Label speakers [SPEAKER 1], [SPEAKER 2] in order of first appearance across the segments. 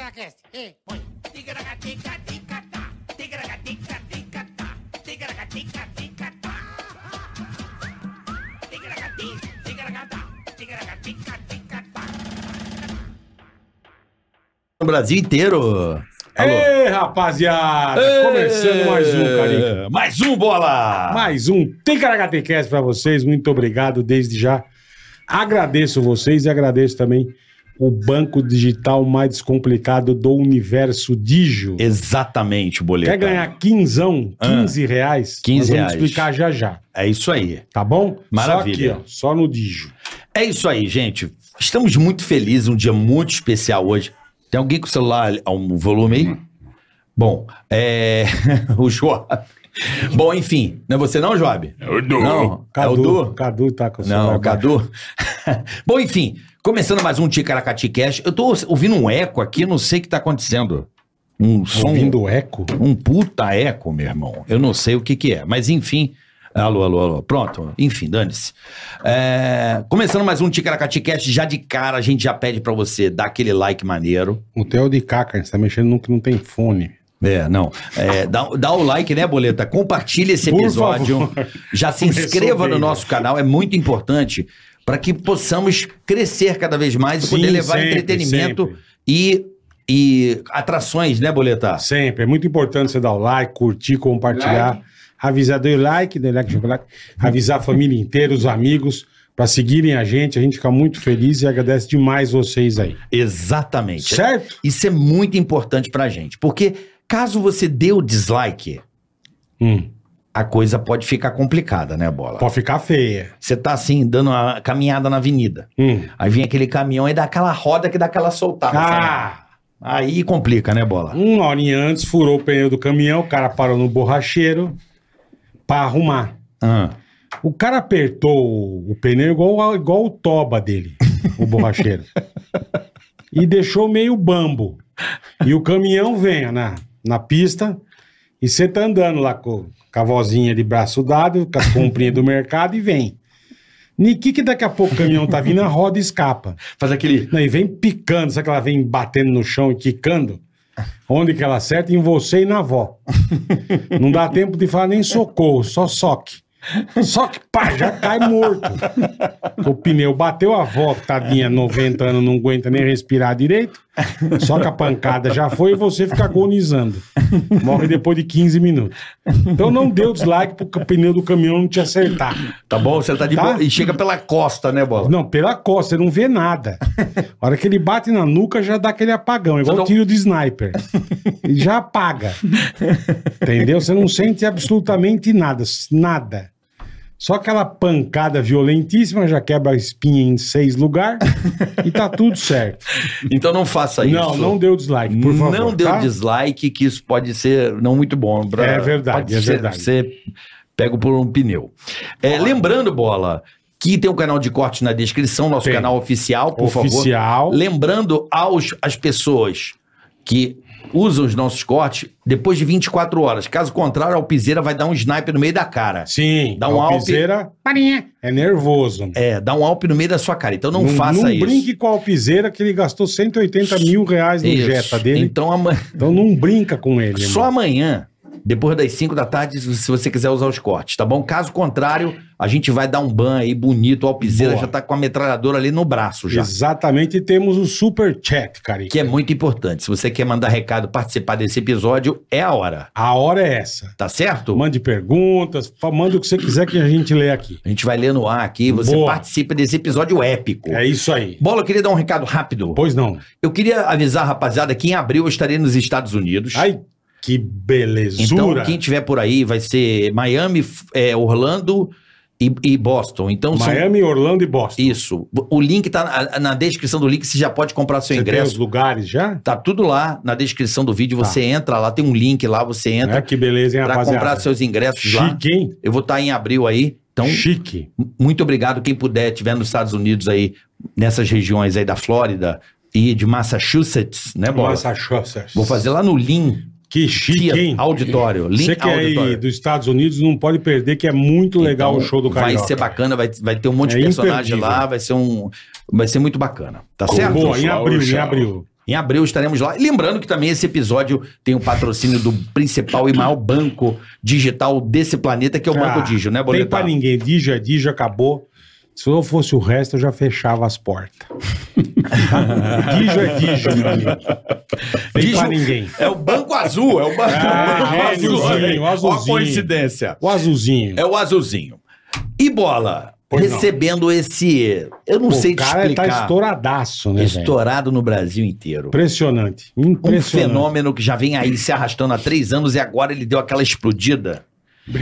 [SPEAKER 1] Ticaracast. E põe.
[SPEAKER 2] Ticaracaticaticatá. Ticaracaticaticatá. Ticaracaticaticatá. Ticaracati, ticaracatá. Ticaracaticatá.
[SPEAKER 3] No Brasil inteiro. Alô.
[SPEAKER 4] Ei, rapaziada! Começando mais um, carinho.
[SPEAKER 3] É, Mais um bola!
[SPEAKER 4] Mais um Tem Cast pra vocês. Muito obrigado desde já. Agradeço vocês e agradeço também o banco digital mais descomplicado do universo Digio.
[SPEAKER 3] Exatamente, boleto.
[SPEAKER 4] Quer ganhar quinzão, 15 reais?
[SPEAKER 3] 15
[SPEAKER 4] Nós vamos
[SPEAKER 3] Ah, reais.
[SPEAKER 4] explicar já já,
[SPEAKER 3] É isso aí.
[SPEAKER 4] tá bom?
[SPEAKER 3] Maravilha.
[SPEAKER 4] Só aqui, ó, só no Digio.
[SPEAKER 3] É isso aí, gente. Estamos muito felizes, um dia muito especial hoje. Tem alguém com o celular a um volume aí? Bom, é. o Joab. Bom, enfim. Não é você não, Joab? É o Du. Não, é o Du?
[SPEAKER 4] Cadu tá com o
[SPEAKER 3] Não,
[SPEAKER 4] celular
[SPEAKER 3] o Cadu. Bom, enfim, começando mais um Ticaracati Cash. Eu tô ouvindo um eco aqui, não sei o que tá acontecendo. Um
[SPEAKER 4] baixo.
[SPEAKER 3] som,
[SPEAKER 4] Ouvindo o eco?
[SPEAKER 3] um puta eco, meu irmão. Eu não sei o que que é, mas enfim. Alô, alô, alô. Pronto, enfim, dane-se. É, começando mais um Ticaracati Cash, já de cara a gente já pede pra você dar aquele like maneiro.
[SPEAKER 4] O teu é o de caca, você tá mexendo num que não tem fone.
[SPEAKER 3] É, não. É, dá, dá o like, né, Boleta? Compartilha esse
[SPEAKER 4] Por
[SPEAKER 3] episódio.
[SPEAKER 4] favor.
[SPEAKER 3] Já se
[SPEAKER 4] Começou
[SPEAKER 3] inscreva
[SPEAKER 4] bem,
[SPEAKER 3] no
[SPEAKER 4] né?
[SPEAKER 3] nosso canal, é muito importante para que possamos crescer cada vez mais e
[SPEAKER 4] Sim,
[SPEAKER 3] poder levar
[SPEAKER 4] sempre,
[SPEAKER 3] entretenimento
[SPEAKER 4] sempre.
[SPEAKER 3] E, e atrações, né, Boleta?
[SPEAKER 4] Sempre. É muito importante você dar o like, curtir, compartilhar. Avisar, dê o like, dê like, chocolate. Avisar a família inteira, os amigos, pra seguirem a gente. A gente fica muito feliz e agradece demais vocês aí.
[SPEAKER 3] Exatamente.
[SPEAKER 4] Certo?
[SPEAKER 3] Isso é muito importante pra gente, porque caso você dê o dislike,
[SPEAKER 4] Hum,
[SPEAKER 3] a coisa pode ficar complicada, né, Bola?
[SPEAKER 4] pode ficar feia.
[SPEAKER 3] Você tá assim, dando uma caminhada na avenida.
[SPEAKER 4] Hum.
[SPEAKER 3] Aí vem aquele caminhão e dá aquela roda que dá aquela soltada. sabe?
[SPEAKER 4] Ah,
[SPEAKER 3] Aí complica, né, Bola?
[SPEAKER 4] uma horinha antes furou o pneu do caminhão, o cara parou no borracheiro pra arrumar.
[SPEAKER 3] Ah.
[SPEAKER 4] O cara apertou o- o pneu igual, a- igual o toba dele, o borracheiro. e deixou meio bambo. E o caminhão vem na, na pista e você tá andando lá com, com a vozinha de braço dado, com as comprinhas do mercado e vem. Niki que daqui a pouco o caminhão tá vindo, a roda escapa.
[SPEAKER 3] Faz aquele.
[SPEAKER 4] Não, e vem picando, sabe que ela vem batendo no chão e quicando? Onde que ela acerta? Em você e na avó. Não dá tempo de falar nem socorro, só soque. Soque, pá, já cai morto. O pneu bateu, a avó, tadinha, 90 anos, não aguenta nem respirar direito. Só que a pancada já foi e você fica agonizando. Morre depois de 15 minutos. Então não dê o dislike pro ca- pneu do caminhão não te acertar.
[SPEAKER 3] Tá bom? Você tá de
[SPEAKER 4] Tá?
[SPEAKER 3] boa. E chega pela costa, né, Bola?
[SPEAKER 4] Não, pela costa, você não vê nada. A hora que ele bate na nuca, já dá aquele apagão, igual
[SPEAKER 3] dá
[SPEAKER 4] o
[SPEAKER 3] um-
[SPEAKER 4] tiro de sniper. Ele já apaga. Entendeu? Você não sente absolutamente nada. s- Nada. Só aquela pancada violentíssima já quebra a espinha em seis lugares e tá tudo certo.
[SPEAKER 3] Então não faça isso.
[SPEAKER 4] Não, não deu dislike, por favor.
[SPEAKER 3] Não deu
[SPEAKER 4] tá?
[SPEAKER 3] dislike, que isso pode ser não muito bom. pra-
[SPEAKER 4] É verdade,
[SPEAKER 3] pode
[SPEAKER 4] é
[SPEAKER 3] ser-
[SPEAKER 4] verdade.
[SPEAKER 3] Ser pego por um pneu. É, lembrando, Bola, que tem um canal de corte na descrição, nosso
[SPEAKER 4] Tem.
[SPEAKER 3] canal oficial, por favor.
[SPEAKER 4] Oficial.
[SPEAKER 3] Lembrando aos, as pessoas que usam os nossos cortes depois de 24 horas. Caso contrário, a Alpizeira vai dar um sniper no meio da cara.
[SPEAKER 4] Sim,
[SPEAKER 3] Dá um
[SPEAKER 4] a
[SPEAKER 3] alpe.
[SPEAKER 4] alpizeira é nervoso. né?
[SPEAKER 3] É, dá um alpe no meio da sua cara. Então não, faça
[SPEAKER 4] não
[SPEAKER 3] isso.
[SPEAKER 4] brinque com a alpizeira que ele gastou 180 mil reais no
[SPEAKER 3] Isso.
[SPEAKER 4] Jetta dele.
[SPEAKER 3] Então amanhã.
[SPEAKER 4] Então não brinca com ele. é
[SPEAKER 3] Só
[SPEAKER 4] irmão.
[SPEAKER 3] amanhã, depois das 5 da tarde, se você quiser usar os cortes, tá bom? Caso contrário, a gente vai dar um ban aí bonito. O Alpizeira
[SPEAKER 4] Boa.
[SPEAKER 3] já tá com a metralhadora ali no braço já.
[SPEAKER 4] Exatamente, e temos o super chat, Carica.
[SPEAKER 3] Que é muito importante. Se você quer mandar recado, participar desse episódio, é a hora,
[SPEAKER 4] A hora é essa.
[SPEAKER 3] tá certo?
[SPEAKER 4] Mande perguntas, fa- manda o que você quiser que a gente lê aqui.
[SPEAKER 3] A gente vai ler no ar aqui, você
[SPEAKER 4] Boa.
[SPEAKER 3] participa desse episódio épico.
[SPEAKER 4] É isso aí.
[SPEAKER 3] Bola, eu queria dar um recado rápido.
[SPEAKER 4] Pois não.
[SPEAKER 3] Eu queria avisar, rapaziada, que em abril eu estarei nos Estados Unidos.
[SPEAKER 4] Ai, que
[SPEAKER 3] Então,
[SPEAKER 4] belezura.
[SPEAKER 3] quem tiver por aí vai ser Miami, f- é, Orlando e, e Boston. Então, são
[SPEAKER 4] Miami, Orlando e Boston.
[SPEAKER 3] Isso. O link tá na, na descrição do link, você já pode comprar seu
[SPEAKER 4] Você tem os
[SPEAKER 3] ingresso.
[SPEAKER 4] lugares já?
[SPEAKER 3] Tá tudo lá na descrição do vídeo. Você entra lá, tem um link lá, você entra
[SPEAKER 4] É, que beleza, hein,
[SPEAKER 3] pra comprar
[SPEAKER 4] Tá. rapaziada.
[SPEAKER 3] seus ingressos lá.
[SPEAKER 4] Chique, hein?
[SPEAKER 3] Eu vou estar em abril aí. Então,
[SPEAKER 4] Chique.
[SPEAKER 3] m- muito obrigado quem puder, tiver nos Estados Unidos aí, nessas regiões aí da Flórida e de Massachusetts, né, Bola?
[SPEAKER 4] Massachusetts.
[SPEAKER 3] Vou fazer lá no Lean
[SPEAKER 4] Que chique,
[SPEAKER 3] Theater,
[SPEAKER 4] hein?
[SPEAKER 3] Auditório. Lean
[SPEAKER 4] Você que é aí
[SPEAKER 3] Auditório.
[SPEAKER 4] dos Estados Unidos não pode perder, que é muito legal
[SPEAKER 3] Então,
[SPEAKER 4] o show do Carioca.
[SPEAKER 3] Vai ser bacana, vai, vai ter um monte de
[SPEAKER 4] É
[SPEAKER 3] personagem
[SPEAKER 4] imperdível.
[SPEAKER 3] lá, vai ser um vai ser muito bacana, tá certo?
[SPEAKER 4] Boa, em abril, em
[SPEAKER 5] Oxa.
[SPEAKER 4] abril.
[SPEAKER 3] Em abril estaremos lá. E Lembrando que também esse episódio tem o patrocínio do principal e maior banco digital desse planeta, que é o Banco Digio, né,
[SPEAKER 4] Boletar? Ah, Tem pra
[SPEAKER 3] Boletar?
[SPEAKER 4] ninguém. Digio é Digio, acabou. Se eu fosse o resto, eu já fechava as portas. Digio é Digio, meu amigo. Tem
[SPEAKER 3] Digio
[SPEAKER 4] pra ninguém.
[SPEAKER 3] É o Banco Azul, é o Banco,
[SPEAKER 4] Ah,
[SPEAKER 3] é o Banco
[SPEAKER 4] gêniozinho,
[SPEAKER 3] Azul. Ó a
[SPEAKER 4] azulzinho.
[SPEAKER 3] coincidência.
[SPEAKER 4] O azulzinho.
[SPEAKER 3] É o azulzinho. E bola,
[SPEAKER 4] Pois não.
[SPEAKER 3] recebendo esse. Eu não
[SPEAKER 4] Pô,
[SPEAKER 3] sei
[SPEAKER 4] o
[SPEAKER 3] te
[SPEAKER 4] cara
[SPEAKER 3] explicar.
[SPEAKER 4] tá estouradaço, né? velho?
[SPEAKER 3] estourado no Brasil inteiro.
[SPEAKER 4] Impressionante.
[SPEAKER 3] Um
[SPEAKER 4] Impressionante.
[SPEAKER 3] fenômeno que já vem aí se arrastando há três anos e agora ele deu aquela explodida.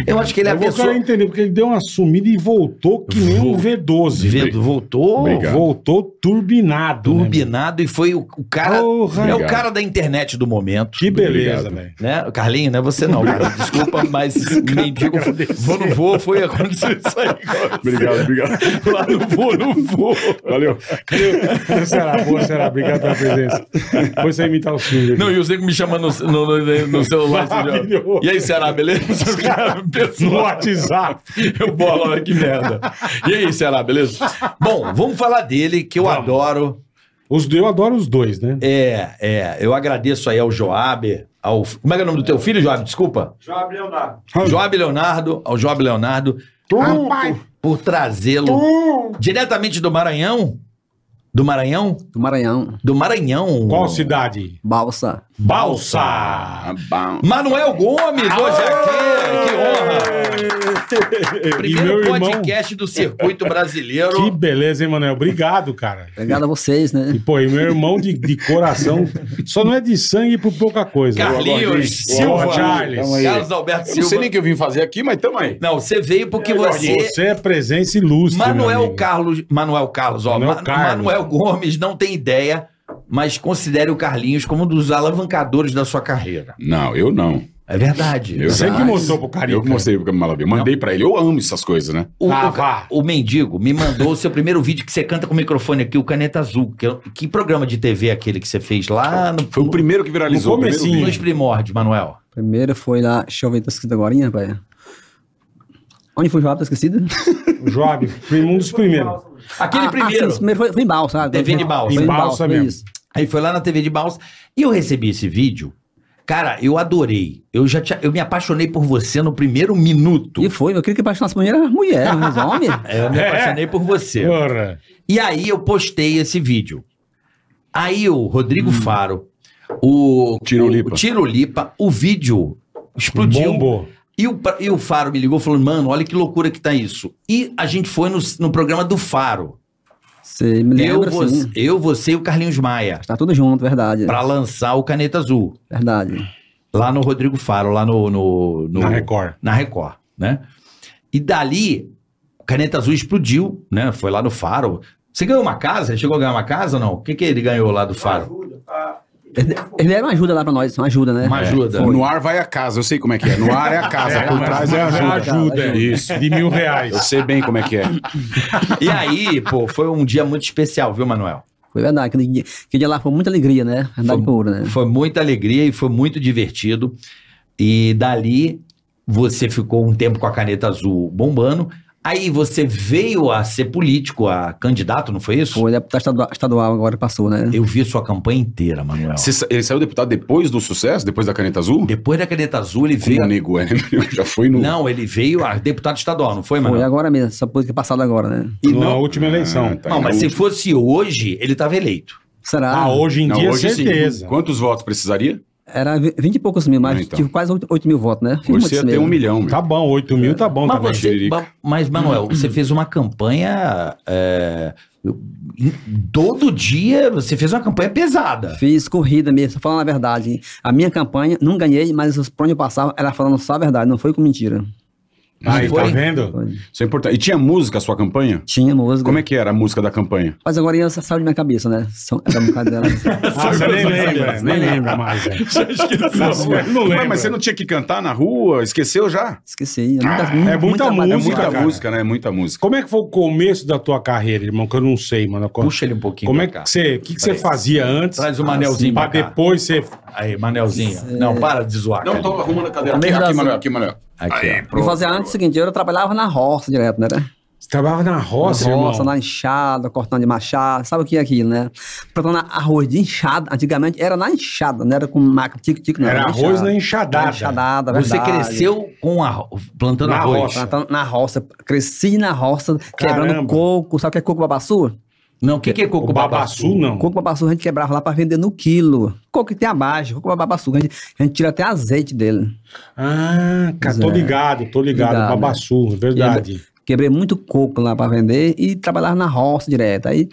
[SPEAKER 3] Eu acho que ele é a
[SPEAKER 4] Eu vou
[SPEAKER 3] pessoa.
[SPEAKER 4] quero entender, porque ele deu uma sumida e voltou que nem um
[SPEAKER 3] Vol-
[SPEAKER 4] V12.
[SPEAKER 3] Vendo, Voltou,
[SPEAKER 4] Pô,
[SPEAKER 1] Obrigado.
[SPEAKER 4] Voltou turbinado. né, velho?
[SPEAKER 3] turbinado e foi o, o cara.
[SPEAKER 4] Porra,
[SPEAKER 3] é o
[SPEAKER 1] Obrigado.
[SPEAKER 3] cara da internet do momento.
[SPEAKER 4] que beleza,
[SPEAKER 1] Obrigado.
[SPEAKER 4] velho.
[SPEAKER 3] Né? O Carlinho, não é você não, cara. Desculpa, mas mendigo. Vou, não vou, foi aconteceu isso aí.
[SPEAKER 1] Obrigado, obrigado.
[SPEAKER 3] Lá no vou, não vou.
[SPEAKER 1] Valeu.
[SPEAKER 4] Será boa, será? Obrigado pela presença. Depois você imitar o filho.
[SPEAKER 3] Não, e o Zico me chamando no, no- no- no celular. assim, ó. e aí, Ceará, beleza? Os caras,
[SPEAKER 4] no
[SPEAKER 3] pessoal,
[SPEAKER 4] WhatsApp.
[SPEAKER 3] Eu bola, olha que merda. E aí, Ceará, beleza? Bom, vamos falar dele, que eu adoro.
[SPEAKER 4] Os, eu adoro os dois, né?
[SPEAKER 3] É, é, eu agradeço aí ao Joab, ao... Como é que é o nome do teu filho, Joab? Desculpa.
[SPEAKER 5] Joab Leonardo.
[SPEAKER 3] Joab Leonardo, ao Joab Leonardo,
[SPEAKER 4] Rapaz,
[SPEAKER 3] por trazê-lo diretamente do Maranhão. Do Maranhão?
[SPEAKER 6] Do Maranhão.
[SPEAKER 3] Do Maranhão.
[SPEAKER 4] Qual cidade?
[SPEAKER 6] Balsa.
[SPEAKER 4] Balsa.
[SPEAKER 1] Ah, bom.
[SPEAKER 3] Manuel Gomes, hoje aqui. Que honra. Primeiro podcast do circuito
[SPEAKER 4] Que
[SPEAKER 3] brasileiro.
[SPEAKER 4] beleza, hein, Manoel? Obrigado, cara.
[SPEAKER 6] Obrigado a vocês, né?
[SPEAKER 4] E, pô, e meu irmão de, de coração só não é de sangue por pouca coisa.
[SPEAKER 3] Carlinhos
[SPEAKER 1] Boa,
[SPEAKER 3] Silva.
[SPEAKER 4] Boa, Charles.
[SPEAKER 1] Tamo aí.
[SPEAKER 3] Carlos Alberto
[SPEAKER 1] Eu não sei
[SPEAKER 3] Silva.
[SPEAKER 1] nem o que eu vim fazer aqui, mas tamo aí.
[SPEAKER 3] Não, você veio porque você.
[SPEAKER 4] Você é presença ilustre. meu
[SPEAKER 3] Manuel
[SPEAKER 4] amigo.
[SPEAKER 3] Carlos. Manuel Carlos, ó.
[SPEAKER 4] Manuel
[SPEAKER 3] Ma-
[SPEAKER 4] Carlos.
[SPEAKER 3] Manuel Gomes não tem ideia, mas considere o Carlinhos como um dos alavancadores da sua carreira.
[SPEAKER 1] Não, eu não.
[SPEAKER 3] É verdade.
[SPEAKER 1] Eu
[SPEAKER 4] Você que
[SPEAKER 1] jamais.
[SPEAKER 4] mostrou pro Carica.
[SPEAKER 1] Eu que mostrei pro Malavia. Mandei pra ele. Eu amo essas coisas, né?
[SPEAKER 3] O,
[SPEAKER 4] Ah,
[SPEAKER 3] o-
[SPEAKER 4] vá.
[SPEAKER 3] o Mendigo me mandou o seu primeiro vídeo que você canta com o microfone aqui, o Caneta Azul. Que, eu- que programa de TV é aquele que você fez lá no,
[SPEAKER 1] Foi o primeiro que viralizou.
[SPEAKER 4] No
[SPEAKER 1] o primeiro
[SPEAKER 4] comecinho.
[SPEAKER 3] nos primórdios, Manuel?
[SPEAKER 6] Primeiro foi lá. Deixa eu ver, tá escrito agora, hein, rapaz? Onde foi o Joab? Tá esquecido?
[SPEAKER 4] Joab, foi um dos primeiros.
[SPEAKER 3] Aquele
[SPEAKER 6] Ah,
[SPEAKER 3] primeiro.
[SPEAKER 6] Ah, sim, esse primeiro foi, foi em Balsa. sabe?
[SPEAKER 3] TV de Balsa.
[SPEAKER 6] Foi
[SPEAKER 4] Em
[SPEAKER 6] em
[SPEAKER 4] Balsa
[SPEAKER 6] Balsa,
[SPEAKER 4] mesmo.
[SPEAKER 6] isso.
[SPEAKER 3] Aí foi lá na TV de Balsa. E eu recebi esse vídeo. Cara, eu adorei. Eu já te- eu me apaixonei por você no primeiro minuto.
[SPEAKER 6] E foi, eu queria que apaixonasse primeiro era mulher, né, mas homem.
[SPEAKER 3] É, Eu me apaixonei por você.
[SPEAKER 4] Porra.
[SPEAKER 3] E aí eu postei esse vídeo. Aí o Rodrigo
[SPEAKER 1] Hum.
[SPEAKER 3] Faro, o
[SPEAKER 1] Tirolipa.
[SPEAKER 3] o, Tirolipa, o vídeo explodiu.
[SPEAKER 4] Bombo.
[SPEAKER 3] E o, Pa- e o Faro me ligou falando, mano, olha que loucura que tá isso. E a gente foi no, no programa do Faro.
[SPEAKER 6] Você me
[SPEAKER 3] Eu,
[SPEAKER 6] lembra,
[SPEAKER 3] você,
[SPEAKER 6] sim.
[SPEAKER 3] eu, você e o Carlinhos Maia.
[SPEAKER 6] Tá tudo junto, verdade.
[SPEAKER 3] Pra lançar o Caneta Azul.
[SPEAKER 6] Verdade.
[SPEAKER 3] Lá no Rodrigo Faro, lá no... no, no-
[SPEAKER 4] Na Record.
[SPEAKER 3] na Record, né? E dali, o Caneta Azul explodiu, né? Foi lá no Faro. Você ganhou uma casa? Ele chegou a ganhar uma casa ou não? O que, que ele ganhou lá do Faro?
[SPEAKER 5] Ajuda. Ah,
[SPEAKER 6] Eles eles deram uma ajuda lá pra nós, uma ajuda, né?
[SPEAKER 3] Uma ajuda.
[SPEAKER 1] É, No ar vai a casa. Eu sei como é que é. No ar é a casa. Por trás é a
[SPEAKER 4] ajuda.
[SPEAKER 1] ajuda.
[SPEAKER 4] ajuda.
[SPEAKER 1] Isso.
[SPEAKER 4] De mil reais.
[SPEAKER 1] Eu sei bem como é que é.
[SPEAKER 3] E aí, pô, foi um dia muito especial, viu, Manuel?
[SPEAKER 6] Foi verdade. Aquele dia, aquele dia lá foi muita alegria, né? Verdade
[SPEAKER 3] Foi-
[SPEAKER 6] pura, né?
[SPEAKER 3] Foi muita alegria e foi muito divertido. E dali, você ficou um tempo com a Caneta Azul bombando. Aí você veio a ser político, a candidato, não foi isso?
[SPEAKER 6] Foi deputado estadual, estadual agora passou, né?
[SPEAKER 3] Eu vi sua campanha inteira, Manuel.
[SPEAKER 1] Você sa- ele saiu deputado depois do sucesso? Depois da caneta azul?
[SPEAKER 3] Depois da Caneta Azul, ele
[SPEAKER 1] Como
[SPEAKER 3] veio...
[SPEAKER 1] o nego é, né? Já foi no.
[SPEAKER 3] Não, ele veio a deputado estadual, não foi,
[SPEAKER 6] Foi
[SPEAKER 3] Manuel?
[SPEAKER 6] agora mesmo, essa coisa que é passada agora, né?
[SPEAKER 3] E
[SPEAKER 4] Na
[SPEAKER 3] não,
[SPEAKER 4] última
[SPEAKER 1] Ah,
[SPEAKER 4] eleição.
[SPEAKER 1] tá.
[SPEAKER 3] não, mas se fosse hoje, ele estava eleito.
[SPEAKER 6] Será?
[SPEAKER 4] Ah, hoje em
[SPEAKER 1] Não,
[SPEAKER 4] dia,
[SPEAKER 1] hoje sim.
[SPEAKER 4] certeza.
[SPEAKER 1] Quantos votos precisaria?
[SPEAKER 6] Era vi- 20 e poucos mil, mas
[SPEAKER 1] Ah, então.
[SPEAKER 6] tive quase 8, mil votos, né? Fiz
[SPEAKER 1] Hoje
[SPEAKER 6] muitos
[SPEAKER 1] você ia ter
[SPEAKER 6] mesmo.
[SPEAKER 1] um milhão. meu.
[SPEAKER 4] Tá bom, 8 mil tá bom
[SPEAKER 3] Mas,
[SPEAKER 4] também.
[SPEAKER 3] você,
[SPEAKER 1] Tiririca.
[SPEAKER 3] ba- mas, Manuel, você fez uma campanha. é, em- todo dia você fez uma campanha pesada.
[SPEAKER 6] Fiz corrida mesmo, falando a verdade. A minha campanha, não ganhei, mas os pra onde eu passava era falando só a verdade, não foi com mentira.
[SPEAKER 4] Aí,
[SPEAKER 3] Foi?
[SPEAKER 4] tá vendo?
[SPEAKER 6] Foi.
[SPEAKER 1] Isso é importante. E tinha música a sua campanha?
[SPEAKER 6] Tinha música.
[SPEAKER 1] Como é que era a música da campanha?
[SPEAKER 6] Mas agora ia saiu de minha cabeça, né? Só- Era um bocado dela.
[SPEAKER 4] Ah, você nem lembra, nem lembra mais. é. Não, não
[SPEAKER 1] Ué,
[SPEAKER 4] lembra.
[SPEAKER 1] mas você não tinha que cantar na rua? Esqueceu já?
[SPEAKER 6] Esqueci. É muita,
[SPEAKER 4] é muita
[SPEAKER 6] trabalho.
[SPEAKER 1] É
[SPEAKER 4] Música,
[SPEAKER 1] muita
[SPEAKER 4] cara.
[SPEAKER 1] música, né? É muita música.
[SPEAKER 4] Como é que foi o começo da tua carreira, irmão? Que eu não sei, mano. Como,
[SPEAKER 3] Puxa ele um pouquinho.
[SPEAKER 4] como é
[SPEAKER 3] pra cá.
[SPEAKER 4] que você... O que, que você
[SPEAKER 3] Peraí.
[SPEAKER 4] fazia antes?
[SPEAKER 3] Traz o
[SPEAKER 4] Sim,
[SPEAKER 3] Manelzinho
[SPEAKER 4] pra
[SPEAKER 3] pra cá.
[SPEAKER 4] depois você...
[SPEAKER 3] Aí, Manelzinho. Não, para de zoar.
[SPEAKER 1] Não,
[SPEAKER 3] cara.
[SPEAKER 1] tô arrumando a cadeira.
[SPEAKER 6] Aqui,
[SPEAKER 1] Aqui,
[SPEAKER 6] aqui,
[SPEAKER 1] aqui,
[SPEAKER 6] Manuel,
[SPEAKER 1] Manuel. Aqui, Manuel.
[SPEAKER 3] Aqui, ó.
[SPEAKER 6] Eu fazia antes o seguinte, eu trabalhava na roça direto, né?
[SPEAKER 4] Você trabalhava na roça,
[SPEAKER 6] na roça,
[SPEAKER 4] irmão?
[SPEAKER 6] na enxada, cortando de machado, sabe o que é aquilo, né? Plantando arroz de enxada, antigamente era na enxada, não era com maca, tico-tico, não.
[SPEAKER 4] Era arroz na enxadada.
[SPEAKER 6] Na enxadada,
[SPEAKER 3] Você
[SPEAKER 6] verdade.
[SPEAKER 3] cresceu com a, plantando
[SPEAKER 4] Na
[SPEAKER 3] arroz.
[SPEAKER 4] roça.
[SPEAKER 6] Plantando tá na roça, cresci na roça, quebrando
[SPEAKER 4] Caramba.
[SPEAKER 6] coco, sabe o que é coco babassu?
[SPEAKER 3] Não, o que, que é coco
[SPEAKER 4] O né? babassu, não.
[SPEAKER 6] Coco babassu a gente quebrava lá pra vender no quilo. Coco que tem abaixo, coco babassu, a gente, a gente tira até azeite dele.
[SPEAKER 4] Ah, cara, tô
[SPEAKER 6] Pois é.
[SPEAKER 4] ligado, tô ligado.
[SPEAKER 6] Ligado.
[SPEAKER 4] Babassu, é verdade.
[SPEAKER 6] Quebrei muito coco lá pra vender e trabalhava na roça direto. Aí,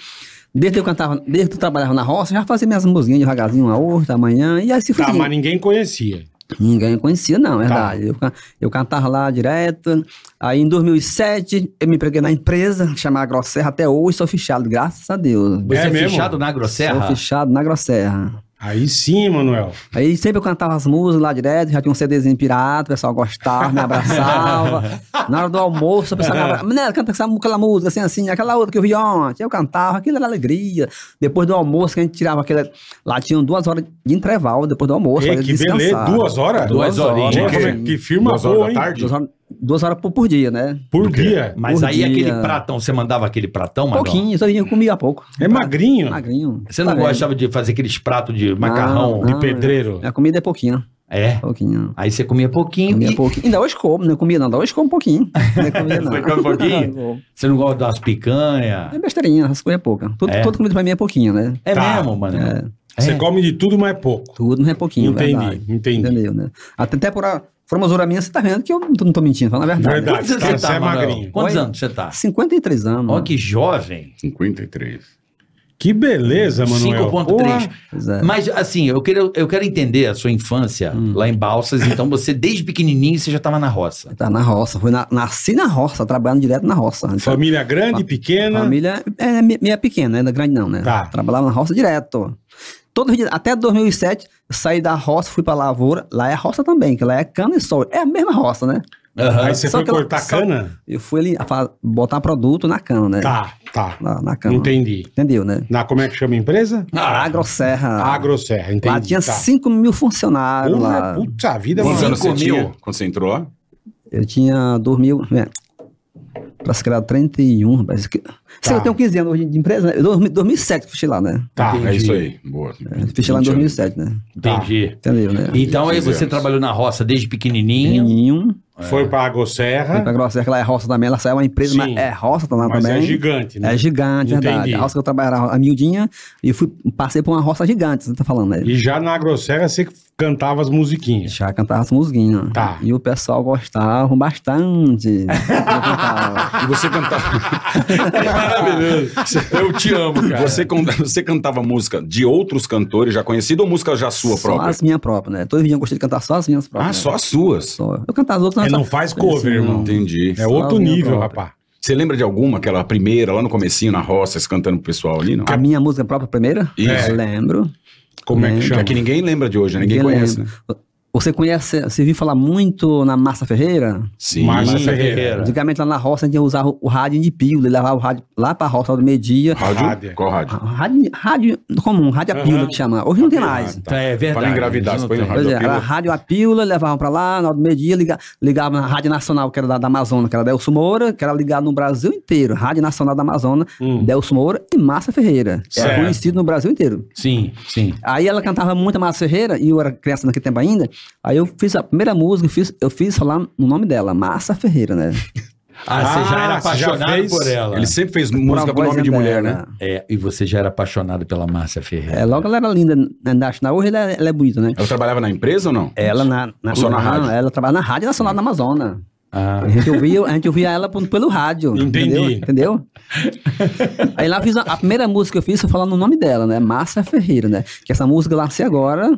[SPEAKER 6] desde que eu cantava, desde que eu trabalhava na roça, já fazia minhas musiquinhas devagarzinho, uma outra, amanhã. E aí se foi
[SPEAKER 4] Tá,
[SPEAKER 6] seguindo.
[SPEAKER 4] mas Tá. ninguém conhecia.
[SPEAKER 6] Ninguém conhecia, não, é verdade. Eu, ca- eu cantava lá direto. Aí em 2007, eu me empreguei na empresa, chamada Grosserra, até hoje sou fichado, graças a Deus.
[SPEAKER 3] Você é,
[SPEAKER 4] É mesmo?
[SPEAKER 3] fechado na Grosserra?
[SPEAKER 6] Sou fichado na Grosserra.
[SPEAKER 4] Aí sim, Manuel.
[SPEAKER 6] Aí sempre eu cantava as músicas lá direto, já tinha um CDzinho pirata, o pessoal gostava, me abraçava. Na hora do almoço, o pessoal me abraçava. Né, canta essa, mu- aquela música assim, assim, aquela outra que eu vi ontem. Eu cantava, aquilo era alegria. Depois do almoço, que a gente tirava aquela. Lá tinham duas horas de intervalo depois do almoço.
[SPEAKER 4] Ei,
[SPEAKER 6] pra
[SPEAKER 4] que
[SPEAKER 6] descansar. né?
[SPEAKER 4] beleza. Duas horas?
[SPEAKER 3] Duas horinhas.
[SPEAKER 4] Gente,
[SPEAKER 1] Duas
[SPEAKER 4] como é- que firma
[SPEAKER 1] Duas horas
[SPEAKER 4] boa,
[SPEAKER 1] da
[SPEAKER 4] hein?
[SPEAKER 1] tarde?
[SPEAKER 6] Duas horas, duas horas por, por dia, né?
[SPEAKER 4] Por
[SPEAKER 1] Do quê?
[SPEAKER 4] dia.
[SPEAKER 3] Mas
[SPEAKER 6] Por
[SPEAKER 3] aí
[SPEAKER 6] dia.
[SPEAKER 3] aquele pratão, você mandava aquele pratão, Manuel?
[SPEAKER 6] Pouquinho, só vinha comigo há pouco.
[SPEAKER 4] É magrinho.
[SPEAKER 6] Magrinho.
[SPEAKER 3] Você não
[SPEAKER 6] tá vendo?
[SPEAKER 3] gostava de fazer aqueles pratos de macarrão?
[SPEAKER 6] Não,
[SPEAKER 4] De pedreiro.
[SPEAKER 6] A comida é pouquinho,
[SPEAKER 3] É.
[SPEAKER 6] pouquinho.
[SPEAKER 3] Aí você comia um pouquinho.
[SPEAKER 6] Comia
[SPEAKER 3] e-
[SPEAKER 6] pouquinho. Ainda hoje como, não comia não, ainda hoje como um pouquinho. Não comia, não.
[SPEAKER 3] Você come um pouquinho?
[SPEAKER 6] Como.
[SPEAKER 3] Você não gosta de umas picanhas?
[SPEAKER 6] É besteirinha, essas coisas é pouca. Tudo,
[SPEAKER 3] É.
[SPEAKER 6] Tudo comida pra mim é pouquinho, né?
[SPEAKER 3] É
[SPEAKER 4] Tá.
[SPEAKER 3] mesmo, mano.
[SPEAKER 6] É.
[SPEAKER 4] Você come de tudo, mas é pouco.
[SPEAKER 6] Tudo não é pouquinho,
[SPEAKER 4] Entendi,
[SPEAKER 6] verdade.
[SPEAKER 4] entendi.
[SPEAKER 6] Entendeu, né? Até, até por a formosura minha, você tá vendo que eu não tô, não tô mentindo, falando a verdade. né?
[SPEAKER 4] Verdade.
[SPEAKER 3] Quantos anos
[SPEAKER 4] Cara,
[SPEAKER 3] você tá,
[SPEAKER 4] você é
[SPEAKER 3] Manuel?
[SPEAKER 4] magrinho.
[SPEAKER 3] Quantos
[SPEAKER 6] Oi? Hum.
[SPEAKER 3] anos você tá?
[SPEAKER 6] 53 anos.
[SPEAKER 3] Olha que jovem.
[SPEAKER 1] 53.
[SPEAKER 6] É.
[SPEAKER 4] Que beleza, Manuel. Porra.
[SPEAKER 3] 5.3.
[SPEAKER 6] Pois é.
[SPEAKER 3] Mas assim, eu quero, eu quero entender a sua infância lá em Balsas. Então você, desde pequenininho, você já estava na roça.
[SPEAKER 6] Tá na roça. Fui na- nasci na roça, trabalhando direto na roça.
[SPEAKER 4] Família grande, pequena.
[SPEAKER 6] Família é me- meia pequena, ainda grande não, né?
[SPEAKER 4] Tá.
[SPEAKER 6] Trabalhava na roça direto. Todo dia, até 2007, saí da roça, fui pra lavoura. Lá é roça também, que lá é cana e sol. É a mesma roça, né?
[SPEAKER 3] Aham.
[SPEAKER 4] Aí você
[SPEAKER 6] Só
[SPEAKER 4] foi
[SPEAKER 6] que ela-
[SPEAKER 4] cortar
[SPEAKER 6] só-
[SPEAKER 4] cana?
[SPEAKER 6] Eu fui ali a fa- botar produto na cana, né?
[SPEAKER 4] Tá, tá.
[SPEAKER 6] Na, na cana.
[SPEAKER 4] Entendi.
[SPEAKER 6] Entendeu, né?
[SPEAKER 4] Na, como é que chama a empresa?
[SPEAKER 3] Ah,
[SPEAKER 6] Agrosserra.
[SPEAKER 4] Agroserra, entendi.
[SPEAKER 6] Lá tinha
[SPEAKER 4] tá.
[SPEAKER 6] 5 mil funcionários
[SPEAKER 4] Porra, é
[SPEAKER 6] lá.
[SPEAKER 4] puta vida,
[SPEAKER 1] Quantos
[SPEAKER 4] mano.
[SPEAKER 1] anos você
[SPEAKER 3] Cinco mil.
[SPEAKER 1] tinha quando você entrou lá?
[SPEAKER 6] Eu tinha 2 mil. É, pra se criar 31, rapaz. Que- Se eu tenho 15 anos hoje de empresa, né? Eu, dois- 2007 que eu fui lá, né?
[SPEAKER 4] Tá,
[SPEAKER 1] É isso aí. Boa.
[SPEAKER 6] Eu Fechei lá em
[SPEAKER 4] um.
[SPEAKER 6] 2007, né?
[SPEAKER 3] entendi.
[SPEAKER 6] Entendeu, né?
[SPEAKER 3] Então aí você
[SPEAKER 1] Fizemos.
[SPEAKER 3] trabalhou na roça desde pequenininho.
[SPEAKER 6] Pequenininho.
[SPEAKER 4] Tá.
[SPEAKER 1] É.
[SPEAKER 4] Foi pra
[SPEAKER 6] Foi pra
[SPEAKER 4] Agroserra,
[SPEAKER 6] Grossa Serra, lá é roça também, ela saiu uma empresa,
[SPEAKER 4] Ah. Sim.
[SPEAKER 6] mas é roça tá lá
[SPEAKER 4] mas
[SPEAKER 6] também.
[SPEAKER 4] é gigante, né?
[SPEAKER 6] É gigante,
[SPEAKER 4] Entendi.
[SPEAKER 6] verdade. A roça que eu trabalhava, a miudinha, e fui, passei por uma roça gigante, você tá falando, né?
[SPEAKER 4] E já na Agroserra você cantava as musiquinhas.
[SPEAKER 6] Já cantava as musiquinhas.
[SPEAKER 4] Tá.
[SPEAKER 6] E o pessoal gostava bastante. Eu cantava.
[SPEAKER 1] E você cantava.
[SPEAKER 3] Maravilhoso. Eu te amo, cara.
[SPEAKER 1] Você, con- você cantava música de outros cantores já conhecidos ou música já sua
[SPEAKER 6] só
[SPEAKER 1] própria?
[SPEAKER 6] as minhas próprias, né? Todo dia eu gostei de cantar só as minhas
[SPEAKER 1] Ah,
[SPEAKER 6] próprias. né?
[SPEAKER 1] só as suas.
[SPEAKER 6] Só. Eu cantava as outras.
[SPEAKER 4] É,
[SPEAKER 6] mas
[SPEAKER 4] não
[SPEAKER 6] só-
[SPEAKER 4] faz cover,
[SPEAKER 6] assim,
[SPEAKER 4] irmão.
[SPEAKER 6] não.
[SPEAKER 1] Entendi.
[SPEAKER 4] É outro
[SPEAKER 6] a minha
[SPEAKER 4] nível,
[SPEAKER 6] própria.
[SPEAKER 4] rapaz.
[SPEAKER 1] Você lembra de alguma, aquela primeira, lá no comecinho, na roça, você cantando pro pessoal ali, não?
[SPEAKER 6] A minha música própria primeira?
[SPEAKER 1] Isso.
[SPEAKER 6] Eu Lembro.
[SPEAKER 4] Como é que
[SPEAKER 6] Lembro.
[SPEAKER 1] Que
[SPEAKER 4] chama?
[SPEAKER 1] é que ninguém lembra de hoje, né? ninguém
[SPEAKER 6] Eu
[SPEAKER 1] conhece, né?
[SPEAKER 6] lembro. Você conhece, você viu falar muito na Massa Ferreira?
[SPEAKER 1] né? Sim.
[SPEAKER 4] Márcia
[SPEAKER 3] Sim,
[SPEAKER 1] É.
[SPEAKER 4] Ferreira.
[SPEAKER 6] Antigamente lá na roça a gente usava o rádio de pio, ele levava o rádio lá pra roça do meio-dia.
[SPEAKER 1] Rádio?
[SPEAKER 4] Rádio.
[SPEAKER 1] Qual rádio?
[SPEAKER 6] Rádio, rádio comum, rádio a
[SPEAKER 4] Aham.
[SPEAKER 6] pílula que chama. Hoje não tem
[SPEAKER 1] Ah,
[SPEAKER 6] mais.
[SPEAKER 1] tá.
[SPEAKER 3] Tá, é verdade.
[SPEAKER 1] Pra não engravidar,
[SPEAKER 3] Isso
[SPEAKER 1] você põe no
[SPEAKER 3] tem.
[SPEAKER 1] rádio.
[SPEAKER 6] Pois é,
[SPEAKER 1] a pílula.
[SPEAKER 6] era rádio a pílula, levavam pra lá, na hora do meio-dia, liga- ligava na Rádio Nacional, que era da, da Amazônia, que era Delso Moura, que era ligado no Brasil inteiro. Rádio Nacional da Amazônia,
[SPEAKER 4] Hum.
[SPEAKER 6] Delso Moura e Márcia Ferreira.
[SPEAKER 4] Certo.
[SPEAKER 6] Era conhecido no Brasil inteiro.
[SPEAKER 3] Sim, sim.
[SPEAKER 6] Aí ela cantava muito a Márcia Ferreira, e eu era criança naquele tempo ainda. Aí eu fiz a primeira música, eu fiz, eu fiz falar o nome dela, Márcia Ferreira, né?
[SPEAKER 3] Ah, você já era
[SPEAKER 4] Ah, você já
[SPEAKER 3] apaixonado
[SPEAKER 4] fez-
[SPEAKER 3] por ela.
[SPEAKER 1] Ele sempre fez
[SPEAKER 6] Por
[SPEAKER 1] música
[SPEAKER 6] a
[SPEAKER 1] com
[SPEAKER 6] voz
[SPEAKER 1] nome de
[SPEAKER 6] dela.
[SPEAKER 1] mulher, né?
[SPEAKER 3] É, e você já era apaixonado pela Márcia Ferreira.
[SPEAKER 6] É, logo ela era linda, né? Da- na- Hoje ela, ela é bonita, né?
[SPEAKER 1] Ela trabalhava na empresa ou não?
[SPEAKER 6] Ela na, na,
[SPEAKER 1] Só na
[SPEAKER 6] não,
[SPEAKER 1] rádio.
[SPEAKER 6] Ela trabalha na Rádio Nacional da Amazônia.
[SPEAKER 3] Ah,
[SPEAKER 6] A gente ouvia, a gente ouvia ela por- pelo rádio.
[SPEAKER 4] Entendi.
[SPEAKER 6] Entendeu? Entendeu? Aí lá eu fiz a, a primeira música que eu fiz, eu falando o nome dela, né? Márcia Ferreira, né? Que essa música eu lancei agora.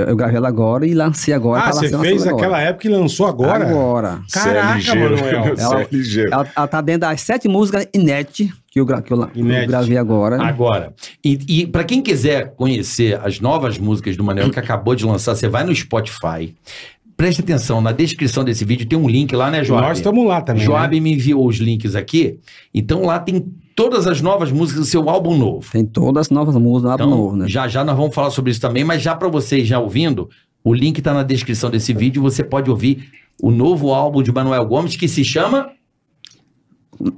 [SPEAKER 6] Eu gravei ela agora e lancei agora.
[SPEAKER 4] Ah,
[SPEAKER 6] tá
[SPEAKER 4] você
[SPEAKER 6] lançando
[SPEAKER 4] fez
[SPEAKER 6] agora.
[SPEAKER 4] aquela época e lançou agora?
[SPEAKER 6] Agora.
[SPEAKER 1] Você
[SPEAKER 4] Caraca,
[SPEAKER 1] é ligeiro,
[SPEAKER 4] Manuel.
[SPEAKER 1] Você é ligeiro.
[SPEAKER 6] Ela, ela tá dentro das sete músicas Inet, que eu, gra- que eu, la- que eu
[SPEAKER 4] Inédite.
[SPEAKER 6] gravei agora.
[SPEAKER 4] Ah.
[SPEAKER 3] Agora, e, e para quem quiser conhecer as novas músicas do Manuel que acabou de lançar, você vai no Spotify. Preste atenção, na descrição desse vídeo tem um link lá, né, Joab?
[SPEAKER 4] Nós estamos lá também.
[SPEAKER 3] Joab
[SPEAKER 4] né?
[SPEAKER 3] me enviou os links aqui. Então lá tem todas as novas músicas do seu álbum novo.
[SPEAKER 6] Tem todas as novas músicas, nada
[SPEAKER 3] Então,
[SPEAKER 6] novo, né?
[SPEAKER 3] já já nós vamos falar sobre isso também, mas já para vocês já ouvindo, o link tá na descrição desse vídeo, você pode ouvir o novo álbum de Manuel Gomes que se chama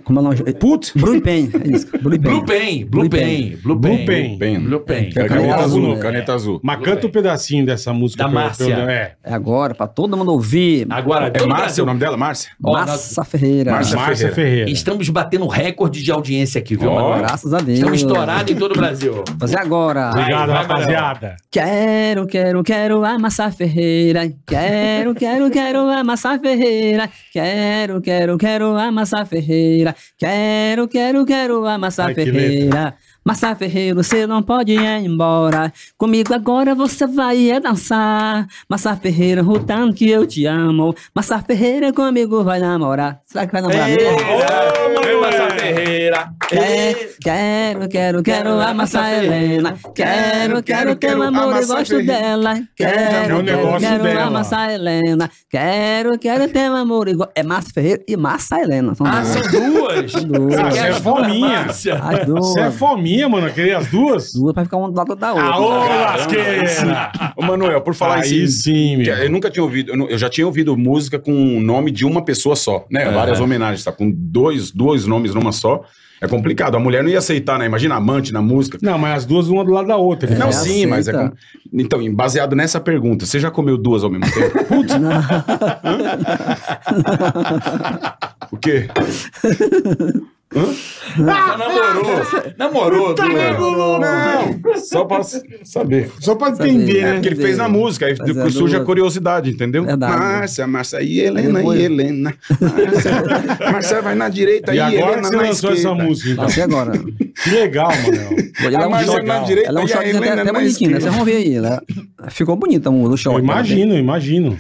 [SPEAKER 6] Como é o nome?
[SPEAKER 4] Putz,
[SPEAKER 6] Blue Pen. É isso. Blue Pen.
[SPEAKER 3] Blue Pen, Blue Pen, Blue
[SPEAKER 4] Blue
[SPEAKER 3] Pen.
[SPEAKER 4] Pen.
[SPEAKER 5] Pen.
[SPEAKER 3] Blue Pen.
[SPEAKER 5] É caneta
[SPEAKER 4] Caneta
[SPEAKER 5] azul,
[SPEAKER 4] azul,
[SPEAKER 5] caneta azul.
[SPEAKER 4] mas canta um pedacinho dessa música.
[SPEAKER 3] Da
[SPEAKER 4] pra eu-
[SPEAKER 3] Márcia.
[SPEAKER 4] pra eu- É.
[SPEAKER 6] É agora, pra todo mundo ouvir.
[SPEAKER 3] Agora,
[SPEAKER 5] É Márcia o nome dela? Márcia?
[SPEAKER 3] Ah, Ó,
[SPEAKER 6] Massa Ferreira.
[SPEAKER 5] Márcia
[SPEAKER 4] Márcia Ferreira.
[SPEAKER 3] Estamos batendo recorde de audiência aqui, viu,
[SPEAKER 5] Ó.
[SPEAKER 3] Manoel?
[SPEAKER 6] Graças a Deus.
[SPEAKER 3] Estamos estourados em todo o Brasil.
[SPEAKER 6] Fazer agora.
[SPEAKER 4] Obrigado,
[SPEAKER 3] Vai, vai,
[SPEAKER 4] rapaziada.
[SPEAKER 6] Quero, quero, quero a massa ferreira. Quero, quero, quero a massa ferreira. Quero, quero, quero a massa ferreira. Quero, quero, quero a massa
[SPEAKER 4] Ai, que
[SPEAKER 6] ferreira. Massa ferreira, você não pode ir embora. Comigo agora você vai é dançar. Massa ferreira, o tanto que eu te amo. Massa ferreira comigo vai namorar. Será que vai namorar mesmo?
[SPEAKER 3] Ô, Massa Ferreira.
[SPEAKER 6] Quero, quero, quero, quero a massa
[SPEAKER 3] Massa
[SPEAKER 6] Helena. Quero, quero, quero o amor e
[SPEAKER 5] massa
[SPEAKER 6] gosto
[SPEAKER 5] Helena.
[SPEAKER 6] dela.
[SPEAKER 4] É um
[SPEAKER 6] Quero, quero,
[SPEAKER 4] negócio
[SPEAKER 6] quero a
[SPEAKER 4] dela.
[SPEAKER 6] massa Helena. Quero, quero ter o amor e gosto. É Márcia Ferreira e Massa Helena. São
[SPEAKER 3] Ah,
[SPEAKER 6] duas.
[SPEAKER 3] são duas.
[SPEAKER 6] Uhum. Duas.
[SPEAKER 4] Ah, você é
[SPEAKER 3] as duas,
[SPEAKER 4] fominha.
[SPEAKER 3] Márcia?
[SPEAKER 6] As duas.
[SPEAKER 4] Você é fominha, mano. Eu queria as duas.
[SPEAKER 6] Duas pra ficar uma do lado da outra.
[SPEAKER 4] Aô,
[SPEAKER 5] Caramba.
[SPEAKER 4] lasqueira!
[SPEAKER 5] Ô, Manuel, por falar
[SPEAKER 4] Aí
[SPEAKER 5] isso.
[SPEAKER 4] sim, meu.
[SPEAKER 5] Eu nunca tinha ouvido, eu nu- eu já tinha ouvido música com o nome de uma pessoa só, né?
[SPEAKER 1] É.
[SPEAKER 5] Várias homenagens, tá? Com dois, dois nomes numa só, é complicado. A mulher não ia aceitar, né? Imagina amante na música.
[SPEAKER 4] Não, mas as duas uma do lado da outra.
[SPEAKER 5] Não,
[SPEAKER 6] É,
[SPEAKER 5] sim,
[SPEAKER 6] aceita.
[SPEAKER 5] mas é. com- Então, em- baseado nessa pergunta, você já comeu duas ao mesmo tempo? Putz! o quê?
[SPEAKER 3] Já namorou. Namorou
[SPEAKER 4] Tá
[SPEAKER 3] duas.
[SPEAKER 5] Não! Só pra s- saber.
[SPEAKER 4] Só pra
[SPEAKER 6] Sabe,
[SPEAKER 4] entender,
[SPEAKER 5] É
[SPEAKER 4] né?
[SPEAKER 5] porque ele fez na música, aí
[SPEAKER 6] Mas é
[SPEAKER 5] surge a
[SPEAKER 6] duas.
[SPEAKER 5] curiosidade, entendeu?
[SPEAKER 6] Verdade.
[SPEAKER 5] Márcia, Márcia e Helena
[SPEAKER 6] depois-
[SPEAKER 5] e Helena. Márcia, Márcia vai na direita
[SPEAKER 4] E
[SPEAKER 5] e,
[SPEAKER 4] agora que
[SPEAKER 5] Helena
[SPEAKER 4] você
[SPEAKER 5] na
[SPEAKER 4] lançou essa
[SPEAKER 5] é esquerda. Tá
[SPEAKER 4] música, então.
[SPEAKER 6] Passei agora.
[SPEAKER 4] Que legal, Manel.
[SPEAKER 6] Vou
[SPEAKER 5] A
[SPEAKER 6] dar um
[SPEAKER 5] Márcia
[SPEAKER 6] choque.
[SPEAKER 5] na direita
[SPEAKER 6] Ela é um
[SPEAKER 5] e a
[SPEAKER 6] choquezinho até,
[SPEAKER 5] Helena
[SPEAKER 6] até
[SPEAKER 5] na
[SPEAKER 6] bonitinho, né?
[SPEAKER 5] esquerda.
[SPEAKER 6] Vocês vão ver aí. Ela ficou bonita o
[SPEAKER 4] Eu
[SPEAKER 3] é
[SPEAKER 6] choque.
[SPEAKER 4] imagino, eu imagino.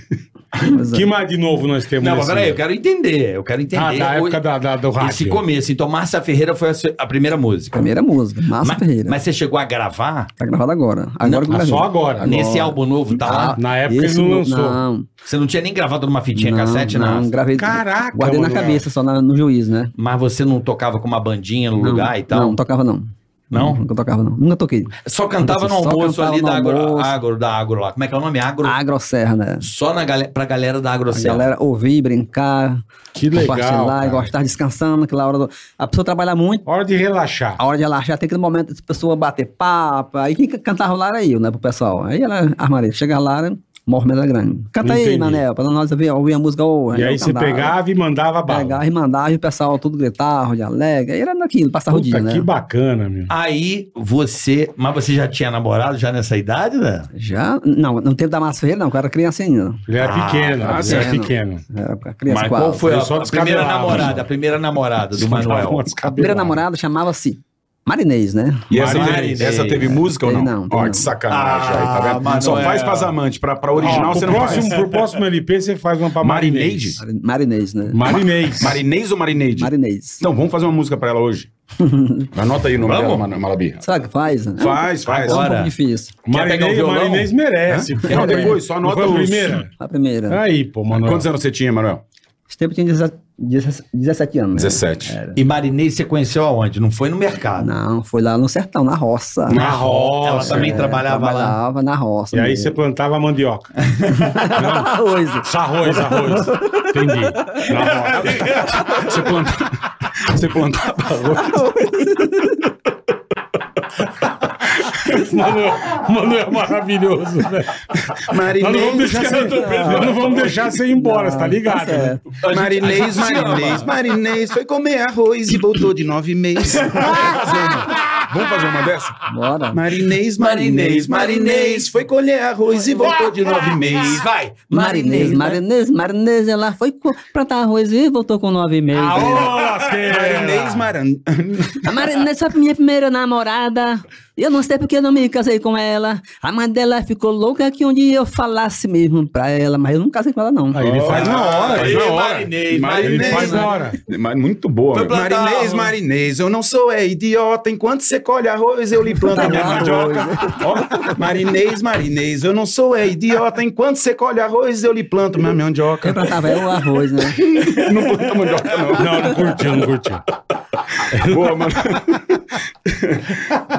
[SPEAKER 6] Pois é.
[SPEAKER 4] que mais de novo nós temos
[SPEAKER 3] Não, mas
[SPEAKER 4] nesse-
[SPEAKER 3] peraí, eu quero entender. Eu quero entender
[SPEAKER 4] Ah, da
[SPEAKER 3] o-
[SPEAKER 4] época da, da- do rádio.
[SPEAKER 3] esse começo. Então, Márcia Ferreira foi a, su- a primeira música.
[SPEAKER 6] Primeira música, Massa
[SPEAKER 3] Ma-
[SPEAKER 6] Ferreira.
[SPEAKER 3] Mas você chegou a gravar?
[SPEAKER 6] Tá gravado agora. Agora que eu
[SPEAKER 4] Ah,
[SPEAKER 6] gravei.
[SPEAKER 4] só agora.
[SPEAKER 3] Nesse álbum novo, tá lá?
[SPEAKER 4] Na época ele
[SPEAKER 6] Ah, esse
[SPEAKER 4] não
[SPEAKER 6] no-
[SPEAKER 4] lançou.
[SPEAKER 6] Não,
[SPEAKER 3] Você não tinha nem gravado numa fitinha cassete,
[SPEAKER 6] não,
[SPEAKER 3] não.
[SPEAKER 6] gravei.
[SPEAKER 4] Caraca,
[SPEAKER 6] Guardei na
[SPEAKER 4] Manuel.
[SPEAKER 6] cabeça, só na- no juízo, né?
[SPEAKER 3] Mas você não tocava com uma bandinha no
[SPEAKER 6] Não,
[SPEAKER 3] lugar e
[SPEAKER 6] Não,
[SPEAKER 3] tal?
[SPEAKER 6] não tocava não.
[SPEAKER 3] Não?
[SPEAKER 6] Nunca tocava não. Nunca toquei.
[SPEAKER 3] Só cantava no
[SPEAKER 6] Só
[SPEAKER 3] almoço
[SPEAKER 6] cantava
[SPEAKER 3] ali
[SPEAKER 6] no
[SPEAKER 3] da agro,
[SPEAKER 6] almoço.
[SPEAKER 3] agro, da agro lá. Como é que é o nome? Agro.
[SPEAKER 6] Agroserra, né?
[SPEAKER 3] Só na galera, pra galera da
[SPEAKER 6] A
[SPEAKER 3] AgroCel.
[SPEAKER 6] galera ouvir, brincar,
[SPEAKER 4] Que legal,
[SPEAKER 6] compartilhar,
[SPEAKER 4] cara.
[SPEAKER 6] e gostar descansando, aquela hora do... A pessoa trabalha muito,
[SPEAKER 4] Hora de relaxar.
[SPEAKER 6] a hora de relaxar, tem aquele momento de pessoa bater papo. Aí quem cantava lá era eu, né, pro pessoal. Aí ela, armaria, chega lá, né, morre da grande. Canta aí,
[SPEAKER 4] Entendi.
[SPEAKER 6] Manel, pra nós ouvir, ouvir a música
[SPEAKER 3] Ah,
[SPEAKER 6] hoje. né,
[SPEAKER 4] E aí você
[SPEAKER 3] né?
[SPEAKER 6] cantava.
[SPEAKER 4] pegava e mandava bala.
[SPEAKER 6] Pegava e mandava, e o pessoal tudo gritava, de alegre. Aí era naquilo, passava o dia,
[SPEAKER 4] Puta,
[SPEAKER 6] né?
[SPEAKER 4] que bacana, meu.
[SPEAKER 3] Aí você. Mas você já tinha namorado já nessa idade, né?
[SPEAKER 6] Já? Não, no tempo da Massa Ferreira, não, que eu era criança ainda.
[SPEAKER 4] Ele era
[SPEAKER 3] Ah,
[SPEAKER 4] pequeno,
[SPEAKER 5] tá
[SPEAKER 4] ele era
[SPEAKER 6] certo.
[SPEAKER 4] pequeno.
[SPEAKER 6] Era criança
[SPEAKER 3] Mas
[SPEAKER 6] quase.
[SPEAKER 3] qual foi a,
[SPEAKER 4] Eu só
[SPEAKER 3] a primeira
[SPEAKER 4] descabelava,
[SPEAKER 3] namorada?
[SPEAKER 4] já.
[SPEAKER 3] A primeira namorada do
[SPEAKER 4] Dava
[SPEAKER 3] Manuel.
[SPEAKER 4] uma
[SPEAKER 6] A primeira
[SPEAKER 4] descabelada.
[SPEAKER 6] namorada chamava-se Marinês, né?
[SPEAKER 5] E essa
[SPEAKER 3] Marinês.
[SPEAKER 5] teve, essa teve música ou não?
[SPEAKER 6] Teve É, não, teve
[SPEAKER 5] Ó,
[SPEAKER 6] não.
[SPEAKER 5] de sacanagem aí, tá
[SPEAKER 3] Ah,
[SPEAKER 5] vendo? Só
[SPEAKER 3] Manoel.
[SPEAKER 5] faz pras amantes, pra, pra
[SPEAKER 4] é. Ó,
[SPEAKER 5] original
[SPEAKER 4] pro
[SPEAKER 5] você não
[SPEAKER 4] próximo,
[SPEAKER 5] faz.
[SPEAKER 4] Pro próximo LP você faz uma pra Marinês.
[SPEAKER 5] Marinês?
[SPEAKER 6] Mari- Marinês, né?
[SPEAKER 4] Marinês.
[SPEAKER 5] Marinês ou Marineide?
[SPEAKER 6] Marinês.
[SPEAKER 5] Então, vamos fazer uma música pra ela hoje. Anota aí o nome
[SPEAKER 3] Vamos?
[SPEAKER 5] dela, Mano- Malabi.
[SPEAKER 6] Será que faz? né?
[SPEAKER 5] Faz, faz.
[SPEAKER 6] É um
[SPEAKER 3] Agora.
[SPEAKER 6] pouco difícil.
[SPEAKER 3] Quer pegar o
[SPEAKER 4] Marinês,
[SPEAKER 3] violão?
[SPEAKER 4] Marinês merece. pô.
[SPEAKER 5] Não, depois, só
[SPEAKER 4] Não
[SPEAKER 5] anota
[SPEAKER 4] foi a
[SPEAKER 5] os-
[SPEAKER 4] primeira?
[SPEAKER 6] A primeira.
[SPEAKER 4] Aí, pô, mano.
[SPEAKER 5] Quantos anos você tinha, Manuel?
[SPEAKER 6] Esse tempo eu tinha 17 17 17 anos. né?
[SPEAKER 5] 17.
[SPEAKER 3] E Marinês você conheceu aonde? Não foi no mercado.
[SPEAKER 6] Não, foi lá no sertão, na roça.
[SPEAKER 4] Na
[SPEAKER 3] Ela
[SPEAKER 4] roça.
[SPEAKER 3] também
[SPEAKER 6] É,
[SPEAKER 3] trabalhava, lá.
[SPEAKER 6] trabalhava na roça.
[SPEAKER 4] E aí você
[SPEAKER 6] mesmo.
[SPEAKER 4] plantava mandioca.
[SPEAKER 6] Arroz.
[SPEAKER 4] Arroz, arroz. Entendi. Na roça.
[SPEAKER 5] Você plantava, você plantava arroz.
[SPEAKER 4] Mano, mano é maravilhoso, né?
[SPEAKER 5] Tá
[SPEAKER 4] Nós não vamos deixar você, nós não vamos deixar você ir embora, você tá ligado?
[SPEAKER 6] Tá
[SPEAKER 4] né?
[SPEAKER 6] certo.
[SPEAKER 5] Marinês, marinês, marinês, foi comer arroz e voltou de nove meses. Vamos fazer uma dessa?
[SPEAKER 6] Bora.
[SPEAKER 5] Marinês,
[SPEAKER 3] marinês, marinês,
[SPEAKER 5] foi colher arroz e voltou de nove meses.
[SPEAKER 3] Vai!
[SPEAKER 6] Marinês, marinês, marinês, ela foi co- plantar arroz e voltou com nove meses.
[SPEAKER 3] Ah,
[SPEAKER 4] Aô, lasqueira!
[SPEAKER 5] marinês.
[SPEAKER 6] A Marinês foi minha primeira namorada. Eu não sei porque eu não me casei com ela. A mãe dela ficou louca que um dia eu falasse mesmo pra ela, mas eu não casei com ela, não.
[SPEAKER 4] Aí ele faz na hora.
[SPEAKER 5] faz
[SPEAKER 3] Ei,
[SPEAKER 5] na hora.
[SPEAKER 3] marinês,
[SPEAKER 4] Ele faz na hora.
[SPEAKER 5] Mas Muito boa.
[SPEAKER 3] Foi
[SPEAKER 5] meu.
[SPEAKER 3] plantar arroz.
[SPEAKER 5] marinês, eu não sou é idiota. Enquanto você colhe arroz, eu lhe planto a minha
[SPEAKER 6] né?
[SPEAKER 5] mandioca. Ó, marinês, marinês, eu não sou é idiota. Enquanto você colhe arroz, eu lhe planto minha mandioca.
[SPEAKER 6] Quem plantava era o arroz, né?
[SPEAKER 5] Não planta mandioca,
[SPEAKER 4] Não, não curtiu, não curtiu.
[SPEAKER 5] não. Boa, mano.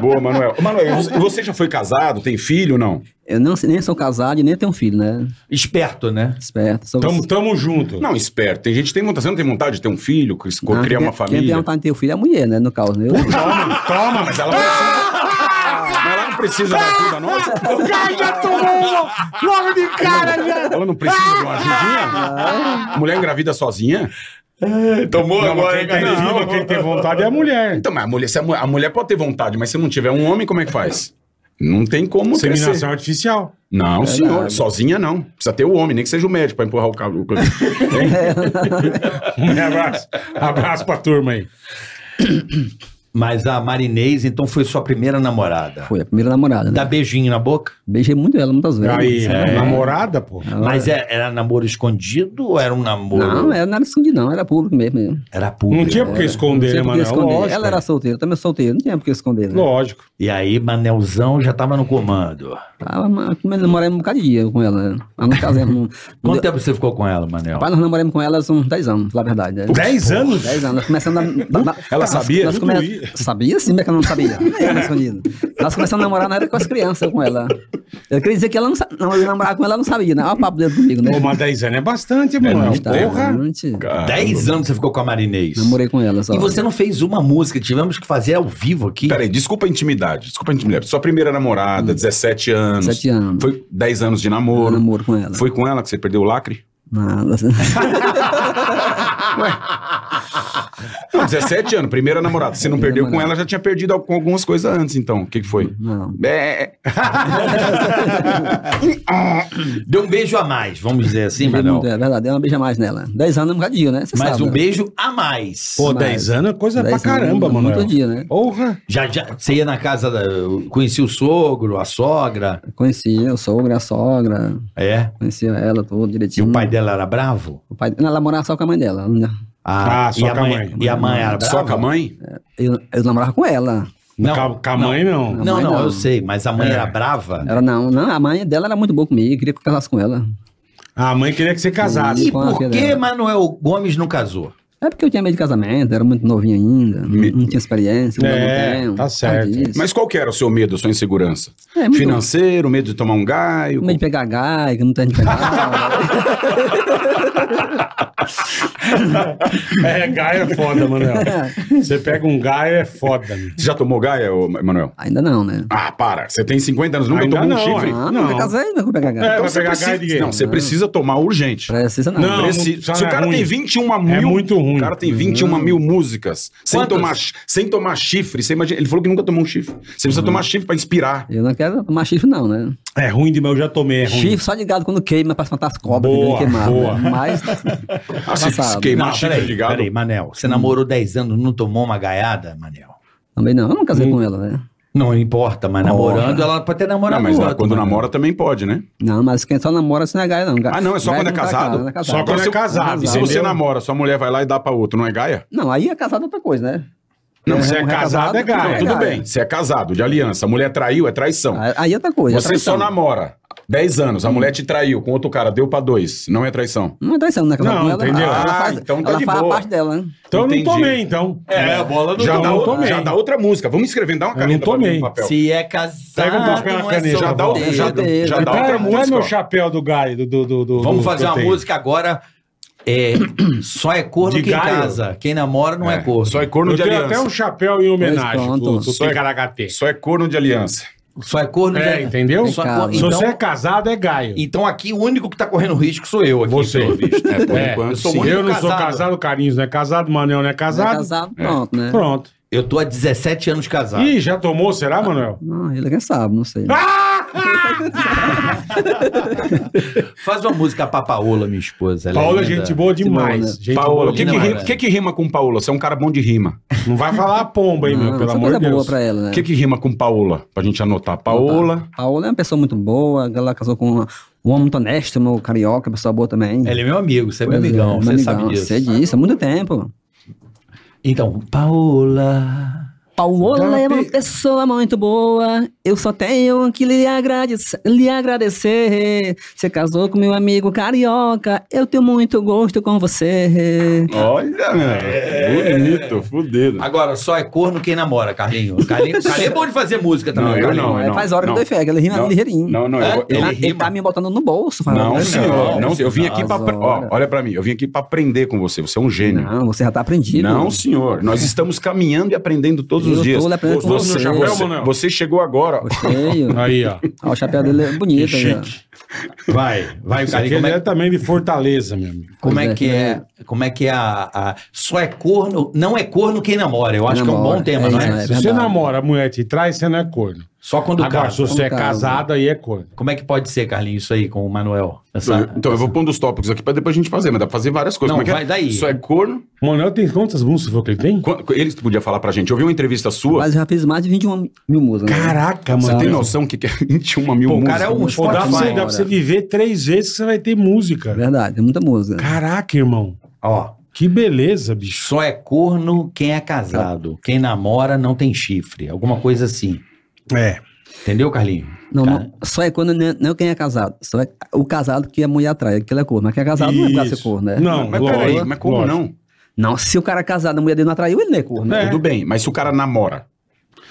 [SPEAKER 5] Boa, Manuel. Ô, Manuel, você- você já foi casado? Tem filho não?
[SPEAKER 6] Eu não, nem sou casado e nem tenho filho, né?
[SPEAKER 3] Esperto, né?
[SPEAKER 6] Esperto. Sou
[SPEAKER 4] Tamo, tamo junto.
[SPEAKER 5] Não, esperto. Tem gente que tem vontade. Você não tem vontade de ter um filho, cri- criar
[SPEAKER 6] Ah, quem-
[SPEAKER 5] uma
[SPEAKER 6] Quem tem
[SPEAKER 5] família?
[SPEAKER 6] vontade de ter filho é a mulher, né? No caso, né? Eu-
[SPEAKER 5] Toma, toma, mas ela precisa.
[SPEAKER 2] Tá,
[SPEAKER 5] Mas ela não precisa da ajuda nossa.
[SPEAKER 4] O cara já tomou uma- logo de cara, já. Ah!
[SPEAKER 5] Ela não precisa de uma ajudinha? Mulher engravida sozinha?
[SPEAKER 3] Tomou
[SPEAKER 4] Não, mas quem tem filho, quem tem vontade é a mulher.
[SPEAKER 5] Então, mas a mulher, se a, mu- a mulher pode ter vontade, mas se não tiver um homem, como é que faz? Não tem como crescer.
[SPEAKER 4] Inseminação artificial.
[SPEAKER 5] Não, senhor.
[SPEAKER 6] Verdade.
[SPEAKER 5] Sozinha não. Precisa ter o homem, nem que seja o médico pra empurrar o carro.
[SPEAKER 4] Um abraço. Abraço pra turma aí.
[SPEAKER 3] Mas a Marinês, então, foi sua primeira namorada.
[SPEAKER 6] Foi a primeira namorada, né?
[SPEAKER 3] Dá beijinho na boca?
[SPEAKER 6] Beijei muito ela muitas vezes.
[SPEAKER 4] Aí,
[SPEAKER 3] É.
[SPEAKER 4] namorada, pô.
[SPEAKER 6] Ela-
[SPEAKER 3] Mas é- era namoro escondido ou era um namoro?
[SPEAKER 6] Não, ela não era escondido, não. Era público mesmo. né? mesmo.
[SPEAKER 3] Era público.
[SPEAKER 4] Não tinha por que esconder, né,
[SPEAKER 6] É. Não tinha por
[SPEAKER 4] Manuel?
[SPEAKER 6] que esconder.
[SPEAKER 4] Lógico.
[SPEAKER 6] ela era solteira, também solteira. Não tinha por que esconder, né?
[SPEAKER 4] Lógico.
[SPEAKER 3] E aí, Manelzão já tava no comando.
[SPEAKER 6] Tava, mas nós namoramos um bocado de dia com ela. né? Nós não casamos.
[SPEAKER 3] Quanto tempo você ficou com ela, Manel?
[SPEAKER 6] Rapaz, nós namoramos com ela há uns 10 anos, na verdade. Né?
[SPEAKER 4] 10 anos?
[SPEAKER 6] 10 anos. Nós começamos na, na- na-
[SPEAKER 5] Ela
[SPEAKER 6] nós-
[SPEAKER 5] sabia?
[SPEAKER 6] Nós
[SPEAKER 5] Tudo
[SPEAKER 6] come...
[SPEAKER 5] isso.
[SPEAKER 6] Sabia sim, como é que ela não sabia? Não era escondido. Nós começamos a namorar, nós era com as crianças com ela. Eu queria dizer que ela não sabia. Não, eu namorava com ela, ela não sabia, né? Olha o papo dele comigo, né?
[SPEAKER 4] Pô, mas 10 anos é bastante, Manuel.
[SPEAKER 6] Tá,
[SPEAKER 4] Porra.
[SPEAKER 6] gente.
[SPEAKER 3] Dez anos você ficou com a Marinês.
[SPEAKER 6] Namorei com ela só.
[SPEAKER 3] E você não fez uma música, tivemos que fazer ao vivo aqui.
[SPEAKER 5] Peraí, desculpa a intimidade. Desculpa a intimidade. Sua primeira namorada, 17 anos.
[SPEAKER 6] 17 anos. Hum.
[SPEAKER 5] Foi 10 anos de
[SPEAKER 6] Eu
[SPEAKER 5] namoro.
[SPEAKER 6] namoro com ela.
[SPEAKER 5] Foi com ela que você perdeu o lacre?
[SPEAKER 6] Nada.
[SPEAKER 5] Não, 17 anos, primeira namorada. Se não perdeu com ela, já tinha perdido al- com algumas coisas antes, então. O que, que foi?
[SPEAKER 6] Não.
[SPEAKER 5] É,
[SPEAKER 3] Deu um beijo a mais, vamos dizer assim, Manel.
[SPEAKER 6] É verdade, deu uma beija mais nela. 10 anos é um bocadinho, né? Você
[SPEAKER 3] Mas
[SPEAKER 6] sabe,
[SPEAKER 3] um
[SPEAKER 6] né?
[SPEAKER 3] beijo a mais.
[SPEAKER 4] Pô,
[SPEAKER 6] Mas
[SPEAKER 4] 10 anos é coisa
[SPEAKER 6] 10
[SPEAKER 4] pra
[SPEAKER 6] anos
[SPEAKER 4] caramba,
[SPEAKER 6] é
[SPEAKER 4] Manuel.
[SPEAKER 6] muito dia, né?
[SPEAKER 4] Porra.
[SPEAKER 3] Já, já, você ia na casa, da, conhecia o sogro, a sogra,
[SPEAKER 6] Conheci o sogro, a sogra,
[SPEAKER 3] é?
[SPEAKER 6] conheci ela tudo
[SPEAKER 3] E
[SPEAKER 6] direitinho.
[SPEAKER 3] o pai dela era bravo?
[SPEAKER 6] O pai- não, ela morava só com a mãe dela. né?
[SPEAKER 4] Ah, só
[SPEAKER 3] e a
[SPEAKER 4] com a
[SPEAKER 3] mãe,
[SPEAKER 4] mãe.
[SPEAKER 3] E a mãe era é, brava?
[SPEAKER 5] só com a mãe?
[SPEAKER 6] Eu, eu namorava com ela.
[SPEAKER 3] Não,
[SPEAKER 4] Com a- com a
[SPEAKER 3] não.
[SPEAKER 4] mãe, não.
[SPEAKER 3] Não,
[SPEAKER 6] A mãe
[SPEAKER 3] não,
[SPEAKER 6] não.
[SPEAKER 3] eu sei, mas a mãe
[SPEAKER 4] É.
[SPEAKER 3] era brava?
[SPEAKER 6] Ela não, não, a mãe dela era muito boa comigo, queria que eu casasse com ela.
[SPEAKER 4] A mãe queria que você
[SPEAKER 3] E
[SPEAKER 4] casasse.
[SPEAKER 6] Ih. Com a
[SPEAKER 3] por que
[SPEAKER 6] filha dela.
[SPEAKER 3] Manuel Gomes não casou?
[SPEAKER 6] É porque eu tinha medo de casamento, era muito novinho ainda,
[SPEAKER 5] Me-
[SPEAKER 6] não tinha experiência, não
[SPEAKER 4] É,
[SPEAKER 6] tempo,
[SPEAKER 4] tá
[SPEAKER 6] nada
[SPEAKER 4] certo.
[SPEAKER 6] disso.
[SPEAKER 5] Mas qual que era o seu medo, a sua insegurança?
[SPEAKER 6] É, muito-
[SPEAKER 5] Financeiro, medo de tomar um gaio?
[SPEAKER 6] medo de pegar gai, que não tem de pegar.
[SPEAKER 4] É, Gaia é foda, Manuel. Você pega um Gaia é foda, meu.
[SPEAKER 5] Você já tomou gaia, ô, Manuel?
[SPEAKER 6] Ainda não, né?
[SPEAKER 5] Ah, para. Você tem 50 anos, nunca
[SPEAKER 4] Ainda
[SPEAKER 5] tomou
[SPEAKER 4] não,
[SPEAKER 5] um chifre?
[SPEAKER 4] ainda.
[SPEAKER 6] Ah, não,
[SPEAKER 4] Não.
[SPEAKER 6] nunca casei, não vou pegar gai.
[SPEAKER 4] É,
[SPEAKER 5] Então
[SPEAKER 4] vai
[SPEAKER 5] você
[SPEAKER 4] pegar
[SPEAKER 5] precisa...
[SPEAKER 4] gaia de quê?
[SPEAKER 5] Não, você precisa tomar urgente.
[SPEAKER 6] Precisa não.
[SPEAKER 4] Não.
[SPEAKER 5] Preci-
[SPEAKER 4] precisa,
[SPEAKER 5] Se o
[SPEAKER 4] é
[SPEAKER 5] cara tem
[SPEAKER 4] ruim.
[SPEAKER 5] 21 mil.
[SPEAKER 4] É muito ruim.
[SPEAKER 5] O cara tem 21 mil músicas. Sem
[SPEAKER 3] Quantas?
[SPEAKER 5] tomar, chi- sem tomar chifre. Você imagina, ele falou que nunca tomou um chifre. Você
[SPEAKER 4] Uhum.
[SPEAKER 5] precisa tomar chifre pra inspirar.
[SPEAKER 6] Eu não quero tomar chifre, não, né?
[SPEAKER 4] É ruim demais, eu já tomei, é ruim.
[SPEAKER 6] Chifre só de gado quando queima pra espantar as cobras que
[SPEAKER 4] Boa,
[SPEAKER 6] vem queimar.
[SPEAKER 4] boa.
[SPEAKER 6] Né? Mas.
[SPEAKER 5] Ah, se- se
[SPEAKER 6] Passado.
[SPEAKER 5] queimar
[SPEAKER 3] Não,
[SPEAKER 5] chifre de
[SPEAKER 3] peraí,
[SPEAKER 5] gado.
[SPEAKER 3] peraí, Manel. Você namorou 10 anos, não tomou uma gaiada, Manel?
[SPEAKER 6] Também não. Eu não casei com ela, né?
[SPEAKER 3] Não importa, mas namorando, ela pode ter
[SPEAKER 5] Não,
[SPEAKER 3] namorado.
[SPEAKER 5] mas
[SPEAKER 3] outro,
[SPEAKER 5] quando
[SPEAKER 3] Manel.
[SPEAKER 5] namora também pode, né?
[SPEAKER 6] Não, mas quem só namora se não é gaia, não. Ga-
[SPEAKER 5] Ah, não, é só
[SPEAKER 6] gaia
[SPEAKER 5] quando é
[SPEAKER 6] não tá
[SPEAKER 5] casado?
[SPEAKER 6] não é
[SPEAKER 4] Só
[SPEAKER 6] casado.
[SPEAKER 4] quando é
[SPEAKER 5] se-
[SPEAKER 4] casado.
[SPEAKER 5] E se
[SPEAKER 6] Entendeu?
[SPEAKER 5] você namora, sua mulher vai lá e dá pra outro, não é gaia?
[SPEAKER 6] Não, aí é casado é outra coisa, né?
[SPEAKER 4] Não, se é
[SPEAKER 6] um
[SPEAKER 4] casado, é gaia.
[SPEAKER 5] Não,
[SPEAKER 4] É
[SPEAKER 5] tudo
[SPEAKER 6] gaia.
[SPEAKER 5] bem. Você é casado, de aliança. A mulher traiu, é traição.
[SPEAKER 6] Aí- Aí é outra coisa. é
[SPEAKER 5] Você
[SPEAKER 6] traição.
[SPEAKER 5] só namora. 10 anos, a mulher te traiu com outro cara, deu pra dois. Não é traição.
[SPEAKER 6] Não é traição, né? Casado
[SPEAKER 4] Não,
[SPEAKER 6] com ela,
[SPEAKER 4] entendeu?
[SPEAKER 6] Ela
[SPEAKER 5] Ah,
[SPEAKER 6] faz,
[SPEAKER 5] então tá
[SPEAKER 6] ela
[SPEAKER 5] de
[SPEAKER 6] faz
[SPEAKER 5] boa.
[SPEAKER 6] a parte dela, né?
[SPEAKER 4] Então eu não
[SPEAKER 5] Entendi.
[SPEAKER 4] tomei, então.
[SPEAKER 3] É, a bola
[SPEAKER 5] Já
[SPEAKER 4] Não
[SPEAKER 5] dá, o-
[SPEAKER 4] tomei.
[SPEAKER 5] já dá outra música. Vamos escrever, dá uma
[SPEAKER 4] não
[SPEAKER 5] caneta pra
[SPEAKER 4] tomei.
[SPEAKER 5] mim no papel.
[SPEAKER 3] Se é casado,
[SPEAKER 4] Pega um papel na
[SPEAKER 3] não é
[SPEAKER 4] caneta, um-
[SPEAKER 3] só
[SPEAKER 5] Já dá, o-
[SPEAKER 3] bola.
[SPEAKER 5] já,
[SPEAKER 6] Deus,
[SPEAKER 5] já dá
[SPEAKER 6] Deus.
[SPEAKER 5] outra
[SPEAKER 4] Traz traz
[SPEAKER 5] música.
[SPEAKER 4] Tá, é meu
[SPEAKER 5] ó.
[SPEAKER 4] chapéu do Gaia. Do, do, do, do-
[SPEAKER 3] Vamos
[SPEAKER 4] do-
[SPEAKER 3] fazer
[SPEAKER 4] que eu
[SPEAKER 3] uma
[SPEAKER 4] tenho.
[SPEAKER 3] música agora. É, só é corno
[SPEAKER 4] De
[SPEAKER 3] quem
[SPEAKER 4] gaio?
[SPEAKER 3] casa. Quem namora não é, corno.
[SPEAKER 5] Só é corno
[SPEAKER 4] Eu
[SPEAKER 5] de
[SPEAKER 4] tenho
[SPEAKER 5] aliança.
[SPEAKER 4] até um chapéu em homenagem
[SPEAKER 6] Pois
[SPEAKER 4] do,
[SPEAKER 6] pronto.
[SPEAKER 4] do Ticaracatê.
[SPEAKER 5] Só é corno de aliança.
[SPEAKER 3] Só é corno
[SPEAKER 4] É,
[SPEAKER 3] de-
[SPEAKER 4] entendeu?
[SPEAKER 3] Só é
[SPEAKER 6] Cara,
[SPEAKER 3] corno-
[SPEAKER 4] Se
[SPEAKER 3] Então,
[SPEAKER 4] você é casado, é Gaia.
[SPEAKER 3] então aqui o único que tá correndo risco sou eu aqui,
[SPEAKER 4] Você.
[SPEAKER 3] pelo visto.
[SPEAKER 5] É, por
[SPEAKER 4] É,
[SPEAKER 5] enquanto,
[SPEAKER 3] eu sou
[SPEAKER 5] sim.
[SPEAKER 3] muito-
[SPEAKER 4] Eu não sou
[SPEAKER 3] casado.
[SPEAKER 4] casado, o Carinhos não é casado, o Manuel não é
[SPEAKER 6] Não é
[SPEAKER 4] casado.
[SPEAKER 6] casado, pronto, né?
[SPEAKER 4] Pronto.
[SPEAKER 3] Eu tô há 17 anos casado.
[SPEAKER 4] Ih, já tomou, será, Manuel?
[SPEAKER 6] Não, ele é quem sabe, não sei.
[SPEAKER 3] Faz uma música pra Paola, minha esposa. ela é
[SPEAKER 4] Paola é
[SPEAKER 3] linda.
[SPEAKER 4] gente boa demais.
[SPEAKER 6] boa, né?
[SPEAKER 4] Gente
[SPEAKER 5] Paola,
[SPEAKER 4] boa
[SPEAKER 5] o que que,
[SPEAKER 3] demais,
[SPEAKER 5] rima,
[SPEAKER 3] né?
[SPEAKER 5] que que rima com Paola? Você é um cara bom de rima.
[SPEAKER 4] Não vai falar a pomba, hein, meu?
[SPEAKER 6] Não,
[SPEAKER 4] Pelo
[SPEAKER 6] só
[SPEAKER 4] amor de
[SPEAKER 6] coisa boa
[SPEAKER 4] Deus.
[SPEAKER 6] pra ela,
[SPEAKER 5] O
[SPEAKER 6] né?
[SPEAKER 5] que que rima com Paola? Pra gente anotar. Paola.
[SPEAKER 6] Paola é uma pessoa muito boa, ela casou com um homem muito honesto, meu carioca, pessoa boa também.
[SPEAKER 3] Ela é meu amigo, você é meu
[SPEAKER 6] Pois é,
[SPEAKER 3] amigão,
[SPEAKER 6] meu
[SPEAKER 3] você é
[SPEAKER 6] amigão,
[SPEAKER 3] sabe disso.
[SPEAKER 6] Sei disso, há muito tempo.
[SPEAKER 3] Então, Paola,
[SPEAKER 6] Paulo
[SPEAKER 4] Dá
[SPEAKER 6] é
[SPEAKER 4] uma
[SPEAKER 6] uma
[SPEAKER 4] pe-
[SPEAKER 6] pessoa muito boa. Eu só tenho um que lhe agradecer. Lhe agradecer. Você casou com meu amigo carioca. Eu tenho muito gosto com você.
[SPEAKER 5] Olha,
[SPEAKER 4] É.
[SPEAKER 5] bonito, fudido.
[SPEAKER 3] Agora, só é corno quem namora, Carlinho. Carlinho, Carlinho é bom de fazer música também.
[SPEAKER 5] Não, eu
[SPEAKER 3] Carlinho.
[SPEAKER 5] não, eu
[SPEAKER 6] É,
[SPEAKER 5] não.
[SPEAKER 6] faz hora
[SPEAKER 5] não,
[SPEAKER 6] que eu dou fé, que ele rima
[SPEAKER 5] não,
[SPEAKER 6] ligeirinho.
[SPEAKER 5] Não, não, eu,
[SPEAKER 3] É?
[SPEAKER 5] vou- eu,
[SPEAKER 6] Ele,
[SPEAKER 3] Ele
[SPEAKER 6] ele
[SPEAKER 3] rima.
[SPEAKER 6] tá me botando no bolso. falando,
[SPEAKER 5] Não,
[SPEAKER 6] né?
[SPEAKER 5] senhor. Não, eu vim aqui pra.
[SPEAKER 6] Arrasou,
[SPEAKER 5] ó,
[SPEAKER 6] né?
[SPEAKER 5] olha pra mim, eu vim aqui pra aprender com você. Você é um gênio.
[SPEAKER 6] Não, você já tá aprendido.
[SPEAKER 5] Não, senhor. Nós estamos caminhando e aprendendo todos
[SPEAKER 6] Eu
[SPEAKER 5] os dias.
[SPEAKER 6] tô lhe aprendendo com
[SPEAKER 5] você,
[SPEAKER 6] você.
[SPEAKER 5] você,
[SPEAKER 4] Manuel.
[SPEAKER 5] você chegou agora.
[SPEAKER 6] Gostei.
[SPEAKER 4] Aí, ó.
[SPEAKER 6] Ó, o chapéu dele é
[SPEAKER 4] Que
[SPEAKER 6] bonito. aí, ó.
[SPEAKER 4] chique. Vai, vai,
[SPEAKER 3] Isso
[SPEAKER 4] o cara.
[SPEAKER 3] aqui é
[SPEAKER 4] Ele é também de Fortaleza, meu amigo.
[SPEAKER 3] Como é
[SPEAKER 6] Pois é,
[SPEAKER 3] que é? Como é que é a, a- Só é corno. Não é corno quem namora. Eu acho que é um
[SPEAKER 6] namora,
[SPEAKER 3] bom tema,
[SPEAKER 6] é
[SPEAKER 3] não
[SPEAKER 6] isso,
[SPEAKER 3] é?
[SPEAKER 6] né?
[SPEAKER 4] Se você
[SPEAKER 6] verdade.
[SPEAKER 4] namora, a mulher te traz, você não é corno.
[SPEAKER 3] Só quando
[SPEAKER 4] Agora, se
[SPEAKER 3] casa.
[SPEAKER 4] você é
[SPEAKER 6] Quando casa.
[SPEAKER 4] casado, aí é corno.
[SPEAKER 3] Como é que pode ser, Carlinho, isso aí com o Manuel? Essa-
[SPEAKER 5] Então, eu vou pondo os tópicos aqui pra depois a gente fazer, mas dá pra fazer várias coisas.
[SPEAKER 3] Não,
[SPEAKER 5] Como é que
[SPEAKER 3] vai
[SPEAKER 5] é?
[SPEAKER 3] daí.
[SPEAKER 5] Isso é corno.
[SPEAKER 4] O Manuel tem quantas músicas foi que ele tem?
[SPEAKER 5] Qu- Eles podiam falar pra gente. Eu vi uma entrevista sua.
[SPEAKER 6] Mas eu já fiz mais de 21 mil musas. né?
[SPEAKER 4] Caraca,
[SPEAKER 5] Você tem
[SPEAKER 4] mano.
[SPEAKER 5] noção que que é 21 mil
[SPEAKER 3] Pô, o
[SPEAKER 5] músicas?
[SPEAKER 3] cara é um
[SPEAKER 4] Pô, dá pra, você,
[SPEAKER 3] Spotify.
[SPEAKER 4] né? dá pra você viver três vezes que você vai ter
[SPEAKER 6] né? É
[SPEAKER 4] música.
[SPEAKER 6] Verdade, tem muita música.
[SPEAKER 4] Caraca, irmão.
[SPEAKER 3] Ó,
[SPEAKER 4] Que beleza, bicho.
[SPEAKER 3] só é corno quem é casado. Quem namora não tem chifre. Alguma coisa assim.
[SPEAKER 4] É.
[SPEAKER 3] Entendeu, Carlinho?
[SPEAKER 6] Não,
[SPEAKER 3] Cara.
[SPEAKER 6] não, só é quando não, não quem é casado. Só é o casado que a mulher atrai, aquele é corno. Mas quem é casado não é pra ser
[SPEAKER 4] Isso.
[SPEAKER 6] corno, né?
[SPEAKER 4] Não,
[SPEAKER 5] Mas
[SPEAKER 4] lógico,
[SPEAKER 5] peraí, mas como
[SPEAKER 4] lógico.
[SPEAKER 5] não?
[SPEAKER 6] Não, se o cara é casado, a mulher dele não atraiu, ele não é corno.
[SPEAKER 4] É.
[SPEAKER 5] Tudo bem, mas se o cara namora.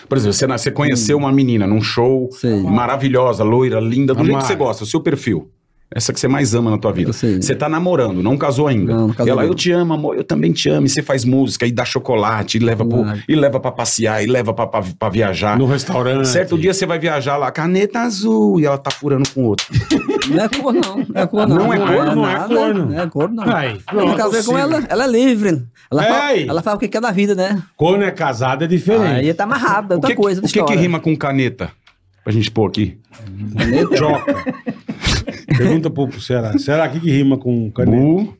[SPEAKER 5] Por exemplo, você, na- você conheceu
[SPEAKER 6] Hum.
[SPEAKER 5] uma menina num show
[SPEAKER 6] Sei.
[SPEAKER 5] maravilhosa, loira, linda, do jeito
[SPEAKER 4] Amara.
[SPEAKER 5] que você gosta, o seu perfil. Essa que você mais ama na tua vida.
[SPEAKER 6] Eu sei.
[SPEAKER 5] Você tá namorando, não casou ainda.
[SPEAKER 6] Não, não casou
[SPEAKER 5] Ela,
[SPEAKER 6] ainda.
[SPEAKER 5] eu te amo, amor, eu também te amo. E você faz música e dá chocolate, e leva, pro,
[SPEAKER 6] Claro.
[SPEAKER 5] e leva pra passear, e leva pra, pra, pra viajar.
[SPEAKER 4] No restaurante.
[SPEAKER 5] Certo dia você vai viajar lá, caneta azul, e ela tá furando com outro.
[SPEAKER 6] Não é corno, não. Não é corno,
[SPEAKER 5] Não é corno,
[SPEAKER 4] não é
[SPEAKER 6] nada,
[SPEAKER 4] corno.
[SPEAKER 6] Não é corno, não.
[SPEAKER 4] Aí,
[SPEAKER 6] Eu
[SPEAKER 4] não
[SPEAKER 6] não
[SPEAKER 4] é
[SPEAKER 6] casei com
[SPEAKER 4] possível.
[SPEAKER 6] ela, ela é livre. Ela, fala,
[SPEAKER 4] Ei!
[SPEAKER 6] ela fala o que quer da vida, né?
[SPEAKER 4] Corno é casado é
[SPEAKER 6] Aí
[SPEAKER 4] diferente.
[SPEAKER 6] tá amarrado, é
[SPEAKER 5] o
[SPEAKER 6] outra
[SPEAKER 5] que,
[SPEAKER 6] coisa.
[SPEAKER 5] o que, que rima com caneta? Pra gente pôr aqui.
[SPEAKER 6] é
[SPEAKER 4] Joca. Pergunta pro pro Será. Será que que rima com caneta?
[SPEAKER 5] Bu.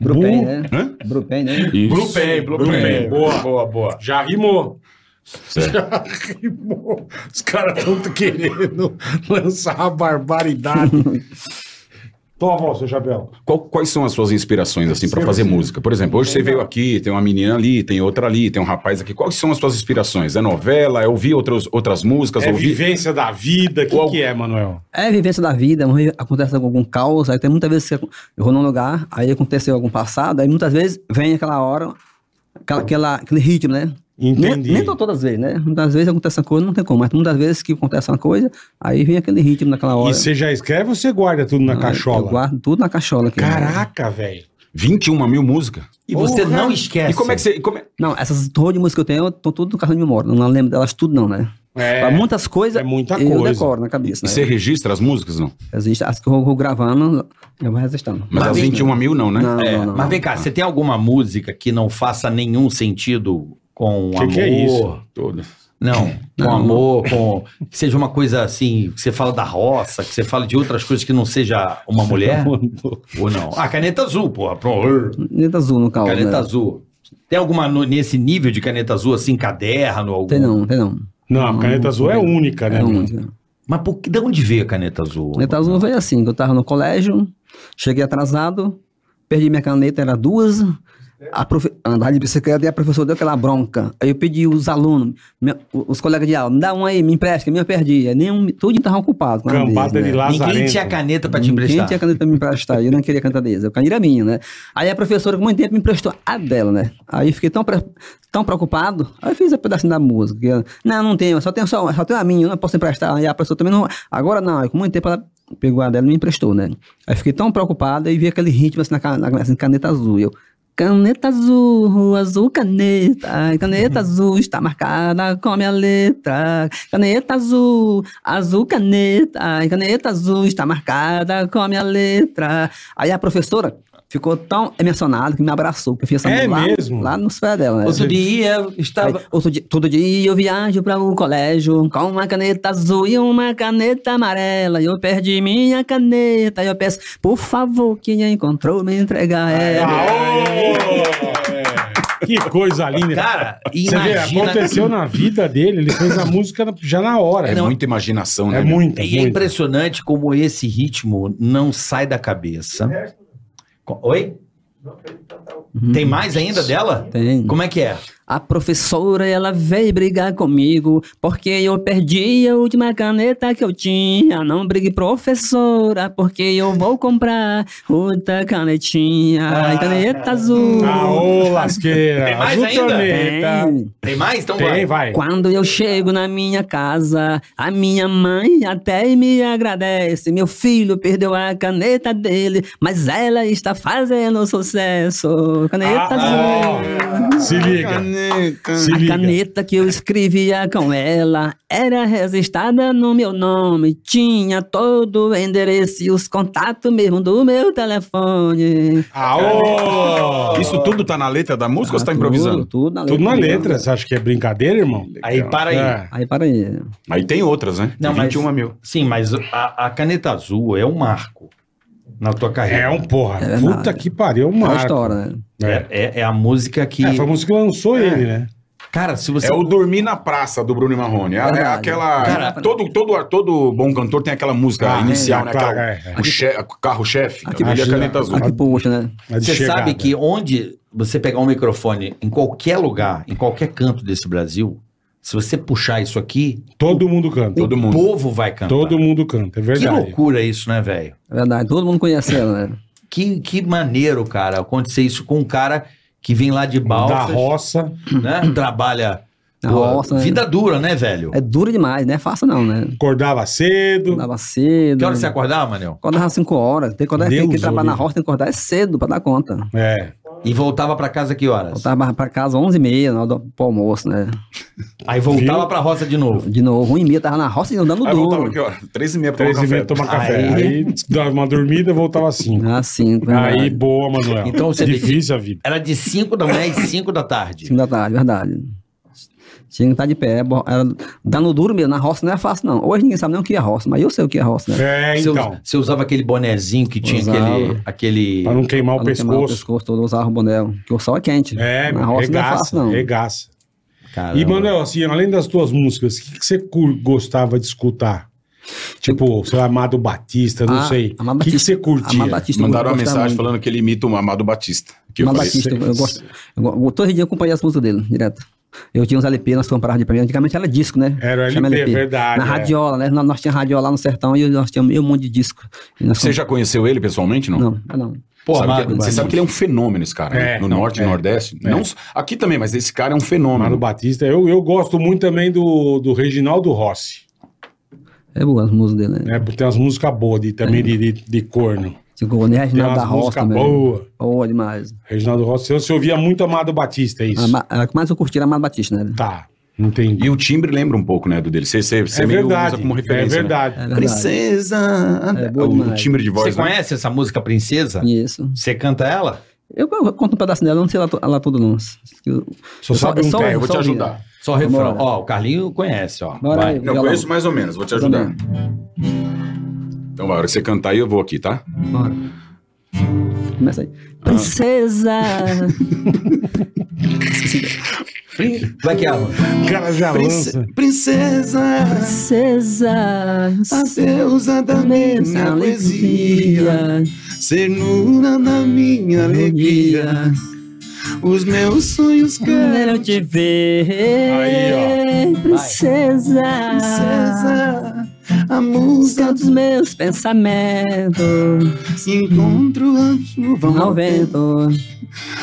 [SPEAKER 6] Brupen, né?
[SPEAKER 5] Uh, Hã?
[SPEAKER 6] Brupen, né?
[SPEAKER 5] Isso.
[SPEAKER 4] Blupen. Boa, boa, boa. Já rimou.
[SPEAKER 5] Certo.
[SPEAKER 4] Já rimou. Os caras estão querendo lançar a barbaridade. Toma, Paulo, seu chapéu.
[SPEAKER 5] Qual- quais são as suas inspirações, assim, pra fazer música? Por exemplo, hoje você veio aqui, tem uma menina ali, tem outra ali, tem um rapaz aqui. Quais são as suas inspirações? É novela? É ouvir outros, outras músicas?
[SPEAKER 4] É
[SPEAKER 5] ouvir...
[SPEAKER 4] vivência da vida. O que,
[SPEAKER 5] Qual-
[SPEAKER 4] que é, Manuel?
[SPEAKER 6] É vivência da vida, uma vez acontece algum caos, aí tem muitas vezes que eu vou num lugar, aí aconteceu algum passado, aí muitas vezes vem aquela hora, aquela, aquela- aquele ritmo, né?
[SPEAKER 4] Entendi.
[SPEAKER 6] Nem, nem tô todas as vezes, né? Muitas vezes acontece uma coisa, não tem como, mas muitas vezes que acontece uma coisa, aí vem aquele ritmo naquela hora.
[SPEAKER 4] E você já escreve ou você guarda tudo na
[SPEAKER 6] Aí Eu
[SPEAKER 4] cachola?
[SPEAKER 6] guardo tudo na cachola aqui. né?
[SPEAKER 4] Caraca, velho.
[SPEAKER 5] 21 mil músicas?
[SPEAKER 3] E você
[SPEAKER 4] Porra.
[SPEAKER 3] não esquece.
[SPEAKER 5] E como é que você... e como é-
[SPEAKER 6] Não, essas torres de música que eu tenho, eu tô tudo no cartão de memória, não lembro delas tudo não, né?
[SPEAKER 4] É.
[SPEAKER 6] Pra muitas coisas,
[SPEAKER 4] é muita
[SPEAKER 6] eu
[SPEAKER 4] coisa.
[SPEAKER 6] decoro na cabeça,
[SPEAKER 5] e
[SPEAKER 6] né?
[SPEAKER 5] Você registra as músicas, não?
[SPEAKER 6] Existe, as que eu vou gravando, eu vou resistindo.
[SPEAKER 5] Mas, as 21 mil não, né?
[SPEAKER 6] Não,
[SPEAKER 3] É,
[SPEAKER 6] não, não.
[SPEAKER 3] mas vem cá, você tem alguma música que não faça nenhum sentido com
[SPEAKER 4] Que
[SPEAKER 3] amor?
[SPEAKER 4] que é isso?
[SPEAKER 5] Todas.
[SPEAKER 3] Não, com
[SPEAKER 6] Não.
[SPEAKER 3] amor, com. Que seja uma coisa assim, que você fala da roça, que você fala de outras coisas que não seja uma mulher? ou não? Ah, caneta azul, porra. Pro...
[SPEAKER 6] Caneta azul no caos,
[SPEAKER 3] Caneta
[SPEAKER 6] né?
[SPEAKER 3] azul. Tem alguma no- nesse nível de caneta azul, assim, caderno? Algum?
[SPEAKER 6] Tem não, tem não.
[SPEAKER 4] Não, a caneta azul é única, né?
[SPEAKER 6] É
[SPEAKER 4] meu?
[SPEAKER 6] onde?
[SPEAKER 3] Mas por que, de onde veio a caneta azul?
[SPEAKER 6] Caneta azul veio assim, que eu tava no colégio, cheguei atrasado, perdi minha caneta, era duas, a profe... andava de bicicleta e a professora deu aquela bronca. Aí eu pedi os alunos, minha- os colegas de aula, me dá um aí, me empresta, que a minha eu perdi. Aí um, nenhum, tudo estava ocupado. com a
[SPEAKER 4] Cambada
[SPEAKER 6] deles,
[SPEAKER 4] de
[SPEAKER 6] né?
[SPEAKER 3] Ninguém
[SPEAKER 4] lazarento.
[SPEAKER 3] tinha caneta pra te
[SPEAKER 6] Quem
[SPEAKER 3] emprestar.
[SPEAKER 6] tinha caneta pra me emprestar? Eu não queria caneta deles. A caneta era minha, né? Aí a professora, com muito tempo, me emprestou a dela, né? Aí eu fiquei tão, pre- tão preocupado. Aí eu fiz um pedacinho da música. que ela, não, não tenho, só tenho, só, só tenho a minha, eu não posso emprestar. Aí a professora também não. Agora não, Aí com muito tempo ela pegou a dela e me emprestou, né? Aí eu fiquei tão preocupado e vi aquele ritmo assim na, ca- na assim, caneta azul. E eu. Caneta azul, azul caneta, ai, caneta azul está marcada com a minha letra. Caneta azul, azul caneta, ai, caneta azul está marcada com a minha letra. Aí a professora ficou tão emocionada que me abraçou, que eu fiz essa
[SPEAKER 4] É
[SPEAKER 6] lá,
[SPEAKER 4] mesmo?
[SPEAKER 6] lá nos pés dela. né?
[SPEAKER 3] Outro dia eu
[SPEAKER 6] Aí,
[SPEAKER 3] estava.
[SPEAKER 6] outro dia, todo dia eu viajo para o colégio com uma caneta azul e uma caneta amarela. E eu perdi minha caneta. E eu peço, por favor, quem a encontrou me entrega ela.
[SPEAKER 4] Aô! Ah, Que coisa linda.
[SPEAKER 3] Cara,
[SPEAKER 4] Você vê,
[SPEAKER 3] imagina.
[SPEAKER 4] aconteceu na vida dele, ele fez a música na- já na hora.
[SPEAKER 5] É
[SPEAKER 4] É,
[SPEAKER 5] muita imaginação, né?
[SPEAKER 4] é
[SPEAKER 5] meu?
[SPEAKER 4] muito,
[SPEAKER 3] E é impressionante como esse ritmo não sai da cabeça.
[SPEAKER 4] Uhum.
[SPEAKER 3] Co- Oi? Tem mais ainda dela?
[SPEAKER 6] Tem.
[SPEAKER 3] Como é que é?
[SPEAKER 6] A professora, ela veio brigar comigo, porque eu perdi a última caneta que eu tinha. Não brigue, professora, porque eu vou comprar outra canetinha. caneta azul.
[SPEAKER 4] Ah, ô, lasqueira.
[SPEAKER 3] Tem mais
[SPEAKER 4] Azul
[SPEAKER 3] ainda?
[SPEAKER 4] Planeta.
[SPEAKER 6] Tem.
[SPEAKER 3] Tem mais? Então
[SPEAKER 4] Tem,
[SPEAKER 3] vai.
[SPEAKER 4] vai.
[SPEAKER 6] Quando eu chego na minha casa, a minha mãe até me agradece. Meu filho perdeu a caneta dele, mas ela está fazendo sucesso. Caneta azul.
[SPEAKER 4] Ah, ó, se liga. Se
[SPEAKER 6] A
[SPEAKER 4] liga.
[SPEAKER 6] caneta que eu escrevia com ela era registrada no meu nome. Tinha todo o endereço e os contatos mesmo do meu telefone.
[SPEAKER 4] Aô!
[SPEAKER 5] Isso tudo tá na letra da música ou você tá
[SPEAKER 6] Ah,
[SPEAKER 5] improvisando?
[SPEAKER 6] Tudo, tudo na letra.
[SPEAKER 4] Tudo na letra. Você acha que é brincadeira, irmão?
[SPEAKER 3] Aí, para aí.
[SPEAKER 4] É.
[SPEAKER 6] Aí, para aí.
[SPEAKER 5] Aí tem outras, né?
[SPEAKER 3] Não, mas-
[SPEAKER 5] 21 mil.
[SPEAKER 3] Sim, mas a, a caneta azul é um marco na tua
[SPEAKER 4] É
[SPEAKER 3] carreira.
[SPEAKER 4] um porra.
[SPEAKER 6] verdade.
[SPEAKER 4] Puta que pariu,
[SPEAKER 6] É
[SPEAKER 4] mano.
[SPEAKER 6] uma história, né?
[SPEAKER 3] É, é- é a música que.
[SPEAKER 4] É, foi a música que lançou ele, né?
[SPEAKER 3] Cara, se você.
[SPEAKER 5] É o Dormir na Praça do Bruno e Marrone. É, é
[SPEAKER 6] Verdade.
[SPEAKER 5] aquela.
[SPEAKER 6] Cara,
[SPEAKER 5] todo, todo, todo bom cantor tem aquela música
[SPEAKER 4] Ah,
[SPEAKER 5] inicial,
[SPEAKER 4] é,
[SPEAKER 5] né?
[SPEAKER 4] claro,
[SPEAKER 5] Aquela-
[SPEAKER 4] é, é.
[SPEAKER 5] O, che- o carro-chefe.
[SPEAKER 6] Aqui,
[SPEAKER 5] Ali é a
[SPEAKER 4] acho-
[SPEAKER 5] caneta azul.
[SPEAKER 4] Ah,
[SPEAKER 6] Aqui, puxa, né?
[SPEAKER 4] A de
[SPEAKER 3] Você
[SPEAKER 4] chegada.
[SPEAKER 3] sabe que onde você pegar um microfone em qualquer lugar, em qualquer canto desse Brasil, se você puxar isso aqui,
[SPEAKER 4] Todo mundo canta.
[SPEAKER 5] Todo
[SPEAKER 4] Todo,
[SPEAKER 3] o
[SPEAKER 5] mundo.
[SPEAKER 3] povo vai cantar.
[SPEAKER 4] mundo canta, é
[SPEAKER 3] que
[SPEAKER 4] verdade.
[SPEAKER 3] loucura isso, né, velho?
[SPEAKER 6] É verdade. Todo mundo conhece ela, né?
[SPEAKER 3] Que, que maneiro, cara, acontecer isso com um cara que vem lá de
[SPEAKER 4] Da
[SPEAKER 3] balsa,
[SPEAKER 4] roça.
[SPEAKER 3] né? Trabalha.
[SPEAKER 6] Na
[SPEAKER 3] pô,
[SPEAKER 6] roça, né?
[SPEAKER 3] vida dura, né, velho?
[SPEAKER 6] É dura demais, não é fácil não, né?
[SPEAKER 4] Acordava cedo.
[SPEAKER 6] Acordava cedo.
[SPEAKER 3] Que hora você acordava, Manel?
[SPEAKER 6] Acordava às 5 horas. Tem que, acordar, tem
[SPEAKER 4] Deus
[SPEAKER 6] que trabalhar na
[SPEAKER 4] olhe.
[SPEAKER 6] roça, tem que acordar é cedo pra dar conta.
[SPEAKER 4] É.
[SPEAKER 3] E voltava pra casa que horas?
[SPEAKER 6] Voltava pra casa às 11h30, na hora do pro almoço, né?
[SPEAKER 3] Aí voltava
[SPEAKER 4] Viu?
[SPEAKER 3] pra roça de novo.
[SPEAKER 6] De novo, 1h30, tava na roça e andando
[SPEAKER 5] Aí voltava
[SPEAKER 6] duro.
[SPEAKER 5] aqui, ó. Três e meia pra
[SPEAKER 4] Três e meia
[SPEAKER 5] tomar café. Ah, é.
[SPEAKER 4] tomar café.
[SPEAKER 3] Aí-
[SPEAKER 4] Aí, dava uma dormida, voltava às cinco.
[SPEAKER 6] Assim,
[SPEAKER 4] Aí,
[SPEAKER 6] verdade.
[SPEAKER 4] boa, Manuel.
[SPEAKER 3] Então você
[SPEAKER 4] Difícil a vida.
[SPEAKER 3] Era de 5 da manhã às 5 da tarde.
[SPEAKER 6] 5 da tarde, verdade. Tinha que estar de pé, bo- era dando duro mesmo. Na roça não é fácil, não. Hoje ninguém sabe nem o que é roça, mas eu sei o que é roça, né?
[SPEAKER 4] É,
[SPEAKER 3] você, us-
[SPEAKER 4] então.
[SPEAKER 3] você usava aquele bonezinho que tinha
[SPEAKER 6] Usava.
[SPEAKER 3] aquele. aquele...
[SPEAKER 4] Pra não queimar o
[SPEAKER 6] Pra não queimar o
[SPEAKER 4] pescoço.
[SPEAKER 6] pescoço todo, eu usava o boné, porque o sol é quente.
[SPEAKER 4] É,
[SPEAKER 6] na roça não é fácil,
[SPEAKER 4] regaça,
[SPEAKER 6] não.
[SPEAKER 4] regaça.
[SPEAKER 3] Caramba.
[SPEAKER 4] E, Manuel, assim, além das tuas músicas, o que, que você cur- gostava de escutar? Tipo, sei lá, Amado Batista, não
[SPEAKER 6] Ah,
[SPEAKER 4] sei.
[SPEAKER 6] Amado
[SPEAKER 4] O que, que
[SPEAKER 6] Batista.
[SPEAKER 4] você curtia?
[SPEAKER 6] Amado Batista, eu
[SPEAKER 5] Mandaram uma
[SPEAKER 6] gostava
[SPEAKER 5] mensagem
[SPEAKER 6] muito.
[SPEAKER 5] falando que ele imita o Amado Batista. Que eu
[SPEAKER 6] Amado
[SPEAKER 5] falei,
[SPEAKER 6] Batista, eu,
[SPEAKER 5] "Cê-
[SPEAKER 6] eu gosto. Eu, go- todo dia eu acompanhei as músicas dele, direto. Eu tinha uns LP, nós comprávamos de primeira. Antigamente era disco, né?
[SPEAKER 4] Era o
[SPEAKER 6] Chama
[SPEAKER 4] LP, verdade.
[SPEAKER 6] Na
[SPEAKER 4] é.
[SPEAKER 6] radiola, né? Nós, nós tínhamos radiola lá no sertão e nós tínhamos meio um monte de disco. E nós
[SPEAKER 5] Você já conheceu ele pessoalmente, não?
[SPEAKER 6] Não, ah, não.
[SPEAKER 3] Pô,
[SPEAKER 5] Sabe
[SPEAKER 3] Amado,
[SPEAKER 5] que- você
[SPEAKER 3] Batista.
[SPEAKER 5] sabe que ele é um fenômeno, esse cara. né?
[SPEAKER 4] É,
[SPEAKER 5] no
[SPEAKER 4] não,
[SPEAKER 5] norte
[SPEAKER 4] é.
[SPEAKER 5] e nordeste.
[SPEAKER 4] É.
[SPEAKER 5] Não, s- aqui também, mas esse cara é um
[SPEAKER 4] Amado
[SPEAKER 5] fenômeno.
[SPEAKER 4] Batista. Eu, eu gosto muito também do, do Reginaldo Rossi.
[SPEAKER 6] É boa as músicas dele, né?
[SPEAKER 4] Né? Tem umas músicas boas de, também de, de, de corno.
[SPEAKER 6] Tipo, o Nerd
[SPEAKER 4] Tem
[SPEAKER 6] Nada da
[SPEAKER 4] umas
[SPEAKER 6] Roça
[SPEAKER 4] músicas
[SPEAKER 6] também.
[SPEAKER 4] boas.
[SPEAKER 6] Boa demais.
[SPEAKER 4] Reginaldo Rossi. Você ouvia muito Amado Batista, é isso?
[SPEAKER 6] A ma- A que mais eu curti era a Amado Batista, né?
[SPEAKER 4] Tá, entendi.
[SPEAKER 5] E o timbre lembra um pouco, né, do dele. Você, você, você
[SPEAKER 4] é
[SPEAKER 5] meio
[SPEAKER 4] verdade.
[SPEAKER 5] usa como
[SPEAKER 4] é
[SPEAKER 5] referência. né?
[SPEAKER 4] verdade.
[SPEAKER 6] É verdade.
[SPEAKER 5] Princesa.
[SPEAKER 6] É boa
[SPEAKER 5] o, o
[SPEAKER 6] demais.
[SPEAKER 5] timbre de voz.
[SPEAKER 3] um- Você
[SPEAKER 5] né?
[SPEAKER 3] conhece essa música Princesa?
[SPEAKER 6] Isso.
[SPEAKER 3] Você canta ela?
[SPEAKER 6] Eu, eu conto um pedaço dela, eu não sei ela, to- ela toda, não. Eu-
[SPEAKER 4] Só
[SPEAKER 6] eu
[SPEAKER 4] sabe um
[SPEAKER 6] eu
[SPEAKER 4] pé,
[SPEAKER 5] eu vou te
[SPEAKER 6] só ouvia.
[SPEAKER 5] ajudar.
[SPEAKER 3] Só o refrão.
[SPEAKER 6] Bora.
[SPEAKER 3] Ó, o Carlinho conhece, ó.
[SPEAKER 6] Bora
[SPEAKER 3] Vai.
[SPEAKER 6] aí.
[SPEAKER 5] Não, eu
[SPEAKER 6] Violão.
[SPEAKER 5] conheço mais ou menos, vou te
[SPEAKER 6] Eu
[SPEAKER 5] ajudar.
[SPEAKER 6] também.
[SPEAKER 5] Então, vai, a hora que você cantar aí, eu vou aqui, tá?
[SPEAKER 6] Bora. Começa aí. Princesa!
[SPEAKER 3] Vai que é, mano.
[SPEAKER 4] O cara já lança.
[SPEAKER 5] princesa,
[SPEAKER 6] Princesa!
[SPEAKER 5] deusa da
[SPEAKER 6] Minha poesia,
[SPEAKER 5] cernura da minha
[SPEAKER 6] alegria.
[SPEAKER 5] os meus sonhos
[SPEAKER 6] Quero te ver,
[SPEAKER 4] Aí,
[SPEAKER 6] princesa,
[SPEAKER 5] a
[SPEAKER 6] Céu dos meus pensamentos,
[SPEAKER 5] encontro a chuva
[SPEAKER 6] ao vento,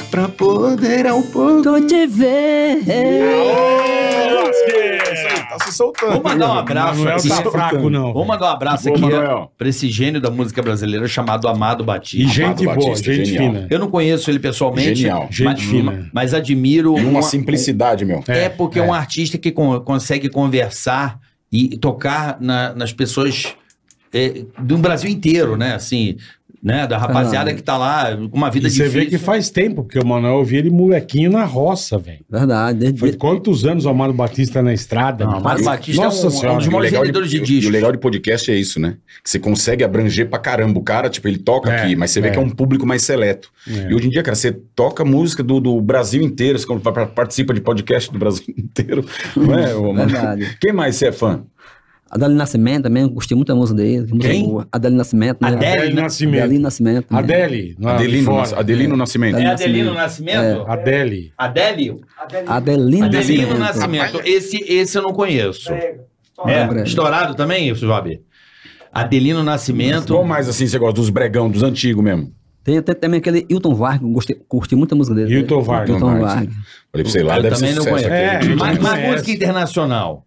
[SPEAKER 5] pra poder ao pouco.
[SPEAKER 6] tô te ver.
[SPEAKER 5] Tá se soltando.
[SPEAKER 3] Vamos mandar um abraço
[SPEAKER 4] Manuel
[SPEAKER 3] aqui.
[SPEAKER 4] tá fraco, não.
[SPEAKER 3] Vamos mandar um abraço
[SPEAKER 5] Boa,
[SPEAKER 3] aqui ó,
[SPEAKER 5] Manuel.
[SPEAKER 3] pra esse gênio da música brasileira chamado Amado
[SPEAKER 4] E
[SPEAKER 3] Batista.
[SPEAKER 4] gente
[SPEAKER 5] Batista,
[SPEAKER 4] boa, gente
[SPEAKER 5] genial.
[SPEAKER 4] fina.
[SPEAKER 3] Eu não conheço ele pessoalmente.
[SPEAKER 5] Genial.
[SPEAKER 3] mas-
[SPEAKER 4] Gente fina.
[SPEAKER 3] Mas admiro.
[SPEAKER 5] E uma
[SPEAKER 3] uma-
[SPEAKER 5] simplicidade, meu.
[SPEAKER 3] É, porque é um artista que con- consegue conversar e tocar na- nas pessoas é, do Brasil inteiro, né? Assim, né? Da rapaziada
[SPEAKER 6] Ah.
[SPEAKER 3] que tá lá com uma vida
[SPEAKER 4] E você
[SPEAKER 3] difícil.
[SPEAKER 4] vê que faz tempo, porque o Manuel eu vi ele molequinho na roça, velho.
[SPEAKER 6] Verdade, desde-
[SPEAKER 4] Foi quantos anos o Amado Batista na estrada?
[SPEAKER 3] Não,
[SPEAKER 4] meu?
[SPEAKER 3] Amado Batista é
[SPEAKER 4] Nossa
[SPEAKER 3] um- é um
[SPEAKER 4] Senhora.
[SPEAKER 3] dos
[SPEAKER 5] E o
[SPEAKER 3] maiores
[SPEAKER 5] legal
[SPEAKER 3] vendedores de
[SPEAKER 5] e o-
[SPEAKER 3] discos.
[SPEAKER 5] E o legal de podcast é isso, né? Que você consegue abranger pra caramba. O cara, tipo, ele toca
[SPEAKER 4] É,
[SPEAKER 5] aqui, mas você vê
[SPEAKER 4] é.
[SPEAKER 5] que é um público mais seleto.
[SPEAKER 4] É.
[SPEAKER 5] E hoje em dia, cara, você toca música do, do Brasil inteiro, você pa- pa- participa de podcast do Brasil inteiro. Não é, ô, mano?
[SPEAKER 6] verdade.
[SPEAKER 5] Quem mais você é fã?
[SPEAKER 6] Adelino Nascimento também, eu gostei muito da música dele. que música
[SPEAKER 3] Quem?
[SPEAKER 6] boa. Adelino Nascimento. né?
[SPEAKER 3] Adele
[SPEAKER 4] Adele Nascimento.
[SPEAKER 6] Adelino Nascimento. né? também.
[SPEAKER 4] Adele. não é?
[SPEAKER 5] Adelino,
[SPEAKER 4] Fora. É.
[SPEAKER 5] Nas- Adelino Nascimento.
[SPEAKER 3] É
[SPEAKER 6] Adelino
[SPEAKER 4] né?
[SPEAKER 3] Adelino Nascimento?
[SPEAKER 4] Adele.
[SPEAKER 3] Adélio?
[SPEAKER 6] Adelino,
[SPEAKER 3] Adelino
[SPEAKER 6] Nascimento.
[SPEAKER 3] Nascimento. Esse, esse eu não conheço.
[SPEAKER 6] Brega.
[SPEAKER 3] É, estourado também, isso, Job? Adelino Nascimento.
[SPEAKER 5] Qual mais assim você gosta? Dos bregão, dos antigos mesmo.
[SPEAKER 6] Tem, tem também aquele Hilton Vargas, eu gostei, curti muito a música dele.
[SPEAKER 4] Hilton Vargas.
[SPEAKER 6] Hilton
[SPEAKER 5] Vargas.
[SPEAKER 6] Vargas.
[SPEAKER 5] Falei pra você lá,
[SPEAKER 3] Eu
[SPEAKER 5] deve
[SPEAKER 3] também
[SPEAKER 5] ser
[SPEAKER 3] não
[SPEAKER 5] sucesso
[SPEAKER 3] conheço.
[SPEAKER 5] aquele.
[SPEAKER 4] É,
[SPEAKER 5] Ele-
[SPEAKER 3] Mas,
[SPEAKER 4] não
[SPEAKER 3] mas
[SPEAKER 4] conhece.
[SPEAKER 3] música internacional.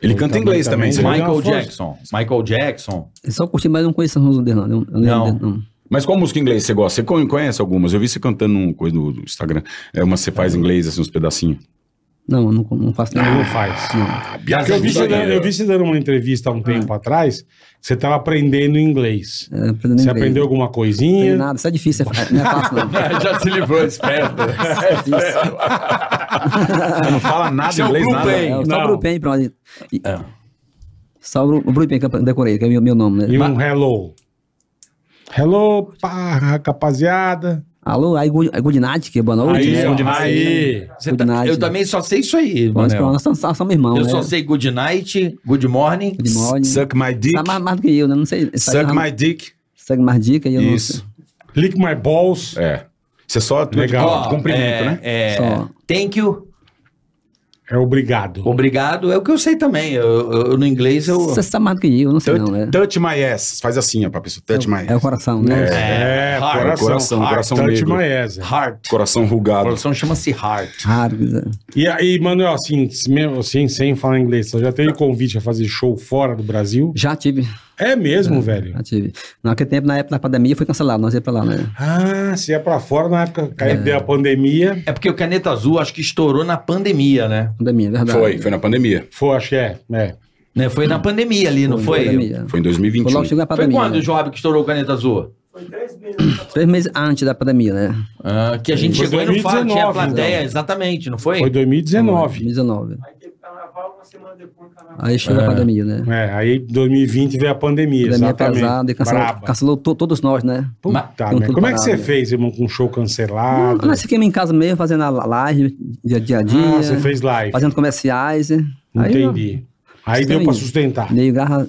[SPEAKER 5] Ele canta em inglês também,
[SPEAKER 4] também, também.
[SPEAKER 5] você viu?
[SPEAKER 4] deu
[SPEAKER 3] Michael
[SPEAKER 4] uma força.
[SPEAKER 3] Jackson. Michael Jackson.
[SPEAKER 6] Eu só curti, mas não conheço a música dele, não. Eu eu lembro
[SPEAKER 3] Não.
[SPEAKER 6] dele, não.
[SPEAKER 5] Mas qual música em inglês você gosta? Você con- conhece algumas? Eu vi você cantando uma coisa do do Instagram. É uma que você faz em inglês, assim, uns pedacinhos.
[SPEAKER 6] Não, eu não, não faço
[SPEAKER 4] Ele
[SPEAKER 6] nada.
[SPEAKER 4] não faz.
[SPEAKER 6] Não.
[SPEAKER 5] Ah,
[SPEAKER 4] Porque eu vi, você dando, eu vi você dando uma entrevista há
[SPEAKER 6] Ah.
[SPEAKER 4] um tempo atrás, você estava aprendendo inglês.
[SPEAKER 6] É, aprendendo
[SPEAKER 4] Você
[SPEAKER 6] inglês.
[SPEAKER 4] aprendeu alguma
[SPEAKER 6] Não
[SPEAKER 4] coisinha?
[SPEAKER 6] tem nada, isso é difícil, é- não é fácil, não. é
[SPEAKER 3] Já se livrou esperto.
[SPEAKER 5] Você não fala nada
[SPEAKER 3] Seu
[SPEAKER 5] em inglês,
[SPEAKER 3] grupo,
[SPEAKER 5] nada.
[SPEAKER 3] hein?
[SPEAKER 6] É,
[SPEAKER 3] Não.
[SPEAKER 6] só o Brupen, pronto. E- e- Só o Bru- o Brupen que eu decorei, que é o meu, meu nome, né?
[SPEAKER 4] E um hello. Hello, pá, rapaziada.
[SPEAKER 6] Alô, aí good, aí good night, que é boa noite.
[SPEAKER 4] Aí,
[SPEAKER 6] né?
[SPEAKER 4] ó, aí.
[SPEAKER 3] Você
[SPEAKER 6] Good
[SPEAKER 3] tá-
[SPEAKER 6] night,
[SPEAKER 3] eu
[SPEAKER 6] né?
[SPEAKER 3] também só sei isso aí,
[SPEAKER 6] Bom, nós
[SPEAKER 3] Manel.
[SPEAKER 6] nós somos, nós somos irmãos,
[SPEAKER 3] Eu
[SPEAKER 6] né?
[SPEAKER 3] só sei good night, good morning.
[SPEAKER 6] Good morning.
[SPEAKER 5] Suck my dick.
[SPEAKER 6] Tá mais, mais do que eu, né? Não sei. isso aí
[SPEAKER 5] Suck
[SPEAKER 6] já-
[SPEAKER 5] my dick.
[SPEAKER 6] Segue mais dica e eu
[SPEAKER 5] Isso.
[SPEAKER 4] Lick my balls.
[SPEAKER 5] É. Você só atua de
[SPEAKER 4] Legal.
[SPEAKER 5] corpo, cumprimento,
[SPEAKER 3] é,
[SPEAKER 5] né?
[SPEAKER 3] É,
[SPEAKER 6] Só.
[SPEAKER 3] thank you,
[SPEAKER 4] É obrigado.
[SPEAKER 3] obrigado. É o que eu sei também. Eu, eu- no inglês eu.
[SPEAKER 6] não sei. Você sabe mais do que eu, não sei
[SPEAKER 5] Touch,
[SPEAKER 6] não, né?
[SPEAKER 5] touch my ass. Faz assim, ó, pra pessoa. Touch my ass.
[SPEAKER 6] É o coração, né?
[SPEAKER 4] É,
[SPEAKER 3] heart,
[SPEAKER 4] coração.
[SPEAKER 5] coração,
[SPEAKER 4] heart,
[SPEAKER 5] coração
[SPEAKER 4] touch
[SPEAKER 5] negro.
[SPEAKER 4] my ass.
[SPEAKER 3] Heart.
[SPEAKER 5] Coração
[SPEAKER 3] A
[SPEAKER 5] rugado.
[SPEAKER 3] produção chama-se heart.
[SPEAKER 6] Raro. né?
[SPEAKER 4] E aí, Manuel, assim, mesmo assim, sem falar inglês, você já teve convite a fazer show fora do Brasil?
[SPEAKER 6] Já tive,
[SPEAKER 4] É mesmo,
[SPEAKER 6] Ah,
[SPEAKER 4] velho?
[SPEAKER 6] já tive. Naquele tempo, na época da pandemia, foi cancelado, nós ia pra lá, né?
[SPEAKER 4] Ah, você ia pra fora na época que
[SPEAKER 6] É.
[SPEAKER 4] deu a pandemia.
[SPEAKER 3] É porque o Caneta Azul acho que estourou na pandemia, né?
[SPEAKER 6] Pandemia, é verdade.
[SPEAKER 5] Foi, foi na pandemia.
[SPEAKER 4] Foi, acho que é. é.
[SPEAKER 3] né? Foi na pandemia ali, não foi? Foi,
[SPEAKER 6] Pandemia.
[SPEAKER 5] Foi em
[SPEAKER 6] Foi
[SPEAKER 5] 2021.
[SPEAKER 6] logo chegou a pandemia.
[SPEAKER 3] quando,
[SPEAKER 6] né?
[SPEAKER 3] Job, que estourou o Caneta Azul?
[SPEAKER 6] Três meses antes da pandemia, né?
[SPEAKER 3] Ah, que a gente
[SPEAKER 4] Foi
[SPEAKER 3] chegou e não fala, tinha
[SPEAKER 4] 2019,
[SPEAKER 3] plateia, exatamente, não foi?
[SPEAKER 4] Foi 2019.
[SPEAKER 6] 2019. Aí chegou a pandemia, né?
[SPEAKER 4] É, aí 2020 veio a pandemia,
[SPEAKER 6] Pandemia é
[SPEAKER 4] exatamente.
[SPEAKER 6] pesada e cancelou,
[SPEAKER 4] Braba.
[SPEAKER 6] cancelou to- todos nós, né?
[SPEAKER 4] Puta,
[SPEAKER 3] Mas-
[SPEAKER 4] merda.
[SPEAKER 6] tudo
[SPEAKER 4] Como é que
[SPEAKER 6] parado.
[SPEAKER 4] você fez, irmão, com um show cancelado?
[SPEAKER 6] Ah, nós ficamos em casa mesmo, fazendo a live dia a dia, a um dia
[SPEAKER 4] Ah, você fez live.
[SPEAKER 6] fazendo comerciais. né? Aí,
[SPEAKER 4] Entendi. Aí, deu pra sustentar.
[SPEAKER 6] Dei garra,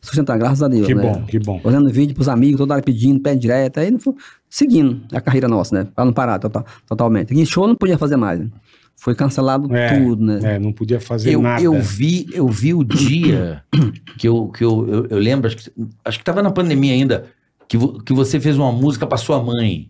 [SPEAKER 6] sustentar, graças a Deus.
[SPEAKER 4] Que
[SPEAKER 6] né?
[SPEAKER 4] bom, que bom.
[SPEAKER 6] Fazendo vídeo pros amigos, toda hora pedindo, pé direto, aí não foi- seguindo a carreira nossa, né? Pra não parar tota- totalmente. E show não podia fazer mais. né? Foi cancelado
[SPEAKER 4] É,
[SPEAKER 6] tudo, né?
[SPEAKER 4] é, não podia fazer
[SPEAKER 3] Eu,
[SPEAKER 4] nada.
[SPEAKER 3] eu vi, eu vi o dia que eu, que eu, eu, eu lembro, acho que, acho que tava na pandemia ainda, que, vo- que você fez uma música pra sua mãe.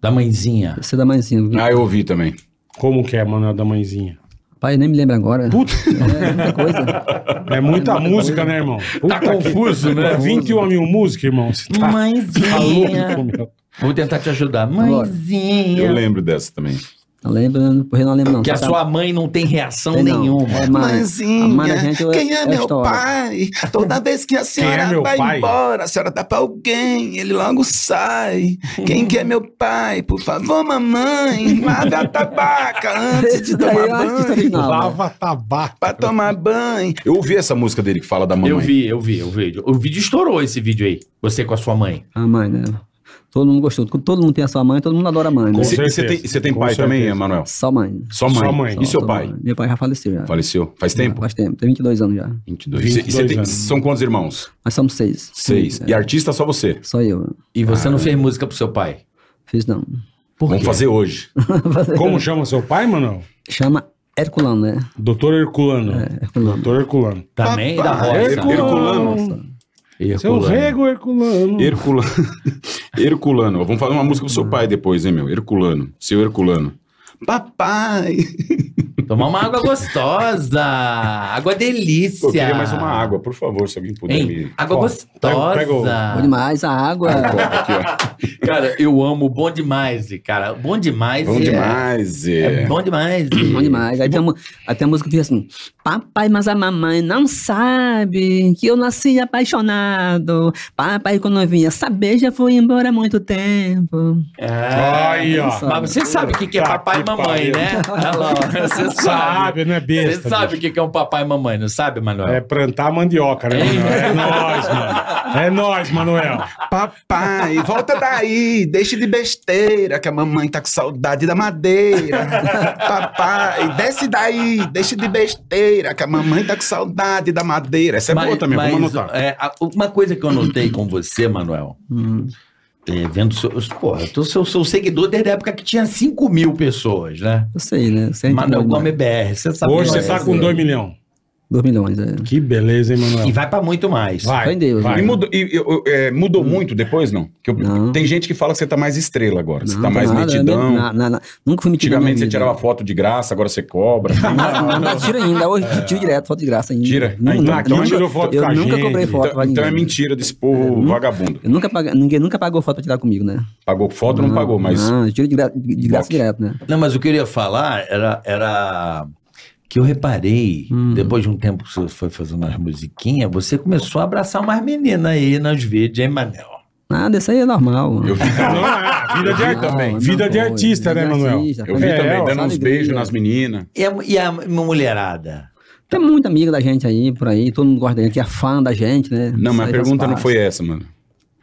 [SPEAKER 3] Da
[SPEAKER 4] é.
[SPEAKER 3] mãezinha.
[SPEAKER 6] Você da mãezinha.
[SPEAKER 5] Ah, eu ouvi também.
[SPEAKER 4] Como que é, Manuel da Mãezinha?
[SPEAKER 6] Pai, nem me lembro agora.
[SPEAKER 4] Puta,
[SPEAKER 6] É muita coisa.
[SPEAKER 4] é muita música, né, irmão? Puta que-
[SPEAKER 3] Tá confuso, né?
[SPEAKER 4] né?
[SPEAKER 6] Tá
[SPEAKER 4] 21 mil músicas, irmão. Você tá maluco,
[SPEAKER 3] Mãezinha.
[SPEAKER 4] meu.
[SPEAKER 3] Vou tentar te ajudar.
[SPEAKER 6] Bora.
[SPEAKER 5] Eu
[SPEAKER 3] Mãezinha.
[SPEAKER 5] lembro dessa também.
[SPEAKER 6] Não lembro, não- porque não lembro, não.
[SPEAKER 3] Que a
[SPEAKER 6] Só
[SPEAKER 3] sua mãe não tem reação
[SPEAKER 6] Tem não.
[SPEAKER 3] nenhuma.
[SPEAKER 6] É, mãe. A mãe da gente é-
[SPEAKER 1] quem é,
[SPEAKER 6] é
[SPEAKER 1] meu
[SPEAKER 6] história.
[SPEAKER 1] pai? Toda vez que a
[SPEAKER 5] é
[SPEAKER 1] senhora
[SPEAKER 4] meu
[SPEAKER 1] vai
[SPEAKER 4] pai?
[SPEAKER 1] embora, a senhora dá pra alguém, ele logo sai. Quem que é meu pai? Por favor, mamãe, lave a tabaca antes de
[SPEAKER 6] Isso daí
[SPEAKER 1] tomar
[SPEAKER 6] é um artista
[SPEAKER 1] banho.
[SPEAKER 6] original, né?
[SPEAKER 4] Lava tabaco.
[SPEAKER 1] Pra tomar banho.
[SPEAKER 5] Eu ouvi essa música dele que fala da mamãe.
[SPEAKER 3] Eu vi, eu vi, eu vi. O vídeo estourou esse vídeo aí. Você com a sua mãe.
[SPEAKER 6] A mãe, né? Todo mundo gostou. Todo mundo tem a sua mãe, todo mundo adora a mãe, né?
[SPEAKER 5] E
[SPEAKER 4] Com
[SPEAKER 5] você- e você
[SPEAKER 4] certeza.
[SPEAKER 5] tem, e você tem
[SPEAKER 4] Com
[SPEAKER 5] pai
[SPEAKER 4] certeza.
[SPEAKER 5] também, Emanuel?
[SPEAKER 6] Só mãe.
[SPEAKER 5] Só mãe.
[SPEAKER 4] Só mãe.
[SPEAKER 5] E
[SPEAKER 6] Só
[SPEAKER 5] seu
[SPEAKER 6] toda
[SPEAKER 5] pai?
[SPEAKER 6] mãe. Meu pai já faleceu já.
[SPEAKER 5] Faleceu? Faz tempo?
[SPEAKER 6] Faz tempo, tem 22 anos já.
[SPEAKER 5] 22. E você- e você
[SPEAKER 4] 22
[SPEAKER 5] tem-
[SPEAKER 4] anos.
[SPEAKER 5] são quantos irmãos?
[SPEAKER 6] Nós somos seis. É.
[SPEAKER 5] Seis. E artista só você.
[SPEAKER 6] Só eu.
[SPEAKER 3] E você não fez música pro seu pai.
[SPEAKER 6] Fiz não.
[SPEAKER 3] Por
[SPEAKER 5] Vamos
[SPEAKER 3] quê?
[SPEAKER 5] fazer hoje.
[SPEAKER 4] Como chama seu pai, Manuel?
[SPEAKER 6] Chama Herculano, né?
[SPEAKER 4] Doutor Herculano.
[SPEAKER 6] É, Herculano.
[SPEAKER 4] Doutor Herculano.
[SPEAKER 3] Também da
[SPEAKER 5] Papai,
[SPEAKER 3] roça.
[SPEAKER 5] Herculano.
[SPEAKER 4] Seu rego
[SPEAKER 1] Hum.
[SPEAKER 4] Herculano.
[SPEAKER 5] Herculano. Herculano. Vamos fazer uma música pro seu pai depois, hein, meu? Herculano. Seu Herculano.
[SPEAKER 1] Papai.
[SPEAKER 3] Tomar uma água gostosa. Água delícia.
[SPEAKER 5] Pô, eu queria mais uma água, por favor, se alguém puder
[SPEAKER 3] Hein?
[SPEAKER 5] me.
[SPEAKER 3] Água
[SPEAKER 4] Ó,
[SPEAKER 3] gostosa.
[SPEAKER 4] pega-
[SPEAKER 6] Bom demais, a água.
[SPEAKER 5] Aqui, ó.
[SPEAKER 3] Cara, eu amo bom demais, cara. Bom demais.
[SPEAKER 5] Bom
[SPEAKER 3] é-
[SPEAKER 5] demais.
[SPEAKER 3] É,
[SPEAKER 5] É.
[SPEAKER 3] bom demais.
[SPEAKER 6] Bom demais. Aí tem, uma, aí tem uma música que diz assim: Papai, mas a mamãe não sabe que eu nasci apaixonado. Papai, quando eu vinha saber, já foi embora há muito tempo.
[SPEAKER 3] É.
[SPEAKER 4] Aí, ó.
[SPEAKER 3] Mas você sabe o que, que é
[SPEAKER 4] Tá
[SPEAKER 3] papai
[SPEAKER 4] que
[SPEAKER 3] e mamãe,
[SPEAKER 4] pariu.
[SPEAKER 3] né? Olha lá, ó, você sabe.
[SPEAKER 4] Sabe, não é besta.
[SPEAKER 3] Você sabe
[SPEAKER 4] bicho.
[SPEAKER 3] o que que é um papai e mamãe, não sabe, Manuel?
[SPEAKER 4] É plantar mandioca, né,
[SPEAKER 3] É.
[SPEAKER 4] Manuel? É nóis, mano. É nóis, Manuel.
[SPEAKER 1] Papai, volta daí, deixe de besteira, que a mamãe tá com saudade da madeira. Papai, desce daí, deixe de besteira, que a mamãe tá com saudade da madeira. Essa é boa também, vamos anotar.
[SPEAKER 3] é, a- uma coisa que eu notei com você, Manuel,
[SPEAKER 6] Hum.
[SPEAKER 3] é, vendo seu, porra, eu tô- sou, sou seguidor desde a época que tinha 5 mil pessoas, né?
[SPEAKER 6] Eu sei, né? Sempre
[SPEAKER 3] Manuel
[SPEAKER 6] dois,
[SPEAKER 3] Gomes BR, você sabe.
[SPEAKER 4] Hoje
[SPEAKER 3] como
[SPEAKER 4] você
[SPEAKER 3] é
[SPEAKER 4] tá
[SPEAKER 3] isso,
[SPEAKER 4] com
[SPEAKER 3] né?
[SPEAKER 4] 2 milhões.
[SPEAKER 6] dois milhões, é.
[SPEAKER 4] Que beleza, hein,
[SPEAKER 3] E
[SPEAKER 4] Manuel?
[SPEAKER 3] vai pra muito mais.
[SPEAKER 6] Fé em Deus,
[SPEAKER 4] vai.
[SPEAKER 5] E mudou, e- e- eu- é, mudou muito depois, não? Que eu-
[SPEAKER 6] Hum. Não.
[SPEAKER 5] Tem gente que fala que você tá mais estrela agora. você
[SPEAKER 6] Não,
[SPEAKER 5] tá mais
[SPEAKER 6] nada, é
[SPEAKER 5] metidão.
[SPEAKER 6] mesmo, na- na- na- Nunca fui metidão.
[SPEAKER 5] Antigamente você tirava
[SPEAKER 6] foto.
[SPEAKER 5] foto de graça, agora você cobra. assim.
[SPEAKER 6] Não, não tiro ainda. Hoje tiro direto, foto de graça ainda.
[SPEAKER 5] Tira?
[SPEAKER 6] Não,
[SPEAKER 5] Ah, então
[SPEAKER 6] não,
[SPEAKER 5] aqui
[SPEAKER 6] nunca-
[SPEAKER 4] tirou foto
[SPEAKER 6] Eu
[SPEAKER 4] com a
[SPEAKER 6] nunca
[SPEAKER 4] gente.
[SPEAKER 6] comprei foto
[SPEAKER 5] então,
[SPEAKER 6] pra
[SPEAKER 5] então é
[SPEAKER 6] ninguém.
[SPEAKER 5] mentira desse povo vagabundo.
[SPEAKER 6] Eu nunca paga- ninguém nunca pagou foto pra tirar comigo, né?
[SPEAKER 5] Pagou foto, não, pagou, mas.
[SPEAKER 6] Não, eu tiro de, gra- de- de
[SPEAKER 5] Box.
[SPEAKER 6] graça direto, né?
[SPEAKER 3] Não, mas o que eu queria falar era, era que eu reparei,
[SPEAKER 6] Hum.
[SPEAKER 3] depois de um tempo que você foi fazendo as musiquinhas, você começou a abraçar umas meninas aí nas vídeos, hein, Manel?
[SPEAKER 6] Nada, isso aí é normal.
[SPEAKER 5] Eu vi também.
[SPEAKER 4] Não, é, vida de,
[SPEAKER 6] Ah,
[SPEAKER 4] ar-
[SPEAKER 6] não
[SPEAKER 4] vida de
[SPEAKER 6] foi,
[SPEAKER 4] artista,
[SPEAKER 6] vida
[SPEAKER 4] né,
[SPEAKER 6] de
[SPEAKER 4] Manuel?
[SPEAKER 6] artista,
[SPEAKER 5] Eu
[SPEAKER 6] foi
[SPEAKER 5] vi
[SPEAKER 6] legal,
[SPEAKER 5] também,
[SPEAKER 6] só
[SPEAKER 5] dando uns
[SPEAKER 6] alegria.
[SPEAKER 5] beijos nas meninas.
[SPEAKER 3] E a, e a mulherada?
[SPEAKER 6] Tem muita amiga da gente aí, por aí, todo mundo gosta da gente, que é fã da gente, né?
[SPEAKER 5] Não,
[SPEAKER 6] Isso
[SPEAKER 5] mas a
[SPEAKER 6] aí faz
[SPEAKER 5] pergunta não
[SPEAKER 6] parte.
[SPEAKER 5] foi essa, mano.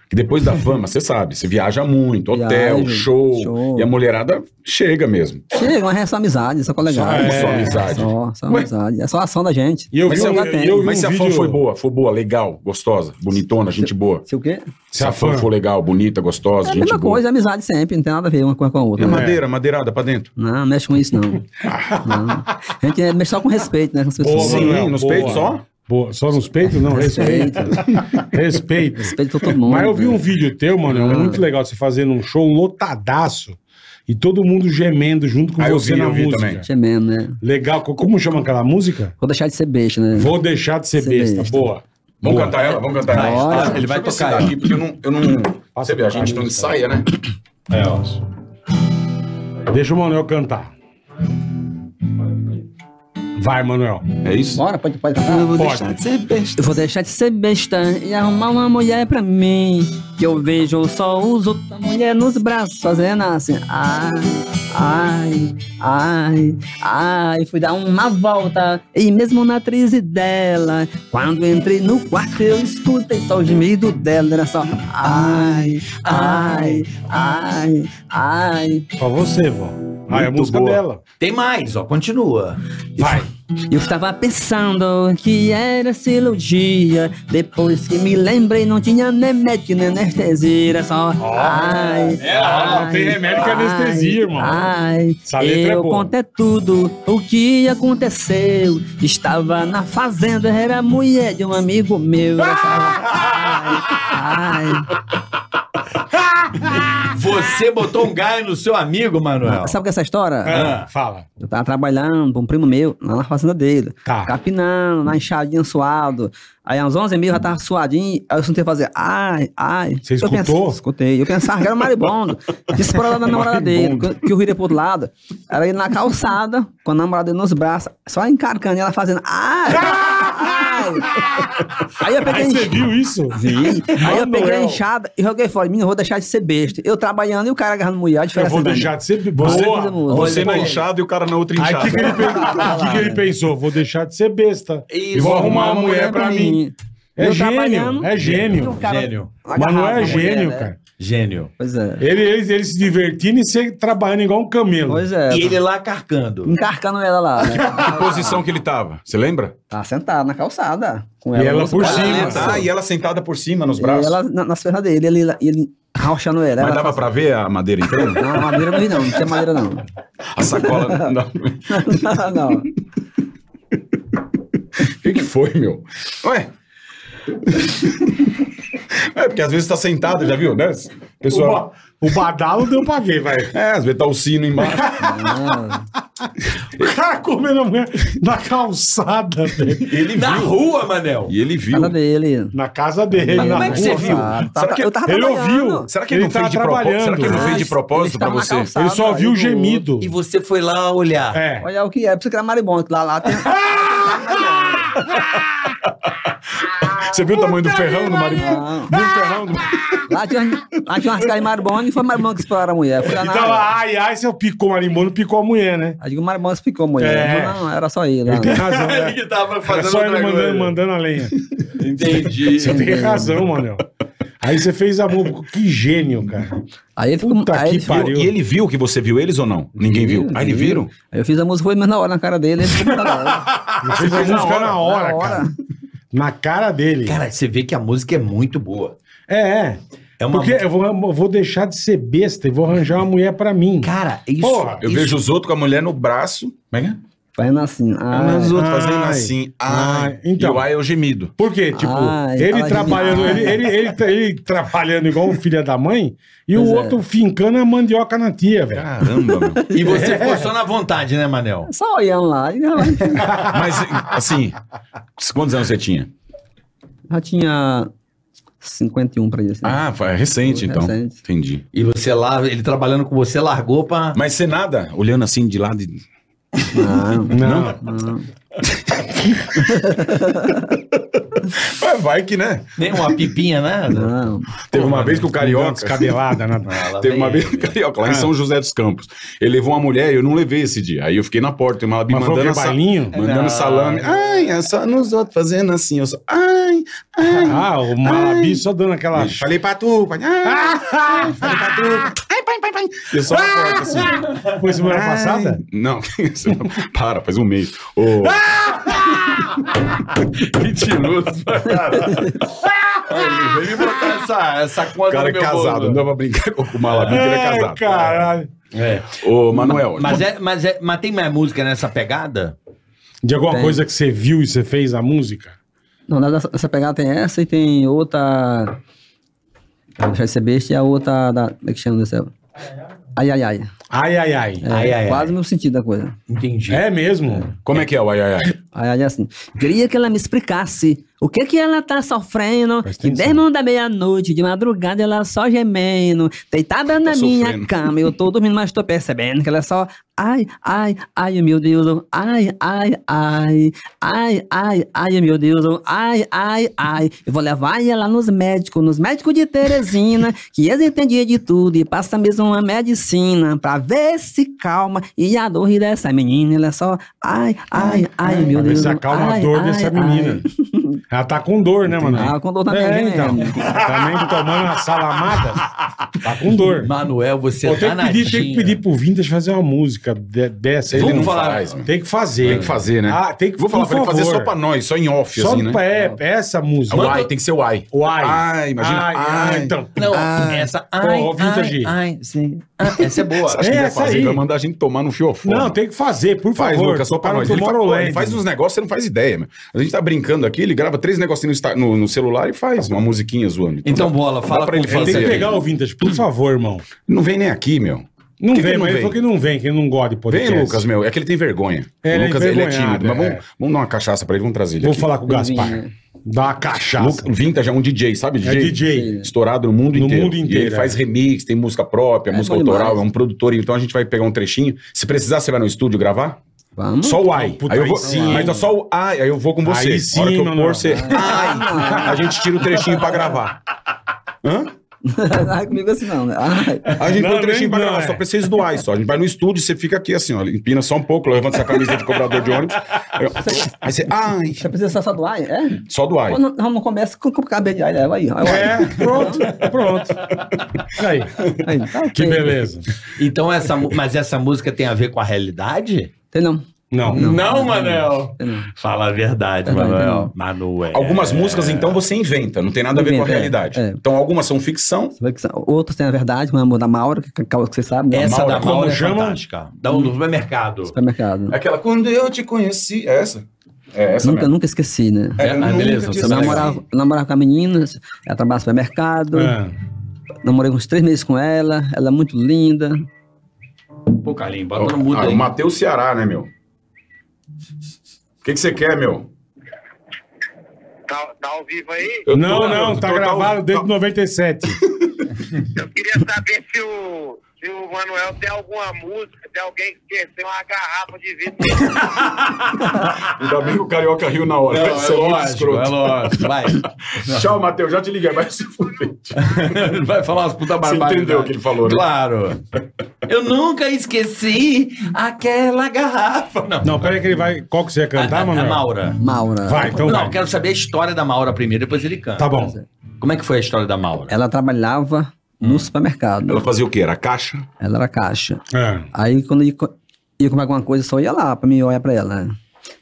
[SPEAKER 5] Que depois da fama, você sabe, você viaja muito, hotel,
[SPEAKER 6] Viagem,
[SPEAKER 5] show,
[SPEAKER 6] show.
[SPEAKER 5] E a mulherada chega mesmo.
[SPEAKER 6] Chega, mas é só amizade, só colegal.
[SPEAKER 5] Só-
[SPEAKER 4] só
[SPEAKER 5] amizade.
[SPEAKER 6] Só, só
[SPEAKER 5] Ué?
[SPEAKER 6] amizade. É só a ação da gente.
[SPEAKER 4] E eu vi
[SPEAKER 6] Isso
[SPEAKER 4] um-
[SPEAKER 6] já tem.
[SPEAKER 4] eu vi
[SPEAKER 5] Mas se a fama
[SPEAKER 4] vídeo-
[SPEAKER 5] foi boa, foi boa, legal, gostosa, bonitona, gente boa.
[SPEAKER 6] Se o quê?
[SPEAKER 5] Se a fama for legal, bonita, gostosa,
[SPEAKER 6] É a
[SPEAKER 5] gente
[SPEAKER 6] mesma
[SPEAKER 5] boa.
[SPEAKER 6] coisa, é amizade sempre, não tem nada a ver uma coisa com a outra.
[SPEAKER 5] É
[SPEAKER 6] né?
[SPEAKER 5] madeira, madeirada pra dentro.
[SPEAKER 6] Não, não mexe com isso, não. não. A gente é- mexe só com respeito, né? Com as pessoas.
[SPEAKER 5] Sim,
[SPEAKER 4] Manuel,
[SPEAKER 5] nos
[SPEAKER 4] boa.
[SPEAKER 5] peitos só?
[SPEAKER 4] Boa. Só nos peitos? Não, respeito.
[SPEAKER 6] Respeito.
[SPEAKER 4] Respeito.
[SPEAKER 6] Respeito a todo mundo.
[SPEAKER 4] Mas
[SPEAKER 6] né.
[SPEAKER 4] eu
[SPEAKER 5] é.
[SPEAKER 4] vi um vídeo teu, Manuel, é
[SPEAKER 6] Ah.
[SPEAKER 4] muito legal você fazendo um show lotadaço e todo mundo gemendo junto com
[SPEAKER 5] Ah, eu
[SPEAKER 4] você
[SPEAKER 5] vi,
[SPEAKER 4] na
[SPEAKER 5] eu vi
[SPEAKER 4] música.
[SPEAKER 5] também.
[SPEAKER 6] Gemendo, né?
[SPEAKER 4] Legal. Co- Como chama aquela música?
[SPEAKER 6] Vou deixar de ser besta, né?
[SPEAKER 4] Vou deixar de ser
[SPEAKER 6] Ser
[SPEAKER 4] besta.
[SPEAKER 6] besta.
[SPEAKER 4] Boa.
[SPEAKER 5] Vamos
[SPEAKER 4] Boa.
[SPEAKER 5] cantar ela, vamos cantar
[SPEAKER 3] Vai,
[SPEAKER 5] ela.
[SPEAKER 3] olha, ele
[SPEAKER 5] Deixa
[SPEAKER 3] vai
[SPEAKER 5] eu ver se
[SPEAKER 3] tocar
[SPEAKER 5] dá
[SPEAKER 3] ela.
[SPEAKER 5] aqui, porque eu não. Eu não...
[SPEAKER 4] Passa
[SPEAKER 5] Você vê, a
[SPEAKER 4] pra
[SPEAKER 5] gente
[SPEAKER 4] mim,
[SPEAKER 5] não
[SPEAKER 4] cara.
[SPEAKER 5] ensaia, né?
[SPEAKER 4] É, ó. Deixa o Manuel cantar. Vai, Manuel.
[SPEAKER 5] É isso?
[SPEAKER 6] Bora, pode, pode cantar.
[SPEAKER 4] vou Pode.
[SPEAKER 1] deixar de ser besta.
[SPEAKER 6] Eu vou deixar de ser besta e arrumar uma mulher pra mim. Que eu vejo só os outros a mulher nos braços fazendo assim. Ai, ai, ai, ai. Fui dar uma volta e mesmo na crise dela. Quando entrei no quarto eu escutei só o gemido dela. Era só ai, ai, ai, ai.
[SPEAKER 4] Pra você, vó. Ah, é a
[SPEAKER 5] Muito
[SPEAKER 4] música
[SPEAKER 5] boa.
[SPEAKER 4] dela.
[SPEAKER 3] Tem mais, ó, continua.
[SPEAKER 4] Vai.
[SPEAKER 6] Eu estava pensando que era cirurgia. Depois que me lembrei, não tinha nem médico nem anestesia. Era só. ai,
[SPEAKER 5] Ah,
[SPEAKER 6] Ah.
[SPEAKER 4] é, ó, não tem remédio que é anestesia, irmão.
[SPEAKER 6] Ai,
[SPEAKER 4] Essa letra é
[SPEAKER 6] eu
[SPEAKER 4] boa.
[SPEAKER 6] contei tudo o que aconteceu. Estava na fazenda, era mulher de um amigo meu. Era só, ai,
[SPEAKER 3] Você botou um gaio no seu amigo, Manuel.
[SPEAKER 6] ai. Sabe o que é essa história?
[SPEAKER 4] Ah, fala.
[SPEAKER 6] Eu tava trabalhando pra um primo meu, lá na fazenda dele.
[SPEAKER 4] Tá.
[SPEAKER 6] Capinando, na enxadinha, suado. Aí às 11 h já tava suadinho, aí eu sentei fazer, ai, ai.
[SPEAKER 4] Você
[SPEAKER 6] Eu
[SPEAKER 4] escutou?
[SPEAKER 6] pensava- escutei. Eu pensava que era um maribondo. Disse pra lá da namorada dele, que eu- que eu virei pro outro lado. Era ele na calçada, com a namorada dele nos braços, só encarcando e ela fazendo, ai, ai. Aí eu peguei...
[SPEAKER 4] Aí você viu isso?
[SPEAKER 6] Aí eu peguei a
[SPEAKER 4] Manuel.
[SPEAKER 6] enxada e joguei fora. Menino, eu vou deixar de ser besta. Eu trabalhando e o cara agarrando mulher, a
[SPEAKER 4] Eu
[SPEAKER 6] diferença
[SPEAKER 4] vou
[SPEAKER 6] é grande.
[SPEAKER 4] deixar de ser
[SPEAKER 6] Você-
[SPEAKER 4] boa.
[SPEAKER 5] Você
[SPEAKER 6] Olha,
[SPEAKER 5] na
[SPEAKER 6] boa.
[SPEAKER 5] inchada e o cara na outra
[SPEAKER 4] Aí o
[SPEAKER 5] inchada.
[SPEAKER 4] que, que ele pe- que que ele pensou? Vou deixar de ser besta. e
[SPEAKER 3] Isso.
[SPEAKER 4] vou arrumar uma mulher pra mim. É
[SPEAKER 5] tá
[SPEAKER 6] Eu
[SPEAKER 4] gênio,
[SPEAKER 6] trabalhando,
[SPEAKER 4] é
[SPEAKER 6] e o
[SPEAKER 4] gênio.
[SPEAKER 6] cara
[SPEAKER 3] Gênio.
[SPEAKER 6] agarrado
[SPEAKER 4] Manuel
[SPEAKER 6] na
[SPEAKER 4] é
[SPEAKER 6] mulher,
[SPEAKER 4] gênio,
[SPEAKER 6] né?
[SPEAKER 4] cara.
[SPEAKER 3] Gênio.
[SPEAKER 6] Pois é.
[SPEAKER 4] Ele, ele, ele se divertindo e você trabalhando igual um camelo.
[SPEAKER 6] Pois é.
[SPEAKER 3] E ele lá carcando.
[SPEAKER 6] Encarcando ela lá. né?
[SPEAKER 5] Que posição que ele tava? Você lembra?
[SPEAKER 6] Tá sentada na calçada. Com
[SPEAKER 4] E ela
[SPEAKER 6] nos
[SPEAKER 4] por
[SPEAKER 6] braços.
[SPEAKER 4] cima. assim,
[SPEAKER 5] Ah, e ela sentada por cima nos
[SPEAKER 6] é E
[SPEAKER 5] braços.
[SPEAKER 6] ela na- nas pernas dele, ele, ele rauchando ela.
[SPEAKER 5] Mas
[SPEAKER 6] ela assim,
[SPEAKER 5] dava pra ver a madeira inteira?
[SPEAKER 6] Não, madeira não vi não, não tem madeira não.
[SPEAKER 5] A sacola. não.
[SPEAKER 6] não.
[SPEAKER 5] O que, que foi, meu? Ué? É, porque às vezes tá sentado, já viu, né?
[SPEAKER 4] O,
[SPEAKER 5] Pessoal.
[SPEAKER 4] ba- o badalo deu pra ver, vai.
[SPEAKER 5] É, às vezes tá o sino embaixo.
[SPEAKER 6] Ah,
[SPEAKER 4] O cara comendo a mulher na calçada, velho.
[SPEAKER 5] Ele
[SPEAKER 3] Na
[SPEAKER 5] viu.
[SPEAKER 3] rua, Manel.
[SPEAKER 5] E ele viu.
[SPEAKER 6] Nada dele.
[SPEAKER 4] Na casa dele.
[SPEAKER 6] Mas
[SPEAKER 4] na
[SPEAKER 6] como é que
[SPEAKER 4] rua.
[SPEAKER 6] você viu?
[SPEAKER 5] Será
[SPEAKER 6] Tava-
[SPEAKER 5] que
[SPEAKER 6] eu tava
[SPEAKER 4] ele
[SPEAKER 6] trabalhando.
[SPEAKER 4] ouviu?
[SPEAKER 5] Será que ele,
[SPEAKER 4] Ele
[SPEAKER 5] não fez
[SPEAKER 4] tava
[SPEAKER 5] de propósito? Será que ele não
[SPEAKER 4] trabalhando.
[SPEAKER 5] fez de
[SPEAKER 6] Ah,
[SPEAKER 5] propósito
[SPEAKER 6] ele
[SPEAKER 5] pra
[SPEAKER 6] tava na
[SPEAKER 5] você?
[SPEAKER 6] calçada.
[SPEAKER 4] Ele só
[SPEAKER 6] Tava
[SPEAKER 4] viu o
[SPEAKER 6] aí do outro.
[SPEAKER 4] gemido.
[SPEAKER 3] E você foi lá olhar.
[SPEAKER 4] É.
[SPEAKER 6] Olha o que é, por isso que era maribondo, que lá lá tem...
[SPEAKER 5] Você viu o tamanho do ferrão do marido?
[SPEAKER 6] Não.
[SPEAKER 5] Viu o ferrão do...
[SPEAKER 6] Lá tinha, lá tinha umas caras em Marbone e foi Marbone que exploraram a mulher. Foi lá na
[SPEAKER 4] Então,
[SPEAKER 6] área.
[SPEAKER 4] ai, ai, se eu picou o marimbondo, picou a mulher, né?
[SPEAKER 6] Aí digo, Marbone explicou a mulher.
[SPEAKER 4] É.
[SPEAKER 6] Não, não, era só ele. lá,
[SPEAKER 4] Ele tem
[SPEAKER 6] né?
[SPEAKER 4] razão.
[SPEAKER 3] Ele
[SPEAKER 4] né?
[SPEAKER 3] que tava
[SPEAKER 4] Era
[SPEAKER 3] fazendo
[SPEAKER 4] só ele
[SPEAKER 3] outra
[SPEAKER 4] mandando,
[SPEAKER 3] coisa.
[SPEAKER 4] mandando a lenha.
[SPEAKER 3] Entendi.
[SPEAKER 4] Você tem razão, Manel. Aí você fez amor. Que gênio, cara.
[SPEAKER 6] Aí ele ficou.
[SPEAKER 4] Puta
[SPEAKER 6] aí
[SPEAKER 4] que
[SPEAKER 6] ele ficou-
[SPEAKER 4] pariu.
[SPEAKER 5] E ele viu que você viu eles ou não? Ninguém viu. Ah, eles viram?
[SPEAKER 6] Aí eu fiz a música, foi mesmo na hora na cara dele. Ele ficou na hora.
[SPEAKER 4] Ele fez a
[SPEAKER 5] fez na
[SPEAKER 4] música
[SPEAKER 5] hora,
[SPEAKER 4] na hora,
[SPEAKER 6] na
[SPEAKER 4] cara. Na cara dele.
[SPEAKER 3] Cara, você vê que a música é muito boa.
[SPEAKER 4] É, é.
[SPEAKER 3] É uma
[SPEAKER 4] Porque eu vou, eu vou deixar de ser besta e vou arranjar uma mulher pra mim.
[SPEAKER 3] Cara, isso.
[SPEAKER 4] Porra,
[SPEAKER 5] Eu
[SPEAKER 3] isso-
[SPEAKER 5] vejo os outros com a mulher no braço. Como é que é?
[SPEAKER 6] Fazendo assim.
[SPEAKER 5] Ah, mas
[SPEAKER 6] Ah,
[SPEAKER 5] os outros fazendo
[SPEAKER 4] ai,
[SPEAKER 5] assim. Ai.
[SPEAKER 4] ai, então.
[SPEAKER 5] E o ai é o gemido.
[SPEAKER 4] Por quê? Tipo,
[SPEAKER 6] Ai,
[SPEAKER 4] ele
[SPEAKER 6] fala
[SPEAKER 4] trabalhando, ele,
[SPEAKER 6] demais.
[SPEAKER 4] ele, ele, tá, ele trabalhando igual o filho da mãe e
[SPEAKER 6] Pois
[SPEAKER 4] o
[SPEAKER 6] é.
[SPEAKER 4] outro fincando a mandioca na tia, velho.
[SPEAKER 5] Caramba, meu.
[SPEAKER 3] E você ficou só na vontade, né, Manel?
[SPEAKER 6] é só olhando lá. e ela
[SPEAKER 5] Mas, assim, quantos anos você tinha?
[SPEAKER 6] Já tinha 51 pra ele. Assim.
[SPEAKER 5] Ah, foi recente,
[SPEAKER 6] Foi
[SPEAKER 5] então.
[SPEAKER 6] recente.
[SPEAKER 5] Entendi.
[SPEAKER 3] E você lá, ele trabalhando com você, largou pra.
[SPEAKER 5] Mas você nada, olhando assim de lado. e-
[SPEAKER 6] Não,
[SPEAKER 4] Não.
[SPEAKER 6] não.
[SPEAKER 5] Vai, vai que, né?
[SPEAKER 3] Nem uma pipinha, né?
[SPEAKER 6] Não.
[SPEAKER 5] Teve uma vez que o
[SPEAKER 4] Deu uma
[SPEAKER 5] né? carioca.
[SPEAKER 4] Descabelada, nada.
[SPEAKER 3] Ela
[SPEAKER 5] Teve uma
[SPEAKER 3] Ah, vem-
[SPEAKER 5] vez que o carioca, lá
[SPEAKER 4] Ah.
[SPEAKER 5] em São José dos Campos. Ele levou uma mulher e eu não levei esse dia. Aí eu fiquei na porta, e ela me
[SPEAKER 4] Mas foi o
[SPEAKER 5] mandando,
[SPEAKER 4] que,
[SPEAKER 5] sa-
[SPEAKER 4] bailinho?
[SPEAKER 5] mandando
[SPEAKER 3] Não.
[SPEAKER 5] salame. Ai, é só nos outros fazendo assim. Eu só. Ai, ai.
[SPEAKER 4] Ah, o Malabi só dando aquela.
[SPEAKER 5] Falei pra tu, pai. Ah, falei pra tu. Ai, pai, pai, pai. E eu só na porta assim.
[SPEAKER 4] Foi semana
[SPEAKER 5] Ai.
[SPEAKER 4] passada?
[SPEAKER 5] Não, isso não. para, faz um mês. Ô. Mentiroso.
[SPEAKER 3] Vem me botar essa, essa conta
[SPEAKER 5] O cara é casado, não dá pra brincar com o Malabi, que ele é
[SPEAKER 4] Ai,
[SPEAKER 5] casado.
[SPEAKER 4] caralho.
[SPEAKER 3] É.
[SPEAKER 5] Ô, Manuel.
[SPEAKER 3] Mas, é, mas, é, mas tem mais música nessa pegada?
[SPEAKER 4] De alguma
[SPEAKER 6] Tem.
[SPEAKER 4] coisa que você viu e você fez a música?
[SPEAKER 6] Não, nada dessa- essa pegada tem essa e tem outra. Vou deixar de ser besta e a outra da. Como é que chama dessa? Ai, ai, ai.
[SPEAKER 4] Ai, ai, ai.
[SPEAKER 6] É,
[SPEAKER 3] Ai, ai, ai.
[SPEAKER 6] quase o meu sentido da coisa.
[SPEAKER 3] Entendi.
[SPEAKER 4] É mesmo?
[SPEAKER 5] Como é que é o ai, ai, ai?
[SPEAKER 6] Ai, ai, assim. Queria que ela me explicasse o que que ela tá sofrendo.
[SPEAKER 4] Presta
[SPEAKER 6] Que
[SPEAKER 4] atenção.
[SPEAKER 6] desde da meia-noite, de madrugada, ela só gemendo. Deitada
[SPEAKER 4] Tá
[SPEAKER 6] na minha
[SPEAKER 5] sofrendo.
[SPEAKER 6] cama, eu tô dormindo, mas tô percebendo que ela só. Ai, ai, ai, meu Deus. oh, Ai, ai, ai. Ai, ai, ai, meu Deus. oh, Ai, ai, ai. Eu vou levar ela nos médicos, nos médicos de Teresina, que eles entendiam de tudo e passa mesmo uma medicina pra ver se calma. E a dor dessa menina, ela só. Ai, ai, ai, meu
[SPEAKER 4] pra ver
[SPEAKER 6] Deus.
[SPEAKER 4] se
[SPEAKER 6] oh,
[SPEAKER 4] acalma a
[SPEAKER 6] ai,
[SPEAKER 4] dor
[SPEAKER 6] ai,
[SPEAKER 4] dessa
[SPEAKER 6] ai.
[SPEAKER 4] menina. Ela tá com dor, né, mano?
[SPEAKER 6] Ah, com dor também,
[SPEAKER 4] É,
[SPEAKER 6] né?
[SPEAKER 4] então. Também tomando uma salamada, tá com dor.
[SPEAKER 3] Manuel, você
[SPEAKER 4] Pô,
[SPEAKER 3] tá
[SPEAKER 4] tem, que
[SPEAKER 3] na
[SPEAKER 4] pedir, tem que pedir pro Vintage fazer uma música de- dessa.
[SPEAKER 3] Vamos
[SPEAKER 4] Ele não
[SPEAKER 3] falar.
[SPEAKER 5] faz, mano.
[SPEAKER 4] Tem que fazer.
[SPEAKER 5] Tem que fazer, né?
[SPEAKER 4] Ah, tem que
[SPEAKER 5] Vou falar
[SPEAKER 4] por
[SPEAKER 5] pra ele fazer
[SPEAKER 4] favor.
[SPEAKER 5] só pra nós, só em off,
[SPEAKER 4] Só
[SPEAKER 5] assim, né?
[SPEAKER 4] pra- é, pra essa música.
[SPEAKER 5] O ai, tem que ser o ai.
[SPEAKER 4] O ai.
[SPEAKER 5] Ai, imagina.
[SPEAKER 4] Ai,
[SPEAKER 5] Ai,
[SPEAKER 4] ai, Ah, então.
[SPEAKER 3] Não, essa. ah, Ai,
[SPEAKER 4] Ô, Vintage.
[SPEAKER 3] ai, ai, sim. Ah, essa é boa.
[SPEAKER 5] Você acha que
[SPEAKER 4] É
[SPEAKER 5] ele vai
[SPEAKER 4] essa
[SPEAKER 5] fazer?
[SPEAKER 4] aí.
[SPEAKER 5] Ele vai mandar a gente tomar no fiofone.
[SPEAKER 4] Não, tem que fazer, por
[SPEAKER 5] Faz,
[SPEAKER 4] favor.
[SPEAKER 5] Lucas, só pra
[SPEAKER 4] Tá no
[SPEAKER 5] nós. Ele fa- pô, ele faz,
[SPEAKER 4] Tomorrowland.
[SPEAKER 5] uns negócios, você não faz ideia, meu. A gente tá brincando aqui, ele grava três negocinhos no, insta- no- no celular e faz uma musiquinha zoando.
[SPEAKER 3] Então, bola,
[SPEAKER 5] dá
[SPEAKER 3] fala
[SPEAKER 5] pra
[SPEAKER 3] com
[SPEAKER 5] ele
[SPEAKER 4] Ele
[SPEAKER 3] você.
[SPEAKER 4] tem que
[SPEAKER 5] fazer.
[SPEAKER 4] pegar o Vintage, por favor, irmão.
[SPEAKER 5] Não vem nem aqui, meu.
[SPEAKER 4] Não
[SPEAKER 5] Por que
[SPEAKER 4] vem,
[SPEAKER 5] que
[SPEAKER 4] mas ele falou que não vem, que ele não gosta de
[SPEAKER 5] Vem,
[SPEAKER 4] podcast.
[SPEAKER 5] Lucas, meu. É que ele tem vergonha.
[SPEAKER 4] É,
[SPEAKER 5] o
[SPEAKER 4] ele é
[SPEAKER 5] Lucas, ele é
[SPEAKER 4] envergonhado,
[SPEAKER 5] tímido. Mas
[SPEAKER 4] é.
[SPEAKER 5] vamos, vamos dar uma cachaça pra ele, vamos trazer ele
[SPEAKER 4] Vou
[SPEAKER 5] aqui.
[SPEAKER 4] falar com o Gaspar.
[SPEAKER 6] Vinha.
[SPEAKER 4] Dá uma cachaça.
[SPEAKER 5] Luca- Vintage é um DJ, sabe?
[SPEAKER 4] É DJ.
[SPEAKER 5] Estourado no mundo
[SPEAKER 4] No
[SPEAKER 5] inteiro.
[SPEAKER 4] mundo inteiro,
[SPEAKER 5] E ele
[SPEAKER 4] é.
[SPEAKER 5] faz remix, tem música própria,
[SPEAKER 6] É
[SPEAKER 5] música
[SPEAKER 6] bom
[SPEAKER 5] autoral,
[SPEAKER 6] demais.
[SPEAKER 5] é um produtor. Então a gente vai pegar um trechinho. Se precisar, você vai no estúdio gravar?
[SPEAKER 6] Vamos.
[SPEAKER 5] Só o ai.
[SPEAKER 4] Então, puta,
[SPEAKER 5] aí eu
[SPEAKER 4] aí
[SPEAKER 5] vou,
[SPEAKER 4] sim.
[SPEAKER 5] Mas é só o ai, aí eu vou com você.
[SPEAKER 4] Aí
[SPEAKER 5] A hora
[SPEAKER 4] sim,
[SPEAKER 5] que eu
[SPEAKER 4] meu
[SPEAKER 5] pôr,
[SPEAKER 4] irmão.
[SPEAKER 5] você... Ai, a gente tira o trechinho pra gravar. Hã?
[SPEAKER 6] Ai, comigo assim não, né? Ai.
[SPEAKER 5] A gente
[SPEAKER 4] Não,
[SPEAKER 5] põe o trechinho
[SPEAKER 4] nem-
[SPEAKER 5] pra
[SPEAKER 4] não,
[SPEAKER 5] gravar,
[SPEAKER 4] é.
[SPEAKER 5] só precisa do ai só. A gente vai no estúdio, você fica aqui assim, ó. Empina só um pouco, levanta essa camisa de cobrador de ônibus. Aí, ó, aí você, ai,
[SPEAKER 6] Você precisa só do ai? É?
[SPEAKER 5] só do ai.
[SPEAKER 6] Ou não, não começa com com o cabelo de ai, leva aí. Ai, ai.
[SPEAKER 4] É, pronto, pronto. Aí,
[SPEAKER 6] Aí, tá ok.
[SPEAKER 4] que beleza.
[SPEAKER 3] Então, essa, mu- mas essa música tem a ver com a realidade?
[SPEAKER 6] Tem não.
[SPEAKER 4] Não.
[SPEAKER 3] Manel. É,
[SPEAKER 6] Tem não.
[SPEAKER 3] Fala a verdade,
[SPEAKER 6] Verdade,
[SPEAKER 3] Manuel.
[SPEAKER 6] não.
[SPEAKER 3] Manuel.
[SPEAKER 5] Algumas músicas, então, você inventa, não tem nada a ver com a
[SPEAKER 6] Inventa, é,
[SPEAKER 5] realidade.
[SPEAKER 6] é.
[SPEAKER 5] Então, algumas são ficção,
[SPEAKER 6] Você vê que são- Outros tem a verdade, como é o amor da Maura, que é causa que você sabe, né?
[SPEAKER 3] Essa
[SPEAKER 5] Maura,
[SPEAKER 3] da
[SPEAKER 4] como
[SPEAKER 3] Maura é
[SPEAKER 4] chama?
[SPEAKER 3] fantástica. Da um supermercado.
[SPEAKER 6] Supermercado.
[SPEAKER 5] É Aquela, quando eu te conheci. É essa? É essa
[SPEAKER 6] nunca,
[SPEAKER 5] mesmo.
[SPEAKER 6] nunca esqueci, né?
[SPEAKER 5] É,
[SPEAKER 3] Ah,
[SPEAKER 5] eu nunca
[SPEAKER 3] beleza,
[SPEAKER 5] te
[SPEAKER 3] você
[SPEAKER 5] esqueci.
[SPEAKER 6] Eu namorava, eu namorava com a menina, ela trabalha no supermercado,
[SPEAKER 4] É.
[SPEAKER 6] namorei uns três meses com ela, ela é muito linda.
[SPEAKER 3] Pô, Carlinhos,
[SPEAKER 5] Ah,
[SPEAKER 3] bota no mudo
[SPEAKER 5] o
[SPEAKER 3] Tá aí.
[SPEAKER 5] Matheus Ceará, né, meu? O que que você quer, meu?
[SPEAKER 2] Tá, tá ao vivo aí?
[SPEAKER 5] Eu
[SPEAKER 4] Não,
[SPEAKER 5] tô-
[SPEAKER 4] não,
[SPEAKER 5] eu
[SPEAKER 4] tá
[SPEAKER 5] tô-
[SPEAKER 4] gravado
[SPEAKER 5] tá-
[SPEAKER 4] desde 97.
[SPEAKER 2] Eu queria saber se o, se o Manuel tem alguma música de alguém que esqueceu uma garrafa de vidro.
[SPEAKER 5] Ainda bem que o Carioca riu na hora.
[SPEAKER 3] Não,
[SPEAKER 5] Isso é muito escroto.
[SPEAKER 3] lógico. Vai.
[SPEAKER 5] Tchau, Matheus, já te liguei, vai se fuder.
[SPEAKER 3] Vai falar umas puta barbaridades.
[SPEAKER 5] entendeu o que ele falou, né?
[SPEAKER 3] Claro. Eu nunca esqueci aquela garrafa. Não,
[SPEAKER 4] Não, peraí que ele vai. Qual que você ia
[SPEAKER 3] a,
[SPEAKER 4] cantar,
[SPEAKER 3] a,
[SPEAKER 4] mano?
[SPEAKER 3] a Maura.
[SPEAKER 6] Maura.
[SPEAKER 5] Ah,
[SPEAKER 4] Vai, então
[SPEAKER 3] não,
[SPEAKER 4] vai.
[SPEAKER 3] quero saber a história da Maura primeiro, depois ele canta.
[SPEAKER 4] Tá bom.
[SPEAKER 3] Como é que foi a história da Maura?
[SPEAKER 6] Ela trabalhava
[SPEAKER 4] Hum.
[SPEAKER 6] no supermercado.
[SPEAKER 5] Ela
[SPEAKER 6] Ela,
[SPEAKER 5] fazia o quê? Era caixa?
[SPEAKER 6] era caixa.
[SPEAKER 4] É.
[SPEAKER 6] Aí quando eu ia, co- ia comprar alguma coisa, só ia lá pra mim olhar pra ela. né?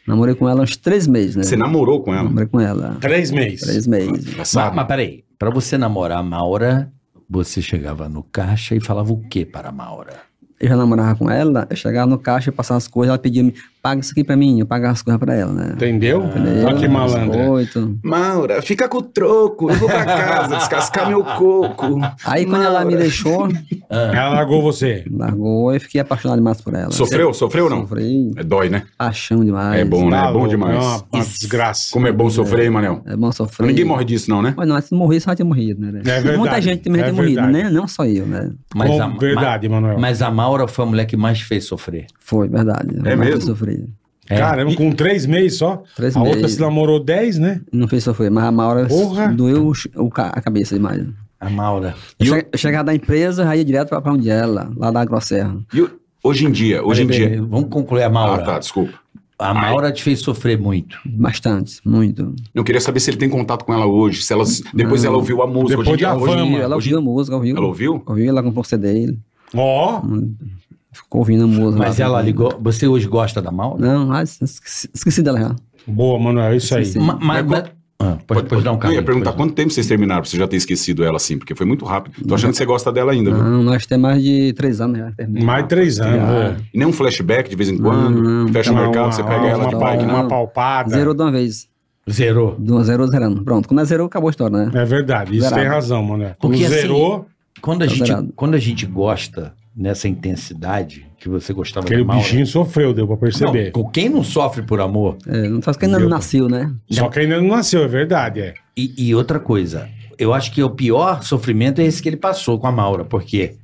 [SPEAKER 6] Namorei com ela uns três meses, né?
[SPEAKER 5] Você namorou com ela?
[SPEAKER 6] Namorei com ela.
[SPEAKER 4] Três meses.
[SPEAKER 6] Três meses.
[SPEAKER 5] Ela
[SPEAKER 3] Mas,
[SPEAKER 5] sabe?
[SPEAKER 3] mas peraí, pra você namorar a Maura, você chegava no caixa e falava o que para a Maura?
[SPEAKER 6] Eu já namorava com ela, eu chegava no caixa, eu passava as coisas, ela pedia, paga isso aqui pra mim, eu pagava as coisas pra ela, né?
[SPEAKER 4] Entendeu?
[SPEAKER 5] Ah,
[SPEAKER 4] Olha que malandra.
[SPEAKER 6] Biscoito.
[SPEAKER 1] Maura, fica com o troco, eu vou pra casa descascar meu coco.
[SPEAKER 6] Aí quando ela me deixou,
[SPEAKER 4] Ela largou você.
[SPEAKER 6] largou, eu fiquei apaixonado demais por ela.
[SPEAKER 5] Sofreu? Sofreu ou não?
[SPEAKER 6] Sofri,
[SPEAKER 5] É dói, né?
[SPEAKER 6] paixão demais.
[SPEAKER 5] É bom, né?
[SPEAKER 4] Tá
[SPEAKER 5] É bom
[SPEAKER 4] louco,
[SPEAKER 5] demais.
[SPEAKER 4] É uma, uma desgraça.
[SPEAKER 5] Como é bom sofrer, hein, Manel?
[SPEAKER 6] É bom sofrer.
[SPEAKER 5] Mas Ninguém morre disso, não, né?
[SPEAKER 6] Mas não, se morrer, só tinha morrido, né?
[SPEAKER 4] É verdade,
[SPEAKER 6] Muita gente também já
[SPEAKER 4] é
[SPEAKER 6] tinha morrido,
[SPEAKER 4] verdade.
[SPEAKER 6] né? Não só eu, né?
[SPEAKER 3] Mas
[SPEAKER 4] Bom,
[SPEAKER 3] a, ma-
[SPEAKER 4] verdade, Manuel.
[SPEAKER 3] mas a Maura foi a mulher que mais fez sofrer.
[SPEAKER 6] Foi, verdade.
[SPEAKER 5] É
[SPEAKER 6] Mas
[SPEAKER 5] mesmo?
[SPEAKER 6] Eu sofri.
[SPEAKER 3] É.
[SPEAKER 4] Caramba, com três meses só.
[SPEAKER 6] Três
[SPEAKER 4] a outra
[SPEAKER 6] meses.
[SPEAKER 4] se namorou dez, né?
[SPEAKER 6] Não fez sofrer, mas a Maura
[SPEAKER 4] Porra!
[SPEAKER 6] doeu o ch- o ca- a cabeça demais.
[SPEAKER 3] A Maura.
[SPEAKER 6] Eu, che- eu chegava da empresa, aí ia direto pra, pra onde ela, lá da Grosserra.
[SPEAKER 5] E o- hoje em dia, hoje em
[SPEAKER 3] Peraí,
[SPEAKER 5] dia.
[SPEAKER 3] peraí, Vamos concluir a Maura.
[SPEAKER 5] Ah, tá, desculpa.
[SPEAKER 3] A Maura te fez sofrer muito.
[SPEAKER 6] Bastante, muito.
[SPEAKER 5] Eu queria saber se ele tem contato com ela hoje, se ela, depois ela ouviu a música.
[SPEAKER 4] Depois
[SPEAKER 5] hoje em
[SPEAKER 4] da
[SPEAKER 5] dia, hoje,
[SPEAKER 4] fama.
[SPEAKER 5] hoje-
[SPEAKER 6] ela ouviu a música, ouviu.
[SPEAKER 5] Ela ouviu?
[SPEAKER 6] Ouviu, ela comprou o CD dele.
[SPEAKER 4] Ó,
[SPEAKER 6] Ficou ouvindo a música.
[SPEAKER 3] Mas
[SPEAKER 6] lá.
[SPEAKER 3] ela ligou. Você hoje gosta da Maura?
[SPEAKER 6] Não, ah, esqueci, esqueci dela já.
[SPEAKER 4] boa, Manuel, isso aí.
[SPEAKER 6] Sim, sim.
[SPEAKER 3] Ma- ma-
[SPEAKER 5] Mas
[SPEAKER 3] ma- Ah, pode, pode dar um
[SPEAKER 5] Eu
[SPEAKER 3] carro.
[SPEAKER 5] ia perguntar quanto tempo vocês terminaram pra você já ter esquecido ela assim, porque foi muito rápido. Tô achando que você gosta dela ainda, viu?
[SPEAKER 6] Não, nós temos mais de três anos né, já. terminamos.
[SPEAKER 4] Mais três anos. né?
[SPEAKER 5] E nem um flashback de vez em quando.
[SPEAKER 6] Não,
[SPEAKER 5] fecha o
[SPEAKER 4] Uma-
[SPEAKER 5] mercado,
[SPEAKER 4] uma-
[SPEAKER 5] você pega ela
[SPEAKER 4] uma,
[SPEAKER 5] de
[SPEAKER 6] dá
[SPEAKER 4] pau-
[SPEAKER 5] bike.
[SPEAKER 6] uma-
[SPEAKER 5] né?
[SPEAKER 4] uma palpada.
[SPEAKER 6] Zerou de uma vez.
[SPEAKER 3] Zerou.
[SPEAKER 6] Do zerou, zerando. Pronto, quando nós zerou, acabou a história, né?
[SPEAKER 4] É verdade, isso
[SPEAKER 6] Zerado.
[SPEAKER 4] tem razão, Manuel.
[SPEAKER 3] Porque,
[SPEAKER 4] Não
[SPEAKER 3] assim,
[SPEAKER 4] zerou,
[SPEAKER 3] Quando a,
[SPEAKER 6] Tá
[SPEAKER 3] gente,
[SPEAKER 6] zerado.
[SPEAKER 3] quando a gente gosta nessa intensidade que você gostava
[SPEAKER 4] aquele
[SPEAKER 3] da Maura.
[SPEAKER 5] né?
[SPEAKER 4] bichinho sofreu, deu pra perceber.
[SPEAKER 3] Não, com quem não sofre por amor.
[SPEAKER 6] É, não faz que ainda não nasceu, né?
[SPEAKER 4] Só que ainda não nasceu, é verdade, é.
[SPEAKER 3] E, e outra coisa, eu acho que o pior sofrimento é esse que ele passou com a Maura, porque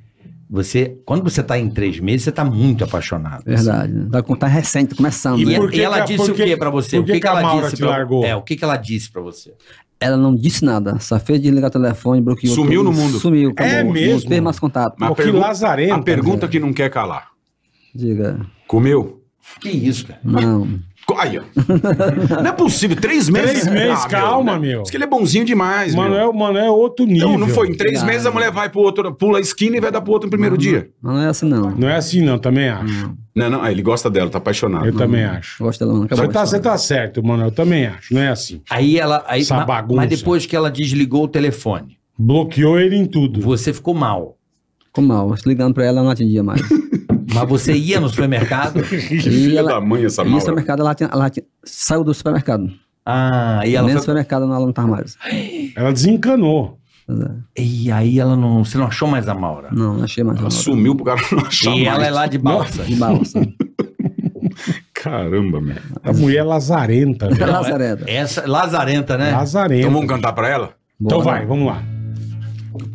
[SPEAKER 3] você, quando você tá em três meses, você tá muito apaixonado.
[SPEAKER 6] Verdade. Né? Tá, tá recente, tá começando,
[SPEAKER 4] E
[SPEAKER 3] E,
[SPEAKER 6] né?
[SPEAKER 4] por que
[SPEAKER 3] e ela
[SPEAKER 4] que a-
[SPEAKER 3] disse
[SPEAKER 4] por
[SPEAKER 3] o
[SPEAKER 4] que-
[SPEAKER 3] que pra você?
[SPEAKER 4] por
[SPEAKER 3] O que,
[SPEAKER 4] que
[SPEAKER 3] que,
[SPEAKER 4] que a
[SPEAKER 3] ela
[SPEAKER 4] Maura
[SPEAKER 3] disse
[SPEAKER 4] te
[SPEAKER 3] pra
[SPEAKER 4] largou?
[SPEAKER 3] É, o que, que ela disse pra você?
[SPEAKER 6] Ela não disse nada, só fez desligar o telefone, bloqueou.
[SPEAKER 5] Sumiu
[SPEAKER 6] tudo,
[SPEAKER 5] no mundo.
[SPEAKER 6] Sumiu.
[SPEAKER 4] É mesmo?
[SPEAKER 6] Não teve mais contato.
[SPEAKER 5] Mas
[SPEAKER 4] Pô, que
[SPEAKER 5] pergun-
[SPEAKER 4] lazarento,
[SPEAKER 5] A pergunta que não quer calar.
[SPEAKER 6] Diga,
[SPEAKER 5] Comeu?
[SPEAKER 3] Que isso, cara?
[SPEAKER 6] não.
[SPEAKER 5] Co- Aí, ó. Não é possível, três meses.
[SPEAKER 4] Três meses,
[SPEAKER 5] meu,
[SPEAKER 4] calma,
[SPEAKER 5] né?
[SPEAKER 4] meu.
[SPEAKER 5] Diz que ele é bonzinho demais, meu.
[SPEAKER 4] Manuel, Manuel é outro nível.
[SPEAKER 5] Então, não foi. Em três
[SPEAKER 6] Cara.
[SPEAKER 5] meses a mulher vai pro outro, pula a esquina e vai dar pro outro no primeiro
[SPEAKER 3] Uhum.
[SPEAKER 5] dia.
[SPEAKER 6] Mas não é assim, não.
[SPEAKER 4] Não é assim, não, também acho.
[SPEAKER 5] Não, não, ah, ele gosta dela, tá apaixonado.
[SPEAKER 4] Eu também acho.
[SPEAKER 6] Gosto dela, não. Acabou.
[SPEAKER 4] Você tá,
[SPEAKER 6] a
[SPEAKER 4] você tá
[SPEAKER 6] história.
[SPEAKER 4] certo, Manuel, eu também acho, não é assim.
[SPEAKER 3] Aí ela. Aí,
[SPEAKER 4] Essa
[SPEAKER 3] ma-
[SPEAKER 4] bagunça.
[SPEAKER 3] Mas depois que ela desligou o telefone,
[SPEAKER 4] Bloqueou ele em tudo.
[SPEAKER 3] você ficou mal.
[SPEAKER 6] Ficou mal. Se ligando pra ela, ela não atendia mais.
[SPEAKER 3] Mas você ia no supermercado.
[SPEAKER 5] Que
[SPEAKER 6] E
[SPEAKER 5] filha
[SPEAKER 6] ela-
[SPEAKER 5] da mãe essa
[SPEAKER 6] E o
[SPEAKER 5] Maura.
[SPEAKER 6] supermercado, ela, tinha- ela tinha- saiu do supermercado.
[SPEAKER 3] Ah, e
[SPEAKER 6] E
[SPEAKER 3] ela.
[SPEAKER 6] Nem no
[SPEAKER 3] Foi...
[SPEAKER 6] supermercado ela não tava mais.
[SPEAKER 4] Ela desencanou.
[SPEAKER 6] Pois é.
[SPEAKER 3] E aí ela não. Você não achou mais a Maura.
[SPEAKER 6] Não, não achei mais.
[SPEAKER 5] Ela
[SPEAKER 6] nada.
[SPEAKER 5] sumiu pro cara não achar
[SPEAKER 3] e
[SPEAKER 5] mais.
[SPEAKER 3] ela é lá de balsa.
[SPEAKER 6] De balsa.
[SPEAKER 5] Caramba, meu.
[SPEAKER 4] A mulher é lazarenta, velho.
[SPEAKER 6] Lazareta.
[SPEAKER 3] Essa, lazarenta, né?
[SPEAKER 5] Então
[SPEAKER 4] Lazarenta.
[SPEAKER 5] vamos cantar pra ela?
[SPEAKER 4] Então
[SPEAKER 6] Bora.
[SPEAKER 4] vai, vamos lá.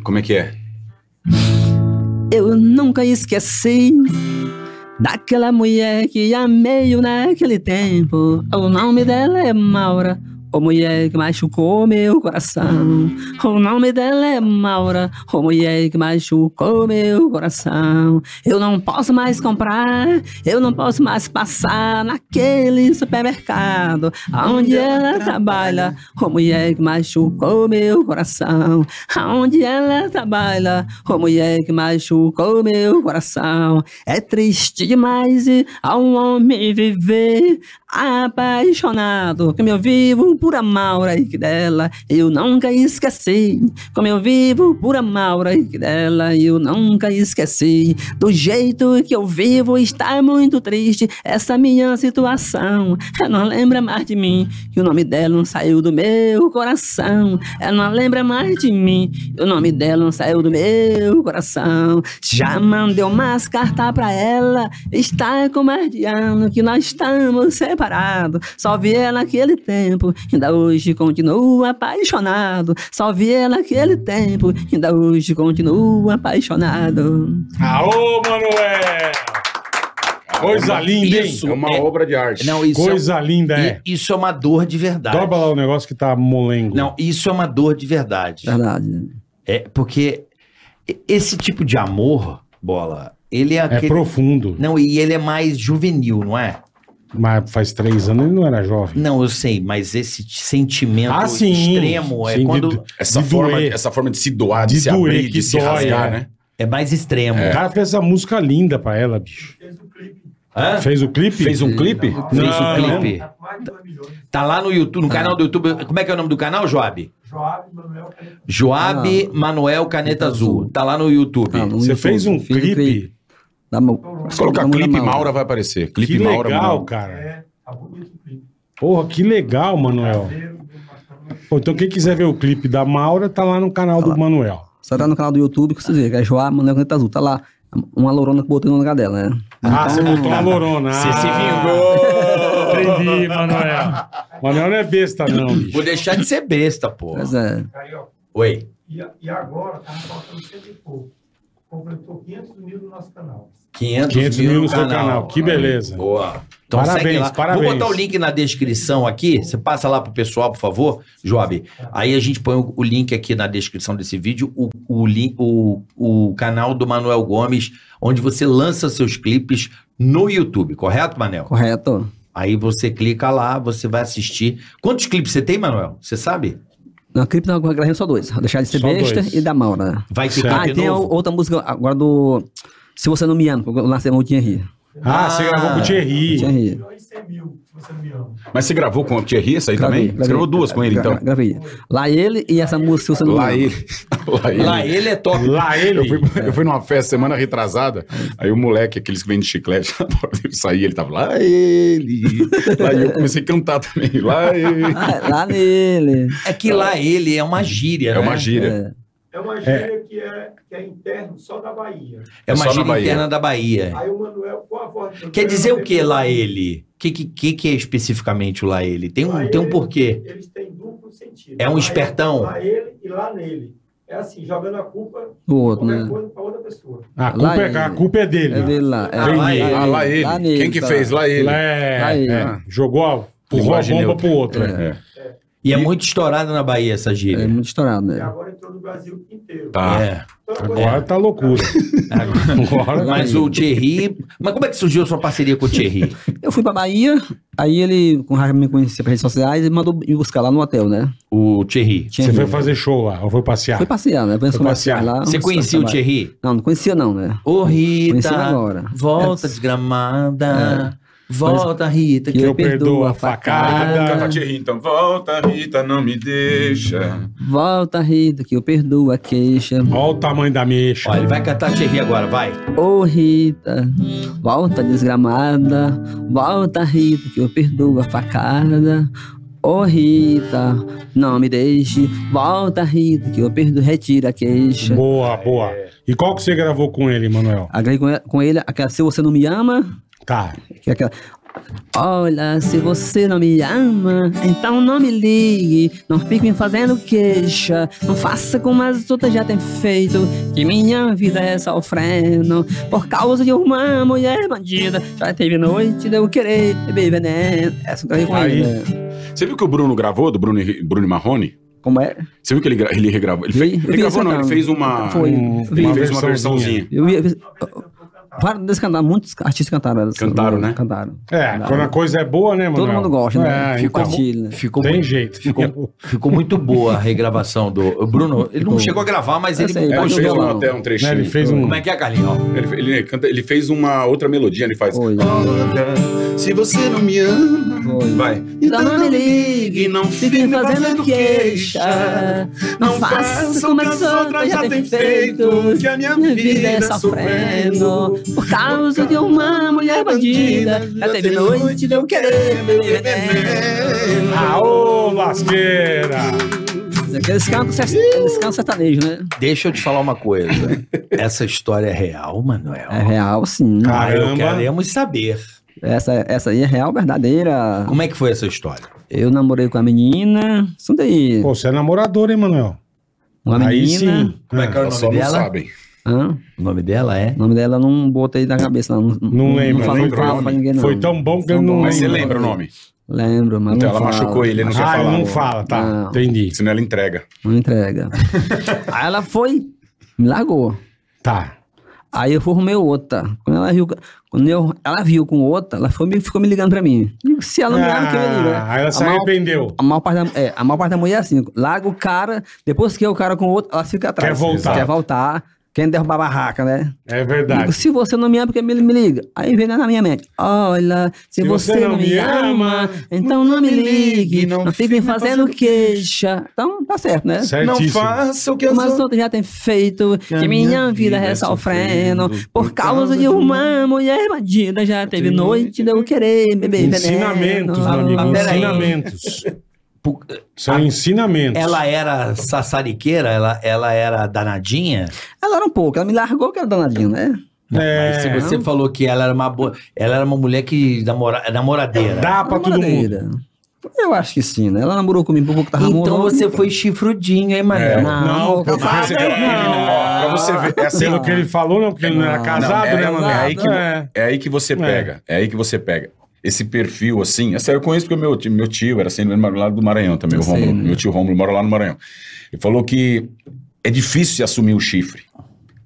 [SPEAKER 5] Como é que é?
[SPEAKER 6] Eu nunca esqueci daquela mulher que amei naquele tempo. O nome dela é Maura, a mulher que machucou meu coração. O nome dela é Maura, a mulher que machucou meu coração. Eu não posso mais comprar, eu não posso mais passar naquele supermercado onde ela trabalha. A mulher que machucou meu coração, aonde ela trabalha. A mulher que machucou meu coração. É triste demais a um homem viver apaixonado. Como eu vivo por a Maura e que dela eu nunca esqueci. Como eu vivo por a Maura e que dela eu nunca esqueci. Do jeito que eu vivo está muito triste essa minha situação. Ela não lembra mais de mim, que o nome dela não saiu do meu coração. Ela não lembra mais de mim, que o nome dela não saiu do meu coração. Já mandei umas cartas pra ela, está com mais de ano que nós estamos separados. Só vi ela naquele tempo ainda hoje continuo apaixonado. Só vi ela naquele tempo, ainda hoje continuo apaixonado.
[SPEAKER 4] Aô, Manuel! Coisa linda, hein?
[SPEAKER 3] isso
[SPEAKER 5] É uma
[SPEAKER 3] é-
[SPEAKER 5] obra de arte.
[SPEAKER 3] Não, isso
[SPEAKER 4] Coisa linda,
[SPEAKER 3] é,
[SPEAKER 4] é.
[SPEAKER 3] i- isso é uma dor de verdade.
[SPEAKER 4] Dobra lá o negócio que tá molengo.
[SPEAKER 3] Não, isso é uma dor de verdade.
[SPEAKER 6] Verdade.
[SPEAKER 3] É porque e- esse tipo de amor, bola, ele é
[SPEAKER 4] é
[SPEAKER 3] aquele.
[SPEAKER 4] profundo.
[SPEAKER 3] Não, e ele é mais juvenil, não é?
[SPEAKER 4] Mas faz três anos ele não era jovem.
[SPEAKER 3] Não, eu sei, mas esse t- sentimento
[SPEAKER 4] Ah, sim.
[SPEAKER 3] extremo é
[SPEAKER 4] Sim,
[SPEAKER 3] quando.
[SPEAKER 4] de-
[SPEAKER 5] Essa
[SPEAKER 4] de
[SPEAKER 5] forma,
[SPEAKER 4] doer.
[SPEAKER 5] essa forma de se doar, de,
[SPEAKER 4] De
[SPEAKER 5] se
[SPEAKER 4] doer,
[SPEAKER 5] abrir,
[SPEAKER 4] que
[SPEAKER 5] de se
[SPEAKER 4] dói,
[SPEAKER 5] rasgar,
[SPEAKER 4] é.
[SPEAKER 5] né?
[SPEAKER 3] É mais extremo.
[SPEAKER 4] O cara fez essa música linda pra ela, bicho.
[SPEAKER 3] Hã?
[SPEAKER 4] Fez o clipe?
[SPEAKER 5] Fez um clipe?
[SPEAKER 3] Fez
[SPEAKER 4] Não,
[SPEAKER 3] o clipe. Tá lá no YouTube, no canal do YouTube. Como é que é o nome do canal, Joab? Joab Manuel Ah. Caneta, Azul. Tá lá no YouTube.
[SPEAKER 6] Ah, no
[SPEAKER 4] Você
[SPEAKER 6] YouTube,
[SPEAKER 4] fez um
[SPEAKER 6] fiz
[SPEAKER 4] clipe?
[SPEAKER 6] Da Mau-
[SPEAKER 5] Se colocar
[SPEAKER 6] da Maura
[SPEAKER 5] clipe,
[SPEAKER 6] Maura.
[SPEAKER 5] Maura vai aparecer.
[SPEAKER 4] Que
[SPEAKER 5] Clipe Maura.
[SPEAKER 4] legal,
[SPEAKER 5] Manuel.
[SPEAKER 4] cara. Porra, que legal, Manuel. Pô, então quem quiser ver o clipe da Maura, tá lá no canal do Manuel.
[SPEAKER 6] Só tá no canal do YouTube que vocês vê, que é Joá Manuel Caneta Azul. Tá lá uma lourona que botei no lugar dela, né?
[SPEAKER 4] Ah, você botou uma lorona. Você
[SPEAKER 3] se
[SPEAKER 4] vingou. Aprendi, Manuel. Manuel não é besta, não, bicho.
[SPEAKER 3] Vou deixar de ser besta, pô.
[SPEAKER 6] Mas é.
[SPEAKER 3] Oi.
[SPEAKER 7] E, a- e agora tá faltando cento e pouco. Completou 500 mil no nosso canal.
[SPEAKER 3] 500,
[SPEAKER 4] 500 mil no seu canal. Que
[SPEAKER 5] é.
[SPEAKER 4] beleza.
[SPEAKER 3] Boa. Então
[SPEAKER 4] Parabéns,
[SPEAKER 3] segue lá.
[SPEAKER 4] parabéns.
[SPEAKER 3] Vou botar o link na descrição aqui. Você passa lá pro pessoal, por favor, Joab. Aí a gente põe o, o link aqui na descrição desse vídeo, o, o, lin- o, o canal do Manuel Gomes, onde você lança seus clipes no YouTube, correto, Manel?
[SPEAKER 6] Correto.
[SPEAKER 3] Aí você clica lá, você vai assistir. Quantos clipes você tem, Manuel? Você sabe?
[SPEAKER 6] Na clipe não, eu gravei é só dois. Vou deixar de ser
[SPEAKER 4] Só
[SPEAKER 6] besta
[SPEAKER 4] dois.
[SPEAKER 6] e da Maura, né?
[SPEAKER 3] Vai ter
[SPEAKER 4] Certo.
[SPEAKER 6] Ah, e
[SPEAKER 3] clipe
[SPEAKER 6] tem
[SPEAKER 3] novo?
[SPEAKER 6] o- outra música agora do Se Você Não Me Ama, que eu lancei com o Thierry.
[SPEAKER 4] Ah, você
[SPEAKER 3] Ah.
[SPEAKER 4] gravou com o Thierry.
[SPEAKER 6] Thierry.
[SPEAKER 7] Milhões e 100 mil, se você não me ama.
[SPEAKER 5] Mas você gravou com o Thierry essa aí
[SPEAKER 6] Gravei,
[SPEAKER 5] também?
[SPEAKER 6] gravei.
[SPEAKER 5] Você gravou duas com ele,
[SPEAKER 6] Gra-
[SPEAKER 5] então?
[SPEAKER 6] Gravei. Lá ele e essa música Se Você Não Me
[SPEAKER 5] Lá
[SPEAKER 6] Ama.
[SPEAKER 5] ele. Lá ele.
[SPEAKER 3] Lá ele é top.
[SPEAKER 4] Lá ele.
[SPEAKER 5] Eu fui, eu fui numa festa semana retrasada, aí o moleque, aqueles que vendem chiclete, na hora dele sair, ele tava lá, ele. Lá eu comecei a cantar também, lá ele.
[SPEAKER 6] Ah, lá nele.
[SPEAKER 3] É que lá ele é uma gíria,
[SPEAKER 5] É
[SPEAKER 3] né?
[SPEAKER 5] uma gíria.
[SPEAKER 7] É uma gíria que, é, que é interno só da Bahia.
[SPEAKER 3] É uma
[SPEAKER 5] É só na
[SPEAKER 3] gíria
[SPEAKER 5] Bahia.
[SPEAKER 3] interna da Bahia.
[SPEAKER 7] Aí o Manuel, com a voz do
[SPEAKER 3] Quer
[SPEAKER 7] Manuel,
[SPEAKER 3] dizer o que
[SPEAKER 7] ele-
[SPEAKER 3] lá ele? O que, que, que, que é especificamente o lá ele? Tem um, tem um porquê.
[SPEAKER 7] Eles têm duplo sentido.
[SPEAKER 3] É um
[SPEAKER 7] Lá
[SPEAKER 3] espertão?
[SPEAKER 7] ele- Lá ele e lá nele. É assim, jogando a culpa
[SPEAKER 6] O outro,
[SPEAKER 7] qualquer
[SPEAKER 6] né?
[SPEAKER 7] coisa pra outra pessoa.
[SPEAKER 4] A culpa,
[SPEAKER 6] Lá
[SPEAKER 4] é, a
[SPEAKER 6] ele.
[SPEAKER 4] culpa é dele.
[SPEAKER 6] É dele lá. É,
[SPEAKER 3] Ah, lá ele.
[SPEAKER 5] Ah, lá ele.
[SPEAKER 6] Lá nele,
[SPEAKER 5] Quem que
[SPEAKER 6] tá
[SPEAKER 5] fez? Lá ele.
[SPEAKER 4] Lá é-
[SPEAKER 6] Lá ele.
[SPEAKER 4] é, Jogou a, empurrou a
[SPEAKER 5] Linguagem
[SPEAKER 4] bomba
[SPEAKER 5] neutra.
[SPEAKER 4] pro outro. é.
[SPEAKER 5] É.
[SPEAKER 3] E é muito estourado na Bahia essa
[SPEAKER 6] É
[SPEAKER 3] gíria.
[SPEAKER 6] muito estourado,
[SPEAKER 7] E
[SPEAKER 6] né?
[SPEAKER 7] agora entrou no Brasil inteiro.
[SPEAKER 5] Tá.
[SPEAKER 3] É.
[SPEAKER 7] Então, agora-
[SPEAKER 4] Agora tá loucura. Agora.
[SPEAKER 3] Mas o Thierry. Mas como é que surgiu a sua parceria com o Thierry?
[SPEAKER 6] Eu fui pra Bahia, aí ele, com raiva, me conhecia pelas redes sociais e mandou me buscar lá no hotel, né?
[SPEAKER 3] O Thierry.
[SPEAKER 6] Tinha
[SPEAKER 4] Você foi
[SPEAKER 6] ido.
[SPEAKER 4] fazer show lá, ou foi passear?
[SPEAKER 6] Foi passear, né? Foi
[SPEAKER 4] passear.
[SPEAKER 6] lá.
[SPEAKER 3] Você conhecia o Thierry?
[SPEAKER 6] Não, não conhecia não, né?
[SPEAKER 3] Ô,
[SPEAKER 6] Conhecendo
[SPEAKER 3] Rita.
[SPEAKER 6] agora.
[SPEAKER 3] Volta, desgramada. Volta, Rita, que
[SPEAKER 4] Eu
[SPEAKER 3] eu perdoo
[SPEAKER 4] perdoo
[SPEAKER 3] a
[SPEAKER 4] a facada.
[SPEAKER 3] facada.
[SPEAKER 5] Vai cantar Thierry, então. Volta, Rita, não me deixa.
[SPEAKER 6] Volta, Rita, que eu perdoo a queixa.
[SPEAKER 4] Olha o tamanho da mecha.
[SPEAKER 3] Ó, ele vai cantar Thierry agora, vai.
[SPEAKER 6] Ô Rita, volta desgramada, volta Rita que eu perdoo a facada. Ô Rita, não me deixe, volta Rita que eu perdoo, retira a queixa.
[SPEAKER 4] Boa, boa. E qual que você gravou com ele, Manuel?
[SPEAKER 6] Agrei com ele, com ele aquela Se Você Não Me Ama,
[SPEAKER 4] Tá.
[SPEAKER 6] que é aquela... Olha, se você não me ama, então não me ligue, não fique me fazendo queixa, não faça como as outras já têm feito, que minha vida é sofrendo, por causa de uma mulher bandida, já teve noite de eu querer beber veneno. Essa eu gravei com ele,
[SPEAKER 4] Aí.
[SPEAKER 6] né?
[SPEAKER 5] Você viu que o Bruno gravou, do Bruno, Bruno Marrone?
[SPEAKER 6] Como é?
[SPEAKER 5] Você viu que ele, gra- ele regravou? Ele,
[SPEAKER 6] Vi,
[SPEAKER 5] fez,
[SPEAKER 6] eu
[SPEAKER 5] ele
[SPEAKER 6] vi
[SPEAKER 5] gravou,
[SPEAKER 6] essa
[SPEAKER 5] não, ele
[SPEAKER 6] dama.
[SPEAKER 5] fez uma.
[SPEAKER 6] Foi.
[SPEAKER 4] um-
[SPEAKER 6] vi.
[SPEAKER 5] Ele fez uma versãozinha.
[SPEAKER 6] Eu ia... Vários deles cantaram, muitos artistas cantaram. essa-
[SPEAKER 5] Cantaram, né?
[SPEAKER 6] Cantaram.
[SPEAKER 4] É, quando a coisa é boa, né, Manuel?
[SPEAKER 6] Todo mundo gosta, né?
[SPEAKER 4] É,
[SPEAKER 6] Ficou
[SPEAKER 4] então,
[SPEAKER 6] compartilha.
[SPEAKER 3] Ficou
[SPEAKER 4] Tem
[SPEAKER 3] muito,
[SPEAKER 4] jeito.
[SPEAKER 3] ficou, ficou muito boa a regravação do. O Bruno, ele não
[SPEAKER 6] Ficou.
[SPEAKER 3] chegou a gravar, mas
[SPEAKER 6] Eu
[SPEAKER 3] ele.
[SPEAKER 6] sei,
[SPEAKER 5] É,
[SPEAKER 6] Vai
[SPEAKER 5] ele
[SPEAKER 6] no
[SPEAKER 5] fez um,
[SPEAKER 6] violão.
[SPEAKER 5] até um trechinho.
[SPEAKER 4] Né, ele fez um...
[SPEAKER 3] Como é que é, Carlinhos? Ó.
[SPEAKER 5] Ele, ele canta- ele fez uma outra melodia, ele faz.
[SPEAKER 6] Foi.
[SPEAKER 5] Olha, se você não me ama.
[SPEAKER 6] Foi.
[SPEAKER 5] Vai.
[SPEAKER 6] Então não me ligue, não fique fazendo queixa. Não faça como as outras já têm feito.
[SPEAKER 5] que a minha
[SPEAKER 6] Minha vida é sofrendo por causa de uma mulher bandida. Já teve noite de eu querer beber veneno.
[SPEAKER 4] Aô, lasqueira!
[SPEAKER 6] Aqueles cantos sert- eles cantam sertanejo, né?
[SPEAKER 3] Deixa eu te falar uma coisa. Essa história é real, Manuel?
[SPEAKER 6] É real, sim.
[SPEAKER 4] Cara,
[SPEAKER 3] Ah, eu
[SPEAKER 4] Caramba.
[SPEAKER 3] queremos saber.
[SPEAKER 6] Essa, essa aí é real, verdadeira.
[SPEAKER 3] Como é que foi essa história?
[SPEAKER 6] Eu namorei com a menina. Isso daí.
[SPEAKER 4] Pô, você é namorador, hein, Manuel?
[SPEAKER 6] Uma menina.
[SPEAKER 4] Aí sim.
[SPEAKER 3] Como é que era o
[SPEAKER 5] Elas só
[SPEAKER 3] nome
[SPEAKER 5] não
[SPEAKER 3] dela?
[SPEAKER 5] sabem.
[SPEAKER 6] Hã?
[SPEAKER 3] O nome dela é?
[SPEAKER 6] O nome dela eu não botei na cabeça, não.
[SPEAKER 4] Não lembro,
[SPEAKER 6] Não, falo-
[SPEAKER 5] não
[SPEAKER 6] não,
[SPEAKER 5] lembro o
[SPEAKER 6] falo pra
[SPEAKER 5] nome.
[SPEAKER 6] ninguém, não.
[SPEAKER 4] Foi tão bom que eu não
[SPEAKER 5] Mas você
[SPEAKER 4] lembro.
[SPEAKER 5] lembra o nome?
[SPEAKER 6] Lembro, mas
[SPEAKER 5] Então
[SPEAKER 6] não
[SPEAKER 5] ela
[SPEAKER 6] fala.
[SPEAKER 5] machucou ele, ele não quer
[SPEAKER 4] Ah,
[SPEAKER 5] falar.
[SPEAKER 4] não fala, tá.
[SPEAKER 6] Não.
[SPEAKER 4] Entendi.
[SPEAKER 5] Senão ela entrega.
[SPEAKER 6] Não entrega. Aí ela foi, me largou.
[SPEAKER 4] Tá.
[SPEAKER 6] Aí eu arrumei outra. Quando ela viu, quando eu, ela viu com outra, ela foi, me- ficou me ligando pra mim. Se ela não me larga, quem me liga?
[SPEAKER 4] Ah, aí ela
[SPEAKER 6] né? A
[SPEAKER 4] se
[SPEAKER 6] maior-
[SPEAKER 4] arrependeu.
[SPEAKER 6] A maior, parte da, é, a maior parte da mulher é assim, larga o cara, depois que é o cara com o outro, ela fica atrás.
[SPEAKER 4] Quer voltar.
[SPEAKER 6] Quer voltar, quer derrubar a barraca, né?
[SPEAKER 4] É
[SPEAKER 6] Digo,
[SPEAKER 4] verdade.
[SPEAKER 6] se você não me ama, porque me, me liga. Aí vem na minha mente. Olha, se, você, não me ama, então não me ligue. Não, fiquem fazendo queixa. Então tá certo, né?
[SPEAKER 4] Certíssimo.
[SPEAKER 1] o que
[SPEAKER 6] Mas outro já tem feito que minha vida é sofrendo por causa de uma mulher bandida. Já teve noite de eu querer beber
[SPEAKER 4] Ensinamentos, meu
[SPEAKER 6] veneno.
[SPEAKER 4] amigo.
[SPEAKER 6] Ah, peraí.
[SPEAKER 4] Ensinamentos.
[SPEAKER 3] Pu-
[SPEAKER 4] São ensinamentos.
[SPEAKER 3] Ela era sassariqueira? Ela, ela era danadinha?
[SPEAKER 6] Ela era um pouco, ela me largou que era danadinha, né?
[SPEAKER 3] Mas se
[SPEAKER 4] é,
[SPEAKER 3] você falou que ela era uma boa. Ela era uma mulher que namora, namoradeira.
[SPEAKER 4] dá pra todo mundo.
[SPEAKER 6] Namoradeira. Eu acho que sim, né? Ela namorou comigo um pouco, tava
[SPEAKER 3] Então
[SPEAKER 6] namorando.
[SPEAKER 3] você foi chifrudinho, hein, Manuel?
[SPEAKER 6] Não,
[SPEAKER 4] Não,
[SPEAKER 6] não,
[SPEAKER 5] Pra você ver, ele não- ó, pra você ver, é assim,
[SPEAKER 4] Pelo que ele falou, não, porque ele não era
[SPEAKER 6] Não,
[SPEAKER 4] casado,
[SPEAKER 5] não, é-
[SPEAKER 4] né, mano?
[SPEAKER 5] é aí que-
[SPEAKER 4] É.
[SPEAKER 5] É aí que você pega. É. aí que você pega. Esse perfil, assim, essa eu conheço porque o meu, tio- meu tio era sendo lá do Maranhão também, o
[SPEAKER 6] Eu sei,
[SPEAKER 5] Rômulo.
[SPEAKER 6] né?
[SPEAKER 5] Meu tio Rômulo mora lá no Maranhão. Ele falou que é difícil se assumir o chifre.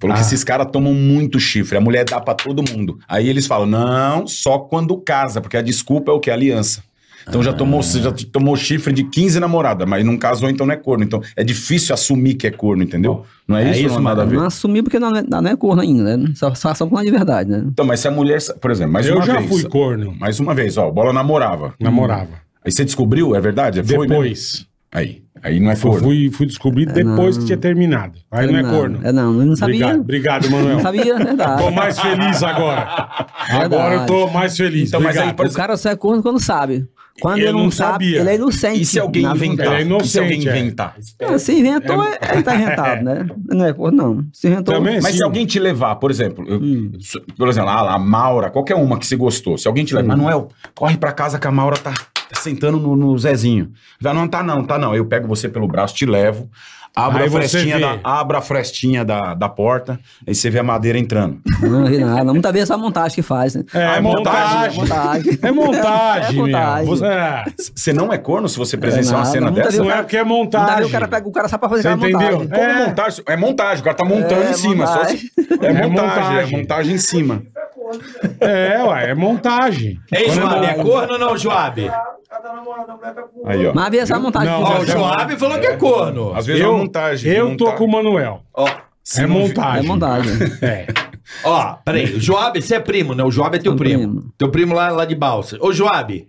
[SPEAKER 5] Falou
[SPEAKER 3] Ah.
[SPEAKER 5] que esses caras tomam muito chifre, a mulher dá pra todo mundo. Aí eles falam, não, só quando casa, porque a desculpa é o que? Aliança. Então já tomou, você já tomou chifre de 15 namoradas, mas não casou, então não é corno. Então é difícil assumir que é corno, entendeu? Não é,
[SPEAKER 3] É
[SPEAKER 5] isso,
[SPEAKER 3] isso,
[SPEAKER 5] não é nada a ver.
[SPEAKER 6] Não assumi porque não é, não é corno ainda, né? Só, só são corno de verdade, né?
[SPEAKER 5] Então, mas se a mulher, sa- por exemplo, mais
[SPEAKER 4] eu
[SPEAKER 5] uma
[SPEAKER 4] já
[SPEAKER 5] vez.
[SPEAKER 4] fui corno.
[SPEAKER 5] Mais uma vez, ó, o Bola namorava.
[SPEAKER 4] Namorava.
[SPEAKER 5] Aí você descobriu, é verdade? Foi mesmo?
[SPEAKER 4] Depois.
[SPEAKER 5] Aí, aí não é
[SPEAKER 4] Fui,
[SPEAKER 5] corno.
[SPEAKER 4] fui, fui descobrir depois que tinha terminado. Aí não é corno.
[SPEAKER 6] É, não, eu não sabia.
[SPEAKER 4] Obrigado, obrigado,
[SPEAKER 6] Não
[SPEAKER 4] Manuel.
[SPEAKER 6] sabia, é verdade.
[SPEAKER 4] Tô mais feliz agora. Agora eu tô mais feliz.
[SPEAKER 5] Então, mas aí,
[SPEAKER 4] Obrigado.
[SPEAKER 5] por
[SPEAKER 6] O cara só é corno quando sabe. Quando
[SPEAKER 4] Eu
[SPEAKER 6] ele não,
[SPEAKER 4] não
[SPEAKER 6] sabe,
[SPEAKER 4] sabia.
[SPEAKER 6] ele é inocente.
[SPEAKER 5] E se alguém
[SPEAKER 6] na verdade.
[SPEAKER 5] inventar?
[SPEAKER 4] Ele é inocente,
[SPEAKER 5] e se alguém
[SPEAKER 4] é.
[SPEAKER 5] inventar?
[SPEAKER 6] Não, se inventou, é, ele tá inventado, né? Não é corno, não. Se inventou.
[SPEAKER 4] Também
[SPEAKER 5] Mas
[SPEAKER 4] É,
[SPEAKER 5] é
[SPEAKER 4] sim.
[SPEAKER 5] se alguém te levar, por exemplo, eu-
[SPEAKER 6] Hum.
[SPEAKER 5] so- por exemplo, a, a Maura, qualquer uma que você gostou, se alguém te levar, Manuel, corre pra casa que a Maura tá, tá sentando no, no Zezinho. Vai, não, tá não, tá não. Eu pego você pelo braço, te levo, abro,
[SPEAKER 4] Aí
[SPEAKER 5] a
[SPEAKER 4] você
[SPEAKER 5] frestinha,
[SPEAKER 4] vê.
[SPEAKER 5] da, abro a frestinha da, da porta, aí você vê a madeira entrando.
[SPEAKER 6] Não, vi nada. Muitas vezes é só a montagem que faz, né?
[SPEAKER 4] É,
[SPEAKER 5] Ah,
[SPEAKER 4] montagem.
[SPEAKER 6] montagem.
[SPEAKER 4] É montagem,
[SPEAKER 6] É
[SPEAKER 4] meu.
[SPEAKER 6] montagem.
[SPEAKER 4] Você- é.
[SPEAKER 5] C- Você não é corno se você presenciar uma
[SPEAKER 6] nada,
[SPEAKER 5] cena
[SPEAKER 6] nunca
[SPEAKER 5] dessa?
[SPEAKER 6] vi
[SPEAKER 4] Não é porque é
[SPEAKER 6] Muitas
[SPEAKER 4] montagem.
[SPEAKER 6] vezes o cara pega o cara só pra fazer
[SPEAKER 4] Você
[SPEAKER 6] aquela
[SPEAKER 4] entendeu?
[SPEAKER 6] montagem.
[SPEAKER 5] Como
[SPEAKER 4] É.
[SPEAKER 5] montagem? É montagem, o cara tá montando
[SPEAKER 6] É,
[SPEAKER 5] em cima. só
[SPEAKER 6] montagem.
[SPEAKER 5] se- é,
[SPEAKER 4] É
[SPEAKER 5] montagem,
[SPEAKER 4] montagem.
[SPEAKER 5] é montagem em cima.
[SPEAKER 4] É, ué, é montagem.
[SPEAKER 3] Ei,
[SPEAKER 4] Quando
[SPEAKER 3] Joab,
[SPEAKER 4] eu-
[SPEAKER 3] é corno ou não, Joab?
[SPEAKER 7] Cada namorada da mulher tá com
[SPEAKER 5] Aí, ó.
[SPEAKER 6] Mas havia essa montagem.
[SPEAKER 4] Não,
[SPEAKER 6] que
[SPEAKER 3] Ó,
[SPEAKER 6] faz. né?
[SPEAKER 3] o Joab falou que é corno.
[SPEAKER 5] Às vezes é
[SPEAKER 4] Eu,
[SPEAKER 5] montagem.
[SPEAKER 4] eu
[SPEAKER 5] montagem.
[SPEAKER 4] tô com o Manuel.
[SPEAKER 3] Ó,
[SPEAKER 5] Se
[SPEAKER 4] É
[SPEAKER 5] não vi-
[SPEAKER 6] É
[SPEAKER 4] montagem.
[SPEAKER 6] montagem.
[SPEAKER 4] É.
[SPEAKER 3] ó, peraí. O Joab, você é primo, né? O Joab é teu
[SPEAKER 6] Sou
[SPEAKER 3] primo.
[SPEAKER 6] primo.
[SPEAKER 3] Teu primo lá, lá de Balsa. Ô, Joab,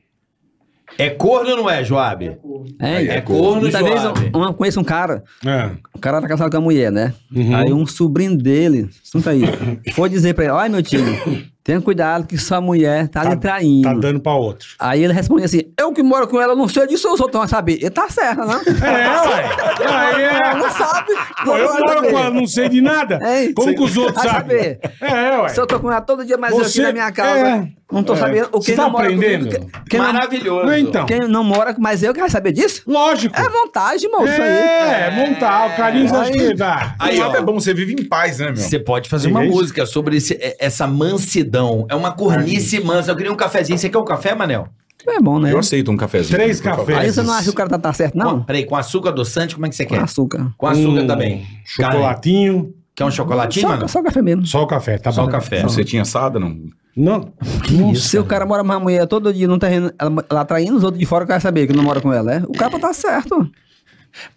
[SPEAKER 3] é corno ou não é, Joab?
[SPEAKER 6] É,
[SPEAKER 3] É corno,
[SPEAKER 6] Muitas vezes
[SPEAKER 3] Joab.
[SPEAKER 6] eu, eu conheço um cara,
[SPEAKER 4] É.
[SPEAKER 6] o cara era casado com a mulher, né?
[SPEAKER 4] Uhum.
[SPEAKER 6] Aí um sobrinho dele, assunto aí, foi dizer pra ele, olha meu tio, tenha cuidado que sua mulher tá, lhe traindo.
[SPEAKER 4] Tá dando pra outro.
[SPEAKER 6] Aí ele responde assim, eu que moro com ela, não sei disso, os outros vão saber. Ele tá certo, né?
[SPEAKER 4] É, ué. Aí
[SPEAKER 6] Ela não
[SPEAKER 4] é.
[SPEAKER 6] sabe.
[SPEAKER 4] Pô,
[SPEAKER 6] não
[SPEAKER 4] eu
[SPEAKER 6] vai
[SPEAKER 4] moro
[SPEAKER 6] saber.
[SPEAKER 4] com ela, não sei de nada.
[SPEAKER 6] Hein?
[SPEAKER 4] Como que os outros
[SPEAKER 6] Vai
[SPEAKER 4] sabem?
[SPEAKER 6] saber.
[SPEAKER 4] É, ué.
[SPEAKER 6] Se eu tô com ela todo dia, mas eu aqui
[SPEAKER 4] Você-
[SPEAKER 6] na minha casa,
[SPEAKER 4] é.
[SPEAKER 6] não tô
[SPEAKER 4] É.
[SPEAKER 6] sabendo o que
[SPEAKER 4] Você tá
[SPEAKER 6] namora
[SPEAKER 4] aprendendo?
[SPEAKER 6] comigo, que- Quem, não,
[SPEAKER 3] Maravilhoso.
[SPEAKER 4] Não, então.
[SPEAKER 6] quem não mora, mas eu quero saber disso?
[SPEAKER 4] Lógico.
[SPEAKER 6] É montagem, moço, isso aí.
[SPEAKER 4] É, é montar. O Carlinhos acho que dá.
[SPEAKER 3] Aí,
[SPEAKER 5] Sabe, é
[SPEAKER 3] ó,
[SPEAKER 5] bom, você vive em paz, né, meu?
[SPEAKER 3] você pode fazer uma
[SPEAKER 4] Beleza?
[SPEAKER 3] música sobre esse- é- essa mansidão. É uma cornice mansa. Eu queria um cafezinho. Você quer um café, Manel?
[SPEAKER 6] É bom, né?
[SPEAKER 5] Eu aceito um cafezinho.
[SPEAKER 4] Três
[SPEAKER 5] por favor.
[SPEAKER 4] cafés.
[SPEAKER 6] Aí você não acha que o cara tá, tá certo,
[SPEAKER 3] Com-
[SPEAKER 6] não?
[SPEAKER 3] peraí, com açúcar adoçante, como é que você
[SPEAKER 6] Com
[SPEAKER 3] quer?
[SPEAKER 6] açúcar.
[SPEAKER 3] Com açúcar
[SPEAKER 4] Um
[SPEAKER 3] também. Carne.
[SPEAKER 4] Chocolatinho.
[SPEAKER 3] Quer um chocolatinho,
[SPEAKER 6] Só,
[SPEAKER 3] mano?
[SPEAKER 6] só café mesmo.
[SPEAKER 4] Só o café, tá
[SPEAKER 3] Só
[SPEAKER 4] bom.
[SPEAKER 3] o café.
[SPEAKER 5] Você tinha assada, não?
[SPEAKER 4] Não.
[SPEAKER 6] Se o cara mora com uma mulher todo dia num terreno, ela, ela traindo os outros de fora, o cara saber que não mora com ela, é? O cara tá certo.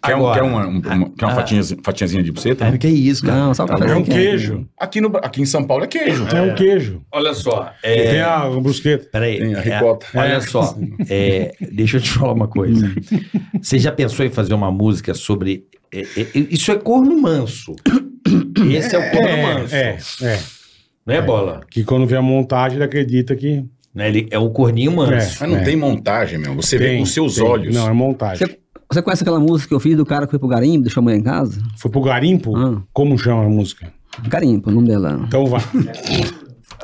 [SPEAKER 5] Quer, um,
[SPEAKER 3] Agora.
[SPEAKER 5] quer uma, um- uma- quer uma
[SPEAKER 4] Ah.
[SPEAKER 5] fatinhazinha, fatiazinha de buceta?
[SPEAKER 3] Ah, que isso, cara.
[SPEAKER 6] Não, só o café.
[SPEAKER 4] É um
[SPEAKER 6] quente.
[SPEAKER 4] queijo.
[SPEAKER 5] É. Aqui, no, aqui em São Paulo é queijo.
[SPEAKER 4] É um queijo.
[SPEAKER 3] Olha só. é,
[SPEAKER 4] Tem a brusqueta.
[SPEAKER 3] Peraí.
[SPEAKER 5] Tem a
[SPEAKER 3] é,
[SPEAKER 5] ricota.
[SPEAKER 3] olha só. é, deixa eu te falar uma coisa.
[SPEAKER 4] Hum.
[SPEAKER 3] Você já pensou em fazer uma música sobre. é, é, isso é corno manso. Esse é, o corno manso.
[SPEAKER 4] É, é.
[SPEAKER 3] Não é, bola?
[SPEAKER 4] Que quando vê a montagem, ele acredita que.
[SPEAKER 3] Né? Ele é o corninho manso.
[SPEAKER 5] Mas não
[SPEAKER 4] É.
[SPEAKER 5] tem montagem, meu. Você vê
[SPEAKER 4] Tem,
[SPEAKER 5] com os seus
[SPEAKER 4] tem.
[SPEAKER 5] olhos.
[SPEAKER 4] Não, é montagem.
[SPEAKER 6] Você, você conhece aquela música que eu fiz do cara que foi pro garimpo, deixou a mulher em casa?
[SPEAKER 4] Foi pro garimpo?
[SPEAKER 6] Hum.
[SPEAKER 4] Como chama a música?
[SPEAKER 6] Garimpo, o nome dela.
[SPEAKER 4] Então vai.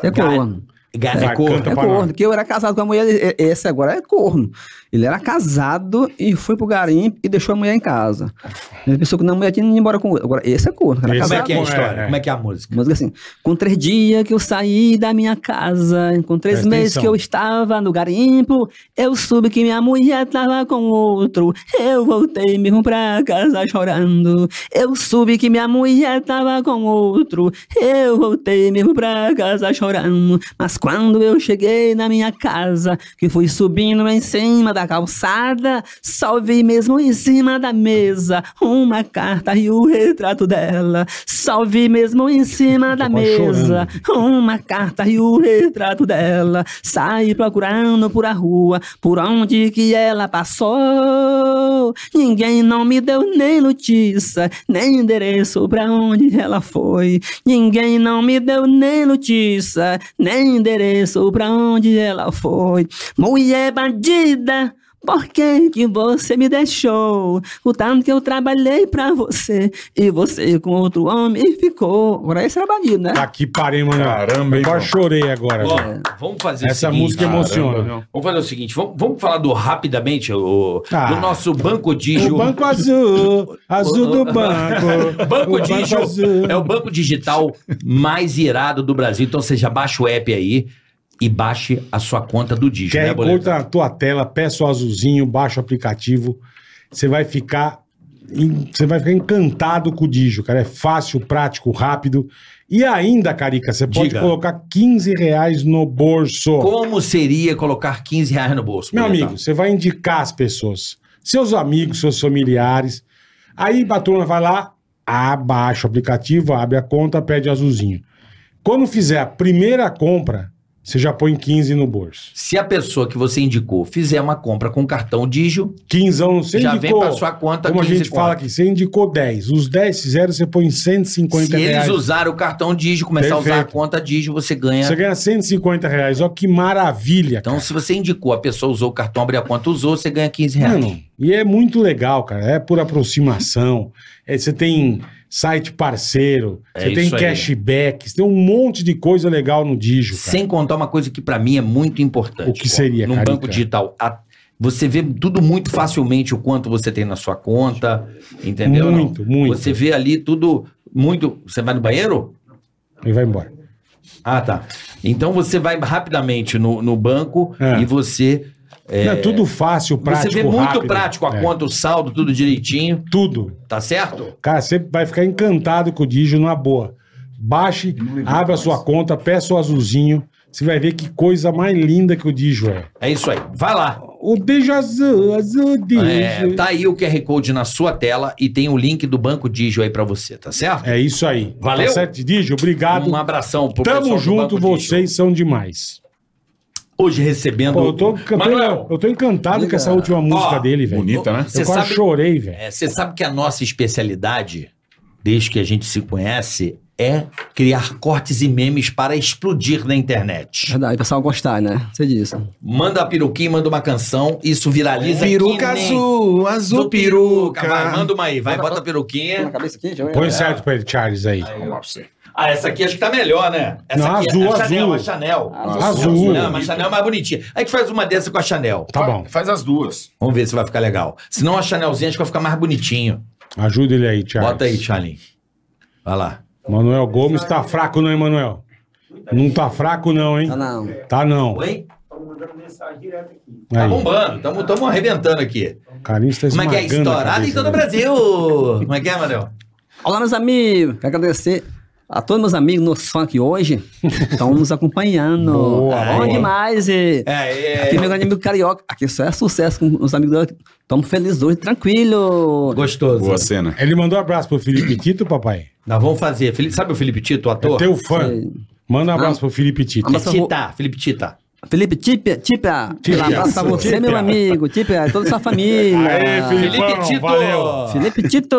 [SPEAKER 6] É coroa.
[SPEAKER 3] Gato é
[SPEAKER 4] Vai,
[SPEAKER 3] corno.
[SPEAKER 4] canta
[SPEAKER 6] É
[SPEAKER 4] pra nós.
[SPEAKER 6] corno, que eu era casado com a mulher, e- e- esse agora é corno. Ele era casado e foi pro garimpo e deixou a mulher em casa. Ele pensou que não, a mulher tinha ido embora com ele. Agora, esse é corno, cara.
[SPEAKER 4] Esse
[SPEAKER 3] Como
[SPEAKER 6] casado.
[SPEAKER 3] é que é a
[SPEAKER 4] Exato,
[SPEAKER 3] história?
[SPEAKER 4] é, é.
[SPEAKER 3] Como é que é a música?
[SPEAKER 6] Música assim, com três dias que eu saí da minha casa, com três
[SPEAKER 4] Presta
[SPEAKER 6] meses
[SPEAKER 4] atenção.
[SPEAKER 6] que eu estava no garimpo, eu soube que minha mulher tava com outro, eu voltei mesmo pra casa chorando, eu soube que minha mulher tava com outro, eu voltei mesmo pra casa chorando, mas quando eu cheguei na minha casa, que fui subindo em cima da calçada, só vi mesmo em cima da mesa uma carta e o retrato dela, só vi mesmo em cima da
[SPEAKER 4] quase
[SPEAKER 6] mesa uma carta e o retrato dela. Saí procurando por a rua, por onde que ela passou. Ninguém não me deu nem notícia, nem endereço pra onde ela foi. Ninguém não me deu nem notícia, nem endereço pra onde ela foi. Mulher bandida. Por que que você me deixou? O tanto que eu trabalhei pra você e você com outro homem ficou. Agora esse era bandido, né?
[SPEAKER 4] Tá aqui, parei, mano.
[SPEAKER 5] Caramba, hein,
[SPEAKER 4] Eu quase
[SPEAKER 5] irmão.
[SPEAKER 4] chorei agora.
[SPEAKER 3] Ó,
[SPEAKER 4] velho.
[SPEAKER 3] vamos fazer o
[SPEAKER 4] Essa
[SPEAKER 3] seguinte.
[SPEAKER 4] música é emociona.
[SPEAKER 3] Vamos fazer o seguinte, vamos, vamos falar do rapidamente o,
[SPEAKER 4] Ah.
[SPEAKER 3] do nosso banco
[SPEAKER 4] O
[SPEAKER 3] Digio.
[SPEAKER 4] Banco Azul, azul do banco.
[SPEAKER 3] Banco
[SPEAKER 4] O
[SPEAKER 3] Digio
[SPEAKER 4] Azul.
[SPEAKER 3] é o banco digital mais irado do Brasil. Então você já baixa o app aí e baixe a sua conta do Digio, né,
[SPEAKER 4] QR Code
[SPEAKER 3] Boletar?
[SPEAKER 4] tá na tua tela, peça o azulzinho, baixa o aplicativo. Você vai ficar. em- Você vai ficar encantado com o Digio, cara. É fácil, prático, rápido. E ainda, Carica, você pode
[SPEAKER 3] Diga.
[SPEAKER 4] colocar 15 reais no bolso.
[SPEAKER 3] Como seria colocar 15 reais no bolso?
[SPEAKER 4] Meu
[SPEAKER 3] Boletar?
[SPEAKER 4] amigo, você vai indicar as pessoas, seus amigos, seus familiares. Aí a turma vai lá, abaixa o aplicativo, abre a conta, pede azulzinho. Quando fizer a primeira compra, você já põe 15 no bolso.
[SPEAKER 3] Se a pessoa que você indicou fizer uma compra com cartão Digio,
[SPEAKER 4] 15 não, você
[SPEAKER 3] já vem
[SPEAKER 4] indicou.
[SPEAKER 3] pra sua conta
[SPEAKER 4] como a
[SPEAKER 3] 15
[SPEAKER 4] gente
[SPEAKER 3] conto.
[SPEAKER 4] fala aqui, você indicou 10. Os 10 fizeram, você põe 150
[SPEAKER 3] Se eles
[SPEAKER 4] reais.
[SPEAKER 3] usarem o cartão Digio, começar a usar a
[SPEAKER 4] Perfeito.
[SPEAKER 3] conta Digio, você ganha.
[SPEAKER 4] Você ganha 150 reais. Olha que maravilha.
[SPEAKER 3] Então, se você indicou, a pessoa usou o cartão, abriu a conta, usou, você ganha 15 reais.
[SPEAKER 4] Mano, e é muito legal, cara. É por aproximação. É, você tem site parceiro,
[SPEAKER 3] É
[SPEAKER 4] você tem
[SPEAKER 3] isso aí.
[SPEAKER 4] cashback, você tem um monte de coisa legal no Digio, cara.
[SPEAKER 3] Sem contar uma coisa que pra mim é muito importante.
[SPEAKER 4] O que seria,
[SPEAKER 3] Num
[SPEAKER 4] Carica?
[SPEAKER 3] banco digital. a- você vê tudo muito facilmente o quanto você tem na sua conta, entendeu? ou não?
[SPEAKER 4] muito, muito.
[SPEAKER 3] Você vê ali tudo muito. Você vai no banheiro?
[SPEAKER 4] E vai embora.
[SPEAKER 3] Ah, tá. Então você vai rapidamente no, no banco
[SPEAKER 4] É.
[SPEAKER 3] e você. é,
[SPEAKER 4] Não, É tudo fácil, prático,
[SPEAKER 3] você vê muito
[SPEAKER 4] rápido.
[SPEAKER 3] prático a
[SPEAKER 4] É,
[SPEAKER 3] conta, o saldo, tudo direitinho,
[SPEAKER 4] Tudo.
[SPEAKER 3] tá certo?
[SPEAKER 4] Cara, você vai ficar encantado com o Digio na boa. Baixe, abra sua conta, peça o azulzinho. Você vai ver que coisa mais linda que o Digio é.
[SPEAKER 3] É isso aí. Vai lá.
[SPEAKER 4] O Digio azul, azul Digio.
[SPEAKER 3] É, tá aí o QR Code na sua tela e tem o link do Banco Digio aí pra você, tá certo?
[SPEAKER 4] É isso aí.
[SPEAKER 3] Valeu.
[SPEAKER 4] Tá certo, Digio? Obrigado.
[SPEAKER 3] Um abração pro pessoal
[SPEAKER 4] Tamo
[SPEAKER 3] do
[SPEAKER 4] junto,
[SPEAKER 3] Banco Digio.
[SPEAKER 4] vocês são demais.
[SPEAKER 3] Hoje recebendo.
[SPEAKER 4] Pô, eu, tô, eu, tô,
[SPEAKER 3] Manuel,
[SPEAKER 4] eu tô encantado com essa
[SPEAKER 6] Obrigado.
[SPEAKER 4] última música
[SPEAKER 3] Ó,
[SPEAKER 4] dele, velho.
[SPEAKER 5] bonita, né?
[SPEAKER 4] Eu
[SPEAKER 3] Você
[SPEAKER 4] quase
[SPEAKER 3] sabe,
[SPEAKER 4] chorei, velho.
[SPEAKER 3] é, você sabe que a nossa especialidade, desde que a gente se conhece, é criar cortes e memes para explodir na internet.
[SPEAKER 6] Verdade, o pessoal gostar, né? Você disse.
[SPEAKER 3] Manda a peruquinha, manda uma canção, isso viraliza.
[SPEAKER 1] Peruca
[SPEAKER 3] que nem-
[SPEAKER 1] azul, azul
[SPEAKER 3] Azul peruca.
[SPEAKER 1] peruca.
[SPEAKER 3] Vai, manda uma aí, vai,
[SPEAKER 6] Bota-
[SPEAKER 3] bota a peruquinha.
[SPEAKER 6] cabeça aqui, já
[SPEAKER 4] Põe certo pra ele, Charles, aí.
[SPEAKER 3] Ah, essa aqui acho que tá melhor, né? Essa
[SPEAKER 4] Não,
[SPEAKER 3] aqui é
[SPEAKER 4] azul,
[SPEAKER 3] a Chanel,
[SPEAKER 4] azul.
[SPEAKER 3] a Chanel.
[SPEAKER 4] Azul.
[SPEAKER 3] Não, mas a Chanel é mais bonitinha. A gente faz uma dessa com a Chanel.
[SPEAKER 4] Tá bom.
[SPEAKER 5] Faz as duas.
[SPEAKER 3] Vamos ver se vai ficar legal. Se não, a Chanelzinha acho que vai ficar mais bonitinho.
[SPEAKER 4] Ajuda ele aí, Charles.
[SPEAKER 3] Bota aí, Charlin. Vai lá.
[SPEAKER 4] Manuel Gomes tá fraco, não, hein, Manuel? Não tá fraco, não, hein?
[SPEAKER 6] Não, não.
[SPEAKER 4] Tá não.
[SPEAKER 3] Oi?
[SPEAKER 7] Estão mandando mensagem direto aqui.
[SPEAKER 3] Tá
[SPEAKER 4] Aí,
[SPEAKER 3] bombando. Estamos arrebentando aqui.
[SPEAKER 4] o Carlinhos tá
[SPEAKER 3] Como é que é?
[SPEAKER 4] esmagando a
[SPEAKER 3] Estourado em
[SPEAKER 4] cabeça
[SPEAKER 3] todo o
[SPEAKER 4] dele.
[SPEAKER 3] Brasil. Como é que é, Manel?
[SPEAKER 6] Olá, meus amigos. Quero agradecer a todos meus amigos no funk hoje. Estão nos acompanhando.
[SPEAKER 4] Boa,
[SPEAKER 6] Bom
[SPEAKER 4] boa.
[SPEAKER 6] demais. E...
[SPEAKER 3] É,
[SPEAKER 6] Aqui, meu grande amigo carioca. Aqui só é sucesso com os amigos dela. Estamos felizes hoje, tranquilo.
[SPEAKER 3] Gostoso.
[SPEAKER 5] Boa cena.
[SPEAKER 4] Ele mandou um abraço pro Felipe Tito, papai.
[SPEAKER 3] Nós vamos fazer. Fili- Sabe o Felipe Tito, o
[SPEAKER 4] É
[SPEAKER 3] ator?
[SPEAKER 4] teu fã.
[SPEAKER 6] Sei.
[SPEAKER 4] Manda um abraço pro Felipe Tito.
[SPEAKER 6] Abraço.
[SPEAKER 3] Tita, Felipe Tita.
[SPEAKER 6] Felipe, Tipe, Tipe, um abraço pra você,
[SPEAKER 4] Tipe.
[SPEAKER 6] meu amigo. Tipe, é toda a sua família.
[SPEAKER 4] Aê, Felipe.
[SPEAKER 3] Felipe
[SPEAKER 4] Filipão,
[SPEAKER 3] Tito!
[SPEAKER 4] valeu.
[SPEAKER 6] Felipe Tito,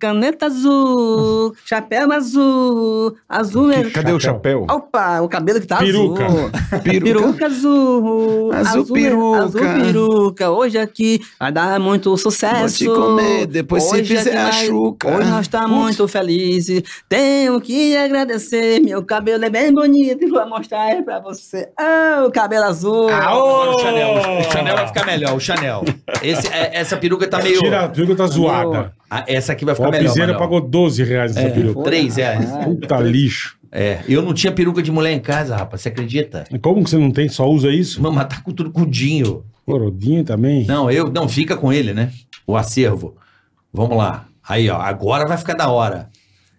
[SPEAKER 6] caneta azul, chapéu azul, azul é.
[SPEAKER 1] Cadê o chapéu?
[SPEAKER 6] Opa, o cabelo que tá
[SPEAKER 4] Peruca.
[SPEAKER 6] azul.
[SPEAKER 1] Peruca.
[SPEAKER 6] azul.
[SPEAKER 1] Azul
[SPEAKER 6] é-
[SPEAKER 1] peruca.
[SPEAKER 6] Azul peruca. Hoje aqui vai dar muito sucesso.
[SPEAKER 1] Vou te comer, depois se
[SPEAKER 6] É, Hoje
[SPEAKER 1] fizer
[SPEAKER 6] aqui
[SPEAKER 1] a
[SPEAKER 6] vai-
[SPEAKER 1] chuca.
[SPEAKER 6] Hoje nós tá
[SPEAKER 1] Uf.
[SPEAKER 6] muito felizes. Tenho que agradecer. Meu cabelo é bem bonito. e Vou mostrar aí pra você. Ah, o cabelo azul.
[SPEAKER 3] Agora o Chanel. O Chanel vai ficar melhor, o Chanel. Esse- é- essa peruca tá meio.
[SPEAKER 4] Tira a peruca, tá zoada.
[SPEAKER 3] Ah, essa aqui vai ficar
[SPEAKER 4] O
[SPEAKER 3] melhor. É.
[SPEAKER 4] piseira
[SPEAKER 3] Manuel.
[SPEAKER 4] pagou 12 reais nessa peruca.
[SPEAKER 3] Três
[SPEAKER 1] é.
[SPEAKER 3] reais.
[SPEAKER 4] Puta lixo.
[SPEAKER 3] É, eu não tinha peruca de mulher em casa, rapaz, você acredita?
[SPEAKER 4] Como que você não tem, só usa isso?
[SPEAKER 3] Mano, mas tá com tudo com o Dinho.
[SPEAKER 4] Corodinho também.
[SPEAKER 3] Não, eu. Não, fica com ele, né? O acervo. Vamos lá. Aí, ó. Agora vai ficar da hora.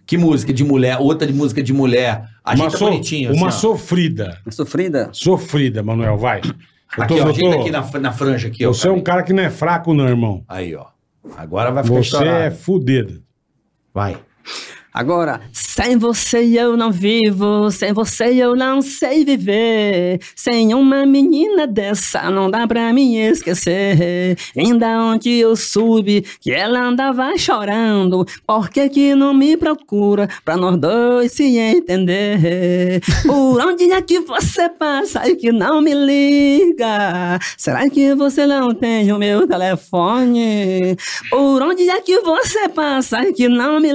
[SPEAKER 3] Que música de mulher, outra de música de mulher. Ajeita
[SPEAKER 4] Uma,
[SPEAKER 3] tá
[SPEAKER 4] so-
[SPEAKER 3] bonitinho.
[SPEAKER 4] uma
[SPEAKER 3] assim, ó.
[SPEAKER 4] sofrida.
[SPEAKER 6] Sofrida.
[SPEAKER 4] Sofrida, Manuel, vai. Eu
[SPEAKER 3] Aqui,
[SPEAKER 4] tô-
[SPEAKER 3] ó,
[SPEAKER 4] eu
[SPEAKER 3] ajeita
[SPEAKER 4] tô-
[SPEAKER 3] aqui na, fr- na franja aqui, ó.
[SPEAKER 4] Você é um cara que não é fraco, não, irmão.
[SPEAKER 3] Aí, ó. Agora vai ficar
[SPEAKER 4] Você é
[SPEAKER 3] estourado.
[SPEAKER 4] fudido.
[SPEAKER 3] Vai.
[SPEAKER 6] Agora, sem você eu não vivo, sem você eu não sei viver. Sem uma menina dessa não dá pra me esquecer. Ainda onde eu soube que ela andava chorando, por que que não me procura pra nós dois se entender? Por onde é que você passa e que não me liga? Será que você não tem o meu telefone? Por onde é que você passa e que não me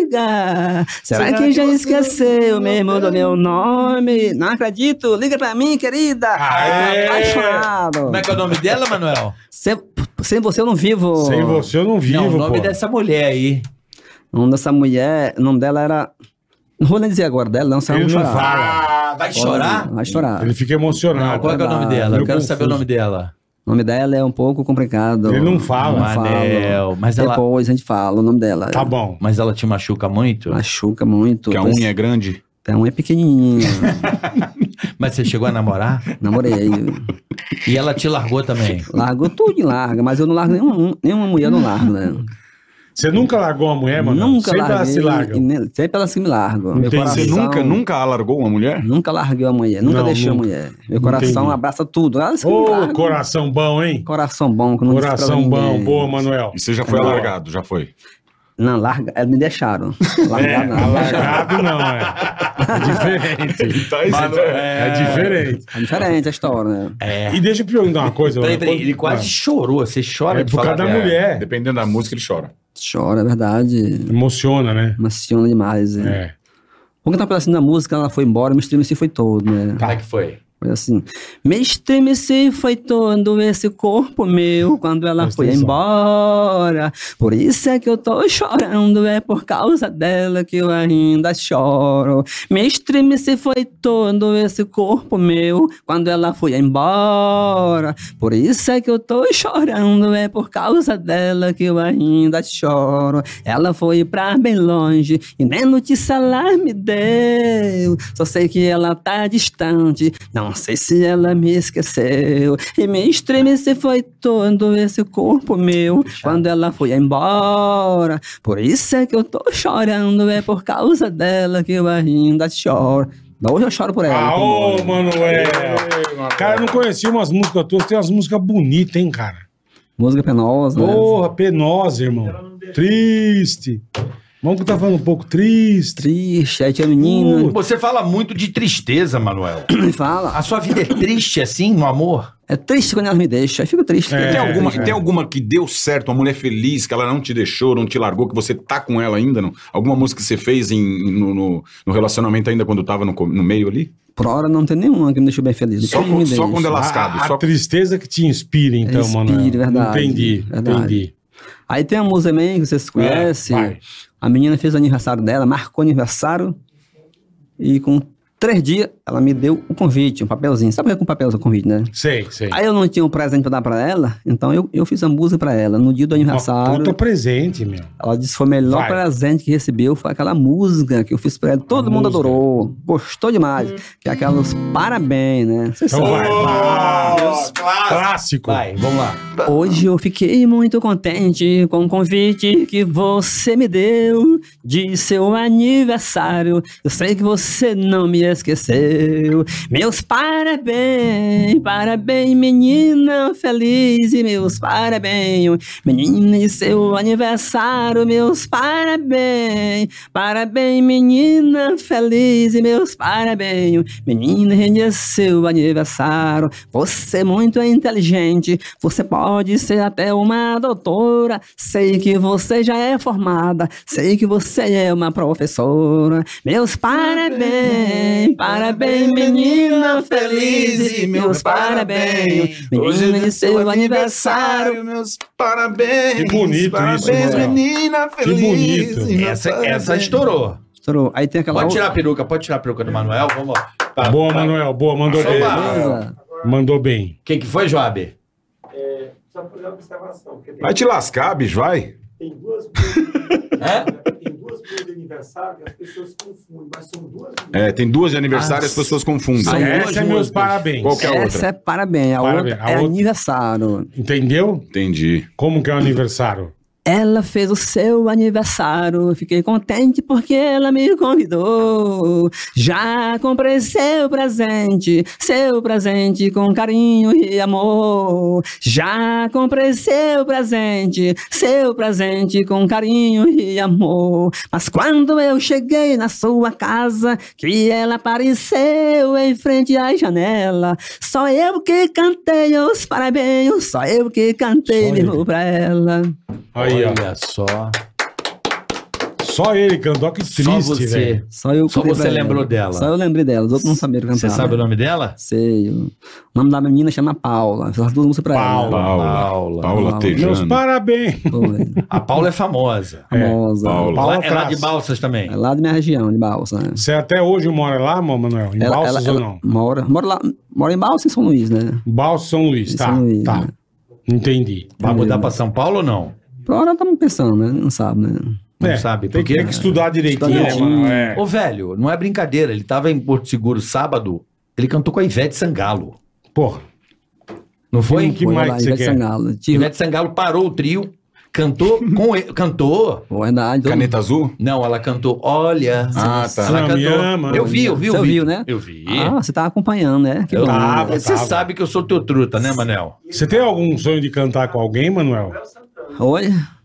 [SPEAKER 6] liga? Será, que, já esqueceu mesmo do meu nome? Não acredito, liga pra mim, querida.
[SPEAKER 4] Aê!
[SPEAKER 6] Apaixonado.
[SPEAKER 3] Como é que é o nome dela, Manuel?
[SPEAKER 6] Sem, sem você eu não vivo.
[SPEAKER 4] Sem você eu não vivo,
[SPEAKER 3] não, o nome
[SPEAKER 4] pô.
[SPEAKER 3] dessa mulher aí.
[SPEAKER 6] O nome dessa mulher, o nome dela era. Não vou nem dizer agora dela, não, senão
[SPEAKER 4] Ele
[SPEAKER 6] eu vou
[SPEAKER 4] não
[SPEAKER 6] chorar.
[SPEAKER 4] fala.
[SPEAKER 3] Ah, vai chorar?
[SPEAKER 6] Vai chorar.
[SPEAKER 4] Ele fica
[SPEAKER 3] Não,
[SPEAKER 4] emocionado.
[SPEAKER 3] qual é, que é o nome
[SPEAKER 6] Ah,
[SPEAKER 3] dela?
[SPEAKER 4] meio
[SPEAKER 3] Eu quero saber o nome
[SPEAKER 4] confuso.
[SPEAKER 3] dela.
[SPEAKER 6] O nome dela é um pouco
[SPEAKER 3] é
[SPEAKER 6] complicado.
[SPEAKER 4] Ele não fala.
[SPEAKER 6] Não fala.
[SPEAKER 3] Manel, mas ela-
[SPEAKER 6] Depois a gente fala o nome dela.
[SPEAKER 4] Tá bom.
[SPEAKER 3] Mas ela te machuca muito?
[SPEAKER 6] Machuca muito.
[SPEAKER 5] Porque a
[SPEAKER 6] Pois-
[SPEAKER 5] unha é grande.
[SPEAKER 6] A unha é pequenininha.
[SPEAKER 3] Mas você chegou a namorar?
[SPEAKER 6] Namorei.
[SPEAKER 3] E ela te largou também.
[SPEAKER 6] Largo tudo e larga, mas eu não largo nenhum, nenhuma mulher, eu não largo, né?
[SPEAKER 4] Você nunca largou uma mulher, É, mano?
[SPEAKER 6] nunca
[SPEAKER 4] Sempre
[SPEAKER 6] larguei.
[SPEAKER 4] ela se larga.
[SPEAKER 6] e nem- sempre ela se me larga. Meu
[SPEAKER 4] Entendi.
[SPEAKER 5] Você
[SPEAKER 6] coração-
[SPEAKER 5] nunca, nunca alargou uma mulher?
[SPEAKER 6] Nunca larguei a mulher, nunca
[SPEAKER 4] Não,
[SPEAKER 6] deixei
[SPEAKER 4] nunca.
[SPEAKER 6] a mulher. Meu coração
[SPEAKER 4] Entendi.
[SPEAKER 6] abraça tudo. Ela se me
[SPEAKER 4] Ô,
[SPEAKER 6] larga.
[SPEAKER 4] coração bom, hein?
[SPEAKER 6] Coração bom, que eu não disse pra
[SPEAKER 4] Coração bom.
[SPEAKER 6] ninguém.
[SPEAKER 4] Boa, Manuel.
[SPEAKER 5] Você já foi
[SPEAKER 4] Boa.
[SPEAKER 5] alargado, já foi.
[SPEAKER 6] Não, larga, elas me deixaram.
[SPEAKER 4] É,
[SPEAKER 6] Largar não.
[SPEAKER 4] alargado não, é. É diferente.
[SPEAKER 5] Tá,
[SPEAKER 3] Mano,
[SPEAKER 4] É diferente.
[SPEAKER 6] É diferente a história, né?
[SPEAKER 3] É.
[SPEAKER 4] E deixa eu te perguntar uma coisa.
[SPEAKER 3] Peraí,
[SPEAKER 4] mano.
[SPEAKER 3] peraí, ele quase chorou. Você chora
[SPEAKER 4] É
[SPEAKER 3] de
[SPEAKER 4] por
[SPEAKER 3] falar
[SPEAKER 4] causa da
[SPEAKER 3] dela.
[SPEAKER 4] mulher.
[SPEAKER 5] Dependendo da música, ele chora.
[SPEAKER 6] Chora, é verdade.
[SPEAKER 4] Emociona, né?
[SPEAKER 6] Emociona demais. É.
[SPEAKER 4] É.
[SPEAKER 6] Vou cantar um pedacinho da música, ela foi embora, me estremeci foi todo, né?
[SPEAKER 3] Como é que foi?
[SPEAKER 6] Foi assim. Me estremeci foi todo esse corpo meu quando ela
[SPEAKER 4] Presta
[SPEAKER 6] foi
[SPEAKER 4] atenção.
[SPEAKER 6] embora. Por isso é que eu tô chorando, é por causa dela que eu ainda choro. Me estremeci foi todo esse corpo meu quando ela foi embora. Por isso é que eu tô chorando, é por causa dela que eu ainda choro. Ela foi pra bem longe e nem notícia ela me deu. Só sei que ela tá distante, não sei se ela me esqueceu. E me estremeci foi todo esse corpo meu quando ela foi embora. Por isso é que eu tô chorando, é por causa dela que eu ainda choro. Hoje eu choro por ela. é?
[SPEAKER 4] Aô, Ah, Manuel! Cara, eu não conhecia umas músicas tuas. Tem umas músicas bonitas, hein, cara?
[SPEAKER 6] Música penosa, né?
[SPEAKER 4] Porra, penosa, irmão. Triste. Vamos que tá falando um pouco triste.
[SPEAKER 6] Triste, aí tinha menina.
[SPEAKER 3] Você fala muito de tristeza, Manuel.
[SPEAKER 6] me fala.
[SPEAKER 3] A sua vida é triste assim, no amor?
[SPEAKER 6] É triste quando ela me deixa, eu fico triste.
[SPEAKER 4] É,
[SPEAKER 5] tem, alguma,
[SPEAKER 4] é.
[SPEAKER 5] tem alguma que deu certo, uma mulher feliz, que ela não te deixou, não te largou, que você tá com ela ainda? Não? Alguma música que você fez em- no, no- no relacionamento ainda quando tava no, co- no meio ali?
[SPEAKER 6] Por hora não tem nenhuma que me deixou bem feliz.
[SPEAKER 5] Só
[SPEAKER 6] Quem
[SPEAKER 5] com-
[SPEAKER 6] me
[SPEAKER 5] só
[SPEAKER 6] deixa?
[SPEAKER 5] quando ela- Lascado,
[SPEAKER 4] A, a
[SPEAKER 5] só-
[SPEAKER 4] tristeza que te inspira, então,
[SPEAKER 6] Inspire,
[SPEAKER 4] Manuel.
[SPEAKER 6] verdade,
[SPEAKER 4] Entendi,
[SPEAKER 6] verdade.
[SPEAKER 4] entendi.
[SPEAKER 6] Aí tem a música também, que vocês conhecem.
[SPEAKER 4] É, vai.
[SPEAKER 6] a menina fez o aniversário dela, marcou o aniversário. E com três dias, ela me deu um convite, um papelzinho. Sabe o que é um papel um convite, né?
[SPEAKER 4] Sei, sei.
[SPEAKER 6] Aí eu não tinha um presente pra dar pra ela, então eu, eu fiz a música pra ela no dia do
[SPEAKER 4] Uma
[SPEAKER 6] aniversário.
[SPEAKER 4] puta presente, meu.
[SPEAKER 6] Ela disse que foi o melhor
[SPEAKER 4] Vai.
[SPEAKER 6] presente que recebeu foi aquela música que eu fiz pra ela. Todo
[SPEAKER 4] A
[SPEAKER 6] mundo
[SPEAKER 4] música.
[SPEAKER 6] adorou, gostou demais. Que é aquelas parabéns, né? Vocês
[SPEAKER 4] Então
[SPEAKER 6] sabem.
[SPEAKER 4] vai. vai.
[SPEAKER 3] Deus.
[SPEAKER 4] Clássico.
[SPEAKER 3] Vai, vamos lá.
[SPEAKER 6] Hoje eu fiquei muito contente com o convite que você me deu de seu aniversário. Eu sei que você não me esqueceu. Meus parabéns, parabéns, menina feliz. E meus parabéns, menina e seu aniversário. Meus parabéns, parabéns, menina feliz. E meus parabéns, menina e seu aniversário. Você é muito inteligente. Você pode ser até uma doutora. Sei que você já é formada. Sei que você é uma professora. Meus parabéns, parabéns, menina feliz. E meus parabéns,
[SPEAKER 5] é
[SPEAKER 6] menina, e é seu aniversário.
[SPEAKER 1] meus parabéns.
[SPEAKER 4] Que bonito
[SPEAKER 1] Parabéns,
[SPEAKER 4] isso, mano.
[SPEAKER 1] menina feliz.
[SPEAKER 4] bonito.
[SPEAKER 1] e meus
[SPEAKER 3] Essa,
[SPEAKER 1] parabéns.
[SPEAKER 3] essa estourou.
[SPEAKER 6] Estourou. Aí tem aquela
[SPEAKER 3] Pode tirar a
[SPEAKER 6] outra.
[SPEAKER 3] peruca, pode tirar a peruca do Manuel. Vamos lá. Tá,
[SPEAKER 4] Boa,
[SPEAKER 3] tá.
[SPEAKER 4] Manuel. Boa, mandou
[SPEAKER 3] Só
[SPEAKER 4] bem.
[SPEAKER 3] vai.
[SPEAKER 6] Beleza?
[SPEAKER 4] Mandou bem.
[SPEAKER 3] Quem que foi, Joab?
[SPEAKER 7] Só fazer uma observação, porque tem,
[SPEAKER 5] Vai te lascar, bicho, vai.
[SPEAKER 7] tem duas coisas. tem duas coisas de aniversário que as pessoas confundem, mas são duas
[SPEAKER 5] É, tem duas de aniversário e as pessoas confundem.
[SPEAKER 6] São
[SPEAKER 4] Essa
[SPEAKER 6] duas
[SPEAKER 4] é meus
[SPEAKER 6] músicas.
[SPEAKER 4] parabéns.
[SPEAKER 5] Qual que é a
[SPEAKER 6] Essa
[SPEAKER 5] outra?
[SPEAKER 6] é parabéns. A
[SPEAKER 4] Parabéns.
[SPEAKER 6] outra
[SPEAKER 4] A
[SPEAKER 6] é
[SPEAKER 4] outra-
[SPEAKER 6] aniversário.
[SPEAKER 4] Entendeu?
[SPEAKER 5] Entendi.
[SPEAKER 4] Como que é o aniversário?
[SPEAKER 6] Ela fez o seu aniversário, fiquei contente porque ela me convidou. Já comprei seu presente, seu presente com carinho e amor. Já comprei seu presente, seu presente com carinho e amor. Mas quando eu cheguei na sua casa, que ela apareceu em frente à janela, só eu que cantei os parabéns, só eu que cantei
[SPEAKER 4] Só ele.
[SPEAKER 6] mesmo pra ela.
[SPEAKER 4] Aí, ó.
[SPEAKER 3] Olha só.
[SPEAKER 4] Só ele cantou. que
[SPEAKER 3] só
[SPEAKER 4] triste,
[SPEAKER 3] você.
[SPEAKER 4] velho.
[SPEAKER 6] Só eu
[SPEAKER 3] Só
[SPEAKER 6] cantei
[SPEAKER 3] você
[SPEAKER 6] pra ela.
[SPEAKER 3] lembrou dela.
[SPEAKER 6] Só eu lembrei dela, os outros não saberam cantar.
[SPEAKER 3] Você sabe o
[SPEAKER 6] né?
[SPEAKER 3] nome dela?
[SPEAKER 6] Sei. O nome da menina chama Paula. Fiz as duas músicas pra
[SPEAKER 4] Paula.
[SPEAKER 5] Paula.
[SPEAKER 3] Paula.
[SPEAKER 5] Paula
[SPEAKER 6] Paula.
[SPEAKER 4] Meus
[SPEAKER 5] Tejano.
[SPEAKER 4] parabéns.
[SPEAKER 6] ela. Foi.
[SPEAKER 3] A Paula é famosa.
[SPEAKER 6] Famosa.
[SPEAKER 5] Paula.
[SPEAKER 3] Ela
[SPEAKER 4] Paula
[SPEAKER 3] é lá de
[SPEAKER 4] Clássico.
[SPEAKER 3] Balsas também.
[SPEAKER 6] É lá da minha região, de Balsa. Né?
[SPEAKER 4] Você até hoje mora lá, mo- Manuel? Em Balsas ou não?
[SPEAKER 6] Mora, mora lá, mora em Balsa em São Luís, né?
[SPEAKER 4] Balsas São Luís,
[SPEAKER 6] Em
[SPEAKER 4] tá.
[SPEAKER 6] São Luís,
[SPEAKER 4] tá.
[SPEAKER 6] né?
[SPEAKER 4] Entendi.
[SPEAKER 3] Vai mudar pra São Paulo ou não?
[SPEAKER 6] Por hora estamos pensando, né? Não sabe, né?
[SPEAKER 3] Não
[SPEAKER 4] É,
[SPEAKER 3] sabe
[SPEAKER 4] Tem
[SPEAKER 3] por
[SPEAKER 4] que,
[SPEAKER 3] quê?
[SPEAKER 4] tem que estudar direitinho,
[SPEAKER 6] Estudar
[SPEAKER 4] né, Manuel? É.
[SPEAKER 3] Ô, velho, não é brincadeira. Ele tava em Porto Seguro sábado, ele cantou com a Ivete Sangalo.
[SPEAKER 4] Porra.
[SPEAKER 3] Não foi?
[SPEAKER 4] Sim, que
[SPEAKER 6] Foi
[SPEAKER 4] mais
[SPEAKER 6] é lá,
[SPEAKER 4] que você
[SPEAKER 6] Ivete
[SPEAKER 4] quer?
[SPEAKER 6] Sangalo. Tive...
[SPEAKER 3] Ivete Sangalo parou o trio, cantou com ele. Cantou.
[SPEAKER 6] Pô, é verdade. todo-
[SPEAKER 5] Caneta azul?
[SPEAKER 3] Não, ela cantou Olha.
[SPEAKER 5] Ah, tá.
[SPEAKER 3] Ela
[SPEAKER 4] Não, me
[SPEAKER 3] cantou.
[SPEAKER 4] ama.
[SPEAKER 3] Eu vi, eu vi, eu
[SPEAKER 6] Você
[SPEAKER 3] vi.
[SPEAKER 6] viu, né?
[SPEAKER 3] Eu vi.
[SPEAKER 6] Ah, você tá acompanhando, né? Que
[SPEAKER 3] Eu-
[SPEAKER 6] bom.
[SPEAKER 4] tava.
[SPEAKER 3] Você
[SPEAKER 4] tava.
[SPEAKER 3] sabe que eu sou teu truta, né, Manel?
[SPEAKER 4] Você tem algum sonho de cantar com alguém, Manuel?
[SPEAKER 6] Olha.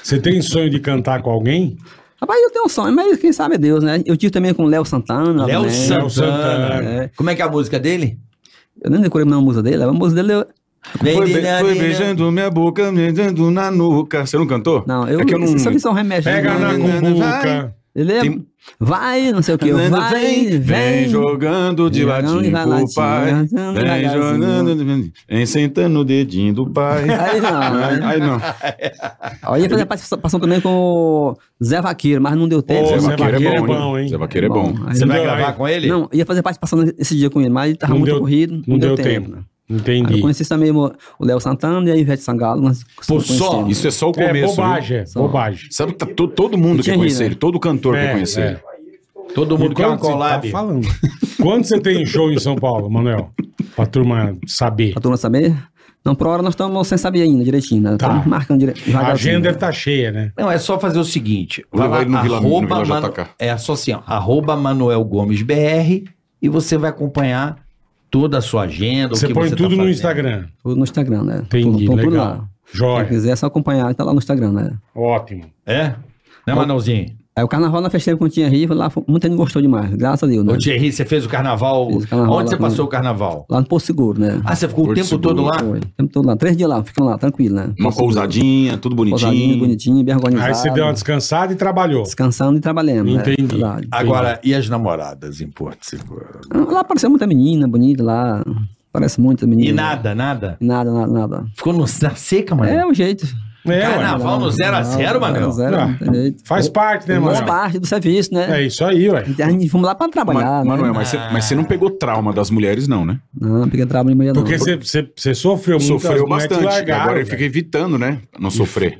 [SPEAKER 4] Você tem sonho de cantar com alguém?
[SPEAKER 6] Rapaz, eu tenho um sonho, mas quem sabe é Deus, né? Eu tive também com o Léo Santana.
[SPEAKER 3] Léo
[SPEAKER 6] né?
[SPEAKER 3] Santana.
[SPEAKER 4] Santana.
[SPEAKER 6] É.
[SPEAKER 3] Como é que é a música dele?
[SPEAKER 6] Eu nem decorei o nome da música dele. A música dele eu,
[SPEAKER 5] Foi, be-
[SPEAKER 3] Menina,
[SPEAKER 5] foi
[SPEAKER 3] menina.
[SPEAKER 5] beijando minha boca, me beijando na nuca. Você não cantou?
[SPEAKER 6] Não, eu,
[SPEAKER 5] É que eu não...
[SPEAKER 6] isso aqui são remédios.
[SPEAKER 4] Pega
[SPEAKER 6] né?
[SPEAKER 4] na cumbuca.
[SPEAKER 6] Ele é-
[SPEAKER 5] Tem-
[SPEAKER 6] Vai, não sei o que. Vai,
[SPEAKER 5] vem,
[SPEAKER 6] vem.
[SPEAKER 5] vem jogando de
[SPEAKER 6] Jogando
[SPEAKER 5] ladinho
[SPEAKER 6] vai
[SPEAKER 5] com o
[SPEAKER 6] latindo,
[SPEAKER 5] pai.
[SPEAKER 6] jogando
[SPEAKER 5] Vem
[SPEAKER 6] devagarzinho.
[SPEAKER 5] jogando, de- vem sentando o dedinho do pai.
[SPEAKER 6] Aí não, né?
[SPEAKER 5] Aí não.
[SPEAKER 6] Aí eu ia fazer a participação também com o Zé Vaqueiro, mas não deu tempo.
[SPEAKER 4] Ô,
[SPEAKER 5] Zé
[SPEAKER 4] Zé
[SPEAKER 5] Vaqueiro é bom, hein? Zé Vaqueiro é bom.
[SPEAKER 6] Aí
[SPEAKER 3] Você
[SPEAKER 6] não-
[SPEAKER 3] vai
[SPEAKER 4] Não,
[SPEAKER 3] gravar
[SPEAKER 4] é.
[SPEAKER 3] com ele?
[SPEAKER 6] Não, ia fazer participação esse dia com ele, mas tava
[SPEAKER 4] Não
[SPEAKER 6] muito
[SPEAKER 4] deu-
[SPEAKER 6] corrido, não, deu, tempo. né? Aí eu
[SPEAKER 4] Entendi.
[SPEAKER 6] conheci também o o Léo Santana e a Ivete Sangalo. nós
[SPEAKER 3] Pô,
[SPEAKER 6] nos
[SPEAKER 3] só
[SPEAKER 6] conhecemos.
[SPEAKER 5] Isso é só o
[SPEAKER 4] É
[SPEAKER 5] começo.
[SPEAKER 4] bobagem, é
[SPEAKER 6] Só.
[SPEAKER 4] bobagem.
[SPEAKER 5] viu? Sabe que tá to- todo mundo quer
[SPEAKER 6] Tinha né?
[SPEAKER 5] conhecer
[SPEAKER 6] rido.
[SPEAKER 5] ele, todo cantor
[SPEAKER 4] É,
[SPEAKER 5] quer conhecer
[SPEAKER 4] é.
[SPEAKER 5] ele.
[SPEAKER 3] Todo mundo quer uma
[SPEAKER 4] você tá
[SPEAKER 3] collab.
[SPEAKER 4] falando? Quando você tem show em São Paulo, Manuel? Pra turma saber.
[SPEAKER 6] Pra turma saber? Não, por hora nós estamos sem saber ainda direitinho, né?
[SPEAKER 4] Tá.
[SPEAKER 6] Estamos marcando dire...
[SPEAKER 4] A
[SPEAKER 6] devagarzinho.
[SPEAKER 4] agenda deve tá cheia, né?
[SPEAKER 3] Não, é só fazer o seguinte.
[SPEAKER 5] Vou
[SPEAKER 3] Vai
[SPEAKER 5] levar
[SPEAKER 3] lá,
[SPEAKER 5] ele no Vila- no
[SPEAKER 3] arroba
[SPEAKER 5] Vila
[SPEAKER 3] Mano-
[SPEAKER 5] JK.
[SPEAKER 3] É só assim, ó, arroba Manuel Gomes BR e você vai acompanhar toda a sua agenda. o
[SPEAKER 4] Você
[SPEAKER 3] que
[SPEAKER 4] põe
[SPEAKER 3] você tá
[SPEAKER 4] tudo no
[SPEAKER 3] fazendo.
[SPEAKER 4] Instagram.
[SPEAKER 6] Tudo no Instagram, né?
[SPEAKER 4] Entendi,
[SPEAKER 6] Tudo- tudo
[SPEAKER 4] legal.
[SPEAKER 6] lá. Quem
[SPEAKER 4] Joia.
[SPEAKER 6] quiser é só acompanhar, tá lá no Instagram, né?
[SPEAKER 4] Ótimo.
[SPEAKER 3] É? Né, Manelzinho?
[SPEAKER 6] Aí o carnaval na festeira com o Tinha Riva, lá foi- muita gente gostou demais, graças a Deus, né?
[SPEAKER 3] Ô, Thierry, você fez o carnaval.
[SPEAKER 6] Fiz o carnaval
[SPEAKER 3] Onde
[SPEAKER 6] lá
[SPEAKER 3] você
[SPEAKER 6] com-
[SPEAKER 3] passou o carnaval?
[SPEAKER 6] Lá no Porto Seguro, né?
[SPEAKER 3] Ah, você ficou o
[SPEAKER 5] Porto
[SPEAKER 3] tempo
[SPEAKER 5] Seguro.
[SPEAKER 3] todo lá?
[SPEAKER 6] Foi. O tempo todo lá. Três dias lá, ficamos lá, tranquilo, né?
[SPEAKER 4] é.
[SPEAKER 5] Uma pousadinha, tudo
[SPEAKER 6] Pousadinho,
[SPEAKER 5] bonitinho.
[SPEAKER 6] bonitinho, bem organizado.
[SPEAKER 4] Aí você deu uma descansada e trabalhou.
[SPEAKER 6] Descansando e trabalhando. né?
[SPEAKER 4] Entendi.
[SPEAKER 6] Verdade.
[SPEAKER 3] Agora, e as namoradas em Porto Seguro?
[SPEAKER 6] Ah, Lá apareceu muita menina bonita lá. Parece muita menina.
[SPEAKER 3] E nada, nada?
[SPEAKER 6] E Nada, nada, nada.
[SPEAKER 3] Ficou no- na seca,
[SPEAKER 6] É
[SPEAKER 3] mano?
[SPEAKER 6] o jeito.
[SPEAKER 4] É,
[SPEAKER 3] Carnaval.
[SPEAKER 4] ué.
[SPEAKER 3] Vamos no zero a zero, Manel?
[SPEAKER 6] Zero, zero,
[SPEAKER 4] Ah,
[SPEAKER 6] não tem jeito.
[SPEAKER 4] Faz parte, né,
[SPEAKER 6] Faz
[SPEAKER 4] Manuel?
[SPEAKER 6] parte do serviço, né?
[SPEAKER 4] É isso aí, é ué.
[SPEAKER 6] A gente fomos lá pra
[SPEAKER 5] Ma-
[SPEAKER 6] trabalhar, né?
[SPEAKER 5] Manuel, mas você, mas
[SPEAKER 4] Ah.
[SPEAKER 5] você não pegou trauma das mulheres, não, né?
[SPEAKER 6] Não, porque trabalho de mulher não.
[SPEAKER 4] Porque você- você você sofreu muito.
[SPEAKER 5] Sofreu
[SPEAKER 4] então, as mulheres te
[SPEAKER 5] bastante.
[SPEAKER 4] largaram,
[SPEAKER 5] Agora ele
[SPEAKER 4] velho.
[SPEAKER 5] fica evitando, né? Não sofrer.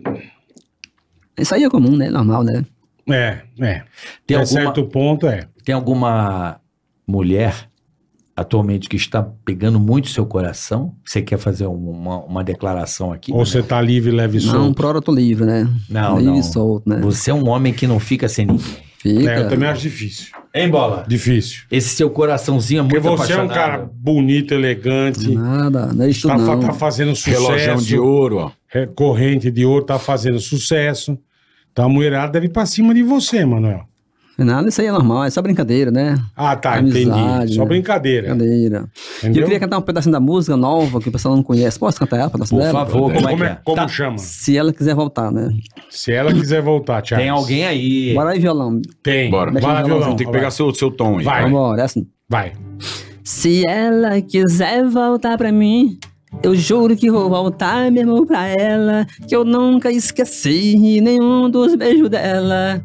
[SPEAKER 6] Isso aí é comum, né? Normal, né?
[SPEAKER 4] É, é.
[SPEAKER 3] Tem
[SPEAKER 4] Até
[SPEAKER 3] alguma-
[SPEAKER 4] certo ponto, é.
[SPEAKER 3] Tem alguma mulher atualmente que está pegando muito seu coração? Você quer fazer um, uma, uma declaração aqui? né?
[SPEAKER 4] Ou você tá livre, leve e
[SPEAKER 6] Não,
[SPEAKER 4] solto?
[SPEAKER 6] por hora eu tô livre, né?
[SPEAKER 3] Não,
[SPEAKER 6] livre
[SPEAKER 3] não.
[SPEAKER 6] e solto, né?
[SPEAKER 3] Você é um homem que não fica sem ninguém.
[SPEAKER 6] Fica.
[SPEAKER 4] É, eu também acho difícil.
[SPEAKER 3] Hein, Bola?
[SPEAKER 4] Difícil.
[SPEAKER 3] Esse seu coraçãozinho é
[SPEAKER 4] Porque
[SPEAKER 3] muito
[SPEAKER 4] você é um
[SPEAKER 3] apaixonado.
[SPEAKER 4] cara bonito, elegante,
[SPEAKER 6] Nada, não é isso
[SPEAKER 4] tá, fa-
[SPEAKER 6] não.
[SPEAKER 4] tá fazendo
[SPEAKER 5] Relojão
[SPEAKER 4] sucesso,
[SPEAKER 5] de ouro, ó.
[SPEAKER 4] é, corrente de ouro, tá fazendo sucesso. Então a mulherada deve ir pra cima de você, Manuel.
[SPEAKER 6] Nada, isso aí é normal, é só brincadeira, né?
[SPEAKER 4] Ah, tá,
[SPEAKER 6] Amizade,
[SPEAKER 4] entendi. Só
[SPEAKER 6] né?
[SPEAKER 4] brincadeira.
[SPEAKER 6] Brincadeira. E
[SPEAKER 4] É. Entendeu?
[SPEAKER 6] eu queria cantar um pedacinho da música nova que o pessoal não conhece. Posso cantar ela, um pedaço
[SPEAKER 3] Por
[SPEAKER 6] dela?
[SPEAKER 3] favor, como é
[SPEAKER 4] Como,
[SPEAKER 3] que
[SPEAKER 4] é,
[SPEAKER 3] é?
[SPEAKER 4] como
[SPEAKER 3] Tá,
[SPEAKER 4] chama?
[SPEAKER 6] Se ela quiser voltar, né?
[SPEAKER 4] Se ela quiser voltar, Thiago.
[SPEAKER 3] Tem alguém aí.
[SPEAKER 6] Bora aí, violão.
[SPEAKER 4] Tem.
[SPEAKER 5] Bora.
[SPEAKER 4] Vai lá,
[SPEAKER 6] Mexe no
[SPEAKER 4] violão.
[SPEAKER 5] Tem que pegar seu, seu tom aí.
[SPEAKER 4] Vai.
[SPEAKER 6] Vambora, é assim.
[SPEAKER 4] Vai.
[SPEAKER 6] Se ela quiser voltar pra mim, eu juro que vou voltar mesmo pra ela. Que eu nunca esqueci nenhum dos beijos dela.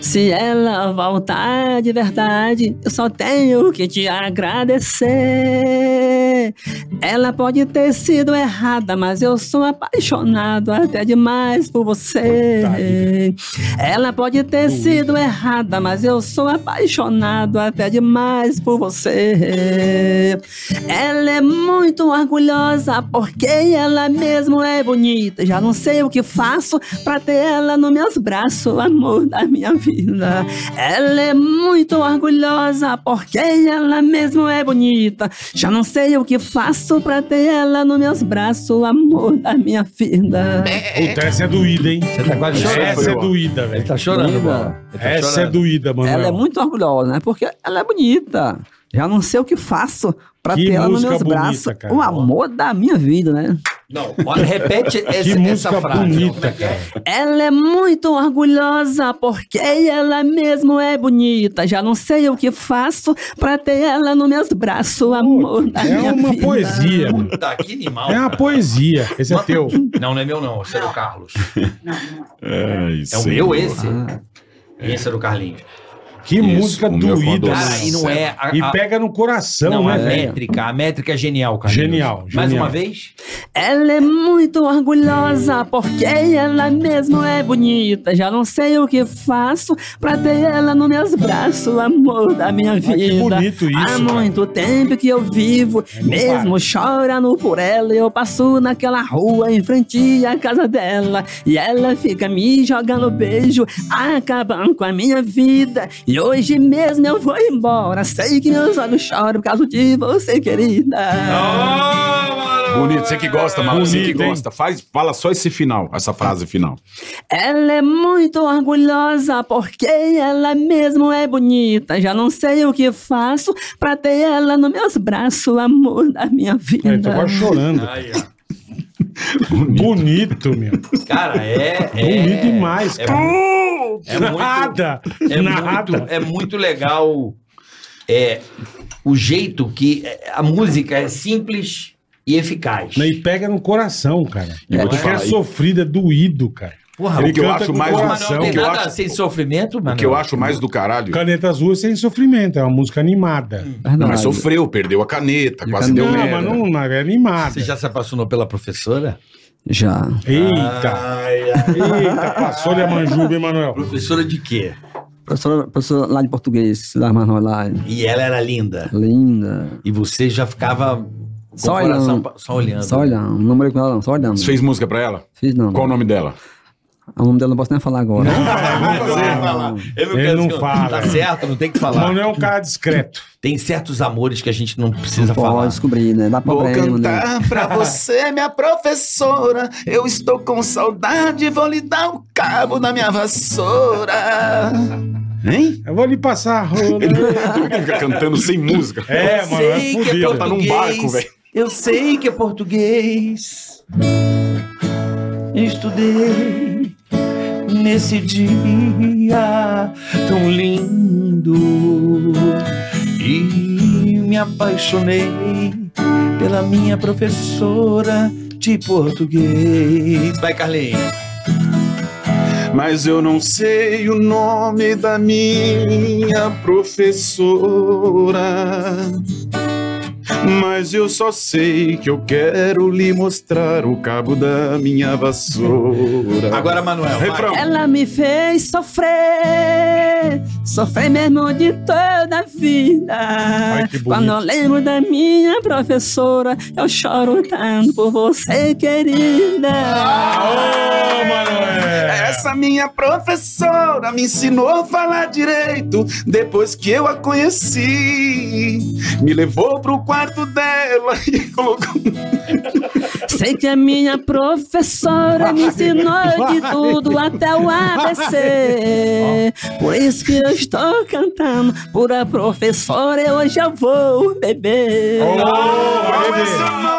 [SPEAKER 6] Se ela voltar de verdade, eu só tenho que te agradecer. Ela pode ter sido errada, mas eu sou apaixonado até demais por
[SPEAKER 4] Puta
[SPEAKER 6] você. Ela pode ter sido errada, mas eu sou apaixonado até demais por você. Ela é muito orgulhosa porque ela mesmo é bonita. Já não sei o que faço pra ter ela nos meus braços, amor da minha vida. Ela é muito orgulhosa porque ela mesmo é bonita. Já não sei o que faço pra ter ela nos meus braços, amor da minha vida.
[SPEAKER 4] Puta, essa é doída, hein?
[SPEAKER 3] Você tá quase chorando.
[SPEAKER 4] Essa é doída,
[SPEAKER 3] Ele
[SPEAKER 4] velho.
[SPEAKER 3] tá chorando, Bola. Ele tá
[SPEAKER 4] Essa é
[SPEAKER 3] chorando.
[SPEAKER 4] doída, Manuel.
[SPEAKER 6] Ela é muito orgulhosa, né? Porque ela é bonita. Já não sei o que faço pra
[SPEAKER 4] Que
[SPEAKER 6] ter ela nos
[SPEAKER 4] música
[SPEAKER 6] meus
[SPEAKER 4] bonita,
[SPEAKER 6] braços.
[SPEAKER 4] cara.
[SPEAKER 6] O amor da minha vida, né?
[SPEAKER 3] Não, olha, repete
[SPEAKER 4] Que
[SPEAKER 3] essa,
[SPEAKER 4] música
[SPEAKER 3] essa frase.
[SPEAKER 4] bonita, cara.
[SPEAKER 6] Ela é muito orgulhosa porque ela mesmo é bonita. Já não sei o que faço pra ter ela nos meus braços, amor da
[SPEAKER 4] É
[SPEAKER 6] minha
[SPEAKER 4] uma
[SPEAKER 6] vida.
[SPEAKER 4] poesia, mano.
[SPEAKER 3] Puta, que Tá animal.
[SPEAKER 4] É uma
[SPEAKER 3] cara.
[SPEAKER 4] poesia. Esse é teu.
[SPEAKER 3] Não, não é meu, não. Esse é do Carlos.
[SPEAKER 5] Ai,
[SPEAKER 3] É o meu, esse? Esse é do Carlinhos.
[SPEAKER 4] Que
[SPEAKER 5] Isso,
[SPEAKER 4] música
[SPEAKER 5] o meu
[SPEAKER 4] doída.
[SPEAKER 5] quando-
[SPEAKER 4] mano.
[SPEAKER 3] Cara, e não é. A,
[SPEAKER 4] E
[SPEAKER 3] a-
[SPEAKER 4] pega no coração,
[SPEAKER 3] não, a
[SPEAKER 4] né, velho?
[SPEAKER 3] métrica. A métrica é genial, Carlinhos.
[SPEAKER 4] Genial,
[SPEAKER 3] Mais
[SPEAKER 4] genial.
[SPEAKER 3] uma vez?
[SPEAKER 6] Ela é muito orgulhosa porque ela mesmo é bonita. Já não sei o que faço pra ter ela nos meus braços, amor da minha
[SPEAKER 3] é.
[SPEAKER 6] vida.
[SPEAKER 4] que bonito isso,
[SPEAKER 6] Há
[SPEAKER 4] cara. É
[SPEAKER 6] muito tempo que eu vivo,
[SPEAKER 4] não
[SPEAKER 6] mesmo
[SPEAKER 4] para.
[SPEAKER 6] chorando por ela. Eu passo naquela rua em frente à casa dela e ela fica me jogando beijo, acabando com a minha vida. E hoje mesmo eu vou embora. Sei que meus olhos choram por causa de você, querida.
[SPEAKER 5] Bonito, você que gosta, mano. Você que
[SPEAKER 4] Bonito, hein?
[SPEAKER 5] gosta. Faz, fala só esse final, essa frase final.
[SPEAKER 6] Ela é muito orgulhosa porque ela mesmo é bonita. Já não sei o que faço pra ter ela nos meus braços, amor da
[SPEAKER 4] É,
[SPEAKER 6] minha
[SPEAKER 4] Eu tô
[SPEAKER 6] vida.
[SPEAKER 4] tá quase chorando.
[SPEAKER 3] Aí, ó.
[SPEAKER 4] Bonito, meu.
[SPEAKER 3] Cara, é. é
[SPEAKER 4] Bonito demais,
[SPEAKER 3] é
[SPEAKER 4] cara.
[SPEAKER 3] mu- é muito-
[SPEAKER 4] nada.
[SPEAKER 3] É
[SPEAKER 4] nada.
[SPEAKER 3] muito, é muito legal é, o jeito que a música é simples e eficaz.
[SPEAKER 4] E pega no coração, cara.
[SPEAKER 5] E vou te
[SPEAKER 4] Porque é
[SPEAKER 5] falar, e-
[SPEAKER 4] sofrida, é doído, cara.
[SPEAKER 3] Porra,
[SPEAKER 5] o que eu
[SPEAKER 4] canta
[SPEAKER 5] acho
[SPEAKER 4] com
[SPEAKER 5] mais
[SPEAKER 4] Ah, o
[SPEAKER 3] mas
[SPEAKER 4] coração.
[SPEAKER 3] não tem
[SPEAKER 5] que eu
[SPEAKER 3] nada
[SPEAKER 5] acho-
[SPEAKER 3] sem sofrimento, mano.
[SPEAKER 5] O que eu acho mais do caralho.
[SPEAKER 4] Caneta Azul é sem sofrimento, é uma música animada.
[SPEAKER 3] Hum.
[SPEAKER 5] Não, mas sofreu, perdeu a caneta,
[SPEAKER 6] E
[SPEAKER 5] quase
[SPEAKER 6] caneta.
[SPEAKER 5] deu
[SPEAKER 4] não,
[SPEAKER 5] merda.
[SPEAKER 4] mas não, não é animada.
[SPEAKER 3] Você já se apaixonou pela professora?
[SPEAKER 6] Já.
[SPEAKER 3] Ah.
[SPEAKER 4] Eita,
[SPEAKER 3] Ai, ai.
[SPEAKER 4] eita, passou-lhe a manjuba, hein, Manuel?
[SPEAKER 3] Professora de quê?
[SPEAKER 6] Professora, professora lá de português, lá mais nova lá.
[SPEAKER 3] E ela era linda.
[SPEAKER 6] Linda.
[SPEAKER 3] E você já ficava com
[SPEAKER 6] Só
[SPEAKER 3] o coração
[SPEAKER 6] olhando.
[SPEAKER 3] pa- só olhando.
[SPEAKER 6] Só olhando. Não morei com ela, não. Só olhando.
[SPEAKER 5] Você fez música pra ela?
[SPEAKER 6] Fiz não. Ah,
[SPEAKER 5] Qual o nome dela?
[SPEAKER 6] O nome dela eu não posso nem falar agora.
[SPEAKER 3] Eu
[SPEAKER 4] Ele
[SPEAKER 3] quero
[SPEAKER 4] não
[SPEAKER 3] que eu-
[SPEAKER 4] fala.
[SPEAKER 3] Tá certo, não tem que falar.
[SPEAKER 4] Manuel é um cara discreto.
[SPEAKER 3] Tem certos amores que a gente não precisa falar.
[SPEAKER 6] Pode descobrir, né? Dá
[SPEAKER 1] Vou
[SPEAKER 6] problema, né?
[SPEAKER 1] cantar pra você, minha professora. Eu estou com saudade, vou lhe dar o cabo da minha vassoura. Hein?
[SPEAKER 4] Eu vou lhe passar a rola.
[SPEAKER 5] Ele fica cantando sem música.
[SPEAKER 4] É, mano, é fudido.
[SPEAKER 5] Tá num barco, velho.
[SPEAKER 3] Eu sei que é português. Estudei nesse dia tão lindo e me apaixonei pela minha professora de português. Vai, Carlinhos.
[SPEAKER 1] Mas eu não sei o nome da minha professora. Mas eu só sei que eu quero lhe mostrar o cabo da minha vassoura.
[SPEAKER 3] Agora, Manuel. vai.
[SPEAKER 5] Refrão.
[SPEAKER 6] Ela me fez sofrer sofrer, sofrer mesmo de toda a vida.
[SPEAKER 4] Ai, que bonito.
[SPEAKER 6] Quando eu lembro da minha professora, eu choro tanto por você, querida.
[SPEAKER 4] Ô, Manoel!
[SPEAKER 5] Essa minha professora me ensinou a falar direito depois que eu a conheci. Me levou pro quarto dela e colocou.
[SPEAKER 6] Sei que a minha professora me ensinou de
[SPEAKER 4] vai,
[SPEAKER 6] tudo até o ABC. Por isso que eu estou cantando por a professora e hoje eu vou beber.
[SPEAKER 4] Ô, vai
[SPEAKER 5] Qual é
[SPEAKER 4] beber.
[SPEAKER 3] assim.
[SPEAKER 5] seu nome?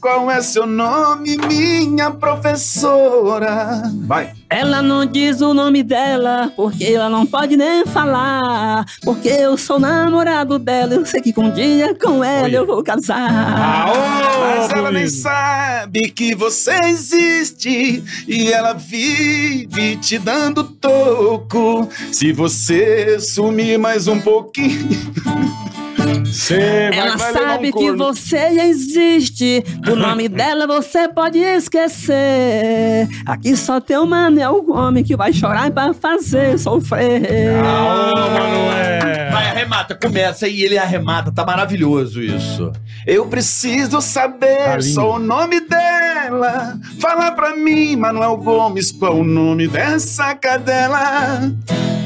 [SPEAKER 5] Qual é seu nome, minha professora? Vai.
[SPEAKER 6] Ela não diz o nome dela, porque ela não pode nem falar. Porque eu sou namorado dela, eu sei que um dia com ela eu vou casar.
[SPEAKER 4] Ah, ô,
[SPEAKER 5] Mas ela nem
[SPEAKER 4] bonito.
[SPEAKER 5] sabe que você existe e ela vive te dando toco. Se você sumir mais um pouquinho.
[SPEAKER 4] Cê vai-
[SPEAKER 6] Ela
[SPEAKER 5] vai levar um
[SPEAKER 6] sabe que
[SPEAKER 5] corno.
[SPEAKER 6] você existe. O nome dela você pode esquecer. Aqui só tem um é o Manel Gomes que vai chorar pra fazer sofrer.
[SPEAKER 4] Ah, ô, Manoel!
[SPEAKER 3] Vai, arremata, começa e ele arremata. Tá maravilhoso isso.
[SPEAKER 5] Eu preciso
[SPEAKER 4] Tá
[SPEAKER 5] saber
[SPEAKER 4] lindo.
[SPEAKER 5] só o nome dela. Fala pra mim, Manuel Gomes, qual o nome dessa cadela?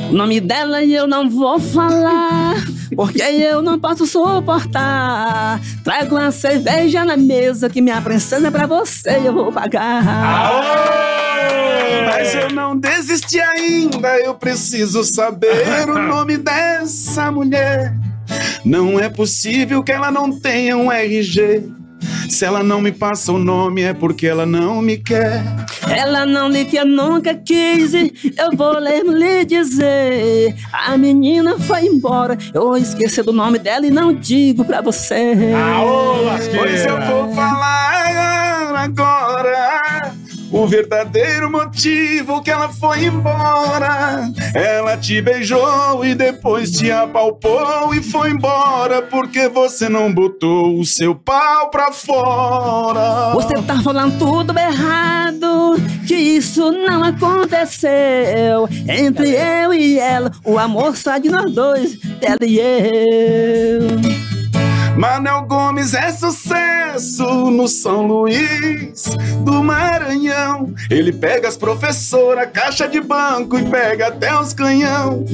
[SPEAKER 6] O nome dela eu não vou falar, porque eu não posso suportar. Trago uma cerveja na mesa que minha princesa é pra você eu vou pagar.
[SPEAKER 5] Mas eu não desisti ainda, eu preciso saber o nome dessa mulher. Não é possível que ela não tenha um RG. Se ela não me passa o nome é porque ela não me quer.
[SPEAKER 6] Ela não lhe que eu nunca quis, eu vou ler- lhe dizer. A menina foi embora, eu esqueci do nome dela e não digo pra você.
[SPEAKER 4] Ah, ô,
[SPEAKER 5] Pois eu
[SPEAKER 4] lasqueira!
[SPEAKER 5] vou falar agora o verdadeiro motivo que ela foi embora. Ela te beijou e depois te apalpou e foi embora porque você não botou o seu pau pra fora.
[SPEAKER 6] Você tá falando tudo errado, que isso não aconteceu. Entre eu e ela, o amor só de nós dois, dela e eu.
[SPEAKER 5] Manuel Gomes é sucesso no São Luís do Maranhão. Ele pega as professoras, caixa de banco e pega até os canhão.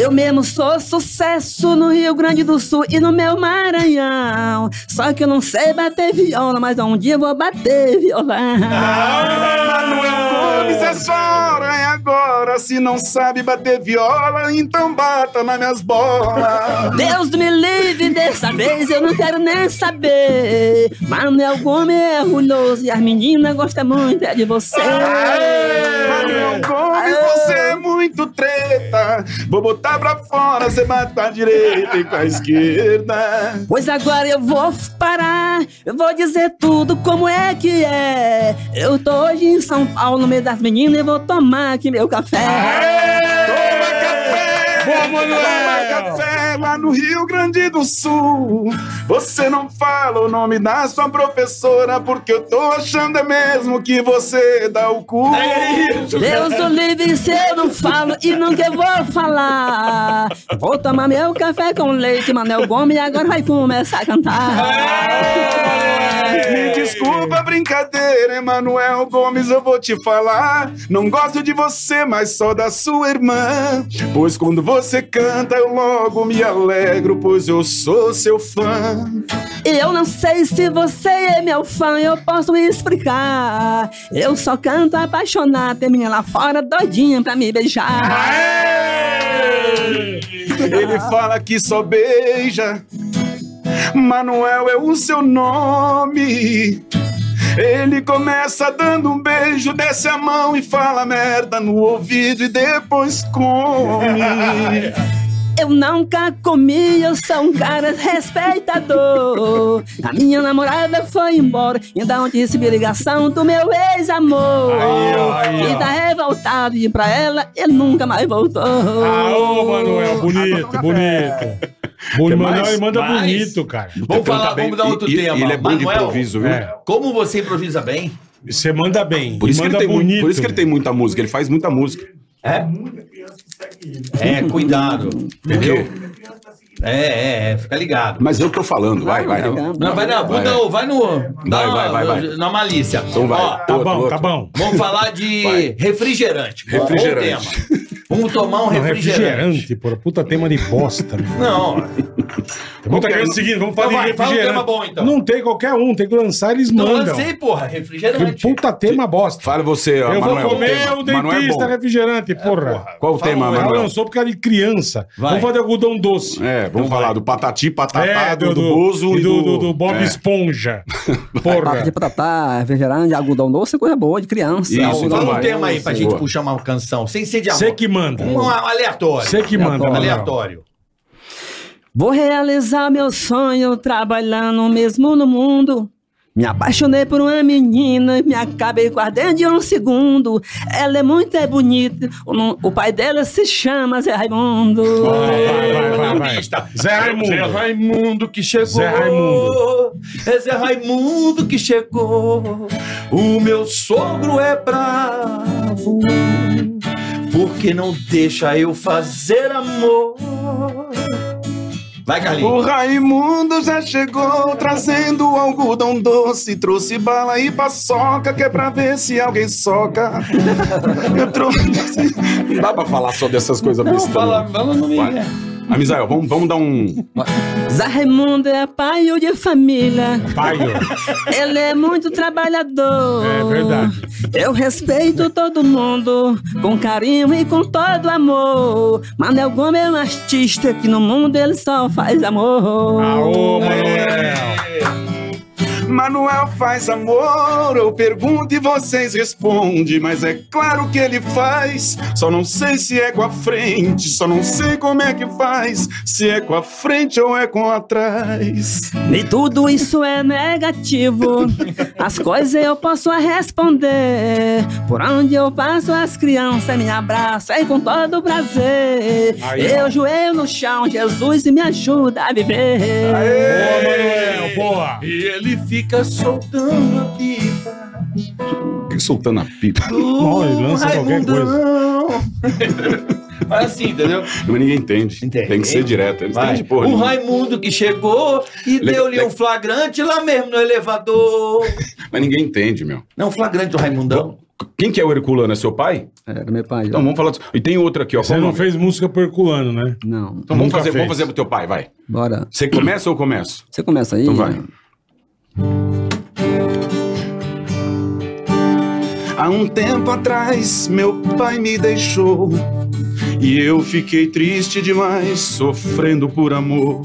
[SPEAKER 6] Eu mesmo sou sucesso no Rio Grande do Sul e no meu Maranhão. Só que eu não sei bater viola, mas um dia eu vou bater
[SPEAKER 5] Ah.
[SPEAKER 6] violão.
[SPEAKER 5] Manuel Gomes é sua hora, é agora. Se não sabe bater viola, então bata nas minhas bolas.
[SPEAKER 6] Deus me livre dessa vez, eu não quero nem saber. Manuel Gomes é ruloso e as meninas gostam muito é de você.
[SPEAKER 5] Manuel Gomes, você é muito treta. Vou botar pra fora, você mata a direita e com a esquerda.
[SPEAKER 6] Pois agora eu vou parar, eu vou dizer tudo como é que é. Eu tô hoje em São Paulo, no meio das meninas, e vou tomar aqui meu café.
[SPEAKER 5] Toma café!
[SPEAKER 4] Boa, Manuel!
[SPEAKER 5] Toma café lá no Rio Grande do Sul. Você não fala o nome da sua professora, porque eu tô achando é mesmo que você dá o cu.
[SPEAKER 4] É
[SPEAKER 6] Deus o livre se eu não falo e nunca eu vou falar. Vou tomar meu café com leite, Manel Gomes, e agora vai começar a cantar.
[SPEAKER 5] Me desculpa a brincadeira, Emanuel Gomes, eu vou te falar. Não gosto de você, mas só da sua irmã. Pois quando você canta, eu logo me alegro, pois eu sou seu fã.
[SPEAKER 6] E eu não sei se você é meu fã, eu posso me explicar. Eu só canto apaixonado, tem minha lá fora doidinha pra me beijar.
[SPEAKER 5] Ele fala que só beija. Manuel é o seu nome. Ele começa dando um beijo, desce a mão e fala merda no ouvido e depois come.
[SPEAKER 6] Eu nunca comi, eu sou um cara respeitador.
[SPEAKER 4] Tá.
[SPEAKER 6] A minha namorada foi embora, então ainda ontem recebi ligação do meu ex-amor.
[SPEAKER 4] Aí, ó, aí, ó.
[SPEAKER 6] E tá revoltado, e pra ela ele nunca mais voltou.
[SPEAKER 4] Ah, ô, Manoel, bonito, bonito.
[SPEAKER 8] mais?
[SPEAKER 4] Bonito, Manoel, ele manda
[SPEAKER 3] Mais?
[SPEAKER 4] bonito, cara.
[SPEAKER 3] Vamos falar, vamos dar outro
[SPEAKER 8] e,
[SPEAKER 3] tema.
[SPEAKER 8] E ele é bom de
[SPEAKER 3] Manuel,
[SPEAKER 8] improviso, viu?
[SPEAKER 4] É.
[SPEAKER 3] Como você improvisa bem?
[SPEAKER 4] Você manda bem.
[SPEAKER 8] Por, isso que
[SPEAKER 4] manda
[SPEAKER 8] ele tem muito-
[SPEAKER 5] um-
[SPEAKER 4] bonito.
[SPEAKER 8] por isso que ele tem muita música, ele faz muita música.
[SPEAKER 3] É?
[SPEAKER 9] Muita criança que segue ele.
[SPEAKER 3] É, cuidado. Entendeu?
[SPEAKER 9] Muita criança tá seguindo.
[SPEAKER 3] É, é, é, fica ligado.
[SPEAKER 7] Mas eu tô falando, vai, vai.
[SPEAKER 10] Vai,
[SPEAKER 7] não.
[SPEAKER 10] vai.
[SPEAKER 3] Não, vai na bunda ou vai no. na-
[SPEAKER 7] vai, vai, vai.
[SPEAKER 3] Na malícia.
[SPEAKER 7] Então vai.
[SPEAKER 3] Ó,
[SPEAKER 4] Tá
[SPEAKER 7] Outro,
[SPEAKER 4] bom,
[SPEAKER 7] outro.
[SPEAKER 4] tá bom.
[SPEAKER 3] vamos falar de
[SPEAKER 7] Vai.
[SPEAKER 3] refrigerante. Bom
[SPEAKER 7] Refrigerante.
[SPEAKER 3] tema. Vamos tomar um
[SPEAKER 4] Não,
[SPEAKER 3] refrigerante.
[SPEAKER 4] refrigerante, porra. Puta tema de bosta, meu.
[SPEAKER 3] Não,
[SPEAKER 4] Tem muita criança seguindo, vamos falar
[SPEAKER 3] Então vai,
[SPEAKER 4] de
[SPEAKER 3] fala um
[SPEAKER 4] refrigerante.
[SPEAKER 3] tema bom, então.
[SPEAKER 4] Não tem qualquer um, tem que lançar, eles
[SPEAKER 3] não
[SPEAKER 4] mandam.
[SPEAKER 3] lancei, então, assim, porra.
[SPEAKER 4] Que
[SPEAKER 3] Refrigerante.
[SPEAKER 4] puta tema bosta.
[SPEAKER 7] Fala você, ó,
[SPEAKER 4] Eu vou
[SPEAKER 7] Manuel.
[SPEAKER 4] comer o
[SPEAKER 7] Manuel é
[SPEAKER 4] dentista
[SPEAKER 7] bom.
[SPEAKER 4] refrigerante, porra.
[SPEAKER 7] Qual o
[SPEAKER 3] Fala
[SPEAKER 7] tema,
[SPEAKER 3] um,
[SPEAKER 4] Ela
[SPEAKER 7] Manuel?
[SPEAKER 4] lançou por causa de criança.
[SPEAKER 3] Vai.
[SPEAKER 4] Vamos falar de algodão doce.
[SPEAKER 7] É, vamos falar do patati, patatá,
[SPEAKER 4] um. É,
[SPEAKER 7] do, do Bozo
[SPEAKER 4] e do, do- do Bob
[SPEAKER 7] É.
[SPEAKER 4] Esponja.
[SPEAKER 10] Papo de
[SPEAKER 4] Porra.
[SPEAKER 10] patatá, refrigerante, algodão doce, é coisa boa, de criança.
[SPEAKER 7] Isso,
[SPEAKER 3] Não,
[SPEAKER 7] então
[SPEAKER 3] fala um
[SPEAKER 7] vai.
[SPEAKER 3] tema aí pra
[SPEAKER 7] Boa.
[SPEAKER 3] gente puxar uma canção. Sem ser de amor.
[SPEAKER 4] Você que manda.
[SPEAKER 3] Um aleatório.
[SPEAKER 4] Você que manda, Manuel.
[SPEAKER 3] Aleatório.
[SPEAKER 6] Vou realizar meu sonho trabalhando mesmo no mundo. Me apaixonei por uma menina, me acabei guardando de um segundo. Ela é muito é bonita, o, no- o pai dela se chama Zé Raimundo.
[SPEAKER 4] Vai, vai, vai, vai. Zé
[SPEAKER 3] Zé
[SPEAKER 4] Raimundo.
[SPEAKER 3] Raimundo que chegou.
[SPEAKER 4] Zé Raimundo.
[SPEAKER 3] É Zé Raimundo que chegou. O meu sogro é bravo. Porque não deixa eu fazer amor. Vai,
[SPEAKER 5] O
[SPEAKER 3] Carlinhos.
[SPEAKER 5] Raimundo já chegou trazendo algodão doce. Trouxe bala e paçoca, que é pra ver se alguém soca. Eu trouxe.
[SPEAKER 7] Não dá pra falar só dessas coisas
[SPEAKER 3] Não,
[SPEAKER 7] bestas,
[SPEAKER 3] fala,
[SPEAKER 7] não.
[SPEAKER 3] fala no meio.
[SPEAKER 7] Vai. Amizael, vamos, vamos dar um...
[SPEAKER 6] Zé Raimundo é pai de família.
[SPEAKER 4] Pai, ó.
[SPEAKER 6] Ele é muito trabalhador.
[SPEAKER 4] É verdade.
[SPEAKER 6] Eu respeito todo mundo, com carinho e com todo amor. Manuel Gomes é um artista que no mundo ele só faz amor.
[SPEAKER 4] Aô, Ah, Manuel.
[SPEAKER 5] Manuel faz amor, eu pergunto e vocês respondem. Mas é claro que ele faz, só não sei se é com a frente, só não sei como é que faz, se é com a frente ou é com atrás.
[SPEAKER 6] E tudo isso é negativo. As coisas eu posso responder. Por onde eu passo, as crianças me abraçam e com todo prazer.
[SPEAKER 4] Aí, ó.
[SPEAKER 6] eu joelho no chão, Jesus me ajuda a viver.
[SPEAKER 4] Boa, Manuel. Boa.
[SPEAKER 3] E ele fica soltando a pipa.
[SPEAKER 7] Por que soltando a pipa?
[SPEAKER 4] Não, ele lança qualquer
[SPEAKER 3] Mas assim, entendeu?
[SPEAKER 7] Mas ninguém entende.
[SPEAKER 3] Entende.
[SPEAKER 7] Tem que ser direto. Eles
[SPEAKER 3] Vai.
[SPEAKER 7] entendem porra
[SPEAKER 3] o
[SPEAKER 7] nenhuma.
[SPEAKER 3] Raimundo que chegou e
[SPEAKER 7] Le-
[SPEAKER 3] deu-lhe
[SPEAKER 7] le-
[SPEAKER 3] um flagrante lá mesmo no elevador.
[SPEAKER 7] Mas ninguém entende, meu.
[SPEAKER 3] Não, É um flagrante do Raimundão.
[SPEAKER 7] Quem que é o Herculano? É seu pai?
[SPEAKER 10] Era meu pai.
[SPEAKER 7] Então vamos falar disso. E tem outro aqui, ó.
[SPEAKER 4] Você
[SPEAKER 7] Qual o
[SPEAKER 4] não
[SPEAKER 7] nome?
[SPEAKER 4] fez música pro Herculano, né?
[SPEAKER 10] Não,
[SPEAKER 7] Então vamos
[SPEAKER 4] Nunca
[SPEAKER 7] fazer, vamos
[SPEAKER 4] fez.
[SPEAKER 7] fazer pro teu pai, vai.
[SPEAKER 10] bora.
[SPEAKER 7] Você começa ou eu começo?
[SPEAKER 10] Você começa aí?
[SPEAKER 7] Então vai.
[SPEAKER 6] né?
[SPEAKER 5] Há um tempo atrás, meu pai me deixou. E eu fiquei triste demais, sofrendo por amor.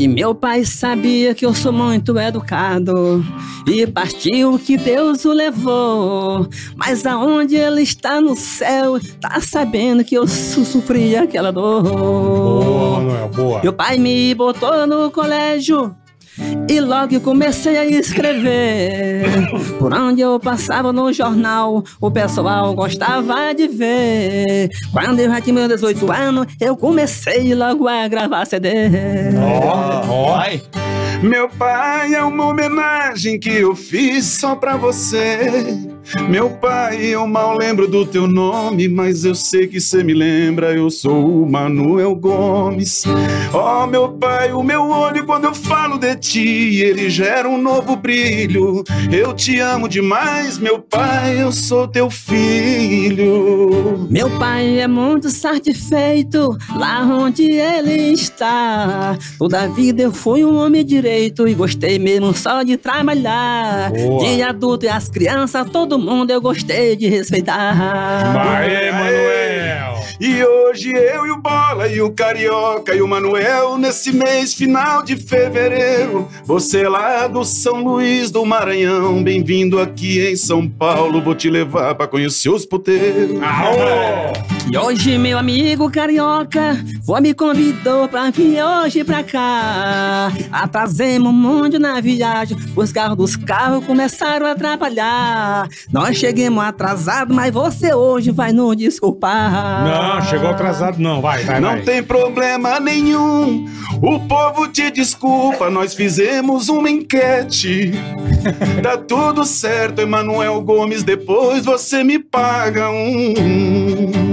[SPEAKER 6] E meu pai sabia que eu sou muito educado E partiu que Deus o levou Mas aonde ele está no céu Tá sabendo que eu su- sofri aquela dor
[SPEAKER 4] Boa, Manuel. Boa.
[SPEAKER 6] meu pai me botou no colégio e logo eu comecei a escrever. Por onde eu passava no jornal, o pessoal gostava de ver. Quando eu já tinha meus 18 anos, eu comecei logo a gravar CD.
[SPEAKER 4] Ó, ó.
[SPEAKER 3] Vai.
[SPEAKER 5] Meu pai é uma homenagem que eu fiz só pra você. Meu pai, eu mal lembro do teu nome, mas eu sei que você me lembra. Eu sou o Manuel Gomes. Oh, meu pai, o meu olho quando eu falo de ti, ele gera um novo brilho. Eu te amo demais, meu pai, eu sou teu filho.
[SPEAKER 6] Meu pai é muito satisfeito lá onde ele está. Toda a vida eu fui um homem direito e gostei mesmo só de trabalhar.
[SPEAKER 4] Boa.
[SPEAKER 6] De adulto e as crianças, todo mundo eu gostei de respeitar.
[SPEAKER 4] Aê, Manuel.
[SPEAKER 5] E hoje eu e o Bola e o Carioca e o Manuel, nesse mês final de fevereiro, você é lá do São Luís do Maranhão, bem-vindo aqui em São Paulo, vou te levar pra conhecer os puteiros.
[SPEAKER 4] Aô.
[SPEAKER 6] E hoje meu amigo carioca Vó me convidou pra vir hoje pra cá Ah, Atrasemos muito na viagem Os carros dos carros começaram a atrapalhar Nós chegamos atrasados, mas você hoje vai nos desculpar
[SPEAKER 4] Não, chegou atrasado, não. Vai, vai,
[SPEAKER 5] Não
[SPEAKER 4] vai.
[SPEAKER 5] tem problema nenhum, o povo te desculpa, nós fizemos uma enquete. Tá tudo certo, Emanuel Gomes, depois você me paga um.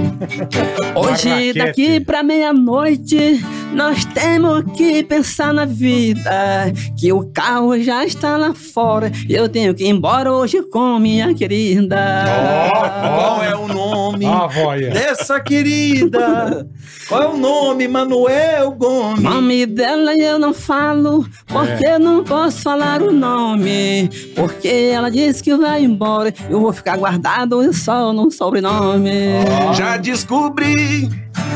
[SPEAKER 6] Hoje,
[SPEAKER 4] Barraquete.
[SPEAKER 6] daqui pra meia-noite, nós temos que pensar na vida. Que o carro já está lá fora. e Eu tenho que ir embora hoje com minha querida.
[SPEAKER 3] Qual é o nome
[SPEAKER 4] Ó a voia.
[SPEAKER 3] dessa querida? Qual é o nome, Manuel
[SPEAKER 6] O
[SPEAKER 3] Gomes?
[SPEAKER 6] nome dela eu não falo, porque não posso falar o nome. Porque ela disse que vai embora. Eu vou ficar guardado só no sobrenome.
[SPEAKER 5] Já descobri,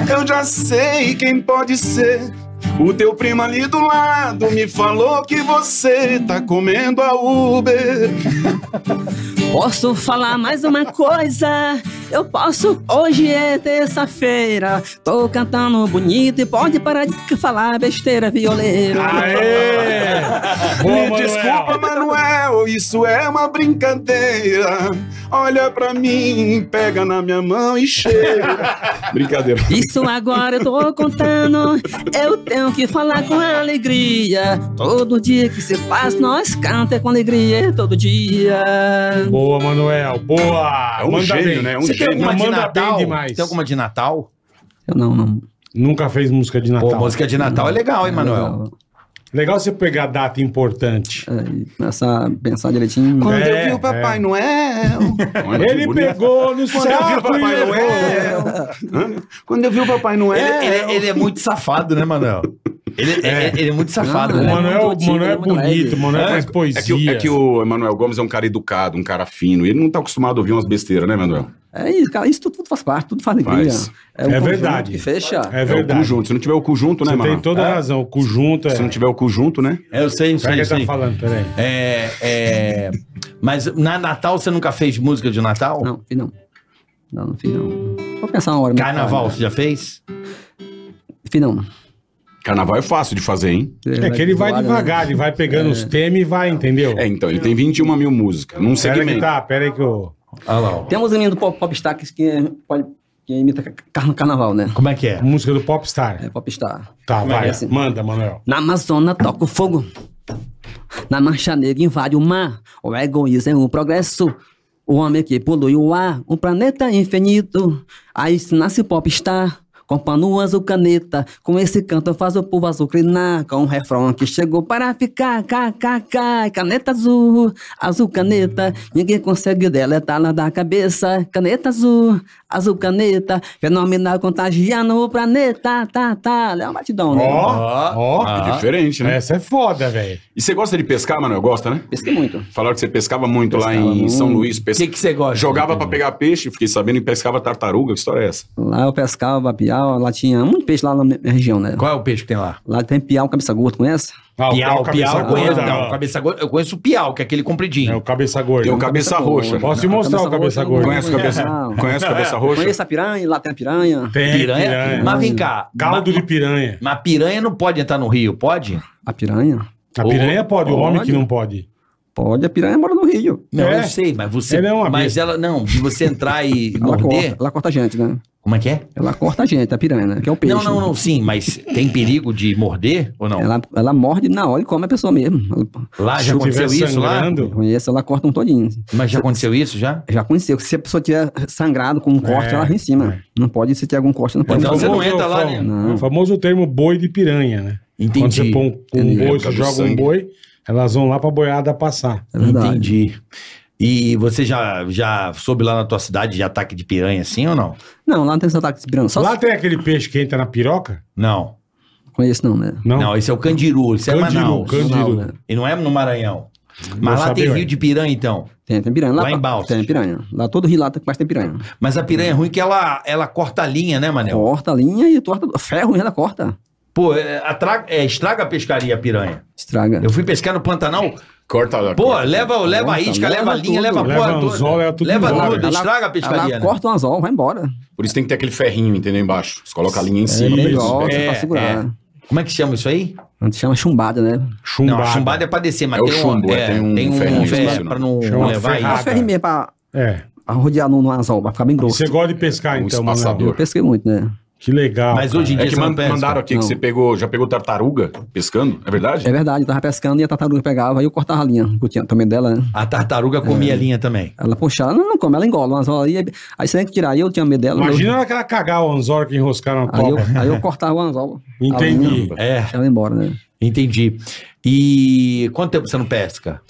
[SPEAKER 5] eu já sei quem pode ser. O teu primo ali do lado me falou que você tá comendo a Uber.
[SPEAKER 6] Posso falar mais uma coisa? Eu posso. Hoje é terça-feira. Tô cantando bonito e pode parar de falar besteira, violeiro.
[SPEAKER 4] Aê! Boa,
[SPEAKER 5] Me
[SPEAKER 4] Manuel.
[SPEAKER 5] desculpa, Manuel, isso é uma brincadeira. Olha pra mim, pega na minha mão e cheira.
[SPEAKER 11] Brincadeira.
[SPEAKER 4] É,
[SPEAKER 6] Isso agora eu tô contando. Eu tenho que falar com alegria. Todo dia que se faz, nós canta com alegria todo dia.
[SPEAKER 4] Boa, Manuel. Boa.
[SPEAKER 11] É um gênio, né? É um
[SPEAKER 3] Você tem
[SPEAKER 11] gênio.
[SPEAKER 3] alguma de
[SPEAKER 4] Manda bem
[SPEAKER 3] Natal?
[SPEAKER 4] demais.
[SPEAKER 3] Tem alguma de Natal?
[SPEAKER 12] Eu não, não.
[SPEAKER 4] Nunca fez música de Natal.
[SPEAKER 3] Pô, música de Natal é legal, hein, Manuel?
[SPEAKER 4] Legal você pegar data importante.
[SPEAKER 12] Aí, é, Começar a pensar direitinho.
[SPEAKER 5] Quando
[SPEAKER 4] É,
[SPEAKER 5] eu vi o Papai
[SPEAKER 4] é.
[SPEAKER 5] Noel.
[SPEAKER 11] Olha que
[SPEAKER 4] Ele
[SPEAKER 11] bonito.
[SPEAKER 4] pegou no
[SPEAKER 5] Quando eu vi o
[SPEAKER 4] saco e
[SPEAKER 5] Papai
[SPEAKER 4] levou.
[SPEAKER 5] Noel. hã? Quando eu vi o Papai Noel.
[SPEAKER 3] Ele, ele- ele é muito safado, né, Manuel? Ele é, ele é muito safado,
[SPEAKER 12] Não,
[SPEAKER 4] O
[SPEAKER 3] né?
[SPEAKER 12] não.
[SPEAKER 4] Manuel,
[SPEAKER 12] muito antigo,
[SPEAKER 4] Manuel é
[SPEAKER 12] muito
[SPEAKER 4] bonito,
[SPEAKER 12] leve.
[SPEAKER 4] o Manuel
[SPEAKER 11] É,
[SPEAKER 4] faz poesia.
[SPEAKER 11] É que, o- é que o Emanuel Gomes é um cara educado, um cara fino. e Ele não tá acostumado a ouvir umas besteiras, né, Emanuel?
[SPEAKER 12] É isso, cara. Isso tudo, tudo faz parte, tudo faz alegria.
[SPEAKER 11] Faz.
[SPEAKER 12] um
[SPEAKER 4] É
[SPEAKER 12] conjunto
[SPEAKER 4] verdade.
[SPEAKER 12] Que fecha.
[SPEAKER 4] É
[SPEAKER 11] É o
[SPEAKER 4] verdade.
[SPEAKER 11] conjunto. Se não tiver o conjunto, né,
[SPEAKER 4] Você tem
[SPEAKER 11] mano?
[SPEAKER 4] toda a razão. O conjunto é.
[SPEAKER 11] Se não tiver o conjunto, né?
[SPEAKER 3] É, Eu sei, eu
[SPEAKER 4] Pega
[SPEAKER 3] sei, eu
[SPEAKER 4] que ele
[SPEAKER 3] sei.
[SPEAKER 4] tá falando, peraí.
[SPEAKER 3] É, é, mas na Natal você nunca fez música de Natal?
[SPEAKER 12] Não, fiz não. Não, não fiz não. Vou pensar uma hora. mas-
[SPEAKER 3] Carnaval você já fez?
[SPEAKER 12] Fiz não.
[SPEAKER 11] Carnaval é fácil de fazer, hein?
[SPEAKER 4] É que ele vai
[SPEAKER 12] Olha,
[SPEAKER 4] devagar, ele vai pegando os temas e vai, entendeu?
[SPEAKER 11] É, então, ele tem 21 mil músicas. Num
[SPEAKER 4] Peraí que
[SPEAKER 11] segmento.
[SPEAKER 4] tá, peraí que eu.
[SPEAKER 3] Olha lá. ó.
[SPEAKER 12] Tem uns meninos do pop, popstar que, que, pode, que imita car- carnaval, né?
[SPEAKER 3] Como é que é?
[SPEAKER 4] Música do Popstar.
[SPEAKER 12] É popstar.
[SPEAKER 4] Tá,
[SPEAKER 12] Como é que
[SPEAKER 4] vai.
[SPEAKER 12] é assim?
[SPEAKER 4] Manda, Manuel.
[SPEAKER 6] Na Amazônia toca o fogo. Na mancha negra invade o mar. O egoísmo é o progresso. O homem que polui o ar, um planeta infinito. Aí se nasce popstar. Com pano azul caneta, com esse canto faz o povo azul crinar, com um refrão que chegou para ficar, kkk, caneta azul, azul caneta, ninguém consegue deletá-la da cabeça, caneta azul, azul caneta, fenomenal contagiando o planeta, tá, tá, é um batidão, né?
[SPEAKER 4] Ó, Ah. ó.
[SPEAKER 11] É diferente, né?
[SPEAKER 4] Essa é foda, velho.
[SPEAKER 11] E você gosta de pescar, Manuel? Gosta, né?
[SPEAKER 12] Pesquei muito.
[SPEAKER 11] Falaram que você pescava muito lá
[SPEAKER 12] Pescava
[SPEAKER 11] em
[SPEAKER 12] muito.
[SPEAKER 11] São Luís.
[SPEAKER 3] O que,
[SPEAKER 11] Pesca...
[SPEAKER 3] que você gosta?
[SPEAKER 11] Jogava pra pegar peixe, fiquei sabendo, e pescava tartaruga. Que história é essa?
[SPEAKER 12] Lá eu pescava, piau, lá tinha muito peixe lá na minha região, né?
[SPEAKER 3] Qual é o peixe que tem lá?
[SPEAKER 12] Lá tem piau, cabeça gorda, conhece?
[SPEAKER 4] Ah, o
[SPEAKER 3] Piau,
[SPEAKER 4] cara é o
[SPEAKER 3] Piau,
[SPEAKER 4] cabeça
[SPEAKER 3] eu conheço.
[SPEAKER 4] gorda,
[SPEAKER 3] Não,
[SPEAKER 4] ó.
[SPEAKER 3] cabeça gorda, eu conheço o Piau, que é aquele
[SPEAKER 4] É o
[SPEAKER 3] compridinho.
[SPEAKER 4] cabeça gorda.
[SPEAKER 11] Tem o cabeça roxa.
[SPEAKER 4] Posso te mostrar o cabeça gorda?
[SPEAKER 11] Conhece o cabeça,
[SPEAKER 12] Não.
[SPEAKER 11] conhece o cabeça roxa?
[SPEAKER 12] Conheço a piranha, lá tem a piranha.
[SPEAKER 4] Tem
[SPEAKER 3] Piranha?
[SPEAKER 4] piranha.
[SPEAKER 3] Mas vem cá.
[SPEAKER 4] é. Caldo
[SPEAKER 3] ma-
[SPEAKER 4] de piranha.
[SPEAKER 3] Mas piranha não pode entrar no rio, pode?
[SPEAKER 12] A piranha?
[SPEAKER 4] A piranha pode, o homem que não pode.
[SPEAKER 12] Pode, a piranha mora no Rio.
[SPEAKER 3] Não,
[SPEAKER 4] É.
[SPEAKER 3] eu sei, mas você.
[SPEAKER 4] Ela é uma
[SPEAKER 3] mas
[SPEAKER 4] besta.
[SPEAKER 3] ela, não, de você entrar e
[SPEAKER 12] Ela
[SPEAKER 3] morder.
[SPEAKER 12] corta, ela corta a gente, né?
[SPEAKER 3] Como é que é?
[SPEAKER 12] Ela corta a gente, a piranha, né? Que é o peixe.
[SPEAKER 3] Não, não, não, sim, mas tem perigo de morder ou não?
[SPEAKER 12] Ela, ela morde na hora e come a pessoa mesmo. Ela,
[SPEAKER 3] Lá
[SPEAKER 4] Se
[SPEAKER 3] Ah, já aconteceu
[SPEAKER 4] tiver
[SPEAKER 3] isso lá? Então
[SPEAKER 4] sangrando,
[SPEAKER 12] conheço, ela corta um todinho.
[SPEAKER 3] Mas já aconteceu isso já?
[SPEAKER 12] Já conheceu. Se a pessoa tiver sangrado com um corte, ela vem em cima. Não pode, se tiver algum corte, não pode.
[SPEAKER 3] É, Então você
[SPEAKER 12] Não,
[SPEAKER 3] não entra lá,
[SPEAKER 4] o fam-
[SPEAKER 3] né?
[SPEAKER 12] Não.
[SPEAKER 4] O famoso termo boi de piranha, né? Quando você
[SPEAKER 3] Entendi.
[SPEAKER 4] põe um, um
[SPEAKER 11] Entendi.
[SPEAKER 4] boi,
[SPEAKER 11] Por
[SPEAKER 4] você
[SPEAKER 11] causa do
[SPEAKER 4] joga um
[SPEAKER 11] sangue.
[SPEAKER 4] boi, elas vão lá pra boiada passar.
[SPEAKER 12] É verdade.
[SPEAKER 3] Entendi. E você já, já soube lá na tua cidade de ataque de piranha assim ou não?
[SPEAKER 12] Não, lá não tem esse ataque de piranha. Só
[SPEAKER 4] lá tem aquele peixe que entra na piroca?
[SPEAKER 3] Não.
[SPEAKER 12] conheço não, né?
[SPEAKER 4] Não.
[SPEAKER 3] Não, esse é o Candiru, esse é Manaus.
[SPEAKER 4] Candiru.
[SPEAKER 12] Não, né?
[SPEAKER 3] E não é no Maranhão. Mas lá
[SPEAKER 4] saber,
[SPEAKER 3] tem
[SPEAKER 4] ué.
[SPEAKER 3] rio de piranha, então.
[SPEAKER 12] Tem, tem piranha.
[SPEAKER 3] Lá em Balsas.
[SPEAKER 12] Tem piranha. Lá todo rio lá tem- mas tem piranha.
[SPEAKER 3] Mas a piranha é ruim que ela, ela corta a linha, né, Manel?
[SPEAKER 12] Corta a linha e torta. Ferro ela corta.
[SPEAKER 3] Pô, é, atra- é, estraga a pescaria a piranha.
[SPEAKER 12] Estraga.
[SPEAKER 3] Eu fui pescar no Pantanal,
[SPEAKER 13] Corta lá.
[SPEAKER 3] Pô,
[SPEAKER 13] corta.
[SPEAKER 3] leva, leva a isca, leva a linha, leva a
[SPEAKER 4] tudo.
[SPEAKER 3] porra
[SPEAKER 4] Leva
[SPEAKER 3] toda.
[SPEAKER 4] anzol, leva tudo
[SPEAKER 3] Leva
[SPEAKER 4] embora.
[SPEAKER 3] tudo,
[SPEAKER 6] Ela-
[SPEAKER 3] estraga a pescaria.
[SPEAKER 6] Ela
[SPEAKER 3] né?
[SPEAKER 6] corta um anzol, vai embora.
[SPEAKER 13] Por isso tem que ter aquele ferrinho, entendeu? Embaixo. Você coloca a linha em cima. pra eles
[SPEAKER 6] Melhor,
[SPEAKER 13] pegarem.
[SPEAKER 3] é,
[SPEAKER 6] pra segurar.
[SPEAKER 3] Como é que chama isso aí?
[SPEAKER 6] A gente chama chumbada, né?
[SPEAKER 4] Chumbada.
[SPEAKER 3] Não, a chumbada é pra descer, mas
[SPEAKER 13] É o
[SPEAKER 3] tem,
[SPEAKER 13] chumbo,
[SPEAKER 3] um,
[SPEAKER 13] é, tem um
[SPEAKER 3] tem um
[SPEAKER 13] ferrinho,
[SPEAKER 3] ferro
[SPEAKER 13] esqueci o
[SPEAKER 3] pra
[SPEAKER 13] nome.
[SPEAKER 3] não
[SPEAKER 4] Chama
[SPEAKER 3] levar
[SPEAKER 4] ferrada.
[SPEAKER 3] isso.
[SPEAKER 6] Mas ferrinha pra
[SPEAKER 4] É.
[SPEAKER 6] pra rodear no, no anzol, vai ficar bem grosso.
[SPEAKER 4] Você gosta de pescar,
[SPEAKER 13] Um
[SPEAKER 4] então,
[SPEAKER 13] espaçador.
[SPEAKER 3] é
[SPEAKER 4] Manoel.
[SPEAKER 6] Eu pesquei muito, né?
[SPEAKER 4] Que legal.
[SPEAKER 3] Mas
[SPEAKER 4] cara.
[SPEAKER 3] hoje em dia
[SPEAKER 13] É que
[SPEAKER 3] você não
[SPEAKER 13] man-
[SPEAKER 3] pesca.
[SPEAKER 13] mandaram aqui
[SPEAKER 6] Não.
[SPEAKER 13] que você pegou, já pegou tartaruga pescando, é verdade?
[SPEAKER 6] É verdade, eu tava pescando e a tartaruga pegava, e eu cortava a linha, que eu tinha também dela, né?
[SPEAKER 3] A tartaruga comia a linha também.
[SPEAKER 6] Ela puxava, ela não, não come, ela engola um anzol ali, aí- aí você tem que tirar, aí eu tinha medo dela.
[SPEAKER 4] Imagina aquela cagar o anzol que enroscaram na
[SPEAKER 6] eu- aí,
[SPEAKER 4] topa.
[SPEAKER 6] eu, aí eu cortava o anzol. a
[SPEAKER 4] Entendi.
[SPEAKER 6] linha,
[SPEAKER 3] É,
[SPEAKER 6] Ela ia embora, né?
[SPEAKER 3] entendi. E quanto tempo você não pesca?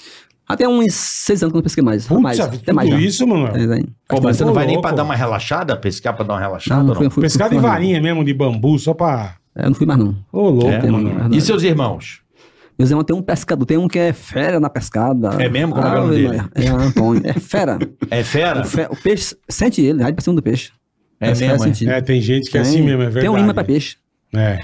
[SPEAKER 6] Até uns seis anos que eu não pesquei mais.
[SPEAKER 4] Putz,
[SPEAKER 6] mais,
[SPEAKER 4] tudo
[SPEAKER 6] até mais já.
[SPEAKER 4] isso, Manoel.
[SPEAKER 6] É, daí.
[SPEAKER 3] Pô, mas você não
[SPEAKER 4] Ô,
[SPEAKER 3] vai nem
[SPEAKER 4] louco.
[SPEAKER 3] pra dar uma relaxada? Pescar pra dar uma relaxada?
[SPEAKER 6] Não,
[SPEAKER 3] tá Não,
[SPEAKER 6] não fui- fui-
[SPEAKER 4] Pescar de
[SPEAKER 6] fui mais não.
[SPEAKER 4] varinha mesmo, de bambu, só pra...
[SPEAKER 6] É, Eu não fui mais não.
[SPEAKER 4] Ô, louco,
[SPEAKER 3] É,
[SPEAKER 4] mano.
[SPEAKER 6] mano.
[SPEAKER 3] E seus irmãos?
[SPEAKER 6] Meus irmãos tem um pescador, tem um que é fera na pescada.
[SPEAKER 3] É mesmo? Como é que é o nome
[SPEAKER 6] Ave
[SPEAKER 3] dele?
[SPEAKER 6] Maria. É Antônio. É fera.
[SPEAKER 3] É fera?
[SPEAKER 6] O, fe- o peixe sente ele, vai pra cima do peixe.
[SPEAKER 3] É
[SPEAKER 6] As feras
[SPEAKER 3] mesmo, é?
[SPEAKER 6] sentem
[SPEAKER 4] É,
[SPEAKER 6] ele.
[SPEAKER 4] tem gente que é
[SPEAKER 6] Tem-
[SPEAKER 4] assim mesmo, é verdade.
[SPEAKER 6] Tem um imã pra peixe.
[SPEAKER 4] É.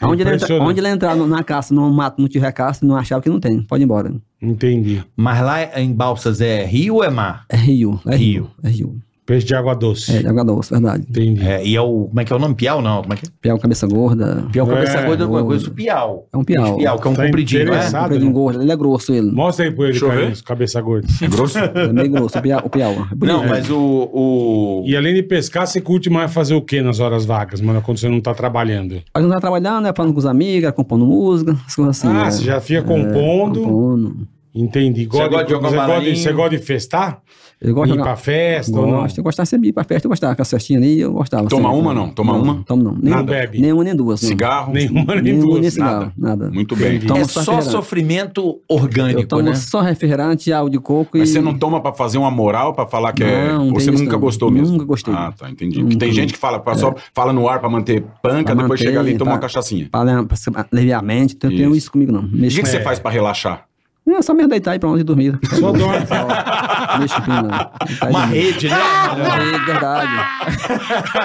[SPEAKER 4] É
[SPEAKER 6] Onde ele, entra,
[SPEAKER 4] impressionante.
[SPEAKER 6] onde ele entrar no- na caça, no mato, não tiver caça, não achava que não tem. Pode ir embora.
[SPEAKER 4] Entendi.
[SPEAKER 3] Mas lá em Balsas é rio ou é mar?
[SPEAKER 6] É rio. É rio.
[SPEAKER 3] Rio.
[SPEAKER 6] É rio.
[SPEAKER 4] Peixe de água doce.
[SPEAKER 6] É de água doce, verdade.
[SPEAKER 4] Entendi.
[SPEAKER 3] É, e é o. Como é que é o nome? Piau, não? Como é que é?
[SPEAKER 6] Piau cabeça gorda.
[SPEAKER 3] Piau, cabeça
[SPEAKER 4] É.
[SPEAKER 3] gorda, alguma coisa. o Piau.
[SPEAKER 6] É um piau.
[SPEAKER 3] Piau, que é um
[SPEAKER 4] Tá
[SPEAKER 3] compridinho, né?
[SPEAKER 4] interessado.
[SPEAKER 6] Um pelinho
[SPEAKER 4] né?
[SPEAKER 6] gordo. Ele é grosso, ele.
[SPEAKER 4] Mostra aí pra ele,
[SPEAKER 13] Deixa eu ver.
[SPEAKER 4] Carlinhos, cabeça gorda.
[SPEAKER 13] É grosso?
[SPEAKER 6] É meio grosso, o piau. O piau. É bonito.
[SPEAKER 3] Não, mas o. o...
[SPEAKER 4] E além de pescar, você curte mais fazer o que nas horas vagas, mano, quando você não tá trabalhando?
[SPEAKER 6] Mas não tá trabalhando, né? Falando com os amigos, compondo música, essas coisas assim.
[SPEAKER 4] ah,
[SPEAKER 6] né?
[SPEAKER 4] você já fica compondo.
[SPEAKER 6] Compondo.
[SPEAKER 4] Entendi.
[SPEAKER 3] Você gosta de jogar
[SPEAKER 4] você, gosta de,
[SPEAKER 3] balinho?
[SPEAKER 4] você gosta de festar?
[SPEAKER 6] Eu gosto
[SPEAKER 4] ir
[SPEAKER 6] de jogar.
[SPEAKER 4] pra festa ou não?
[SPEAKER 6] Gosto, eu gostava sempre de ir pra festa, eu gostava. Aquela festinha ali, eu gostava.
[SPEAKER 13] Toma
[SPEAKER 6] sempre.
[SPEAKER 13] uma, não? Toma uma?
[SPEAKER 6] Tomo não. Nem,
[SPEAKER 4] Nada. Bebe.
[SPEAKER 6] nem uma, nem duas. não.
[SPEAKER 13] Cigarro?
[SPEAKER 4] Nenhuma, nem
[SPEAKER 6] Hum, Nenhuma, nem
[SPEAKER 4] duas.
[SPEAKER 6] cigarro.
[SPEAKER 13] nada.
[SPEAKER 6] Nada.
[SPEAKER 13] Muito bem.
[SPEAKER 4] Entendi.
[SPEAKER 6] Toma
[SPEAKER 3] é
[SPEAKER 6] só
[SPEAKER 3] só
[SPEAKER 6] refrigerante.
[SPEAKER 3] sofrimento
[SPEAKER 6] Eu
[SPEAKER 3] orgânico,
[SPEAKER 6] tomo
[SPEAKER 3] né?
[SPEAKER 6] só refrigerante, álcool de coco
[SPEAKER 13] Mas
[SPEAKER 6] e...
[SPEAKER 13] você não toma pra fazer uma moral, pra falar que é.
[SPEAKER 6] Não, não
[SPEAKER 13] Ou
[SPEAKER 6] tem
[SPEAKER 13] você
[SPEAKER 6] isso,
[SPEAKER 13] nunca
[SPEAKER 6] não.
[SPEAKER 13] gostou mesmo?
[SPEAKER 6] Nunca gostei.
[SPEAKER 13] Ah, tá, entendi. Porque tem
[SPEAKER 6] Nunca. É.
[SPEAKER 13] gente que fala, só fala no ar pra manter panca,
[SPEAKER 6] Pra
[SPEAKER 13] depois
[SPEAKER 6] manter, tá.
[SPEAKER 13] chega ali e toma
[SPEAKER 6] pra-
[SPEAKER 13] uma cachaçinha.
[SPEAKER 6] Pra, le- pra se- pra aliviar a mente, então eu tenho
[SPEAKER 13] Isso.
[SPEAKER 6] isso comigo não.
[SPEAKER 13] E o que,
[SPEAKER 6] Mexo,
[SPEAKER 13] que você
[SPEAKER 4] É.
[SPEAKER 13] faz pra relaxar?
[SPEAKER 6] é só me deitar e pra onde dormir.
[SPEAKER 4] Só dorme.
[SPEAKER 6] Só- Mexo com não. Deitar e
[SPEAKER 3] Uma
[SPEAKER 6] dormir.
[SPEAKER 3] rede, né?
[SPEAKER 6] É
[SPEAKER 2] Tá.
[SPEAKER 6] verdade.
[SPEAKER 4] Ah,
[SPEAKER 6] Deitar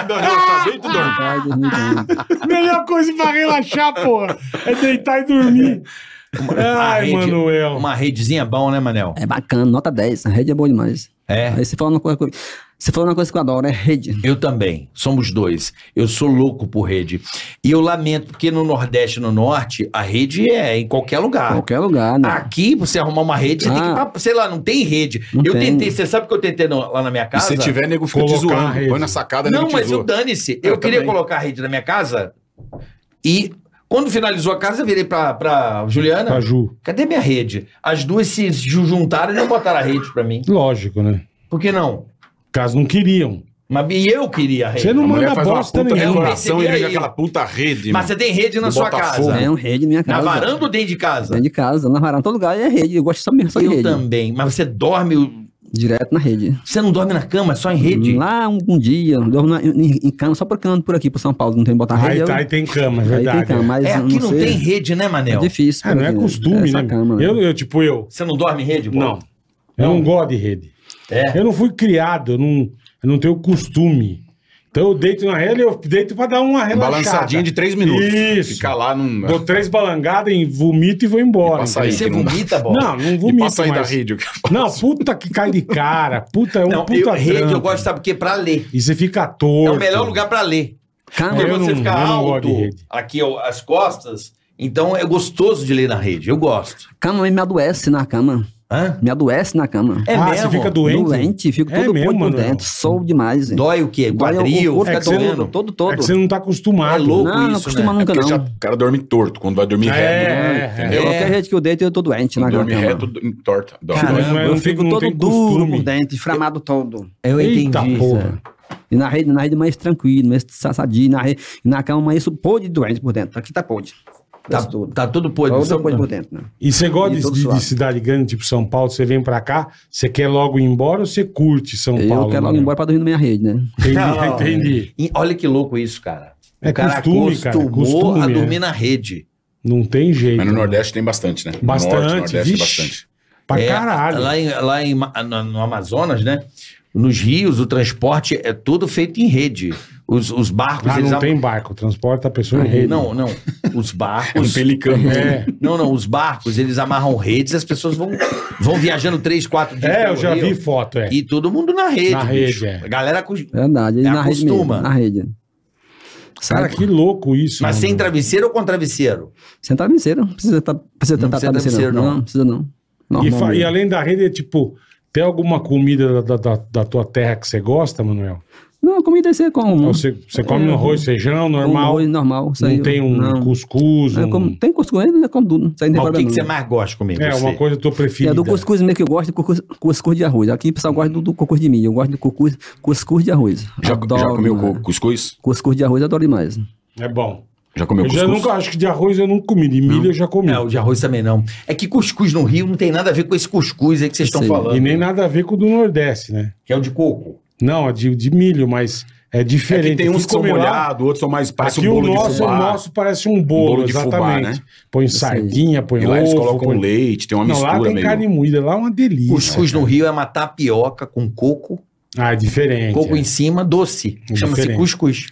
[SPEAKER 6] e dormir também.
[SPEAKER 4] Melhor coisa pra relaxar, porra, é deitar e dormir.
[SPEAKER 3] Uma
[SPEAKER 4] Ai,
[SPEAKER 3] rede-
[SPEAKER 4] Manuel.
[SPEAKER 3] Uma redezinha é bom, né, Manel?
[SPEAKER 6] É bacana, nota 10. A rede é boa demais.
[SPEAKER 3] É.
[SPEAKER 6] Aí você falou uma coisa, que eu- você falou uma coisa que eu adoro, é rede.
[SPEAKER 3] Eu também. Somos dois. Eu sou louco por rede. E eu lamento, porque no Nordeste e no Norte, a rede é em qualquer
[SPEAKER 4] Ah.
[SPEAKER 3] lugar.
[SPEAKER 6] Qualquer lugar, né?
[SPEAKER 3] Aqui, pra você arrumar uma rede, você tem que ir
[SPEAKER 6] Ah.
[SPEAKER 3] pra, sei lá, não tem rede.
[SPEAKER 6] Não
[SPEAKER 3] eu
[SPEAKER 6] tem.
[SPEAKER 3] tentei, você sabe o que eu tentei no- lá na minha
[SPEAKER 13] E
[SPEAKER 3] casa?
[SPEAKER 13] se tiver, nego fica
[SPEAKER 4] Colocar
[SPEAKER 13] te
[SPEAKER 4] a rede.
[SPEAKER 13] zoando. Põe na sacada,
[SPEAKER 3] Não,
[SPEAKER 13] nego te
[SPEAKER 3] mas eu
[SPEAKER 13] zoa.
[SPEAKER 3] dane-se. Eu,
[SPEAKER 13] Eu
[SPEAKER 3] queria
[SPEAKER 13] também.
[SPEAKER 3] colocar a rede na minha casa e quando finalizou a casa, eu virei pra, pra Juliana.
[SPEAKER 4] Caju.
[SPEAKER 3] Cadê minha rede? As duas se ju- juntaram e não botaram a rede pra mim.
[SPEAKER 4] Lógico, né?
[SPEAKER 3] Por que não?
[SPEAKER 4] Caso não queriam.
[SPEAKER 3] Mas e eu queria a rede.
[SPEAKER 4] Você não
[SPEAKER 13] A mulher
[SPEAKER 4] manda
[SPEAKER 13] faz uma
[SPEAKER 4] bosta
[SPEAKER 13] puta
[SPEAKER 3] nenhuma.
[SPEAKER 4] nenhuma.
[SPEAKER 13] decoração e
[SPEAKER 3] Percebi
[SPEAKER 13] liga
[SPEAKER 3] aí.
[SPEAKER 13] aquela puta rede.
[SPEAKER 3] Mas
[SPEAKER 13] mano.
[SPEAKER 3] você tem rede na
[SPEAKER 13] Do
[SPEAKER 3] sua
[SPEAKER 13] Botafogo.
[SPEAKER 3] casa.
[SPEAKER 6] É um rede na minha
[SPEAKER 3] Na
[SPEAKER 6] casa.
[SPEAKER 3] varanda ou dentro de casa?
[SPEAKER 6] Dentro de casa, na varanda, em todo lugar é rede. Eu gosto só mesmo só de
[SPEAKER 3] eu
[SPEAKER 6] rede.
[SPEAKER 3] também. Mas você dorme.
[SPEAKER 6] Direto na rede.
[SPEAKER 3] Você não dorme na cama, é só em rede?
[SPEAKER 6] Lá um, um dia, eu durmo na- em, em cama, só porque eu ando por aqui, por São Paulo, não tem que botar
[SPEAKER 4] Aí,
[SPEAKER 6] rede. eu-
[SPEAKER 4] tá, aí tem cama, é
[SPEAKER 6] aí
[SPEAKER 4] verdade.
[SPEAKER 6] tem cama, mas
[SPEAKER 3] é, aqui não,
[SPEAKER 6] sei,
[SPEAKER 3] tem rede, né,
[SPEAKER 6] É
[SPEAKER 3] Manel?
[SPEAKER 6] difícil.
[SPEAKER 4] Ah, não é
[SPEAKER 6] porque
[SPEAKER 4] costume,
[SPEAKER 6] essa
[SPEAKER 4] né?
[SPEAKER 6] cama, né?
[SPEAKER 4] Eu, eu, tipo, eu.
[SPEAKER 3] Você não dorme em rede? Bola?
[SPEAKER 4] Não. Eu não gosto de rede.
[SPEAKER 3] É.
[SPEAKER 4] Eu não fui criado, eu não, eu não tenho costume. Então eu deito na rede, eu deito pra dar
[SPEAKER 3] tá
[SPEAKER 4] uma relaxada.
[SPEAKER 13] Balançadinha de três minutos.
[SPEAKER 4] Isso.
[SPEAKER 13] Ficar lá num.
[SPEAKER 4] Dou três balangadas, e vomito e vou embora.
[SPEAKER 13] E passa aí.
[SPEAKER 3] Você
[SPEAKER 13] que não dá.
[SPEAKER 3] vomita, bola?
[SPEAKER 4] Não, não
[SPEAKER 13] E
[SPEAKER 4] vomito
[SPEAKER 13] passa aí da
[SPEAKER 4] mais.
[SPEAKER 13] rede.
[SPEAKER 4] Não, puta que cai de cara. Puta, é um
[SPEAKER 3] Não,
[SPEAKER 4] puta
[SPEAKER 3] eu, rede eu
[SPEAKER 4] trampo.
[SPEAKER 3] gosto, sabe por quê? Pra ler.
[SPEAKER 4] E você fica torto.
[SPEAKER 3] É o melhor lugar pra ler.
[SPEAKER 6] Cama,
[SPEAKER 3] Porque
[SPEAKER 4] Ah, Eu
[SPEAKER 3] você
[SPEAKER 4] não-
[SPEAKER 3] fica
[SPEAKER 4] eu não gosto
[SPEAKER 3] alto,
[SPEAKER 4] de rede.
[SPEAKER 3] aqui ó, as costas, então é gostoso de ler na rede. Eu gosto.
[SPEAKER 6] cama me adoece na cama.
[SPEAKER 3] Hã?
[SPEAKER 6] Me adoece na cama.
[SPEAKER 3] É
[SPEAKER 4] ah,
[SPEAKER 3] mesmo?
[SPEAKER 4] você fica doente?
[SPEAKER 6] fico
[SPEAKER 4] É
[SPEAKER 6] todo
[SPEAKER 4] mesmo,
[SPEAKER 6] ponto por
[SPEAKER 4] mano?
[SPEAKER 6] dentro, sou demais. hein?
[SPEAKER 3] Dói o quê?
[SPEAKER 6] Dói o-
[SPEAKER 3] Quadril?
[SPEAKER 6] o corpo
[SPEAKER 3] Fica
[SPEAKER 4] é que você não-
[SPEAKER 3] doendo?
[SPEAKER 6] Todo, todo.
[SPEAKER 4] É que você não tá acostumado.
[SPEAKER 3] É louco.
[SPEAKER 6] não, não
[SPEAKER 3] isso,
[SPEAKER 6] acostuma
[SPEAKER 3] né?
[SPEAKER 6] nunca,
[SPEAKER 13] Porque
[SPEAKER 6] não.
[SPEAKER 13] já, o cara dorme torto quando vai dormir reto.
[SPEAKER 4] É, é,
[SPEAKER 6] Eu, qualquer rede que eu deito, eu tô doente na
[SPEAKER 13] Quando dorme
[SPEAKER 6] cama.
[SPEAKER 13] reto, d- torta. Dorme.
[SPEAKER 4] Caramba.
[SPEAKER 6] Caramba,
[SPEAKER 4] Mas
[SPEAKER 6] eu
[SPEAKER 4] não
[SPEAKER 6] fico
[SPEAKER 4] tem- não
[SPEAKER 6] todo
[SPEAKER 4] tem
[SPEAKER 6] duro
[SPEAKER 4] costume.
[SPEAKER 6] por dentro, inflamado todo.
[SPEAKER 3] Eu entendi.
[SPEAKER 4] Eita porra.
[SPEAKER 6] E na rede, na rede mais tranquilo, mais sassadinho, na, rede, na cama mais isso pôde doente por dentro. Aqui tá pôde.
[SPEAKER 3] Tá,
[SPEAKER 6] Tá tudo.
[SPEAKER 3] tá tudo podre.
[SPEAKER 6] Todo
[SPEAKER 3] São-
[SPEAKER 6] pôde por dentro, né?
[SPEAKER 4] E você gosta
[SPEAKER 6] E
[SPEAKER 4] de-
[SPEAKER 6] todo
[SPEAKER 4] de, de
[SPEAKER 6] suado.
[SPEAKER 4] cidade grande, tipo São Paulo, você vem pra cá, você quer logo ir embora ou você curte São
[SPEAKER 6] Eu
[SPEAKER 4] Paulo?
[SPEAKER 6] quero logo
[SPEAKER 4] mano?
[SPEAKER 6] ir embora pra dormir na minha rede, né?
[SPEAKER 4] Entendi,
[SPEAKER 3] Não.
[SPEAKER 4] entendi.
[SPEAKER 3] E olha que louco isso, cara.
[SPEAKER 4] É costume, cara, é
[SPEAKER 3] acostumou
[SPEAKER 4] costume,
[SPEAKER 3] a
[SPEAKER 4] é.
[SPEAKER 3] dormir na rede.
[SPEAKER 4] Não tem jeito.
[SPEAKER 13] Mas no Nordeste tem bastante, né?
[SPEAKER 4] Bastante,
[SPEAKER 13] Norte, Nordeste,
[SPEAKER 4] vixe.
[SPEAKER 13] bastante.
[SPEAKER 4] Pra
[SPEAKER 3] É,
[SPEAKER 4] caralho. Ah,
[SPEAKER 3] Lá, em, lá em Ma- na- no Amazonas, né? Nos rios, o transporte é tudo feito em rede. Os, os barcos,
[SPEAKER 4] Ah,
[SPEAKER 3] eles
[SPEAKER 4] não
[SPEAKER 3] ab-
[SPEAKER 4] tem barco, transporta a pessoa em rede.
[SPEAKER 3] Não, não. Os
[SPEAKER 5] Um
[SPEAKER 3] barcos.
[SPEAKER 5] pelicano.
[SPEAKER 13] né?
[SPEAKER 4] É,
[SPEAKER 3] Não, não. Os barcos, eles amarram redes e as pessoas vão, vão viajando três, quatro dias.
[SPEAKER 4] é
[SPEAKER 3] pelo
[SPEAKER 4] eu já
[SPEAKER 3] rio.
[SPEAKER 4] vi foto, é.
[SPEAKER 3] E todo mundo na rede.
[SPEAKER 4] Na
[SPEAKER 3] bicho.
[SPEAKER 4] rede, é.
[SPEAKER 3] A galera com.
[SPEAKER 6] Verdade,
[SPEAKER 3] É,
[SPEAKER 6] na rede mesmo,
[SPEAKER 3] acostuma.
[SPEAKER 6] na rede.
[SPEAKER 4] Cara, que louco isso.
[SPEAKER 3] Mas
[SPEAKER 4] mano.
[SPEAKER 3] sem travesseiro ou com travesseiro?
[SPEAKER 6] Sem travesseiro, não precisa, tá, precisa
[SPEAKER 3] Não
[SPEAKER 6] tá-
[SPEAKER 3] precisa travesseiro,
[SPEAKER 6] travesseiro, não.
[SPEAKER 3] não.
[SPEAKER 6] Não, precisa não.
[SPEAKER 4] E,
[SPEAKER 6] Normal
[SPEAKER 4] fa- e
[SPEAKER 6] mesmo.
[SPEAKER 4] além da rede, é tipo, tem alguma comida da, da, da- da tua terra que você gosta, Manuel?
[SPEAKER 6] Não, comida você come.
[SPEAKER 4] Ou Você, você come um arroz, feijão, normal?
[SPEAKER 6] Normal, normal. isso aí
[SPEAKER 4] não
[SPEAKER 6] eu-
[SPEAKER 4] tem um
[SPEAKER 6] não.
[SPEAKER 4] cuscuz?
[SPEAKER 6] Eu
[SPEAKER 4] um-
[SPEAKER 6] como- tem cuscuz né? ainda, eu como tudo. Isso aí não tem
[SPEAKER 3] Mas o que,
[SPEAKER 6] problema
[SPEAKER 3] que você
[SPEAKER 6] não.
[SPEAKER 3] mais gosta comigo?
[SPEAKER 4] É, uma coisa tua preferida.
[SPEAKER 6] É do cuscuz mesmo que eu gosto, cuscuz, cuscuz de arroz. Aqui o pessoal gosta do, do cuscuz de milho. Eu gosto do cuscuz, cuscuz de arroz.
[SPEAKER 13] Já, já comeu
[SPEAKER 6] mano.
[SPEAKER 13] cu- cuscuz?
[SPEAKER 6] Cuscuz de arroz, eu adoro demais.
[SPEAKER 3] Tá.
[SPEAKER 4] É bom.
[SPEAKER 13] Já comeu
[SPEAKER 4] Eu já
[SPEAKER 13] cuscuz?
[SPEAKER 4] nunca, acho que de arroz eu não comi, de milho eu já comi.
[SPEAKER 3] É, o de arroz também não. É que cuscuz no Rio não tem nada a ver com esse cuscuz aí que vocês estão
[SPEAKER 6] Sim.
[SPEAKER 3] falando.
[SPEAKER 4] E nem nada a ver com o do Nordeste, né?
[SPEAKER 3] Que é o de coco.
[SPEAKER 4] Não, é de, de milho, mas é
[SPEAKER 13] É
[SPEAKER 4] diferente.
[SPEAKER 13] que tem
[SPEAKER 4] Eu fui
[SPEAKER 13] uns que são
[SPEAKER 4] comer lá,
[SPEAKER 13] molhados, outros são mais... Parece
[SPEAKER 4] aqui
[SPEAKER 13] um bolo
[SPEAKER 4] o nosso,
[SPEAKER 13] de
[SPEAKER 4] o
[SPEAKER 13] fubá.
[SPEAKER 4] nosso parece um bolo,
[SPEAKER 13] bolo de fubá,
[SPEAKER 4] exatamente.
[SPEAKER 13] né?
[SPEAKER 4] Põe
[SPEAKER 6] sei.
[SPEAKER 4] sardinha, põe
[SPEAKER 13] E lá eles
[SPEAKER 4] ovo,
[SPEAKER 13] colocam
[SPEAKER 4] põe-
[SPEAKER 13] leite, tem uma
[SPEAKER 4] Não, lá
[SPEAKER 13] mistura
[SPEAKER 4] tem
[SPEAKER 13] meio...
[SPEAKER 4] carne moída, lá é uma delícia.
[SPEAKER 3] Cuscuz no Rio é uma tapioca com coco,
[SPEAKER 4] Ah, é diferente.
[SPEAKER 3] coco
[SPEAKER 4] é.
[SPEAKER 3] em cima, doce.
[SPEAKER 4] É
[SPEAKER 3] Chama-se
[SPEAKER 4] diferente.
[SPEAKER 3] cuscuz.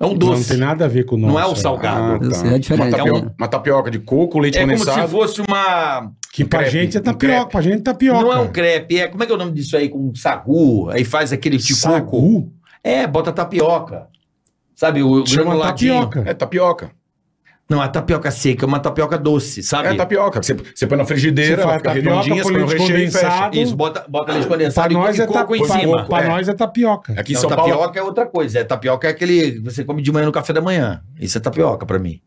[SPEAKER 3] É um
[SPEAKER 4] Não
[SPEAKER 3] doce.
[SPEAKER 4] tem nada a ver com o nosso.
[SPEAKER 3] Não é o
[SPEAKER 13] Ah,
[SPEAKER 3] salgado.
[SPEAKER 6] Eu sei, é diferente,
[SPEAKER 13] Uma
[SPEAKER 6] né?
[SPEAKER 13] tapioca, uma tapioca de coco, leite
[SPEAKER 3] É como se
[SPEAKER 13] condensado.
[SPEAKER 3] fosse uma.
[SPEAKER 4] Que pra
[SPEAKER 13] crepe,
[SPEAKER 4] gente é
[SPEAKER 13] um
[SPEAKER 4] tapioca,
[SPEAKER 13] crepe.
[SPEAKER 4] pra gente é tapioca.
[SPEAKER 3] Não é um crepe, é. Como é que é o nome disso aí? Com sagu. Aí faz aquele de coco.
[SPEAKER 4] Sagu?
[SPEAKER 3] É, bota tapioca. Sabe, o
[SPEAKER 4] Chama
[SPEAKER 3] granuladinho.
[SPEAKER 13] É
[SPEAKER 4] tapioca.
[SPEAKER 13] tapioca.
[SPEAKER 3] Não, a tapioca seca, é uma tapioca doce, sabe?
[SPEAKER 13] É tapioca. Você, você põe na frigideira,
[SPEAKER 4] Você
[SPEAKER 13] ela
[SPEAKER 4] faz
[SPEAKER 13] fica
[SPEAKER 4] tapioca,
[SPEAKER 13] redondinha,
[SPEAKER 4] põe
[SPEAKER 13] você põe o
[SPEAKER 4] leite
[SPEAKER 13] recheio e fecha.
[SPEAKER 4] condensado.
[SPEAKER 3] Isso, bota, bota leite
[SPEAKER 4] Pra
[SPEAKER 3] condensado e
[SPEAKER 4] nós
[SPEAKER 3] coco,
[SPEAKER 4] é
[SPEAKER 3] coco em
[SPEAKER 4] tapioca.
[SPEAKER 3] cima.
[SPEAKER 4] Pra
[SPEAKER 13] É.
[SPEAKER 4] nós é tapioca.
[SPEAKER 13] Aqui em
[SPEAKER 3] Não,
[SPEAKER 13] São
[SPEAKER 3] tapioca
[SPEAKER 13] Paulo...
[SPEAKER 3] é outra coisa. É, tapioca é aquele que você come de manhã no café da manhã. Isso é tapioca pra mim.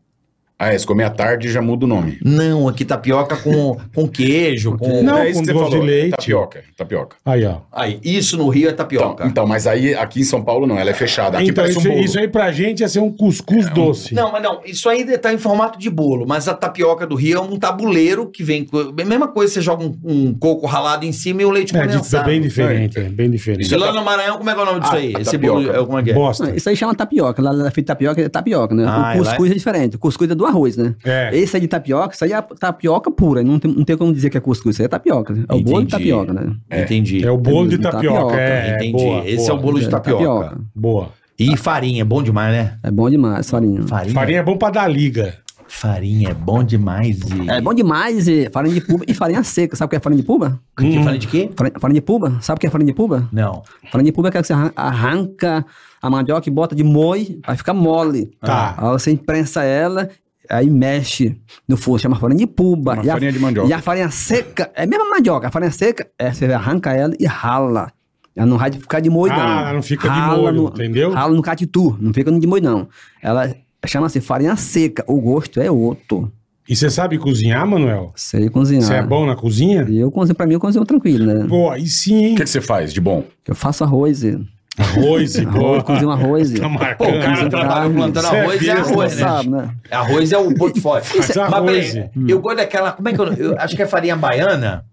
[SPEAKER 13] Ah, é, se comer à tarde já muda o nome.
[SPEAKER 3] Não, aqui tapioca com, com queijo, com...
[SPEAKER 4] Não,
[SPEAKER 13] é isso
[SPEAKER 4] com
[SPEAKER 13] que você
[SPEAKER 4] doce de
[SPEAKER 13] falou,
[SPEAKER 4] leite.
[SPEAKER 13] Tapioca, tapioca.
[SPEAKER 4] Aí, ó.
[SPEAKER 3] Aí, isso no Rio é
[SPEAKER 13] Então,
[SPEAKER 3] tapioca.
[SPEAKER 13] então, mas aí aqui em São Paulo não, ela é fechada. Aqui
[SPEAKER 4] então,
[SPEAKER 13] parece um
[SPEAKER 4] isso,
[SPEAKER 13] bolo.
[SPEAKER 4] isso aí pra gente ia ser um cuscuz doce.
[SPEAKER 3] Então, Não, mas não, isso ainda tá em formato de bolo, mas a tapioca do Rio é um tabuleiro que vem... com- Mesma coisa, você joga um, um coco ralado em cima e um leite
[SPEAKER 4] é, de-
[SPEAKER 3] condensado.
[SPEAKER 4] é bem diferente, é bem diferente.
[SPEAKER 3] Isso lá no Maranhão, como é que é o nome disso
[SPEAKER 13] Ah,
[SPEAKER 3] aí?
[SPEAKER 13] a
[SPEAKER 3] Esse bolo,
[SPEAKER 13] tapioca.
[SPEAKER 3] é, como é que é?
[SPEAKER 6] Não,
[SPEAKER 4] Bosta.
[SPEAKER 6] Ah, Isso aí chama tapioca. Lá na feita tapioca é tapioca, né?
[SPEAKER 3] Ah, ela
[SPEAKER 6] o cuscuz é... diferente. O cuscuz é do arroz, né?
[SPEAKER 4] É.
[SPEAKER 6] Esse é de tapioca, isso aí é tapioca pura. Não tem, não tem como dizer que é cuscuz, isso aí é tapioca. né? É o bolo de
[SPEAKER 3] Entendi.
[SPEAKER 6] tapioca, né?
[SPEAKER 3] Entendi.
[SPEAKER 4] É o bolo de
[SPEAKER 6] É tapioca,
[SPEAKER 4] tapioca. É,
[SPEAKER 3] Entendi.
[SPEAKER 4] boa,
[SPEAKER 3] Esse é
[SPEAKER 4] boa.
[SPEAKER 3] o bolo de
[SPEAKER 6] É,
[SPEAKER 3] tapioca.
[SPEAKER 4] Boa.
[SPEAKER 3] E farinha, bom demais, né?
[SPEAKER 6] É bom demais, farinha.
[SPEAKER 3] Farinha,
[SPEAKER 4] Farinha é bom pra dar liga.
[SPEAKER 3] farinha é bom demais. E...
[SPEAKER 6] É bom demais, e farinha de puba e farinha seca. Sabe o que é farinha de puba?
[SPEAKER 4] Hum.
[SPEAKER 3] Que farinha de quê?
[SPEAKER 6] Farinha, farinha de puba? Sabe o que é farinha de puba?
[SPEAKER 3] Não.
[SPEAKER 6] Farinha de puba é aquela que você arran- arranca a mandioca e bota de moi, vai ficar mole.
[SPEAKER 4] Tá.
[SPEAKER 6] Aí você imprensa ela, aí mexe no fogo, chama farinha de puba.
[SPEAKER 13] Uma
[SPEAKER 6] E a-
[SPEAKER 13] farinha de mandioca.
[SPEAKER 6] E a farinha seca, é a mesma mandioca, a farinha seca, é, você arranca ela e rala. Ela não vai ficar de molho, não.
[SPEAKER 4] Ah, ela não fica de molho, entendeu?
[SPEAKER 6] Rala no catitu, não fica de molho, não. Ela chama-se farinha seca, o gosto é outro.
[SPEAKER 4] E você sabe cozinhar, Manuel?
[SPEAKER 6] Sei cozinhar.
[SPEAKER 4] Você é bom na cozinha?
[SPEAKER 6] E eu cozinho, pra mim, eu cozinho tranquilo, né?
[SPEAKER 4] Pô, aí sim,
[SPEAKER 13] O
[SPEAKER 4] hein?
[SPEAKER 13] que, que você faz de bom?
[SPEAKER 6] Eu faço arroz, e-
[SPEAKER 4] Arroz e
[SPEAKER 6] arroz
[SPEAKER 4] boa.
[SPEAKER 6] cozinho arroz. e-
[SPEAKER 4] Tá
[SPEAKER 3] Pô,
[SPEAKER 4] marcando.
[SPEAKER 3] o cara
[SPEAKER 6] Carne,
[SPEAKER 3] trabalha
[SPEAKER 6] carne.
[SPEAKER 3] plantando
[SPEAKER 4] Isso é
[SPEAKER 3] arroz, é
[SPEAKER 4] business,
[SPEAKER 3] arroz,
[SPEAKER 6] Você sabe,
[SPEAKER 3] né?
[SPEAKER 6] né?
[SPEAKER 3] Arroz é o portfólio.
[SPEAKER 4] Isso é-
[SPEAKER 3] Mas
[SPEAKER 4] arroz.
[SPEAKER 3] peraí, eu gosto daquela. Como é que eu. eu acho que é farinha baiana,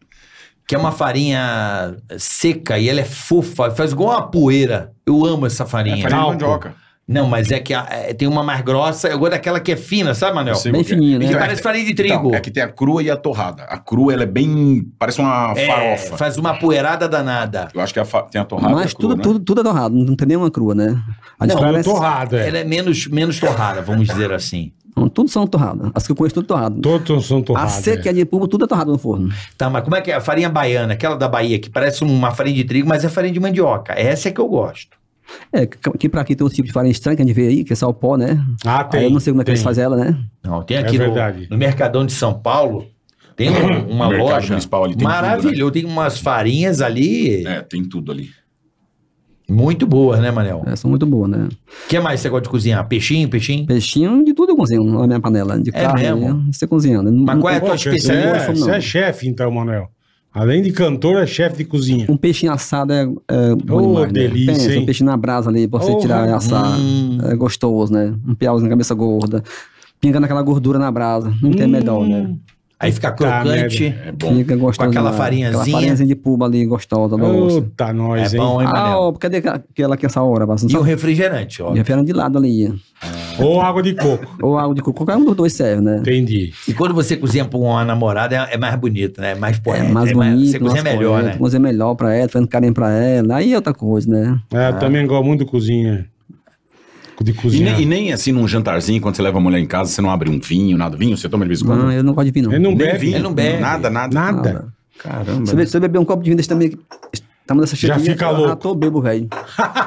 [SPEAKER 3] que é uma farinha seca e ela é fofa, faz igual uma poeira. Eu amo essa
[SPEAKER 13] É
[SPEAKER 3] farinha.
[SPEAKER 13] farinha de
[SPEAKER 4] Talco.
[SPEAKER 13] mandioca.
[SPEAKER 3] Não, mas é que a- é- tem uma mais grossa. Eu gosto daquela que é fina, sabe, Manel?
[SPEAKER 13] Sim.
[SPEAKER 6] Bem fininho, né?
[SPEAKER 3] Que parece farinha de trigo.
[SPEAKER 13] Então, é que tem a crua e a torrada. A crua, ela é bem... Parece uma
[SPEAKER 3] É,
[SPEAKER 13] farofa.
[SPEAKER 3] faz uma poeirada danada.
[SPEAKER 13] Eu acho que é a fa- tem a torrada e
[SPEAKER 6] Mas
[SPEAKER 13] a crua,
[SPEAKER 6] tudo,
[SPEAKER 13] né?
[SPEAKER 6] tudo, tudo é torrado, não tem nenhuma crua, né? A
[SPEAKER 3] Não,
[SPEAKER 6] diferença-
[SPEAKER 4] Tudo torrado, é.
[SPEAKER 3] Ela é menos, menos torrada, vamos dizer assim.
[SPEAKER 6] Não, tudo são torradas. As que eu conheço, tudo torrado.
[SPEAKER 4] Todos são
[SPEAKER 6] é A
[SPEAKER 4] torrados.
[SPEAKER 6] seca e a de pulpa, tudo é torrado no forno.
[SPEAKER 3] Tá, mas como é que é? A farinha baiana, aquela da Bahia, que parece uma farinha de trigo, mas é farinha de mandioca. Essa é que eu gosto.
[SPEAKER 6] É, que que pra aqui tem um tipo de farinha estranha que a gente vê aí, que é só o pó, né?
[SPEAKER 4] Ah, tem.
[SPEAKER 6] aí eu não sei como é que
[SPEAKER 4] tem.
[SPEAKER 6] eles fazem ela, né?
[SPEAKER 3] Não, tem
[SPEAKER 4] É
[SPEAKER 3] aqui no,
[SPEAKER 4] verdade.
[SPEAKER 3] no Mercadão de São Paulo, tem um- uma
[SPEAKER 13] O mercado
[SPEAKER 3] loja
[SPEAKER 13] municipal ali tem né?
[SPEAKER 3] maravilhosa.
[SPEAKER 4] né?
[SPEAKER 3] Tem umas farinhas ali
[SPEAKER 13] É, tem tudo ali.
[SPEAKER 3] muito boas, né, Manel?
[SPEAKER 6] É, são muito boas, né?
[SPEAKER 3] O que mais você gosta de cozinhar? Peixinho, peixinho?
[SPEAKER 6] Peixinho de tudo eu cozinho na minha panela. De
[SPEAKER 3] É
[SPEAKER 6] carne,
[SPEAKER 3] mesmo?
[SPEAKER 6] né? você cozinhando.
[SPEAKER 3] Mas
[SPEAKER 6] Um-
[SPEAKER 3] qual é a
[SPEAKER 4] Pô,
[SPEAKER 3] tua
[SPEAKER 4] porque você
[SPEAKER 3] especialidade?
[SPEAKER 4] é, você é chefe, então, Manuel. Além de cantor, é chefe de cozinha.
[SPEAKER 6] Um peixinho assado é, é bom
[SPEAKER 4] Ô,
[SPEAKER 6] demais, né?
[SPEAKER 4] delícia,
[SPEAKER 6] Pensa,
[SPEAKER 4] hein?
[SPEAKER 6] um peixe na brasa ali, pra você
[SPEAKER 4] Ô,
[SPEAKER 6] tirar e assar.
[SPEAKER 3] hum.
[SPEAKER 6] É gostoso, né? Um piauzinho na cabeça gorda. Pingando aquela gordura na brasa. Não tem
[SPEAKER 4] Hum.
[SPEAKER 6] melhor, né?
[SPEAKER 3] Aí fica
[SPEAKER 4] Tá,
[SPEAKER 3] crocante.
[SPEAKER 13] É bom.
[SPEAKER 6] Fica gostoso.
[SPEAKER 3] aquela
[SPEAKER 6] demais. Aquela
[SPEAKER 3] farinhazinha.
[SPEAKER 6] farinhazinha de puba ali, gostosa, do almoço.
[SPEAKER 4] Puta, nós,
[SPEAKER 3] é
[SPEAKER 4] hein?
[SPEAKER 3] bom, hein,
[SPEAKER 6] Ah,
[SPEAKER 3] Manel?
[SPEAKER 6] ó, cadê aquela- aquela que é essa hora? Mas não
[SPEAKER 3] E o
[SPEAKER 6] sabe?
[SPEAKER 3] refrigerante, ó.
[SPEAKER 6] Já vieram de lado ali.
[SPEAKER 3] é.
[SPEAKER 4] Ou água de coco.
[SPEAKER 6] Ou algo de coco. Qualquer um dos dois serve, né?
[SPEAKER 4] Entendi.
[SPEAKER 3] E quando você cozinha pra uma namorada, é, é mais bonito, né? É mais poético.
[SPEAKER 6] é mais bonito,
[SPEAKER 3] Você cozinha
[SPEAKER 6] mais
[SPEAKER 3] melhor,
[SPEAKER 6] correto,
[SPEAKER 3] né?
[SPEAKER 6] Cozinha
[SPEAKER 3] Ah.
[SPEAKER 6] melhor pra ela, fazendo carinho pra ela. Aí é outra é coisa, né?
[SPEAKER 4] É, Eu também gosto muito de cozinha. de
[SPEAKER 13] E
[SPEAKER 4] cozinhar.
[SPEAKER 13] nem, e nem assim num jantarzinho, quando você leva a mulher em casa, você não abre um vinho, nada. Vinho, você toma de vez em quando?
[SPEAKER 6] Não, eu não gosto de vinho, não.
[SPEAKER 4] Ele não
[SPEAKER 13] Nem
[SPEAKER 4] bebe.
[SPEAKER 13] vinho,
[SPEAKER 3] ele não bebe.
[SPEAKER 13] Nada, nada.
[SPEAKER 4] É Nada.
[SPEAKER 13] Caramba.
[SPEAKER 6] Se eu, be- se eu beber um copo de vinho desse também, tá estamos dessa
[SPEAKER 4] Já
[SPEAKER 6] cheirinha,
[SPEAKER 4] fica
[SPEAKER 6] eu
[SPEAKER 4] louco.
[SPEAKER 6] Já tô bebo, velho.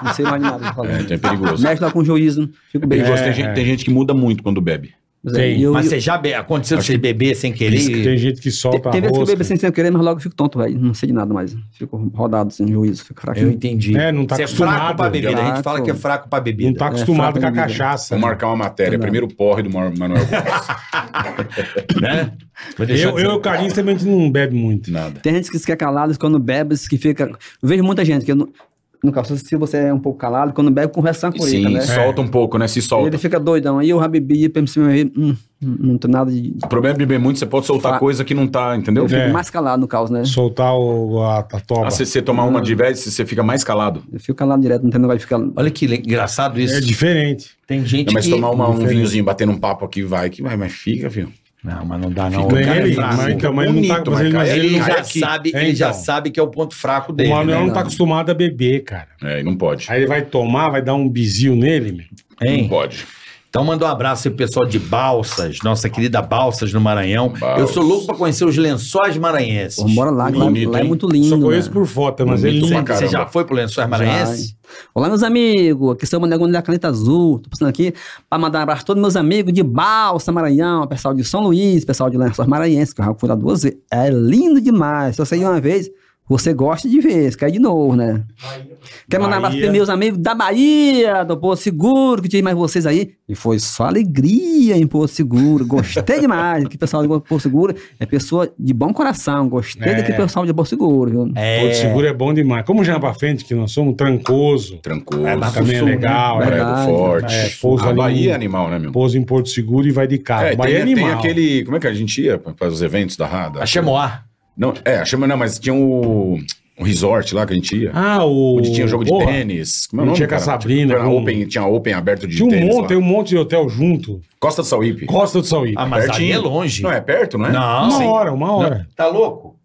[SPEAKER 6] Não sei mais de nada.
[SPEAKER 13] É,
[SPEAKER 6] falando.
[SPEAKER 13] então é perigoso.
[SPEAKER 6] Mexe lá com o juízo. Fico bem.
[SPEAKER 13] Perigoso.
[SPEAKER 4] É,
[SPEAKER 13] Tem, gente,
[SPEAKER 4] é.
[SPEAKER 13] tem gente que muda muito quando bebe.
[SPEAKER 6] Pois é,
[SPEAKER 4] Tem.
[SPEAKER 6] e eu-
[SPEAKER 3] Mas
[SPEAKER 6] eu-
[SPEAKER 3] você já be... aconteceu de você beber sem
[SPEAKER 4] Tem
[SPEAKER 3] querer?
[SPEAKER 4] gente que
[SPEAKER 6] Te-
[SPEAKER 4] solta a
[SPEAKER 6] Tem vezes que eu
[SPEAKER 4] rosca.
[SPEAKER 6] bebo
[SPEAKER 3] assim.
[SPEAKER 6] sem, sem querer, mas logo eu fico tonto, velho. Não sei de nada mais. Fico rodado, sem juízo, fico
[SPEAKER 3] Eu
[SPEAKER 6] fraquinho.
[SPEAKER 3] entendi.
[SPEAKER 4] É, não tá
[SPEAKER 3] você é
[SPEAKER 4] acostumado.
[SPEAKER 3] fraco pra bebida. A gente
[SPEAKER 6] Fraco.
[SPEAKER 3] fala que é fraco pra bebida.
[SPEAKER 4] Não tá acostumado com a cachaça.
[SPEAKER 13] Vou marcar uma matéria. Primeiro porre do Mar- Manuel Gomes.
[SPEAKER 3] né? Vou deixar
[SPEAKER 4] Eu,
[SPEAKER 3] de-
[SPEAKER 4] eu e o Carlinhos também a gente não bebe muito.
[SPEAKER 13] Nada.
[SPEAKER 6] Tem gente que se quer calado, e quando bebe, diz que fica. Eu vejo muita gente que. eu não- No caso, se você é um pouco calado, quando bebe, conversa com ele,
[SPEAKER 13] Sim,
[SPEAKER 6] né?
[SPEAKER 13] solta um pouco, né? Se
[SPEAKER 6] E
[SPEAKER 13] solta.
[SPEAKER 6] Ele fica doidão. Aí eu já bebi, pensei, hum, hum, não tem nada de.
[SPEAKER 13] O problema é beber muito, você pode soltar
[SPEAKER 6] Fa-
[SPEAKER 13] coisa que não tá, entendeu?
[SPEAKER 6] Eu fico
[SPEAKER 4] É.
[SPEAKER 6] mais calado no caos, né?
[SPEAKER 4] Soltar o, a, a toba.
[SPEAKER 13] Ah, se você tomar uma de vez, você fica mais calado.
[SPEAKER 6] Eu fico calado direto, não tem negócio de ficar.
[SPEAKER 3] Olha que le- engraçado isso.
[SPEAKER 4] é diferente.
[SPEAKER 3] Tem gente
[SPEAKER 13] Não, mas
[SPEAKER 3] que...
[SPEAKER 13] tomar uma- um
[SPEAKER 4] Diferente.
[SPEAKER 13] vinhozinho, batendo um papo aqui, vai, que vai, mas fica, viu?
[SPEAKER 3] Não, mas não dá não.
[SPEAKER 4] Fica
[SPEAKER 3] O cara
[SPEAKER 4] ele,
[SPEAKER 3] é fraco.
[SPEAKER 4] mas então, mas ele não tá
[SPEAKER 13] Bonito,
[SPEAKER 4] mas ele,
[SPEAKER 13] mas
[SPEAKER 4] mas
[SPEAKER 3] Ele,
[SPEAKER 4] ele não
[SPEAKER 3] já
[SPEAKER 4] tá-
[SPEAKER 3] sabe,
[SPEAKER 4] É,
[SPEAKER 3] ele já
[SPEAKER 4] então.
[SPEAKER 3] sabe que é o ponto fraco
[SPEAKER 4] O
[SPEAKER 3] dele.
[SPEAKER 4] Manuel
[SPEAKER 3] né?
[SPEAKER 4] não tá acostumado a beber, cara.
[SPEAKER 13] É, e não pode.
[SPEAKER 4] Aí ele vai tomar, vai dar um bizil nele, meu.
[SPEAKER 13] Não
[SPEAKER 3] Hein?
[SPEAKER 13] pode.
[SPEAKER 3] Então manda um abraço aí pro pessoal de Balsas, nossa querida Balsas no Maranhão.
[SPEAKER 13] Balsas.
[SPEAKER 3] Eu sou louco pra conhecer os lençóis maranhenses.
[SPEAKER 6] Pô, Bora lá, que
[SPEAKER 13] Bonito,
[SPEAKER 6] lá, lá é
[SPEAKER 13] hein?
[SPEAKER 6] muito
[SPEAKER 4] Só
[SPEAKER 6] lindo.
[SPEAKER 4] conheço
[SPEAKER 6] né?
[SPEAKER 4] por foto, mas
[SPEAKER 13] Bonito pra
[SPEAKER 4] ele não.
[SPEAKER 3] Você,
[SPEAKER 13] caramba.
[SPEAKER 3] você já foi pro lençóis maranhenses?
[SPEAKER 6] Olá, meus amigos. Aqui sou o Manegonho da Caneta Azul. Tô passando aqui para mandar um abraço a todos meus amigos de Balsa, Maranhão, pessoal de São Luís, pessoal de Lençóis Maranhenses, que eu já fui lá duas vezes. É lindo demais. Se você ir uma vez, você gosta de ver, você quer ir de novo, né? Quero mandar um abraço
[SPEAKER 4] Bahia.
[SPEAKER 6] para meus amigos da Bahia, do Porto Seguro, que tinha mais vocês aí. E foi só alegria em Porto Seguro. Gostei demais. Que pessoal de Porto Seguro é pessoa de bom coração. Gostei
[SPEAKER 4] É.
[SPEAKER 6] do que pessoal de Porto Seguro, viu?
[SPEAKER 4] Porto
[SPEAKER 3] É.
[SPEAKER 4] Seguro é bom demais. Como já pra frente, que nós somos trancoso.
[SPEAKER 13] Trancoso.
[SPEAKER 3] É, mas
[SPEAKER 13] É,
[SPEAKER 4] Também é
[SPEAKER 3] Sul, né?
[SPEAKER 4] legal. É.
[SPEAKER 13] Prego
[SPEAKER 6] verdade.
[SPEAKER 13] forte.
[SPEAKER 4] É, pouso
[SPEAKER 13] a
[SPEAKER 4] ali
[SPEAKER 13] Bahia
[SPEAKER 4] no-
[SPEAKER 13] é animal, né, meu?
[SPEAKER 4] Pousa em Porto Seguro e vai de carro.
[SPEAKER 13] É,
[SPEAKER 4] Bahia
[SPEAKER 13] tem, tem
[SPEAKER 4] é animal.
[SPEAKER 13] aquele. Como é que a gente ia para os eventos da Rada?
[SPEAKER 3] A Chemoá.
[SPEAKER 13] Não, é, a Chama não, mas tinha o, o resort lá que a gente ia.
[SPEAKER 4] Ah, o.
[SPEAKER 13] onde tinha o jogo de
[SPEAKER 4] Porra,
[SPEAKER 13] tênis. Como é o
[SPEAKER 4] Não
[SPEAKER 13] nome?
[SPEAKER 4] tinha
[SPEAKER 13] cara?
[SPEAKER 4] com a Sabrina,
[SPEAKER 13] Tinha,
[SPEAKER 4] com-
[SPEAKER 13] open, tinha Open aberto de
[SPEAKER 4] Tinha um
[SPEAKER 13] tênis.
[SPEAKER 4] monte,
[SPEAKER 13] lá.
[SPEAKER 4] tem um monte de hotel junto.
[SPEAKER 13] Costa do Sauípe.
[SPEAKER 4] Costa do Sauípe.
[SPEAKER 3] Ah, mas ali
[SPEAKER 13] Pertinho.
[SPEAKER 3] é longe.
[SPEAKER 13] Não é perto, não é?
[SPEAKER 3] Não.
[SPEAKER 4] uma
[SPEAKER 3] sim.
[SPEAKER 4] hora, uma hora.
[SPEAKER 3] Não, Tá louco?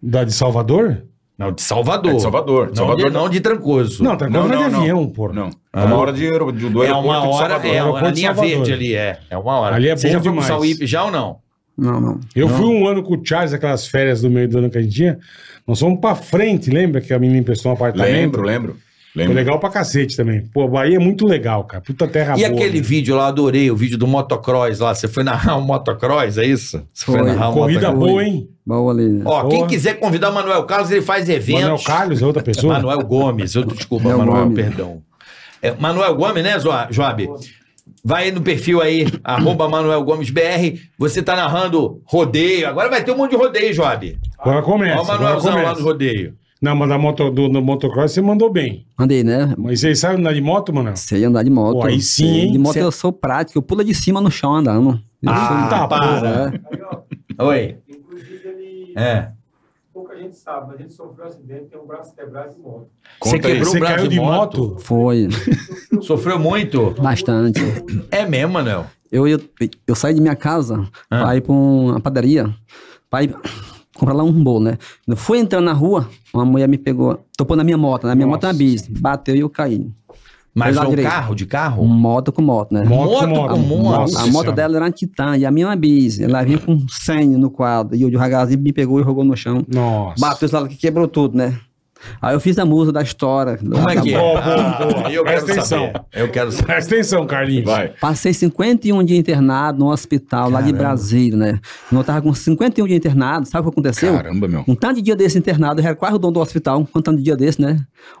[SPEAKER 4] Da de Salvador?
[SPEAKER 3] Não, de Salvador.
[SPEAKER 13] É de Salvador.
[SPEAKER 3] Não,
[SPEAKER 13] De Salvador
[SPEAKER 3] de, não de Trancoso.
[SPEAKER 4] Não, tá
[SPEAKER 13] Não,
[SPEAKER 4] não, vai
[SPEAKER 13] não,
[SPEAKER 4] de
[SPEAKER 13] não.
[SPEAKER 4] avião, porra.
[SPEAKER 13] Não. É uma hora de, aero- de, do
[SPEAKER 3] É uma
[SPEAKER 13] aeroporto de
[SPEAKER 3] hora,
[SPEAKER 13] Salvador.
[SPEAKER 3] é,
[SPEAKER 4] Aeroporto
[SPEAKER 3] uma
[SPEAKER 4] de
[SPEAKER 3] linha
[SPEAKER 4] Salvador.
[SPEAKER 3] verde ali, é. É uma hora.
[SPEAKER 4] Ali é
[SPEAKER 3] Você
[SPEAKER 4] bom
[SPEAKER 3] já foi pro
[SPEAKER 4] demais.
[SPEAKER 3] Sauípe já ou não?
[SPEAKER 6] Não, não.
[SPEAKER 4] Eu fui um ano com o Charles, aquelas férias do meio do ano que a gente tinha. Nós fomos pra frente, lembra que a menina emprestou um apartamento?
[SPEAKER 13] Lembro, lembro.
[SPEAKER 4] Foi
[SPEAKER 13] Lembro.
[SPEAKER 4] legal pra cacete também. Pô, a Bahia é muito legal, cara. Puta terra
[SPEAKER 3] E
[SPEAKER 4] boa.
[SPEAKER 3] aquele
[SPEAKER 4] né?
[SPEAKER 3] vídeo lá, adorei, o vídeo do motocross lá. Você foi narrar um motocross, é isso? Você foi,
[SPEAKER 6] Foi.
[SPEAKER 3] narrar um
[SPEAKER 4] Corrida
[SPEAKER 3] motocross.
[SPEAKER 4] boa, hein?
[SPEAKER 6] Boa ali. né?
[SPEAKER 3] Ó, quem
[SPEAKER 4] Boa.
[SPEAKER 3] quiser convidar o Manuel Carlos, ele faz eventos.
[SPEAKER 4] Manuel Carlos é outra pessoa?
[SPEAKER 3] Manuel Gomes, eu desculpa,
[SPEAKER 6] Manuel
[SPEAKER 3] Manuel,
[SPEAKER 6] Gomes.
[SPEAKER 3] perdão. É, Manuel Gomes, né, Zo- Joab? Vai no perfil aí, arroba Manuel Gomes BR. Você tá narrando rodeio. Agora vai ter um monte de rodeio, Joab.
[SPEAKER 4] Agora começa.
[SPEAKER 3] Olha o
[SPEAKER 4] É, agora
[SPEAKER 3] Manuelzão lá
[SPEAKER 4] começa.
[SPEAKER 3] no rodeio.
[SPEAKER 4] Não, mas da moto, do, do motocross você mandou bem.
[SPEAKER 6] Andei, né?
[SPEAKER 4] Mas vocês sabem andar de moto, Manuel?
[SPEAKER 6] Sei andar de moto.
[SPEAKER 4] Pô, aí sim, hein?
[SPEAKER 6] De moto
[SPEAKER 4] Cê-
[SPEAKER 6] eu sou prático, eu pulo de cima no chão andando. Eu
[SPEAKER 3] Ah,
[SPEAKER 4] tá,
[SPEAKER 3] para.
[SPEAKER 6] sou- é.
[SPEAKER 7] Aí, ó,
[SPEAKER 3] Oi.
[SPEAKER 7] inclusive, ele.
[SPEAKER 3] É.
[SPEAKER 7] Pouca gente sabe, mas ele sofreu um acidente, tem um braço quebrado e morre.
[SPEAKER 3] Você
[SPEAKER 13] Conta aí.
[SPEAKER 3] quebrou
[SPEAKER 4] Você
[SPEAKER 3] o braço
[SPEAKER 4] caiu de moto?
[SPEAKER 6] Foi,
[SPEAKER 3] Sofreu muito?
[SPEAKER 6] bastante.
[SPEAKER 3] É mesmo, Manuel?
[SPEAKER 6] Eu, eu, eu saí de minha casa
[SPEAKER 3] Ah.
[SPEAKER 6] pra ir pra uma padaria, pra ir comprar lá um bolo, né? Eu fui entrando na rua, uma mulher me pegou, topou na minha moto, na minha moto é uma bis, bateu e eu caí.
[SPEAKER 3] Mas
[SPEAKER 6] Foi lá
[SPEAKER 3] foi um
[SPEAKER 6] direito.
[SPEAKER 3] carro de carro?
[SPEAKER 6] Moto com moto, né?
[SPEAKER 4] Moto com
[SPEAKER 3] Moto
[SPEAKER 4] moto.
[SPEAKER 3] com moto.
[SPEAKER 4] Nossa
[SPEAKER 6] a moto
[SPEAKER 4] Senhora.
[SPEAKER 6] dela era uma titã e a minha é uma bis. Ela vinha com sangue no quadro e o devagarzinho me pegou e jogou no chão.
[SPEAKER 4] Nossa.
[SPEAKER 6] Bateu lá que quebrou tudo, né? Aí eu fiz a música da história.
[SPEAKER 3] Como é que é?
[SPEAKER 4] Boa, boa, boa.
[SPEAKER 3] Ah, Eu quero
[SPEAKER 4] Presta atenção.
[SPEAKER 3] saber. Eu quero saber.
[SPEAKER 4] Presta atenção, Carlinhos.
[SPEAKER 13] Vai.
[SPEAKER 6] Passei 51 dias internado no hospital lá de Brasília, né? Quando eu tava com 51 dias internado, sabe o que aconteceu?
[SPEAKER 13] Caramba, meu.
[SPEAKER 6] Um tanto de dia desse internado, eu era quase o dono do hospital, um tanto de dia desse, né?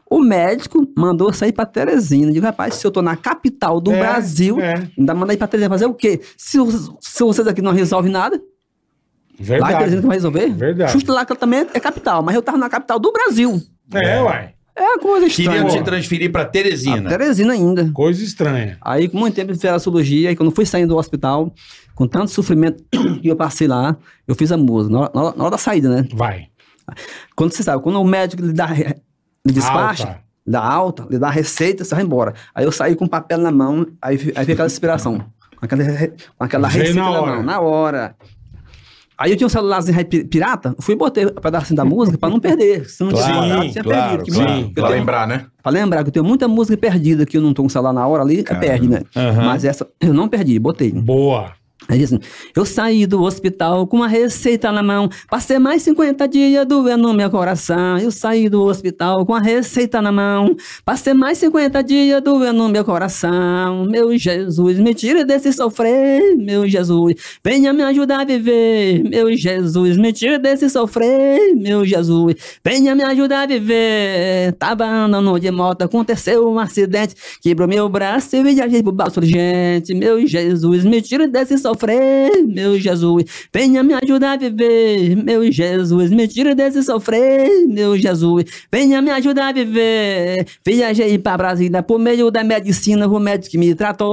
[SPEAKER 6] O médico mandou eu sair pra Teresina. Eu Digo, rapaz, se eu tô na capital do
[SPEAKER 4] É,
[SPEAKER 6] Brasil,
[SPEAKER 4] é.
[SPEAKER 6] ainda mandei pra Teresina fazer o quê? Se, os- se vocês aqui não resolvem nada, lá em
[SPEAKER 4] Verdade.
[SPEAKER 6] Teresina que vai resolver.
[SPEAKER 4] Verdade.
[SPEAKER 6] Justo lá que eu também é capital, mas eu tava na capital do Brasil.
[SPEAKER 4] É, uai.
[SPEAKER 6] É uma coisa estranha.
[SPEAKER 3] Queriam te
[SPEAKER 6] né?
[SPEAKER 3] transferir pra Teresina.
[SPEAKER 6] A Teresina ainda.
[SPEAKER 4] Coisa estranha.
[SPEAKER 6] Aí, com muito tempo, eles fizeram a cirurgia. E quando eu fui saindo do hospital, com tanto sofrimento que eu passei lá, eu fiz a música. Na hora, na hora- na hora da saída, né?
[SPEAKER 4] Vai.
[SPEAKER 6] Quando você sabe, quando o médico lhe dá. re- Lhe despacha,
[SPEAKER 4] Alta.
[SPEAKER 6] lhe dá alta, lhe dá a receita, você vai embora. Aí eu saí com o papel na mão, aí, fi- aí fica aquela inspiração. Com aquela, re- com aquela
[SPEAKER 4] Veio
[SPEAKER 6] receita
[SPEAKER 4] na
[SPEAKER 6] na,
[SPEAKER 4] hora.
[SPEAKER 6] mão, na hora. Aí eu tinha um celularzinho hi- pi- pirata, fui e botei um pedacinho da música pra não perder. Se não tivesse
[SPEAKER 3] Claro,
[SPEAKER 6] botado, tinha
[SPEAKER 3] claro,
[SPEAKER 6] perdido. Que
[SPEAKER 3] claro.
[SPEAKER 6] música que eu
[SPEAKER 5] Pra
[SPEAKER 6] tenho-
[SPEAKER 5] lembrar, né?
[SPEAKER 6] Pra lembrar que eu tenho muita música perdida que eu não tô com o celular na hora ali,
[SPEAKER 5] Caramba.
[SPEAKER 6] perde, né?
[SPEAKER 3] Aham.
[SPEAKER 6] Mas essa eu não perdi, botei.
[SPEAKER 4] Boa.
[SPEAKER 6] Aí diz assim, eu saí do hospital com uma receita na mão, passei mais 50 dias doendo meu coração. Eu saí do hospital com a receita na mão, passei mais 50 dias doendo meu coração. Meu Jesus, me tira desse sofrer, meu Jesus, venha me ajudar a viver. Meu Jesus, me tira desse sofrer, meu Jesus, venha me ajudar a viver. Tava andando de moto, aconteceu um acidente, quebrou meu braço e viajei pro baço urgente. Meu Jesus, me tira desse sofrer, meu Jesus, venha me ajudar a viver. Meu Jesus, me tira desse sofrer, meu Jesus, venha me ajudar a viver. Viajei pra Brasília por meio da medicina, o médico que me tratou.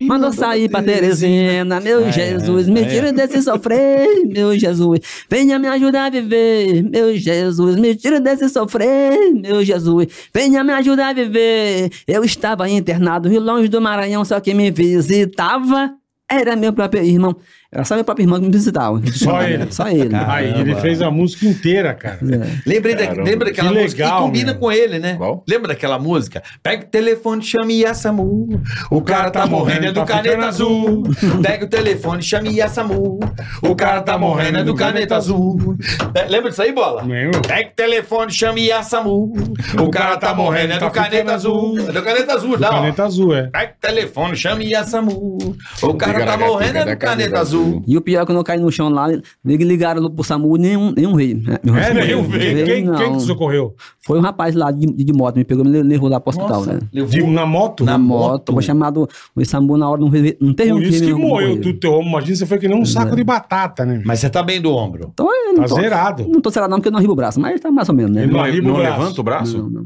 [SPEAKER 6] Mandou sair pra Teresina, meu
[SPEAKER 3] É,
[SPEAKER 6] Jesus, me
[SPEAKER 3] é.
[SPEAKER 6] tira desse sofrer, meu Jesus. Venha me ajudar a viver, meu Jesus. Me tira desse sofrer, meu Jesus. Venha me ajudar a viver. Eu estava internado e longe do Maranhão, só quem me visitava era meu próprio irmão. Era só meu próprio irmão que me visitava.
[SPEAKER 4] Só ele. Ah.
[SPEAKER 6] Só ele.
[SPEAKER 3] Caramba.
[SPEAKER 4] Aí ele fez a música inteira, cara.
[SPEAKER 6] É.
[SPEAKER 3] Lembrei da,
[SPEAKER 5] Caramba.
[SPEAKER 3] lembra daquela
[SPEAKER 4] Que
[SPEAKER 3] música que
[SPEAKER 4] legal,
[SPEAKER 3] combina
[SPEAKER 4] meu.
[SPEAKER 3] com ele, né?
[SPEAKER 5] Qual?
[SPEAKER 3] Lembra daquela música? Pega o telefone, chame a SAMU. O cara tá morrendo, é do
[SPEAKER 4] tá
[SPEAKER 3] caneta
[SPEAKER 4] ficando
[SPEAKER 3] azul. Pega o telefone, chame a SAMU. O cara tá morrendo, é do caneta azul. É, Lembra disso aí, bola?
[SPEAKER 4] Lembro.
[SPEAKER 3] Pega o telefone, chame a SAMU. O cara tá morrendo, é do
[SPEAKER 4] tá
[SPEAKER 3] caneta
[SPEAKER 4] ficando
[SPEAKER 3] azul.
[SPEAKER 4] azul.
[SPEAKER 3] É do caneta azul,
[SPEAKER 4] Do
[SPEAKER 3] dá, ó.
[SPEAKER 4] Planeta Azul, é.
[SPEAKER 3] Pega o telefone, chame a SAMU. O cara tá
[SPEAKER 13] Ticaracatica
[SPEAKER 3] morrendo, é
[SPEAKER 13] da
[SPEAKER 3] do caneta
[SPEAKER 13] caneta
[SPEAKER 3] azul.
[SPEAKER 6] E o pior é que quando eu caí no chão lá, lig- ligaram pro SAMU, nenhum, nenhum veio.
[SPEAKER 4] É, né?
[SPEAKER 3] Eu
[SPEAKER 4] Eu
[SPEAKER 3] vi.
[SPEAKER 4] vi. Quem,
[SPEAKER 6] Não.
[SPEAKER 4] quem que socorreu?
[SPEAKER 6] Foi um rapaz lá de, de moto, me pegou e me levou lá pro hospital,
[SPEAKER 3] Nossa,
[SPEAKER 6] né?
[SPEAKER 3] levou-
[SPEAKER 4] De- na moto?
[SPEAKER 3] Tipo, Na
[SPEAKER 6] Na moto,
[SPEAKER 3] moto.
[SPEAKER 6] foi chamado o SAMU na hora, não, veio- não
[SPEAKER 3] É
[SPEAKER 6] teve um
[SPEAKER 4] Por isso
[SPEAKER 6] crime,
[SPEAKER 4] que
[SPEAKER 6] não
[SPEAKER 4] morreu do teu homem. Imagina, você foi que nem um saco de batata, né?
[SPEAKER 3] Mas você tá bem do ombro.
[SPEAKER 6] Então, eu não
[SPEAKER 4] Tá
[SPEAKER 6] tô-
[SPEAKER 4] zerado.
[SPEAKER 6] Não tô serado não, porque eu não arribo o braço, mas tá mais ou menos, né?
[SPEAKER 4] Ele
[SPEAKER 5] Não,
[SPEAKER 4] Arriba o
[SPEAKER 5] não
[SPEAKER 4] braço.
[SPEAKER 5] levanta o braço?
[SPEAKER 6] Não,
[SPEAKER 5] Não,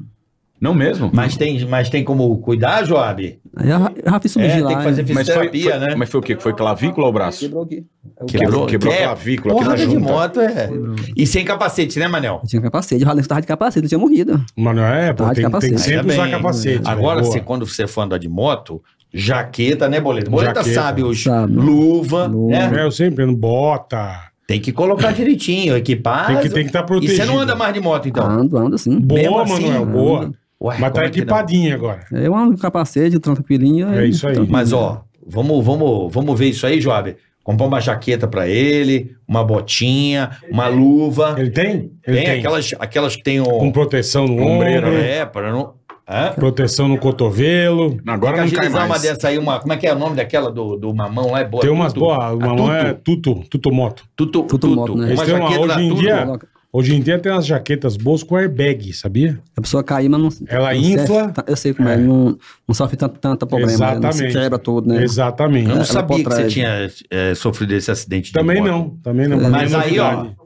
[SPEAKER 6] não.
[SPEAKER 5] mesmo?
[SPEAKER 3] Mas tem, mas tem como cuidar, Joab?
[SPEAKER 6] Aí Eu, eu já fiz
[SPEAKER 3] É,
[SPEAKER 6] surgir lá.
[SPEAKER 3] tem que fazer
[SPEAKER 5] Mas foi,
[SPEAKER 3] fisioterapia,
[SPEAKER 5] foi-
[SPEAKER 3] né?
[SPEAKER 5] mas foi o quê? Foi clavícula ou braço?
[SPEAKER 6] Quebrou aqui. Eu
[SPEAKER 5] Quebrou, quebrou a
[SPEAKER 3] É,
[SPEAKER 5] clavícula, aquilo
[SPEAKER 3] porrada de
[SPEAKER 5] junta.
[SPEAKER 3] moto, é.
[SPEAKER 6] Uhum.
[SPEAKER 3] E sem capacete, né, Manel?
[SPEAKER 6] tinha capacete, o Ralens tava de capacete, eu tinha morrido.
[SPEAKER 4] Mas não é, pô,
[SPEAKER 6] Tá de
[SPEAKER 4] tem, tem
[SPEAKER 6] capacete.
[SPEAKER 4] que sempre
[SPEAKER 3] Ainda
[SPEAKER 4] usar
[SPEAKER 3] bem. né?
[SPEAKER 4] capacete.
[SPEAKER 3] Agora,
[SPEAKER 4] velho.
[SPEAKER 3] você,
[SPEAKER 4] Boa.
[SPEAKER 3] quando você for andar de moto, jaqueta, né, Boleta? Boleta
[SPEAKER 4] Jaqueta.
[SPEAKER 3] sabe os
[SPEAKER 6] Sabe.
[SPEAKER 3] luva,
[SPEAKER 6] Luva.
[SPEAKER 3] né?
[SPEAKER 4] É, eu sempre ando, bota.
[SPEAKER 3] Tem que colocar direitinho, equipar.
[SPEAKER 4] Tem que tem que estar
[SPEAKER 3] Ah, E
[SPEAKER 4] protegido.
[SPEAKER 3] você não anda mais de moto, então?
[SPEAKER 6] Ando, ando assim.
[SPEAKER 3] mesmo
[SPEAKER 4] Boa,
[SPEAKER 3] assim,
[SPEAKER 4] Manuel, boa.
[SPEAKER 3] Ué,
[SPEAKER 4] Mas
[SPEAKER 3] como
[SPEAKER 4] tá
[SPEAKER 3] é que não?
[SPEAKER 4] equipadinha agora.
[SPEAKER 6] Eu ando com capacete, tranquilinho.
[SPEAKER 4] É isso aí.
[SPEAKER 3] Mas, ó, vamos, vamos, vamos ver isso aí, Joab. Comprar uma jaqueta pra ele, uma botinha, uma luva.
[SPEAKER 4] Ele tem? Ele
[SPEAKER 3] Tem aquelas, aquelas que tem o...
[SPEAKER 4] Com proteção no
[SPEAKER 3] Ombreira,
[SPEAKER 4] ombro,
[SPEAKER 3] é, para não. Hã?
[SPEAKER 4] proteção no cotovelo.
[SPEAKER 3] Agora
[SPEAKER 5] Agora
[SPEAKER 3] tem
[SPEAKER 5] não
[SPEAKER 3] que
[SPEAKER 5] cai
[SPEAKER 3] agilizar
[SPEAKER 5] mais.
[SPEAKER 3] uma dessa aí, uma. Como é que é o nome daquela do, do mamão lá? É boa.
[SPEAKER 4] tem umas
[SPEAKER 3] Tutu?
[SPEAKER 4] boas, uma
[SPEAKER 3] Ah,
[SPEAKER 4] mão é tutu, tutu moto.
[SPEAKER 3] Tutu, tutu,
[SPEAKER 6] Tutu moto, né?
[SPEAKER 3] Uma
[SPEAKER 4] Eles têm uma-
[SPEAKER 3] jaqueta da
[SPEAKER 4] hoje em
[SPEAKER 3] Tutu.
[SPEAKER 4] dia- Hoje em dia tem umas jaquetas boas com airbag, sabia?
[SPEAKER 6] A pessoa cair, mas não.
[SPEAKER 4] Ela
[SPEAKER 6] não
[SPEAKER 4] infla.
[SPEAKER 6] sofre tan- eu sei como é, não, não sofre tanto, tanto problema. né? Não se
[SPEAKER 4] Exatamente.
[SPEAKER 6] quebra todo, né?
[SPEAKER 4] Exatamente.
[SPEAKER 3] Eu não
[SPEAKER 6] Ela
[SPEAKER 3] sabia que você
[SPEAKER 6] protege.
[SPEAKER 3] tinha é, sofrido esse acidente. de
[SPEAKER 4] Também
[SPEAKER 3] moto.
[SPEAKER 4] não, também não.
[SPEAKER 3] Mas
[SPEAKER 4] pra mim é
[SPEAKER 3] aí, ó.
[SPEAKER 4] novidade.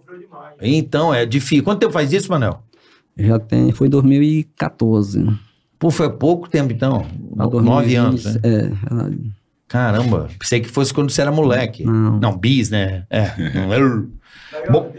[SPEAKER 3] Então, é difícil. Quanto tempo faz isso, Manel?
[SPEAKER 6] Já tem, foi em 2014.
[SPEAKER 3] Pô, foi pouco tempo, então.
[SPEAKER 6] Lá
[SPEAKER 3] No- Nove
[SPEAKER 6] 2015,
[SPEAKER 3] anos. né?
[SPEAKER 6] É, ela-
[SPEAKER 3] Caramba, pensei que fosse quando você era moleque.
[SPEAKER 6] Não.
[SPEAKER 3] Não, bis, né? É. Bom-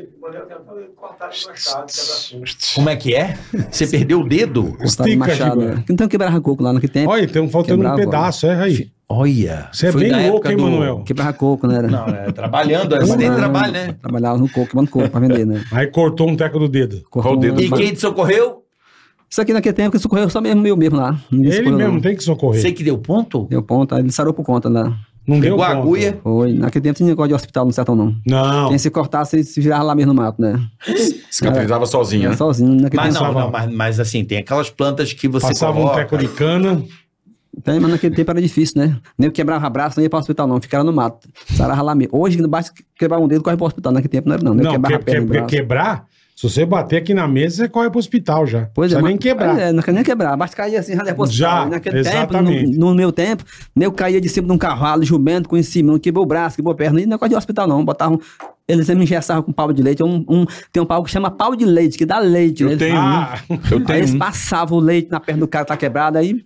[SPEAKER 3] Como é que é? Você perdeu o dedo?
[SPEAKER 6] cortaram o
[SPEAKER 4] Estica,
[SPEAKER 6] machado.
[SPEAKER 4] Giba.
[SPEAKER 6] né? Então quebrava coco lá naquele tempo.
[SPEAKER 4] Olha, estamos faltando
[SPEAKER 6] Quebrava,
[SPEAKER 4] um pedaço, é aí.
[SPEAKER 3] Olha.
[SPEAKER 4] Você é
[SPEAKER 3] foi
[SPEAKER 4] bem
[SPEAKER 3] da
[SPEAKER 4] louco,
[SPEAKER 3] época
[SPEAKER 4] hein,
[SPEAKER 3] do-
[SPEAKER 4] Manuel?
[SPEAKER 6] Quebrava coco, né? Era.
[SPEAKER 3] Não, é, trabalhando, é, você tem trabalho, né?
[SPEAKER 6] Trabalhava no coco, queimando coco pra vender, né?
[SPEAKER 4] Aí cortou um teco do dedo.
[SPEAKER 6] Cortou
[SPEAKER 5] Qual o dedo?
[SPEAKER 6] um-
[SPEAKER 3] E quem te socorreu?
[SPEAKER 6] Isso aqui naquele tempo que socorreu só mesmo eu mesmo lá. Ninguém
[SPEAKER 4] Ele
[SPEAKER 6] socorreu,
[SPEAKER 4] mesmo
[SPEAKER 6] não.
[SPEAKER 4] tem que socorrer.
[SPEAKER 3] Você que deu ponto?
[SPEAKER 6] Deu ponta, ele sarou por conta, né?
[SPEAKER 4] Não deu
[SPEAKER 3] Pegou a
[SPEAKER 4] ponto.
[SPEAKER 3] agulha.
[SPEAKER 6] Foi. Naquele tempo tinha negócio de hospital no sertão, não.
[SPEAKER 4] Não.
[SPEAKER 6] Quem se cortasse, ele se virava lá mesmo no mato, né?
[SPEAKER 5] Cicatrizava sozinho,
[SPEAKER 6] Era
[SPEAKER 5] né?
[SPEAKER 6] sozinho naquele
[SPEAKER 3] Mas
[SPEAKER 6] tempo.
[SPEAKER 3] não,
[SPEAKER 4] pensava-
[SPEAKER 3] não, mas, mas assim, tem aquelas plantas que você
[SPEAKER 4] Passava um
[SPEAKER 3] coloca.
[SPEAKER 4] teco de cana.
[SPEAKER 6] Tem, mas naquele tempo era difícil, né? Nem quebrava braço, não ia para o hospital, não. Ficava no mato. Sarava lá mesmo. Hoje, basta quebrar um dedo, corre para o hospital. Naquele tempo não era, não. né?
[SPEAKER 4] Não,
[SPEAKER 6] quebrava
[SPEAKER 4] que-
[SPEAKER 6] a perna,
[SPEAKER 4] que-
[SPEAKER 6] o braço.
[SPEAKER 4] quebrar, se você bater aqui na mesa, você corre pro hospital já.
[SPEAKER 6] Pois é,
[SPEAKER 4] Precisa
[SPEAKER 6] mas-
[SPEAKER 4] nem quebrar.
[SPEAKER 6] É, não quer nem quebrar, basta cair assim, já depois.
[SPEAKER 4] Já,
[SPEAKER 6] naquele
[SPEAKER 4] exatamente.
[SPEAKER 6] tempo, no, no meu tempo, eu caía de cima de um cavalo, jumento, com em cima, quebrou o braço, quebrou a perna, e não é coisa de hospital não, botavam, eles me engessavam com pau de leite, um, um- tem um pau que chama pau de leite, que dá leite, né?
[SPEAKER 5] Eu
[SPEAKER 6] Eles-
[SPEAKER 5] tenho
[SPEAKER 4] Ah,
[SPEAKER 5] um. Eu
[SPEAKER 6] Aí
[SPEAKER 5] tenho
[SPEAKER 6] eles
[SPEAKER 5] um.
[SPEAKER 6] passavam o leite na perna do cara, tá quebrado, aí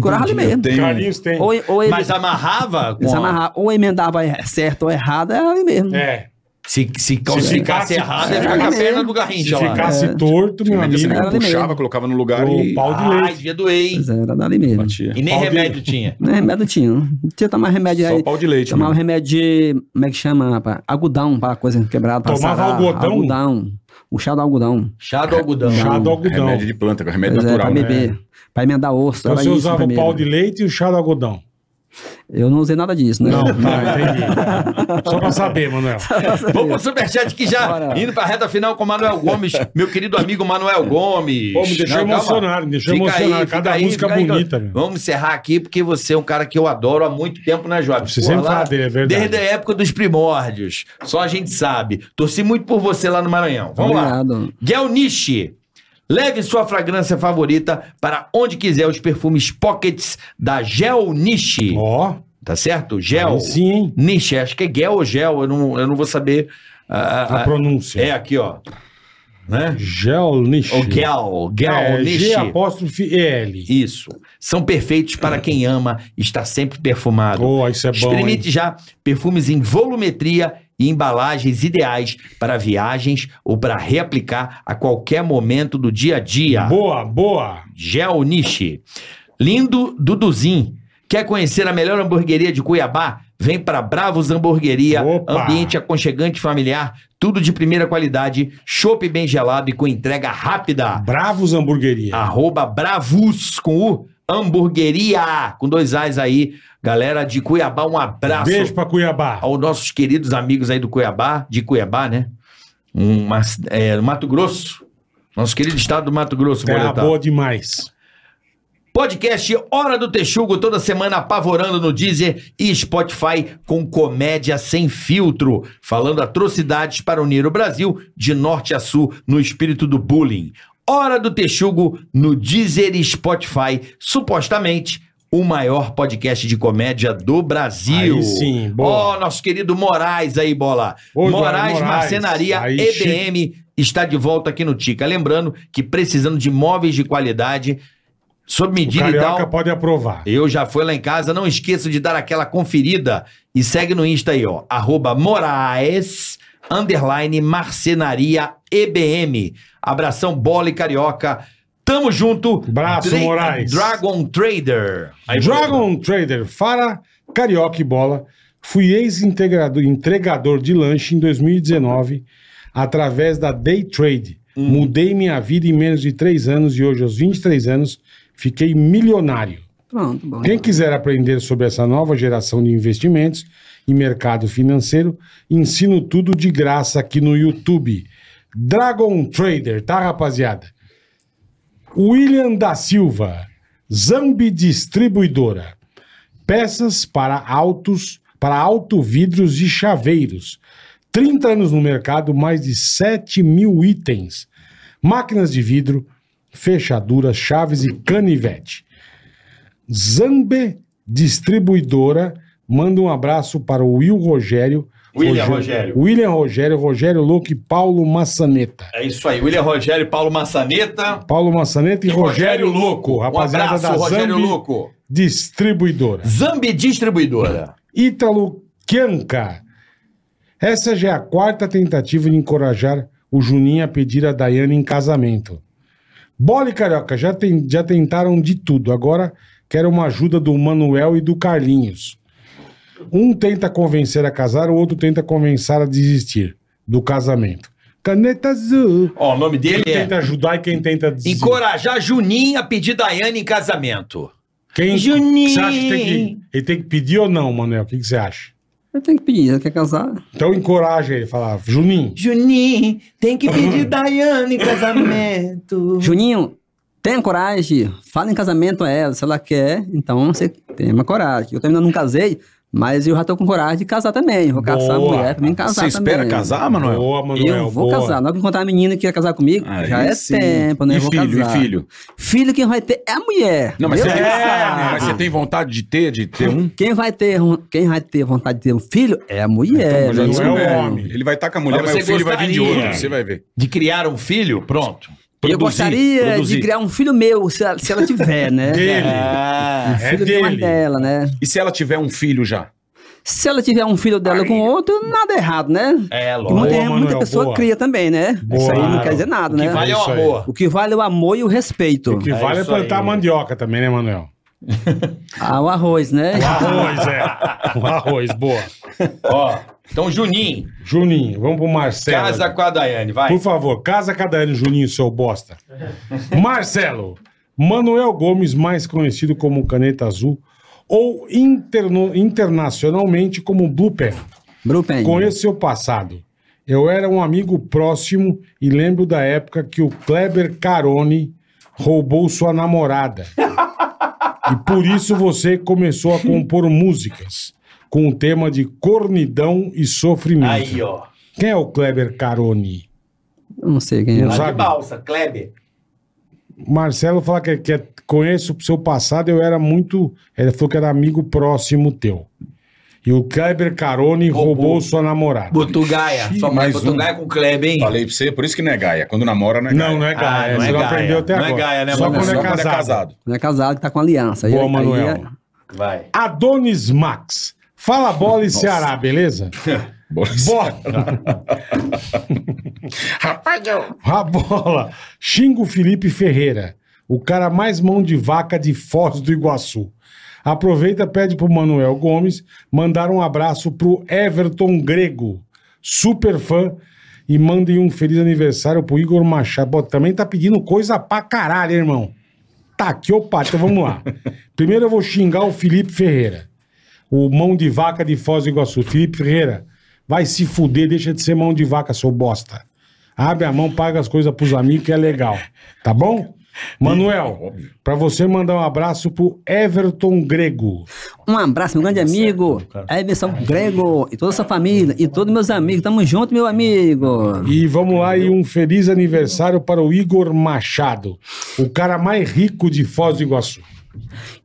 [SPEAKER 6] curava ali mesmo.
[SPEAKER 5] tenho-
[SPEAKER 4] Carlinhos tem.
[SPEAKER 6] Ou, ou eles,
[SPEAKER 3] Mas amarrava? com
[SPEAKER 6] eles
[SPEAKER 3] a-
[SPEAKER 6] é, amarravam, ou emendava certo ou errado, era ali mesmo.
[SPEAKER 4] É.
[SPEAKER 3] Se, se, se ficasse
[SPEAKER 4] ficasse-
[SPEAKER 3] errado, ia
[SPEAKER 6] É,
[SPEAKER 3] ficar com a perna do
[SPEAKER 4] Se
[SPEAKER 3] Garrincha lá.
[SPEAKER 4] ficasse
[SPEAKER 6] É.
[SPEAKER 4] torto, meu
[SPEAKER 13] Você
[SPEAKER 5] assim,
[SPEAKER 4] amigo,
[SPEAKER 6] Era ali
[SPEAKER 13] puxava,
[SPEAKER 6] mesmo.
[SPEAKER 13] colocava no lugar
[SPEAKER 4] o
[SPEAKER 13] e
[SPEAKER 4] pau de
[SPEAKER 3] Ah,
[SPEAKER 4] leite.
[SPEAKER 3] devia doer, hein?
[SPEAKER 6] Pois é, era dali mesmo.
[SPEAKER 13] batia.
[SPEAKER 3] E nem
[SPEAKER 4] Pau de-
[SPEAKER 3] remédio tinha.
[SPEAKER 6] Não, remédio tinha. Não tinha tomar remédio
[SPEAKER 13] Só
[SPEAKER 6] aí.
[SPEAKER 13] pau de leite.
[SPEAKER 5] Hum.
[SPEAKER 6] Tomava
[SPEAKER 13] mano.
[SPEAKER 6] remédio de. Como é que chama, rapaz? Algodão, pra coisa quebrada. Pra
[SPEAKER 4] Tomava
[SPEAKER 6] sarar.
[SPEAKER 4] algodão?
[SPEAKER 6] Algodão. O chá do algodão.
[SPEAKER 3] Chá do algodão.
[SPEAKER 4] Chá do algodão.
[SPEAKER 13] Remédio de planta, remédio
[SPEAKER 6] Pois é,
[SPEAKER 13] natural,
[SPEAKER 6] pra
[SPEAKER 13] né?
[SPEAKER 6] beber. Pra emendar osso.
[SPEAKER 4] Então
[SPEAKER 6] era
[SPEAKER 4] você
[SPEAKER 6] isso
[SPEAKER 4] usava o
[SPEAKER 6] primeiro.
[SPEAKER 4] pau de leite e o chá do algodão.
[SPEAKER 6] Eu não usei nada disso, né?
[SPEAKER 4] Não, tá, entendi. Só pra saber, Manuel.
[SPEAKER 3] Vamos pro superchat que já
[SPEAKER 6] Bora.
[SPEAKER 3] indo pra reta final com o Manuel Gomes, meu querido amigo Manuel Gomes.
[SPEAKER 4] Pô, me deixou
[SPEAKER 3] calma.
[SPEAKER 4] emocionado, me deixou
[SPEAKER 3] Fica
[SPEAKER 4] emocionado.
[SPEAKER 3] fica
[SPEAKER 4] Cada música
[SPEAKER 3] fica aí.
[SPEAKER 4] bonita, meu.
[SPEAKER 3] Vamos encerrar aqui, porque você é um cara que eu adoro há muito tempo na Jovem.
[SPEAKER 4] Você
[SPEAKER 3] Pô,
[SPEAKER 4] sempre
[SPEAKER 3] lá,
[SPEAKER 4] fala dele, é verdade.
[SPEAKER 3] Desde a época dos primórdios. Só a gente sabe. Torci muito por você lá no Maranhão. Vamos lá.
[SPEAKER 6] Obrigado.
[SPEAKER 3] Gel Nishi. Leve sua fragrância favorita para onde quiser os perfumes pockets da Gel Nishi.
[SPEAKER 4] Ó,
[SPEAKER 3] Tá certo? Gel.
[SPEAKER 4] aí sim, hein?
[SPEAKER 3] Nishi. Acho que é Gel ou Gel. Eu não, eu não vou saber. ah,
[SPEAKER 4] A
[SPEAKER 3] ah,
[SPEAKER 4] pronúncia.
[SPEAKER 3] é aqui, ó. Né?
[SPEAKER 4] Gelnish.
[SPEAKER 3] O Gel. Gel
[SPEAKER 4] É,
[SPEAKER 3] Nishi.
[SPEAKER 4] G apóstrofe EL.
[SPEAKER 3] Isso. São perfeitos para quem ama e está sempre perfumado.
[SPEAKER 4] Oh, isso é bom. hein?
[SPEAKER 3] Experimente já perfumes em volumetria e embalagens ideais para viagens ou para reaplicar a qualquer momento do dia a dia.
[SPEAKER 4] Boa, boa.
[SPEAKER 3] Gel Nishi. Lindo Duduzin. Quer conhecer a melhor hamburgueria de Cuiabá? Vem para Bravos Hamburgueria,
[SPEAKER 4] Opa!
[SPEAKER 3] ambiente aconchegante e familiar, tudo de primeira qualidade, chopp bem gelado e com entrega rápida.
[SPEAKER 4] Bravos Hamburgueria.
[SPEAKER 3] Arroba Bravus com o Hamburgueria, com dois A's aí. Galera de Cuiabá, um abraço
[SPEAKER 4] Beijo pra Cuiabá.
[SPEAKER 3] aos nossos queridos amigos aí do Cuiabá, de Cuiabá, né? Um, mas- é, no Mato Grosso. Nosso querido estado do Mato Grosso,
[SPEAKER 4] Terra
[SPEAKER 3] Boletar.
[SPEAKER 4] É, boa demais.
[SPEAKER 3] Podcast Hora do Texugo, toda semana apavorando no Deezer e Spotify com comédia sem filtro, falando atrocidades para unir o Brasil de norte a sul no espírito do bullying. Hora do Texugo no Deezer e Spotify, supostamente o maior podcast de comédia do Brasil.
[SPEAKER 4] Aí sim,
[SPEAKER 3] Ó,
[SPEAKER 4] boa.
[SPEAKER 3] nosso querido Moraes aí, bola.
[SPEAKER 4] Ô, Eduardo
[SPEAKER 3] Moraes,
[SPEAKER 4] Moraes.
[SPEAKER 3] Marcenaria
[SPEAKER 4] Aí,
[SPEAKER 3] EBM está de volta aqui no Tica. Lembrando que precisando de móveis de qualidade, sob
[SPEAKER 4] O
[SPEAKER 3] medida e um
[SPEAKER 4] Carioca
[SPEAKER 3] tal.
[SPEAKER 4] pode aprovar.
[SPEAKER 3] Eu já fui lá em casa, não esqueça de dar aquela conferida e segue no Insta aí, ó, arroba Moraes, underline Marcenaria EBM. Abração, bola e carioca. Tamo junto.
[SPEAKER 4] Braço, Moraes.
[SPEAKER 3] Dragon Trader. Aí,
[SPEAKER 4] Dragon Trader, Fara, Carioca e Bola. Fui ex-integrador entregador de lanche em 2019 através da Day Trade. Mudei minha vida em menos de 3 anos e hoje, aos 23 anos, fiquei milionário.
[SPEAKER 6] Pronto, bom.
[SPEAKER 4] Quem quiser aprender sobre essa nova geração de investimentos e mercado financeiro, ensino tudo de graça aqui no YouTube. Dragon Trader, tá, rapaziada? William da Silva, Zambi Distribuidora. Peças para autos, para autovidros e chaveiros. 30 anos no mercado, mais de 7 mil itens. Máquinas de vidro, fechaduras, chaves e canivete. Zambe Distribuidora. Manda um abraço para o Will Rogério.
[SPEAKER 3] William Rogério.
[SPEAKER 4] William Rogério, Rogério Louco e Paulo Maçaneta.
[SPEAKER 3] É isso aí, William Rogério e Paulo Massaneta.
[SPEAKER 4] Paulo Maçaneta e, Rogério, Louco. Rapaziada
[SPEAKER 3] um abraço,
[SPEAKER 4] da
[SPEAKER 3] Rogério
[SPEAKER 4] Zambi
[SPEAKER 3] Louco.
[SPEAKER 4] Distribuidora.
[SPEAKER 3] Zambi Distribuidora.
[SPEAKER 4] Ítalo Kianca. Essa já é a quarta tentativa de encorajar o Juninho a pedir a Daiane em casamento. Bola e Carioca já, ten- já tentaram de tudo. Agora quero uma ajuda do Manuel e do Carlinhos. Um tenta convencer a casar, o outro tenta convencer a desistir do casamento. Caneta azul.
[SPEAKER 3] Ó, o nome
[SPEAKER 4] Quem
[SPEAKER 3] dele é
[SPEAKER 4] tenta ajudar e quem tenta desistir.
[SPEAKER 3] Encorajar Juninho a pedir Daiane em casamento.
[SPEAKER 4] Quem,
[SPEAKER 3] Juninho.
[SPEAKER 4] Você acha que tem que, ele tem que pedir ou não, Manuel? O que, que você acha?
[SPEAKER 6] Eu tenho que pedir, ele quer casar.
[SPEAKER 4] Então encoraja ele, fala, "Ah, Juninho,
[SPEAKER 3] Juninho, tem que pedir Daiane em casamento.
[SPEAKER 6] Juninho, tenha coragem. Fala em casamento a ela, se ela quer, então você tem uma coragem. Eu também ainda não casei, mas eu já tô com coragem de casar também. Vou caçar a
[SPEAKER 4] Boa.
[SPEAKER 6] mulher pra mim casar
[SPEAKER 5] Você
[SPEAKER 6] também.
[SPEAKER 5] espera casar, Manuel?
[SPEAKER 4] boa, Manuel,
[SPEAKER 6] Eu vou
[SPEAKER 4] é boa.
[SPEAKER 6] casar. Na hora que encontrar a menina que ia casar comigo,
[SPEAKER 5] Aí
[SPEAKER 6] já é
[SPEAKER 5] sim.
[SPEAKER 6] tempo, né?
[SPEAKER 5] E
[SPEAKER 6] Eu vou
[SPEAKER 5] filho,
[SPEAKER 6] casar.
[SPEAKER 5] e filho?
[SPEAKER 6] Filho quem vai ter é a mulher.
[SPEAKER 5] Não, mas,
[SPEAKER 6] Deus
[SPEAKER 5] você,
[SPEAKER 6] que
[SPEAKER 5] tem,
[SPEAKER 6] sabe.
[SPEAKER 5] mas você tem vontade de ter, de ter um?
[SPEAKER 6] Quem vai, ter, um- quem vai ter vontade de ter um filho é a mulher.
[SPEAKER 5] já
[SPEAKER 6] né?
[SPEAKER 5] disse
[SPEAKER 4] não é o
[SPEAKER 5] que
[SPEAKER 4] homem.
[SPEAKER 5] Ele vai estar com a mulher,
[SPEAKER 3] Mas
[SPEAKER 5] mas,
[SPEAKER 3] você
[SPEAKER 5] o filho vai vir de
[SPEAKER 3] gostaria.
[SPEAKER 5] outro. Você vai ver.
[SPEAKER 3] De criar um filho? Pronto.
[SPEAKER 6] eu gostaria de criar um filho meu, se ela, se ela tiver, né?
[SPEAKER 4] Dele.
[SPEAKER 6] Um
[SPEAKER 4] É
[SPEAKER 6] filho de mais
[SPEAKER 4] dele.
[SPEAKER 6] dela, né?
[SPEAKER 5] E se ela tiver um filho já?
[SPEAKER 6] Se ela tiver um filho dela com outro, nada errado, né?
[SPEAKER 3] É,
[SPEAKER 6] Porque muita,
[SPEAKER 4] Boa,
[SPEAKER 6] muita
[SPEAKER 4] Manuel,
[SPEAKER 6] pessoa
[SPEAKER 4] boa.
[SPEAKER 6] cria também, né? Isso aí não
[SPEAKER 4] Claro.
[SPEAKER 6] quer dizer nada,
[SPEAKER 3] O que
[SPEAKER 6] né?
[SPEAKER 3] vale é o
[SPEAKER 4] Isso aí.
[SPEAKER 3] amor.
[SPEAKER 6] O que vale é o amor e o respeito.
[SPEAKER 4] O que
[SPEAKER 3] É
[SPEAKER 4] vale é
[SPEAKER 3] isso aí.
[SPEAKER 4] plantar mandioca também, né, Manuel?
[SPEAKER 6] Ah, o arroz, né?
[SPEAKER 4] O arroz, é. O arroz, boa.
[SPEAKER 3] Ó, então Juninho,
[SPEAKER 4] Juninho, vamos pro Marcelo.
[SPEAKER 3] casa um. com a Daiane, vai.
[SPEAKER 4] Por favor, casa cada ano, Juninho, seu bosta. Marcelo, Manuel Gomes, mais conhecido como Caneta Azul, ou interno- internacionalmente como Blue Pen.
[SPEAKER 6] Brupen.
[SPEAKER 4] Conheço seu passado. Eu era um amigo próximo e lembro da época que o Kleber Carone roubou sua namorada. e por isso você começou a compor músicas com o tema de cornidão e sofrimento.
[SPEAKER 3] Aí, ó.
[SPEAKER 4] Quem é o Kleber Carone?
[SPEAKER 6] Eu não sei quem é.
[SPEAKER 4] Não
[SPEAKER 3] Lá Tá de
[SPEAKER 4] sabe?
[SPEAKER 3] balsa, Kleber.
[SPEAKER 4] Marcelo fala que, que é- conheço o seu passado, eu era muito. Ele falou que era amigo próximo teu. E o Kleber Carone roubou,
[SPEAKER 3] Roubou.
[SPEAKER 4] sua namorada.
[SPEAKER 3] Botugaia. é
[SPEAKER 5] Ih,
[SPEAKER 3] Só mais
[SPEAKER 5] mais um.
[SPEAKER 3] Botugaia com Kleber, hein?
[SPEAKER 5] Falei pra você, por isso que não é Gaia. Quando namora, não é Gaia.
[SPEAKER 4] Não, não é Gaia.
[SPEAKER 3] Ah, não
[SPEAKER 4] você
[SPEAKER 3] é
[SPEAKER 4] não
[SPEAKER 3] Gaia.
[SPEAKER 4] aprendeu até
[SPEAKER 3] Não é
[SPEAKER 4] agora.
[SPEAKER 3] Gaia, né,
[SPEAKER 4] Só
[SPEAKER 3] Manuel?
[SPEAKER 4] quando é casado.
[SPEAKER 6] Não é casado que tá com aliança. Aí-
[SPEAKER 4] Boa,
[SPEAKER 6] aí
[SPEAKER 4] Manuel.
[SPEAKER 6] é-
[SPEAKER 3] Vai.
[SPEAKER 4] Adonis Max. Fala bola e Ceará, beleza? Bora!
[SPEAKER 5] Rapaz, eu...
[SPEAKER 4] A bola. Xingo Felipe Ferreira, o cara mais mão de vaca de Foz do Iguaçu. Aproveita, pede pro Manuel Gomes mandar um abraço pro Everton Grego, super fã, e mandem um feliz aniversário pro Igor Machado. Pô, também tá pedindo coisa pra caralho, hein, irmão. Tá aqui, opa, então vamos lá. Primeiro eu vou xingar o Felipe Ferreira, o mão de vaca de Foz do Iguaçu. Felipe Ferreira, vai se fuder, deixa de ser mão de vaca, seu bosta. Abre a mão, paga as coisas pros amigos, que é legal. Tá bom? Manuel, pra você mandar um abraço pro Everton Grego.
[SPEAKER 6] Um abraço, meu grande amigo. É Everson Grego e toda a sua família e todos meus amigos. Tamo junto, meu amigo.
[SPEAKER 4] E vamos lá, e um feliz aniversário para o Igor Machado, o cara mais rico de Foz do Iguaçu.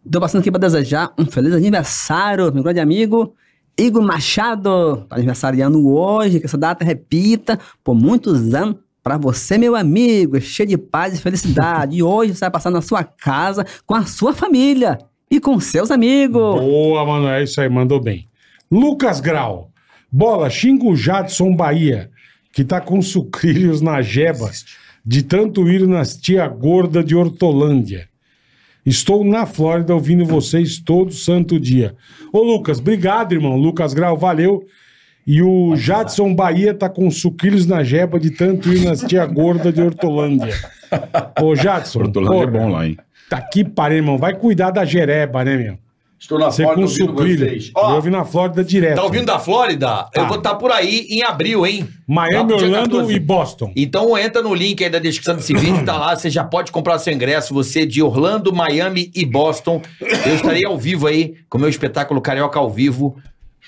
[SPEAKER 6] Tô passando aqui pra desejar um feliz aniversário, meu grande amigo Igor Machado. Tá aniversariando hoje, que essa data repita por muitos anos. Pra você, meu amigo, cheio de paz e felicidade. E hoje você vai passar na sua casa com a sua família e com seus amigos.
[SPEAKER 4] Boa, Manuel, é isso aí, mandou bem. Lucas Grau, bola, xinga o Jadson Bahia, que tá com sucrilhos na jeba de tanto ir nas tia gorda de Hortolândia. Estou na Flórida ouvindo vocês todo santo dia. Ô, Lucas, obrigado, irmão. Lucas Grau, valeu. E o Jadson Bahia tá com sucrilhos na jeba de tanto ir nas tia gorda de Hortolândia. Ô, Jadson.
[SPEAKER 13] Hortolândia é
[SPEAKER 4] porra,
[SPEAKER 13] bom lá, hein?
[SPEAKER 4] Tá aqui, parei, irmão. Vai cuidar da jereba, né, meu?
[SPEAKER 3] Estou na
[SPEAKER 4] Você com sucrilho. Eu
[SPEAKER 3] Ó,
[SPEAKER 4] ouvi na Flórida direto.
[SPEAKER 3] tá ouvindo da Flórida?
[SPEAKER 4] Tá.
[SPEAKER 3] Eu vou estar por aí em abril, hein? Lá
[SPEAKER 4] Miami,
[SPEAKER 3] pro dia
[SPEAKER 4] Orlando
[SPEAKER 3] 14.
[SPEAKER 4] e Boston.
[SPEAKER 3] Então entra no link aí da descrição desse vídeo, tá lá, você já pode comprar seu ingresso, você de Orlando, Miami e Boston. Eu estarei ao vivo aí com o meu espetáculo Carioca ao vivo.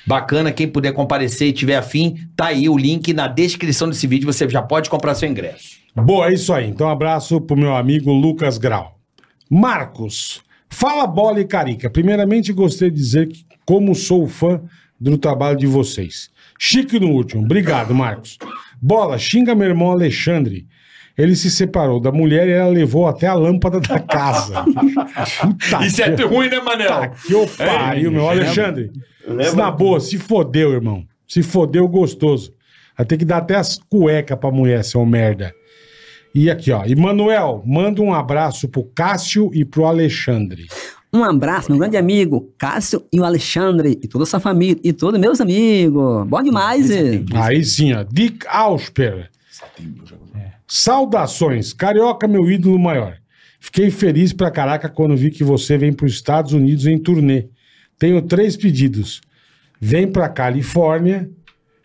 [SPEAKER 3] Bacana, quem puder comparecer e tiver afim, tá aí o link na descrição desse vídeo, você já pode comprar seu ingresso.
[SPEAKER 4] Boa, é isso aí. Então, abraço pro meu amigo Lucas Grau. Marcos, fala bola e carica. Primeiramente, gostaria de dizer que, como sou fã do trabalho de vocês. Chique no último. Obrigado, Marcos. Bola, xinga meu irmão Alexandre. Ele se separou da mulher e ela levou até a lâmpada da casa. Puta que-
[SPEAKER 3] ruim, né, Manel?
[SPEAKER 4] Tá que eu pariu, meu. Alexandre, se na boa, se fodeu, irmão. Se fodeu gostoso. Vai ter que dar até as cuecas pra mulher, seu merda. E aqui, ó. E Manuel, manda um abraço pro Cássio e pro Alexandre.
[SPEAKER 6] Um abraço, meu grande amigo Cássio e o Alexandre e toda a sua família e todos meus amigos. Bom demais,
[SPEAKER 4] é
[SPEAKER 6] hein?
[SPEAKER 4] Aí sim, ó. Dick Ausper. Saudações. Carioca, meu ídolo maior. Fiquei feliz pra caraca quando vi que você vem pros Estados Unidos em turnê. Tenho três pedidos. Vem pra Califórnia,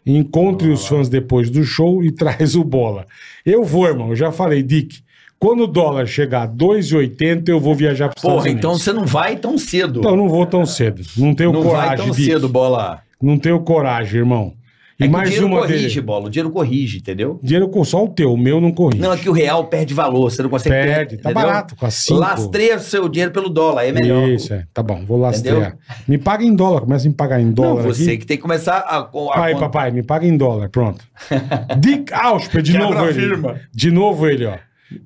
[SPEAKER 4] encontre os fãs depois do show e traz o bola. Eu vou, irmão. Eu já falei, Dick. Quando o dólar chegar a 2,80, eu vou viajar pros Estados
[SPEAKER 3] Porra,
[SPEAKER 4] Unidos.
[SPEAKER 3] então você não vai tão cedo.
[SPEAKER 4] Então eu não vou tão cedo. Não tenho
[SPEAKER 3] não vai
[SPEAKER 4] coragem,
[SPEAKER 3] tão
[SPEAKER 4] Dick.
[SPEAKER 3] cedo, bola.
[SPEAKER 4] Não tenho coragem, irmão. E
[SPEAKER 3] É que o
[SPEAKER 4] mais
[SPEAKER 3] dinheiro
[SPEAKER 4] uma
[SPEAKER 3] corrige,
[SPEAKER 4] dele.
[SPEAKER 3] bola. O dinheiro corrige, entendeu?
[SPEAKER 4] Dinheiro com só o teu, o meu não corrige.
[SPEAKER 3] Não, é que o real perde valor, você não consegue
[SPEAKER 4] Perde, tá
[SPEAKER 3] entendeu?
[SPEAKER 4] barato, com a cinco.
[SPEAKER 3] Lastreia o seu dinheiro pelo dólar, é melhor.
[SPEAKER 4] Isso, é. Tá bom, vou lastrear. Me paga em dólar, começa a me pagar em
[SPEAKER 3] Não,
[SPEAKER 4] dólar.
[SPEAKER 3] você
[SPEAKER 4] aqui.
[SPEAKER 3] que tem que começar a. a
[SPEAKER 4] Aí,
[SPEAKER 3] a-
[SPEAKER 4] papai, me paga em dólar, pronto. Dick Ausper, de
[SPEAKER 3] Quebra
[SPEAKER 4] novo
[SPEAKER 3] a
[SPEAKER 4] ele.
[SPEAKER 3] firma.
[SPEAKER 4] De novo ele, ó.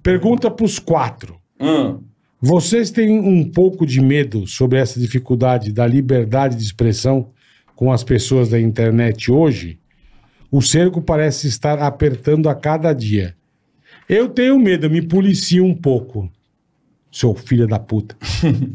[SPEAKER 4] Pergunta pros quatro.
[SPEAKER 3] Hum.
[SPEAKER 4] Vocês têm um pouco de medo sobre essa dificuldade da liberdade de expressão com as pessoas da internet hoje, o cerco parece estar apertando a cada dia. Eu tenho medo, eu me policio um pouco. Seu filho da puta.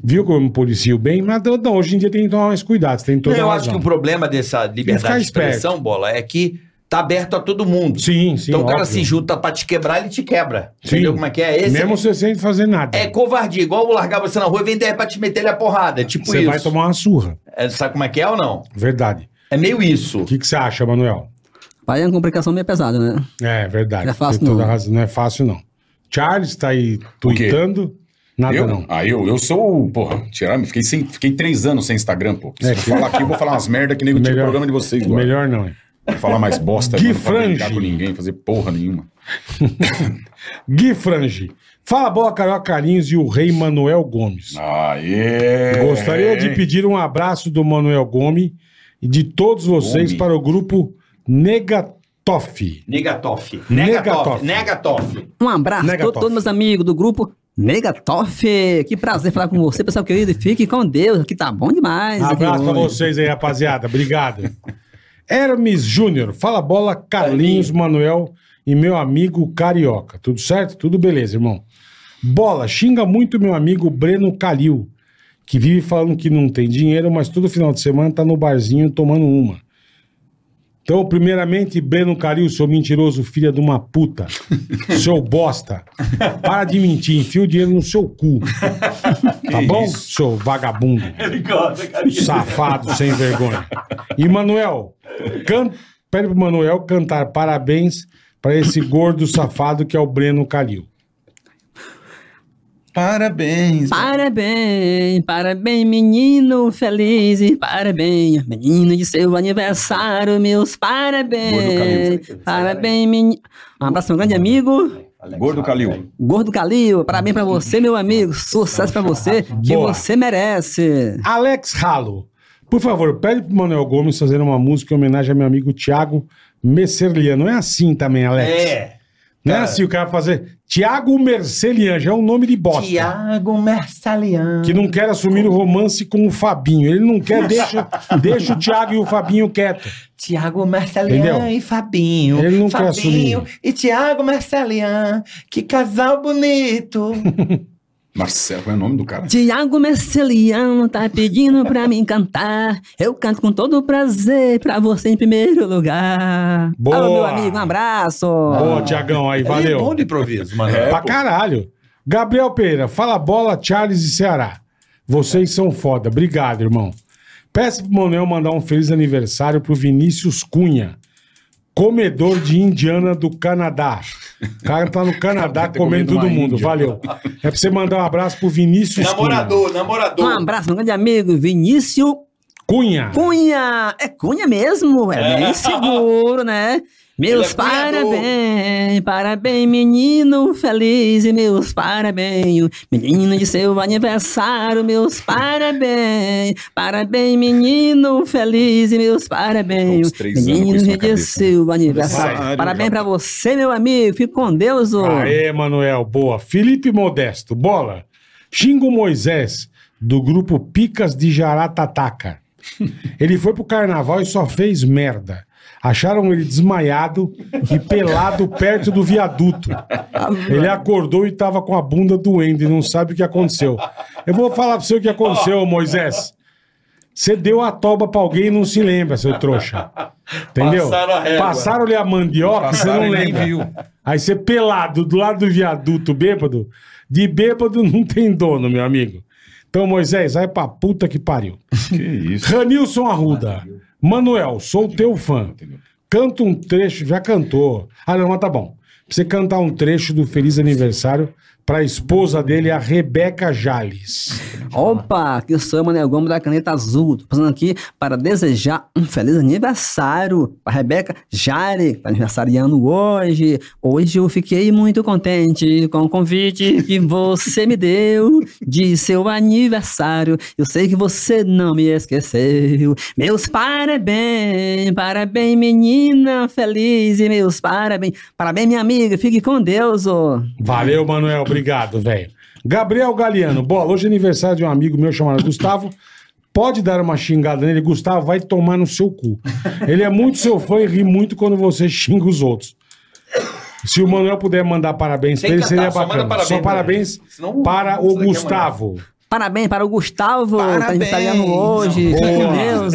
[SPEAKER 4] Viu como eu me policio bem? Mas não, não, hoje em dia tem que tomar mais cuidado, você tem toda
[SPEAKER 3] eu
[SPEAKER 4] a
[SPEAKER 3] acho que
[SPEAKER 4] razão.
[SPEAKER 3] o problema dessa liberdade
[SPEAKER 4] Ficar
[SPEAKER 3] de expressão, bola, é que tá aberto a todo mundo.
[SPEAKER 4] Sim, sim,
[SPEAKER 3] então o cara
[SPEAKER 4] óbvio.
[SPEAKER 3] se junta pra te quebrar, ele te quebra.
[SPEAKER 4] Sim.
[SPEAKER 3] Entendeu como é que é? Esse
[SPEAKER 4] Mesmo você sem fazer nada.
[SPEAKER 3] é covardia, igual eu largar você na rua e vender pra te meter ele a porrada. É tipo
[SPEAKER 4] você
[SPEAKER 3] isso.
[SPEAKER 4] vai tomar uma surra.
[SPEAKER 3] É, sabe como é que é ou não?
[SPEAKER 4] Verdade.
[SPEAKER 3] É meio isso.
[SPEAKER 4] O que, que você acha, Manuel?
[SPEAKER 6] Pai é uma complicação meio pesada, né?
[SPEAKER 4] É, verdade.
[SPEAKER 6] Não é fácil,
[SPEAKER 4] Tem toda
[SPEAKER 6] não.
[SPEAKER 4] a razão. Não é fácil, não. Charles tá aí tweetando. Nada,
[SPEAKER 5] eu?
[SPEAKER 4] não.
[SPEAKER 5] Ah, eu, eu sou, o- porra, tirar, fiquei, sem, fiquei três anos sem Instagram, pô. Se
[SPEAKER 4] É,
[SPEAKER 5] eu
[SPEAKER 4] que-
[SPEAKER 5] falar aqui, eu vou falar umas merda que nego tira o
[SPEAKER 4] Melhor-
[SPEAKER 5] programa de vocês, guarda.
[SPEAKER 4] Melhor não, hein?
[SPEAKER 5] Vou falar mais bosta,
[SPEAKER 4] Gui
[SPEAKER 5] mano, pra
[SPEAKER 4] Frange.
[SPEAKER 5] brigar com ninguém, fazer porra nenhuma.
[SPEAKER 4] Gui Frange. Fala bola, Carioca Carinhos e o rei Manuel Gomes.
[SPEAKER 5] Aê!
[SPEAKER 4] Gostaria de pedir um abraço do Manuel Gomes e de todos vocês
[SPEAKER 5] Gomes.
[SPEAKER 4] para o grupo Negatoff.
[SPEAKER 3] Negatoff.
[SPEAKER 4] Negatoff.
[SPEAKER 3] Negatoff. Negatoff.
[SPEAKER 6] Um abraço a
[SPEAKER 4] Negatoff.
[SPEAKER 6] todo- todos meus amigos do grupo Negatoff. Que prazer falar com você, pessoal querido. E fique com Deus, aqui tá bom demais. aqui
[SPEAKER 4] Abraço pra
[SPEAKER 6] hoje.
[SPEAKER 4] vocês aí, rapaziada. Obrigado. Hermes Júnior. Fala bola, Carlinhos, Manuel e meu amigo Carioca. Tudo certo? Tudo beleza, irmão. Bola, xinga muito meu amigo Breno Calil, que vive falando que não tem dinheiro, mas todo final de semana tá no barzinho tomando uma. Então, primeiramente, Breno Calil, seu mentiroso filho de uma puta. seu bosta. Para de mentir, enfia o dinheiro no seu cu. Tá bom, seu vagabundo? Safado sem vergonha. E Manuel, can... pede pro Manuel cantar parabéns pra esse gordo safado que é o Breno Calil.
[SPEAKER 5] Parabéns.
[SPEAKER 6] Parabéns, parabéns, menino feliz. e Parabéns, menino de seu aniversário. Meus parabéns. Parabéns, menino. Um abraço, meu grande amigo.
[SPEAKER 5] Gordo Calil.
[SPEAKER 6] Gordo Calil, parabéns pra você, meu amigo. Sucesso pra você, que
[SPEAKER 4] Boa.
[SPEAKER 6] você merece.
[SPEAKER 4] Alex Ralo, por favor, pede pro Manuel Gomes fazer uma música em homenagem ao meu amigo Tiago Mercelian. Não é assim também, Alex?
[SPEAKER 3] É.
[SPEAKER 4] Não é assim o cara fazer. Tiago Mercelian, já é um nome de bosta.
[SPEAKER 3] Tiago Mercalian.
[SPEAKER 4] Que não quer assumir o romance com o Fabinho. Ele não quer, deixa, deixa o Tiago e o Fabinho quieto.
[SPEAKER 3] Tiago Marcelian
[SPEAKER 4] Entendeu?
[SPEAKER 3] e Fabinho.
[SPEAKER 4] Ele não quer
[SPEAKER 3] Fabinho
[SPEAKER 4] assumir.
[SPEAKER 3] e Tiago Marcelian. Que casal bonito.
[SPEAKER 5] Marcelo, qual é o nome do cara?
[SPEAKER 6] Tiago Merceliano tá pedindo pra mim cantar. Eu canto com todo prazer pra você em primeiro lugar.
[SPEAKER 4] Boa.
[SPEAKER 6] Alô, meu amigo, um abraço.
[SPEAKER 4] Ô, Tiagão,
[SPEAKER 3] Ah.
[SPEAKER 4] aí,
[SPEAKER 3] Ele é
[SPEAKER 4] valeu.
[SPEAKER 3] bom de improviso, mano.
[SPEAKER 5] É.
[SPEAKER 4] pra
[SPEAKER 5] pô.
[SPEAKER 4] caralho. Gabriel Pereira, fala bola, Charles e Ceará. Vocês são foda. Obrigado, irmão. Peço pro Manuel mandar um feliz aniversário pro Vinícius Cunha, comedor de Indiana do Canadá. O cara tá no Canadá
[SPEAKER 5] Deve ter
[SPEAKER 4] comendo
[SPEAKER 5] comido
[SPEAKER 4] todo
[SPEAKER 5] uma
[SPEAKER 4] mundo.
[SPEAKER 5] Índia.
[SPEAKER 4] Valeu. É pra você mandar um abraço pro Vinícius
[SPEAKER 3] Namorador,
[SPEAKER 6] Um
[SPEAKER 3] namorador.
[SPEAKER 6] abraço, meu grande amigo, Vinícius
[SPEAKER 4] Cunha. Cunha.
[SPEAKER 6] Cunha. É Cunha mesmo, é, bem seguro, né? Meus
[SPEAKER 3] Ele é cunhador.
[SPEAKER 6] parabéns, parabéns, menino feliz, e meus parabéns, menino de seu aniversário, meus parabéns, parabéns, menino feliz, e meus
[SPEAKER 5] Tô
[SPEAKER 6] parabéns,
[SPEAKER 5] uns três anos com isso na
[SPEAKER 6] menino de
[SPEAKER 5] cabeça. né?
[SPEAKER 6] seu aniversário.
[SPEAKER 5] Vai,
[SPEAKER 6] Parabéns
[SPEAKER 5] já
[SPEAKER 6] pra você, meu amigo, fique com Deus, ô.
[SPEAKER 4] Aê, Manuel, boa. Felipe Modesto, bola. Xingo Moisés, do grupo Picas de Jaratataca. Ele foi pro carnaval e só fez merda. Acharam ele desmaiado e pelado perto do viaduto. Ele acordou e tava com a bunda doendo e não sabe o que aconteceu. Eu vou falar pra você o que aconteceu, Moisés. Você deu a toba pra alguém e não se lembra, seu trouxa. Entendeu?
[SPEAKER 3] Passaram a régua.
[SPEAKER 4] Passaram-lhe a mandioca e você não
[SPEAKER 5] Passaram e nem
[SPEAKER 4] lembra.
[SPEAKER 5] viu.
[SPEAKER 4] Aí você pelado do lado do viaduto bêbado, de bêbado não tem dono, meu amigo. Então, Moisés, vai pra puta que pariu.
[SPEAKER 5] Que isso.
[SPEAKER 4] Ranilson Arruda. Manuel, sou teu fã. Canta um trecho, já cantou. Ah, não, mas tá bom. Pra você cantar um trecho do Feliz Aniversário pra esposa dele, a Rebeca Jales.
[SPEAKER 6] Opa, que sou eu, Manel Gomes da Caneta Azul. Tô passando aqui para desejar um feliz aniversário para Rebeca Jari, que tá aniversariando hoje. Hoje eu fiquei muito contente com o convite que você me deu de seu aniversário. Eu sei que você não me esqueceu. Meus parabéns, parabéns, menina feliz e meus parabéns. Parabéns, minha amiga, fique com Deus, ô.
[SPEAKER 4] Valeu, Manuel, obrigado, velho. Gabriel Galeano. Bola, hoje é aniversário de um amigo meu chamado Gustavo. pode dar uma xingada nele, Gustavo, vai tomar no seu cu. Ele é muito seu fã e ri muito quando você xinga os outros. Se o Manuel puder mandar parabéns
[SPEAKER 3] Sem
[SPEAKER 4] pra ele,
[SPEAKER 3] cantar,
[SPEAKER 4] seria
[SPEAKER 3] só manda
[SPEAKER 4] bacana.
[SPEAKER 3] parabéns,
[SPEAKER 4] Só
[SPEAKER 3] né?
[SPEAKER 4] parabéns,
[SPEAKER 3] Senão-
[SPEAKER 4] para
[SPEAKER 3] isso
[SPEAKER 4] o
[SPEAKER 3] daqui é
[SPEAKER 4] Gustavo.
[SPEAKER 6] Parabéns para o Gustavo, tá
[SPEAKER 1] Parabéns.
[SPEAKER 6] aniversariando hoje.
[SPEAKER 4] Boa.
[SPEAKER 6] Fica com Deus.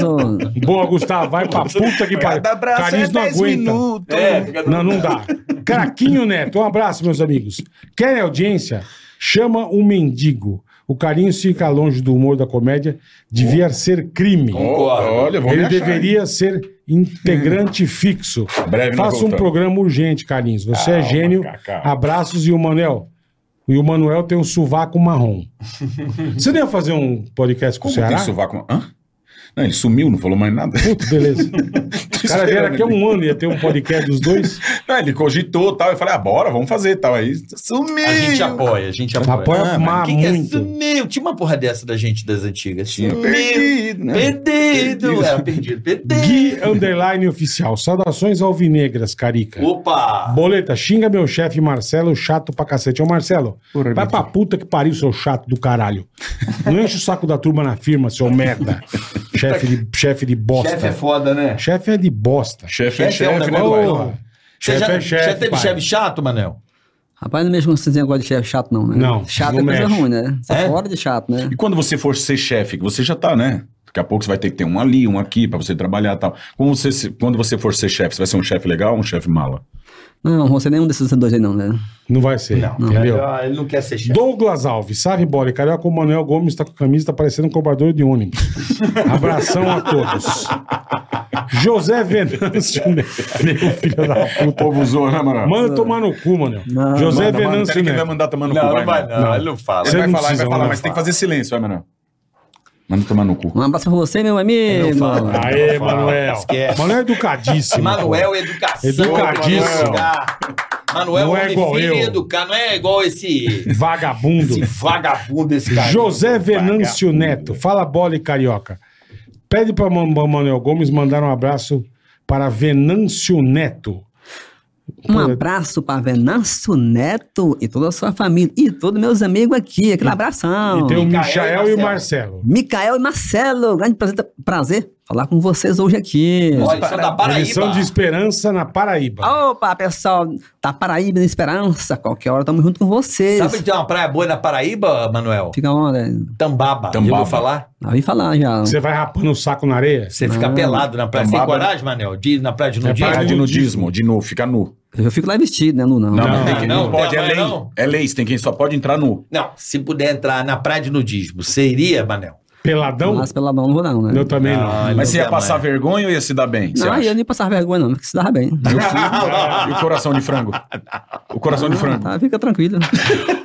[SPEAKER 6] ô.
[SPEAKER 4] Boa, Gustavo, vai pra puta que pariu.
[SPEAKER 1] Cada abraço é
[SPEAKER 4] Caris não
[SPEAKER 1] 10
[SPEAKER 4] aguenta.
[SPEAKER 1] minutos.
[SPEAKER 3] É,
[SPEAKER 4] Não, não dá. Craquinho Neto, um abraço, meus amigos. Quer audiência? Chama o mendigo. O carinho fica longe do humor da comédia. Devia ser crime.
[SPEAKER 5] Olha, olha, vamos
[SPEAKER 4] Ele
[SPEAKER 5] achar, hein?
[SPEAKER 4] deveria ser integrante fixo.
[SPEAKER 5] Breve nós
[SPEAKER 4] Faça um
[SPEAKER 5] voltamos.
[SPEAKER 4] programa urgente, Carlinhos. Você é
[SPEAKER 5] Calma,
[SPEAKER 4] gênio.
[SPEAKER 5] Cacá.
[SPEAKER 4] Abraços e o Manuel. E o Manuel tem um sovaco marrom. Você não ia fazer um podcast com
[SPEAKER 5] Como
[SPEAKER 4] o Ceará?
[SPEAKER 5] tem sovaco? Hã? Não, ele sumiu, não falou mais nada.
[SPEAKER 4] Puta, beleza. O cara vieram aqui há um ano, ia ter um podcast dos dois.
[SPEAKER 5] Não, É, ele cogitou tal. Eu falei, ah, bora, vamos fazer tal. Aí sumiu.
[SPEAKER 3] A gente apoia, a gente apoia.
[SPEAKER 4] Apoia
[SPEAKER 5] Ah,
[SPEAKER 4] ma-
[SPEAKER 3] Quem que é
[SPEAKER 4] muito.
[SPEAKER 3] sumiu? Tinha uma porra dessa da gente das antigas.
[SPEAKER 5] Tinha
[SPEAKER 3] Sumiu.
[SPEAKER 5] perdido, né?
[SPEAKER 3] Perdido. Era perdido. Perdido.
[SPEAKER 4] Gui Underline Oficial. Saudações alvinegras, Carica.
[SPEAKER 3] Opa!
[SPEAKER 4] Boleta, xinga meu chefe Marcelo, chato pra cacete. Ô Marcelo, vai pra puta que pariu, seu chato do caralho. Não enche o saco da turma na firma, seu merda. chefe, de, chefe de bosta.
[SPEAKER 3] Chefe é foda, né?
[SPEAKER 4] Chefe é de bosta.
[SPEAKER 5] Chefe é
[SPEAKER 3] Chefe é um
[SPEAKER 5] chefe, né,
[SPEAKER 3] negócio-
[SPEAKER 5] Eduardo?
[SPEAKER 4] Porra.
[SPEAKER 3] Você já,
[SPEAKER 4] Chefe é chefe,
[SPEAKER 3] já teve
[SPEAKER 4] pai.
[SPEAKER 3] chefe chato, Manel?
[SPEAKER 6] Rapaz, não mexe com vocês agora de chefe chato, não, né?
[SPEAKER 4] Não,
[SPEAKER 6] Chato
[SPEAKER 4] não
[SPEAKER 6] é coisa
[SPEAKER 4] mexe.
[SPEAKER 6] ruim, né? Sai
[SPEAKER 3] É?
[SPEAKER 6] fora de chato, né?
[SPEAKER 5] E quando você for ser chefe, que você já tá, né? Daqui a pouco você vai ter que ter um ali, um aqui, pra você trabalhar e tal. Como você se- quando você for ser chefe, você vai ser um chefe legal ou um chefe mala?
[SPEAKER 6] Não, você nenhum desses dois aí, não, né?
[SPEAKER 4] Não vai ser. Não, entendeu?
[SPEAKER 3] Ah, Ele não quer ser chefe.
[SPEAKER 4] Douglas Alves, Sarri Bola e Carioca, o Manuel Gomes tá com a camisa, tá parecendo um cobrador de ônibus. Abração a todos. José Venâncio, meu filho da puta.
[SPEAKER 5] povo zoa, né, mano?
[SPEAKER 4] Manda tomar no cu, mano.
[SPEAKER 6] Não,
[SPEAKER 4] José
[SPEAKER 5] Manda, manda,
[SPEAKER 4] Venâncio né?
[SPEAKER 5] peraí que ele vai
[SPEAKER 4] Neto.
[SPEAKER 5] mandar tomar no
[SPEAKER 3] Não,
[SPEAKER 5] cu.
[SPEAKER 3] não vai,
[SPEAKER 5] mano.
[SPEAKER 3] não. Ele não fala.
[SPEAKER 5] Ele
[SPEAKER 4] Você
[SPEAKER 5] vai
[SPEAKER 4] não
[SPEAKER 5] falar, ele
[SPEAKER 4] precisa,
[SPEAKER 5] vai falar,
[SPEAKER 4] não
[SPEAKER 5] mas tem que
[SPEAKER 4] fala.
[SPEAKER 5] fazer silêncio, vai, Manuel. Manda tomar no cu.
[SPEAKER 6] Um abraço pra você, meu amigo.
[SPEAKER 4] Aê, Manuel.
[SPEAKER 3] Esquece.
[SPEAKER 4] Manuel é educadíssimo.
[SPEAKER 3] Manuel Educação.
[SPEAKER 4] Educadíssimo.
[SPEAKER 3] Manuel
[SPEAKER 4] Não é
[SPEAKER 3] homem
[SPEAKER 4] igual
[SPEAKER 3] fino
[SPEAKER 4] eu.
[SPEAKER 3] e educado. Não é igual esse,
[SPEAKER 4] pô. Vagabundo.
[SPEAKER 3] esse vagabundo, esse cara.
[SPEAKER 4] José Venâncio Neto. Fala bola e carioca. Pede para Manuel Gomes mandar um abraço para Venâncio Neto.
[SPEAKER 6] Um abraço para Venâncio Neto e toda a sua família. E todos meus amigos aqui. Aquele abração.
[SPEAKER 4] E tem o
[SPEAKER 3] Micael
[SPEAKER 4] Michael
[SPEAKER 3] e
[SPEAKER 4] e o Marcelo.
[SPEAKER 6] Micael e Marcelo, grande prazer, prazer falar com vocês hoje aqui.
[SPEAKER 3] Olha, eles são da Paraíba.
[SPEAKER 4] Eles são de Esperança na Paraíba.
[SPEAKER 6] Opa, pessoal, tá Paraíba na Esperança. Qualquer hora estamos junto com vocês.
[SPEAKER 3] Sabe que tem uma praia boa na Paraíba, Manuel?
[SPEAKER 6] Fica onde?
[SPEAKER 3] Tambaba. Já
[SPEAKER 5] Tambaba.
[SPEAKER 3] ouviu falar?
[SPEAKER 6] Já ouvi falar já.
[SPEAKER 4] Você vai rapando o saco na areia?
[SPEAKER 3] Você fica pelado na praia. Você tem
[SPEAKER 5] Tambaba.
[SPEAKER 3] coragem, Manuel? De ir na praia de
[SPEAKER 4] É
[SPEAKER 3] nudismo?
[SPEAKER 4] praia
[SPEAKER 5] Parar
[SPEAKER 4] Parar
[SPEAKER 5] de
[SPEAKER 4] de
[SPEAKER 5] nudismo, de novo, ficar nu.
[SPEAKER 6] Eu fico lá vestido, né, Lu? Não.
[SPEAKER 5] Não,
[SPEAKER 4] Não,
[SPEAKER 5] mas tem que,
[SPEAKER 3] não,
[SPEAKER 5] não, pode, é
[SPEAKER 3] não,
[SPEAKER 5] lei.
[SPEAKER 3] não.
[SPEAKER 5] É lei, você tem quem só pode entrar nu.
[SPEAKER 3] Não, se puder entrar na praia de nudismo, seria, Manel?
[SPEAKER 4] Peladão?
[SPEAKER 6] Mas pela mão não vou não, né?
[SPEAKER 4] Eu também não.
[SPEAKER 3] Ah,
[SPEAKER 5] Mas você ia
[SPEAKER 3] jamais.
[SPEAKER 5] passar vergonha ou ia se dar bem? você
[SPEAKER 6] Não,
[SPEAKER 5] acha?
[SPEAKER 6] eu nem passava vergonha não, porque se dava bem.
[SPEAKER 5] E o coração de frango? O coração de frango.
[SPEAKER 6] Tá, fica tranquilo.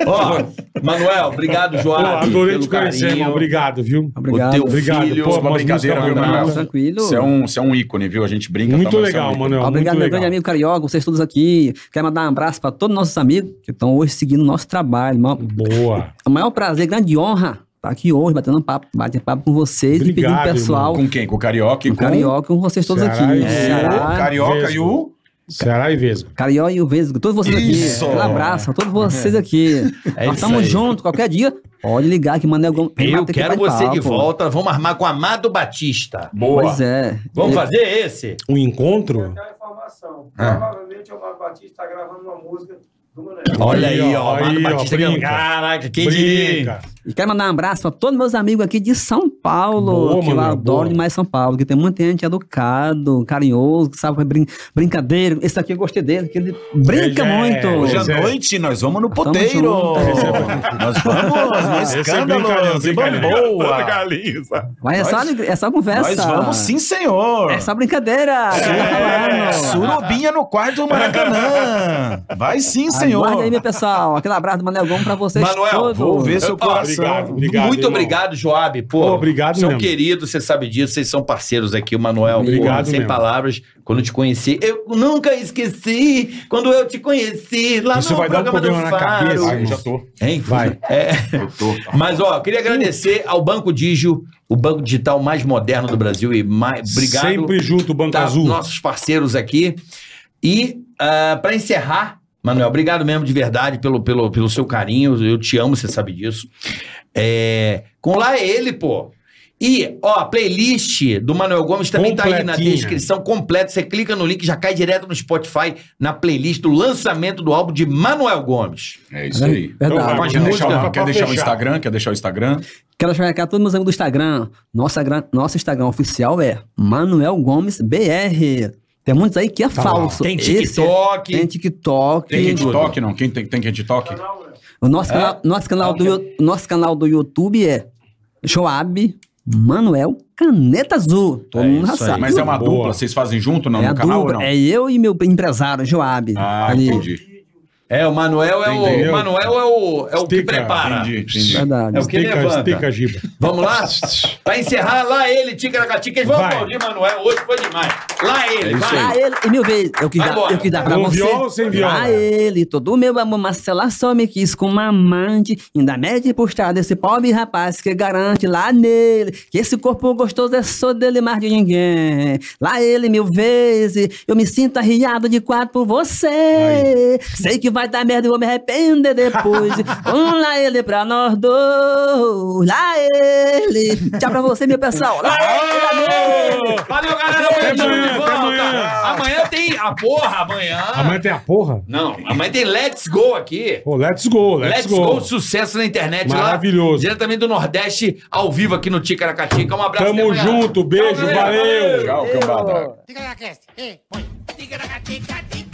[SPEAKER 3] Ó, Manuel, obrigado,
[SPEAKER 4] Pô,
[SPEAKER 3] Joara.
[SPEAKER 4] adorei te conhecer, irmão. Obrigado, viu?
[SPEAKER 6] Obrigado.
[SPEAKER 3] teu
[SPEAKER 4] Obrigado.
[SPEAKER 3] filho-
[SPEAKER 4] Pô,
[SPEAKER 5] Uma
[SPEAKER 4] umas
[SPEAKER 5] brincadeira,
[SPEAKER 6] um
[SPEAKER 4] músicas
[SPEAKER 5] viu, Manuel?
[SPEAKER 4] mandadas.
[SPEAKER 6] Tranquilo.
[SPEAKER 5] Você é, um, você é um ícone, viu? A gente brinca.
[SPEAKER 4] Muito
[SPEAKER 5] tá, mas você é um
[SPEAKER 4] legal,
[SPEAKER 5] ícone.
[SPEAKER 4] Manuel.
[SPEAKER 6] Obrigado,
[SPEAKER 4] muito
[SPEAKER 6] meu
[SPEAKER 4] legal.
[SPEAKER 6] grande amigo Carioca, vocês todos aqui. Quero mandar um abraço para todos os nossos amigos que estão hoje seguindo o nosso trabalho. Ma-
[SPEAKER 4] Boa.
[SPEAKER 6] É o maior prazer, grande honra estar aqui hoje, batendo um papo, batendo papo com vocês e
[SPEAKER 4] Obrigado,
[SPEAKER 6] pedindo pro pessoal,
[SPEAKER 5] Com quem? Com o Carioca e
[SPEAKER 6] o
[SPEAKER 5] com...
[SPEAKER 6] Carioca, com vocês todos
[SPEAKER 4] Ceará
[SPEAKER 6] aqui.
[SPEAKER 4] e-
[SPEAKER 5] É,
[SPEAKER 6] Ceará,
[SPEAKER 5] o Carioca e o...
[SPEAKER 4] Ceará e Vesgo.
[SPEAKER 6] Carioca e o Vesgo, todos vocês aqui.
[SPEAKER 5] Isso!
[SPEAKER 6] Um abraço a todos vocês aqui.
[SPEAKER 3] É
[SPEAKER 6] Nós
[SPEAKER 3] isso
[SPEAKER 6] estamos
[SPEAKER 3] aí.
[SPEAKER 6] juntos, qualquer dia. Pode ligar que Manel Gomes.
[SPEAKER 3] Eu
[SPEAKER 6] Mata aqui
[SPEAKER 3] quero
[SPEAKER 6] pra
[SPEAKER 3] você de
[SPEAKER 6] papo.
[SPEAKER 3] volta. Vamos armar com Amado Batista.
[SPEAKER 5] Boa.
[SPEAKER 6] Pois é.
[SPEAKER 3] Vamos
[SPEAKER 6] Eu-
[SPEAKER 3] fazer esse?
[SPEAKER 4] Um encontro?
[SPEAKER 7] Aquela informação. É
[SPEAKER 3] Ah.
[SPEAKER 7] Provavelmente é o Amado Batista está gravando uma música do Manuel.
[SPEAKER 3] Olha aí, ó.
[SPEAKER 4] Aí,
[SPEAKER 3] Amado
[SPEAKER 4] ó,
[SPEAKER 3] Batista.
[SPEAKER 4] brinca.
[SPEAKER 3] Caraca, que
[SPEAKER 4] Brinca.
[SPEAKER 3] dica.
[SPEAKER 6] E quero mandar um abraço para todos meus amigos aqui de São Paulo,
[SPEAKER 4] Boa,
[SPEAKER 6] que eu
[SPEAKER 4] Manuel,
[SPEAKER 6] adoro
[SPEAKER 4] boa.
[SPEAKER 6] demais São Paulo, que tem muita gente educado, carinhoso, que sabe brin brincadeira. Esse aqui eu gostei dele, que ele brinca
[SPEAKER 4] É,
[SPEAKER 5] Hoje
[SPEAKER 4] é.
[SPEAKER 6] muito.
[SPEAKER 5] à
[SPEAKER 4] Pois
[SPEAKER 5] noite nós vamos no
[SPEAKER 6] Tamo
[SPEAKER 5] poteiro.
[SPEAKER 6] junto.
[SPEAKER 5] Nós vamos
[SPEAKER 4] Esse
[SPEAKER 5] no
[SPEAKER 4] é
[SPEAKER 5] escândalo.
[SPEAKER 4] brincalhão, brincalhão.
[SPEAKER 5] boa.
[SPEAKER 6] Mas é só, alegria, é só
[SPEAKER 5] Nós
[SPEAKER 6] conversa.
[SPEAKER 5] vamos sim, senhor.
[SPEAKER 6] É né, só brincadeira. que eu tô
[SPEAKER 5] É,
[SPEAKER 6] falando.
[SPEAKER 5] Surubinha no quarto do Maracanã. Vai sim,
[SPEAKER 6] Aguarde aí,
[SPEAKER 5] senhor.
[SPEAKER 6] meu pessoal. Aquele abraço do Manel Gomes pra vocês
[SPEAKER 3] Manuel,
[SPEAKER 6] todos.
[SPEAKER 5] Vou ver seu
[SPEAKER 3] Ó,
[SPEAKER 5] coração.
[SPEAKER 4] obrigado. Obrigado,
[SPEAKER 3] Muito
[SPEAKER 4] irmão.
[SPEAKER 3] obrigado, Joab. Pô,
[SPEAKER 4] Pô, obrigado
[SPEAKER 3] São
[SPEAKER 4] mesmo.
[SPEAKER 3] queridos, você sabe disso. Vocês são parceiros aqui, o Manuel.
[SPEAKER 4] Obrigado
[SPEAKER 3] pô, sem
[SPEAKER 4] mesmo.
[SPEAKER 3] palavras. Quando te conheci, eu nunca esqueci quando eu te conheci lá
[SPEAKER 4] Isso
[SPEAKER 3] no
[SPEAKER 4] vai dar um problema na
[SPEAKER 3] Faro.
[SPEAKER 4] cabeça.
[SPEAKER 5] Ai, eu já tô.
[SPEAKER 3] Hein?
[SPEAKER 4] Vai.
[SPEAKER 3] É.
[SPEAKER 5] Eu tô.
[SPEAKER 4] Tá
[SPEAKER 3] Mas, ó, queria agradecer ao Banco Digio, o banco digital mais moderno do Brasil e mais... Obrigado.
[SPEAKER 4] Sempre junto, Banco
[SPEAKER 3] tá,
[SPEAKER 4] Azul.
[SPEAKER 3] nossos parceiros aqui. E para encerrar, Manuel, obrigado mesmo de verdade pelo, pelo, pelo seu carinho. Eu te amo, você sabe disso. É, com lá é ele, pô. E, ó, a playlist do Manuel Gomes também tá aí na
[SPEAKER 4] Completinha.
[SPEAKER 3] descrição completa. Você clica no link, já cai direto no Spotify, na playlist do lançamento do álbum de Manuel Gomes.
[SPEAKER 5] É isso aí.
[SPEAKER 6] Né? Verdade.
[SPEAKER 5] Então, vai,
[SPEAKER 4] Mas
[SPEAKER 5] quer deixar,
[SPEAKER 4] música tá
[SPEAKER 5] o- quer
[SPEAKER 4] pra
[SPEAKER 5] deixar o
[SPEAKER 4] fechar.
[SPEAKER 5] Instagram? Quer deixar o Instagram?
[SPEAKER 6] Quero chamar aqui a todos meus amigos do Instagram. Nossa, gra- nosso Instagram oficial é Manuel Gomes BR. Tem muitos aí que é
[SPEAKER 5] Tá
[SPEAKER 6] falso.
[SPEAKER 3] Tem
[SPEAKER 6] Esse- é
[SPEAKER 3] TikTok.
[SPEAKER 6] tem TikTok.
[SPEAKER 5] Tem TikTok, É. não? Quem tem, tem quem TikTok?
[SPEAKER 7] né?
[SPEAKER 6] O nosso, canal, nosso, canal do, Yo- nosso canal do YouTube é Joab Manuel Caneta Azul. Todo
[SPEAKER 3] É
[SPEAKER 6] mundo já
[SPEAKER 3] isso aí.
[SPEAKER 6] sabe.
[SPEAKER 5] Mas é uma
[SPEAKER 4] Boa.
[SPEAKER 5] dupla, vocês fazem junto não,
[SPEAKER 6] é a
[SPEAKER 5] no canal ou
[SPEAKER 6] dupla,
[SPEAKER 5] não?
[SPEAKER 6] é eu e meu empresário, Joab.
[SPEAKER 5] Ah,
[SPEAKER 6] Ali.
[SPEAKER 5] entendi.
[SPEAKER 3] É, o Manuel é o,
[SPEAKER 4] Entendeu?
[SPEAKER 3] o Manuel é o, é o que
[SPEAKER 4] Estica,
[SPEAKER 3] prepara.
[SPEAKER 5] Entendi, entendi.
[SPEAKER 6] Verdade.
[SPEAKER 3] É o que
[SPEAKER 4] Estica,
[SPEAKER 3] levanta.
[SPEAKER 4] estica, Giba.
[SPEAKER 3] Vamos lá? Pra encerrar, lá ele, Ticaracatica. Eles vão
[SPEAKER 4] Vai.
[SPEAKER 3] aplaudir Manuel, hoje foi demais. Lá ele,
[SPEAKER 5] É isso
[SPEAKER 3] vai.
[SPEAKER 5] aí.
[SPEAKER 6] A ele, e mil vezes, eu quis,
[SPEAKER 3] Vai
[SPEAKER 6] dar,
[SPEAKER 3] embora.
[SPEAKER 6] eu quis dar pra
[SPEAKER 4] Com
[SPEAKER 6] você.
[SPEAKER 4] viola ou sem viola?
[SPEAKER 6] A ele, todo o meu amor, Marcela só me quis com uma amante. Ainda mede postar desse pobre rapaz que garante lá nele que esse corpo gostoso é só dele mais de ninguém. Lá ele, mil vezes, eu me sinto arriado de quatro por você. Sei que vai dar merda e vou me arrepender depois. um lá ele pra nós dois. Lá ele. Tchau pra você, meu pessoal. Lá ele, lá nele.
[SPEAKER 3] Valeu, galera. Amanhã,
[SPEAKER 4] Até amanhã,
[SPEAKER 3] amanhã,
[SPEAKER 4] até amanhã.
[SPEAKER 3] amanhã tem a porra, amanhã.
[SPEAKER 4] Amanhã tem a porra?
[SPEAKER 3] Não, amanhã tem Let's Go aqui.
[SPEAKER 4] Ô, let's go,
[SPEAKER 3] Let's,
[SPEAKER 4] let's,
[SPEAKER 3] go.
[SPEAKER 4] go.
[SPEAKER 3] sucesso na internet lá.
[SPEAKER 4] Maravilhoso.
[SPEAKER 3] Diretamente do Nordeste, ao vivo aqui no Ticaracatica. Um abraço. até
[SPEAKER 4] Tamo
[SPEAKER 3] amanhã.
[SPEAKER 4] junto, beijo,
[SPEAKER 3] galera.
[SPEAKER 4] valeu.
[SPEAKER 5] Tchau, cambada.
[SPEAKER 2] Tica na cast. Ei, põe. Tica na tica, tica.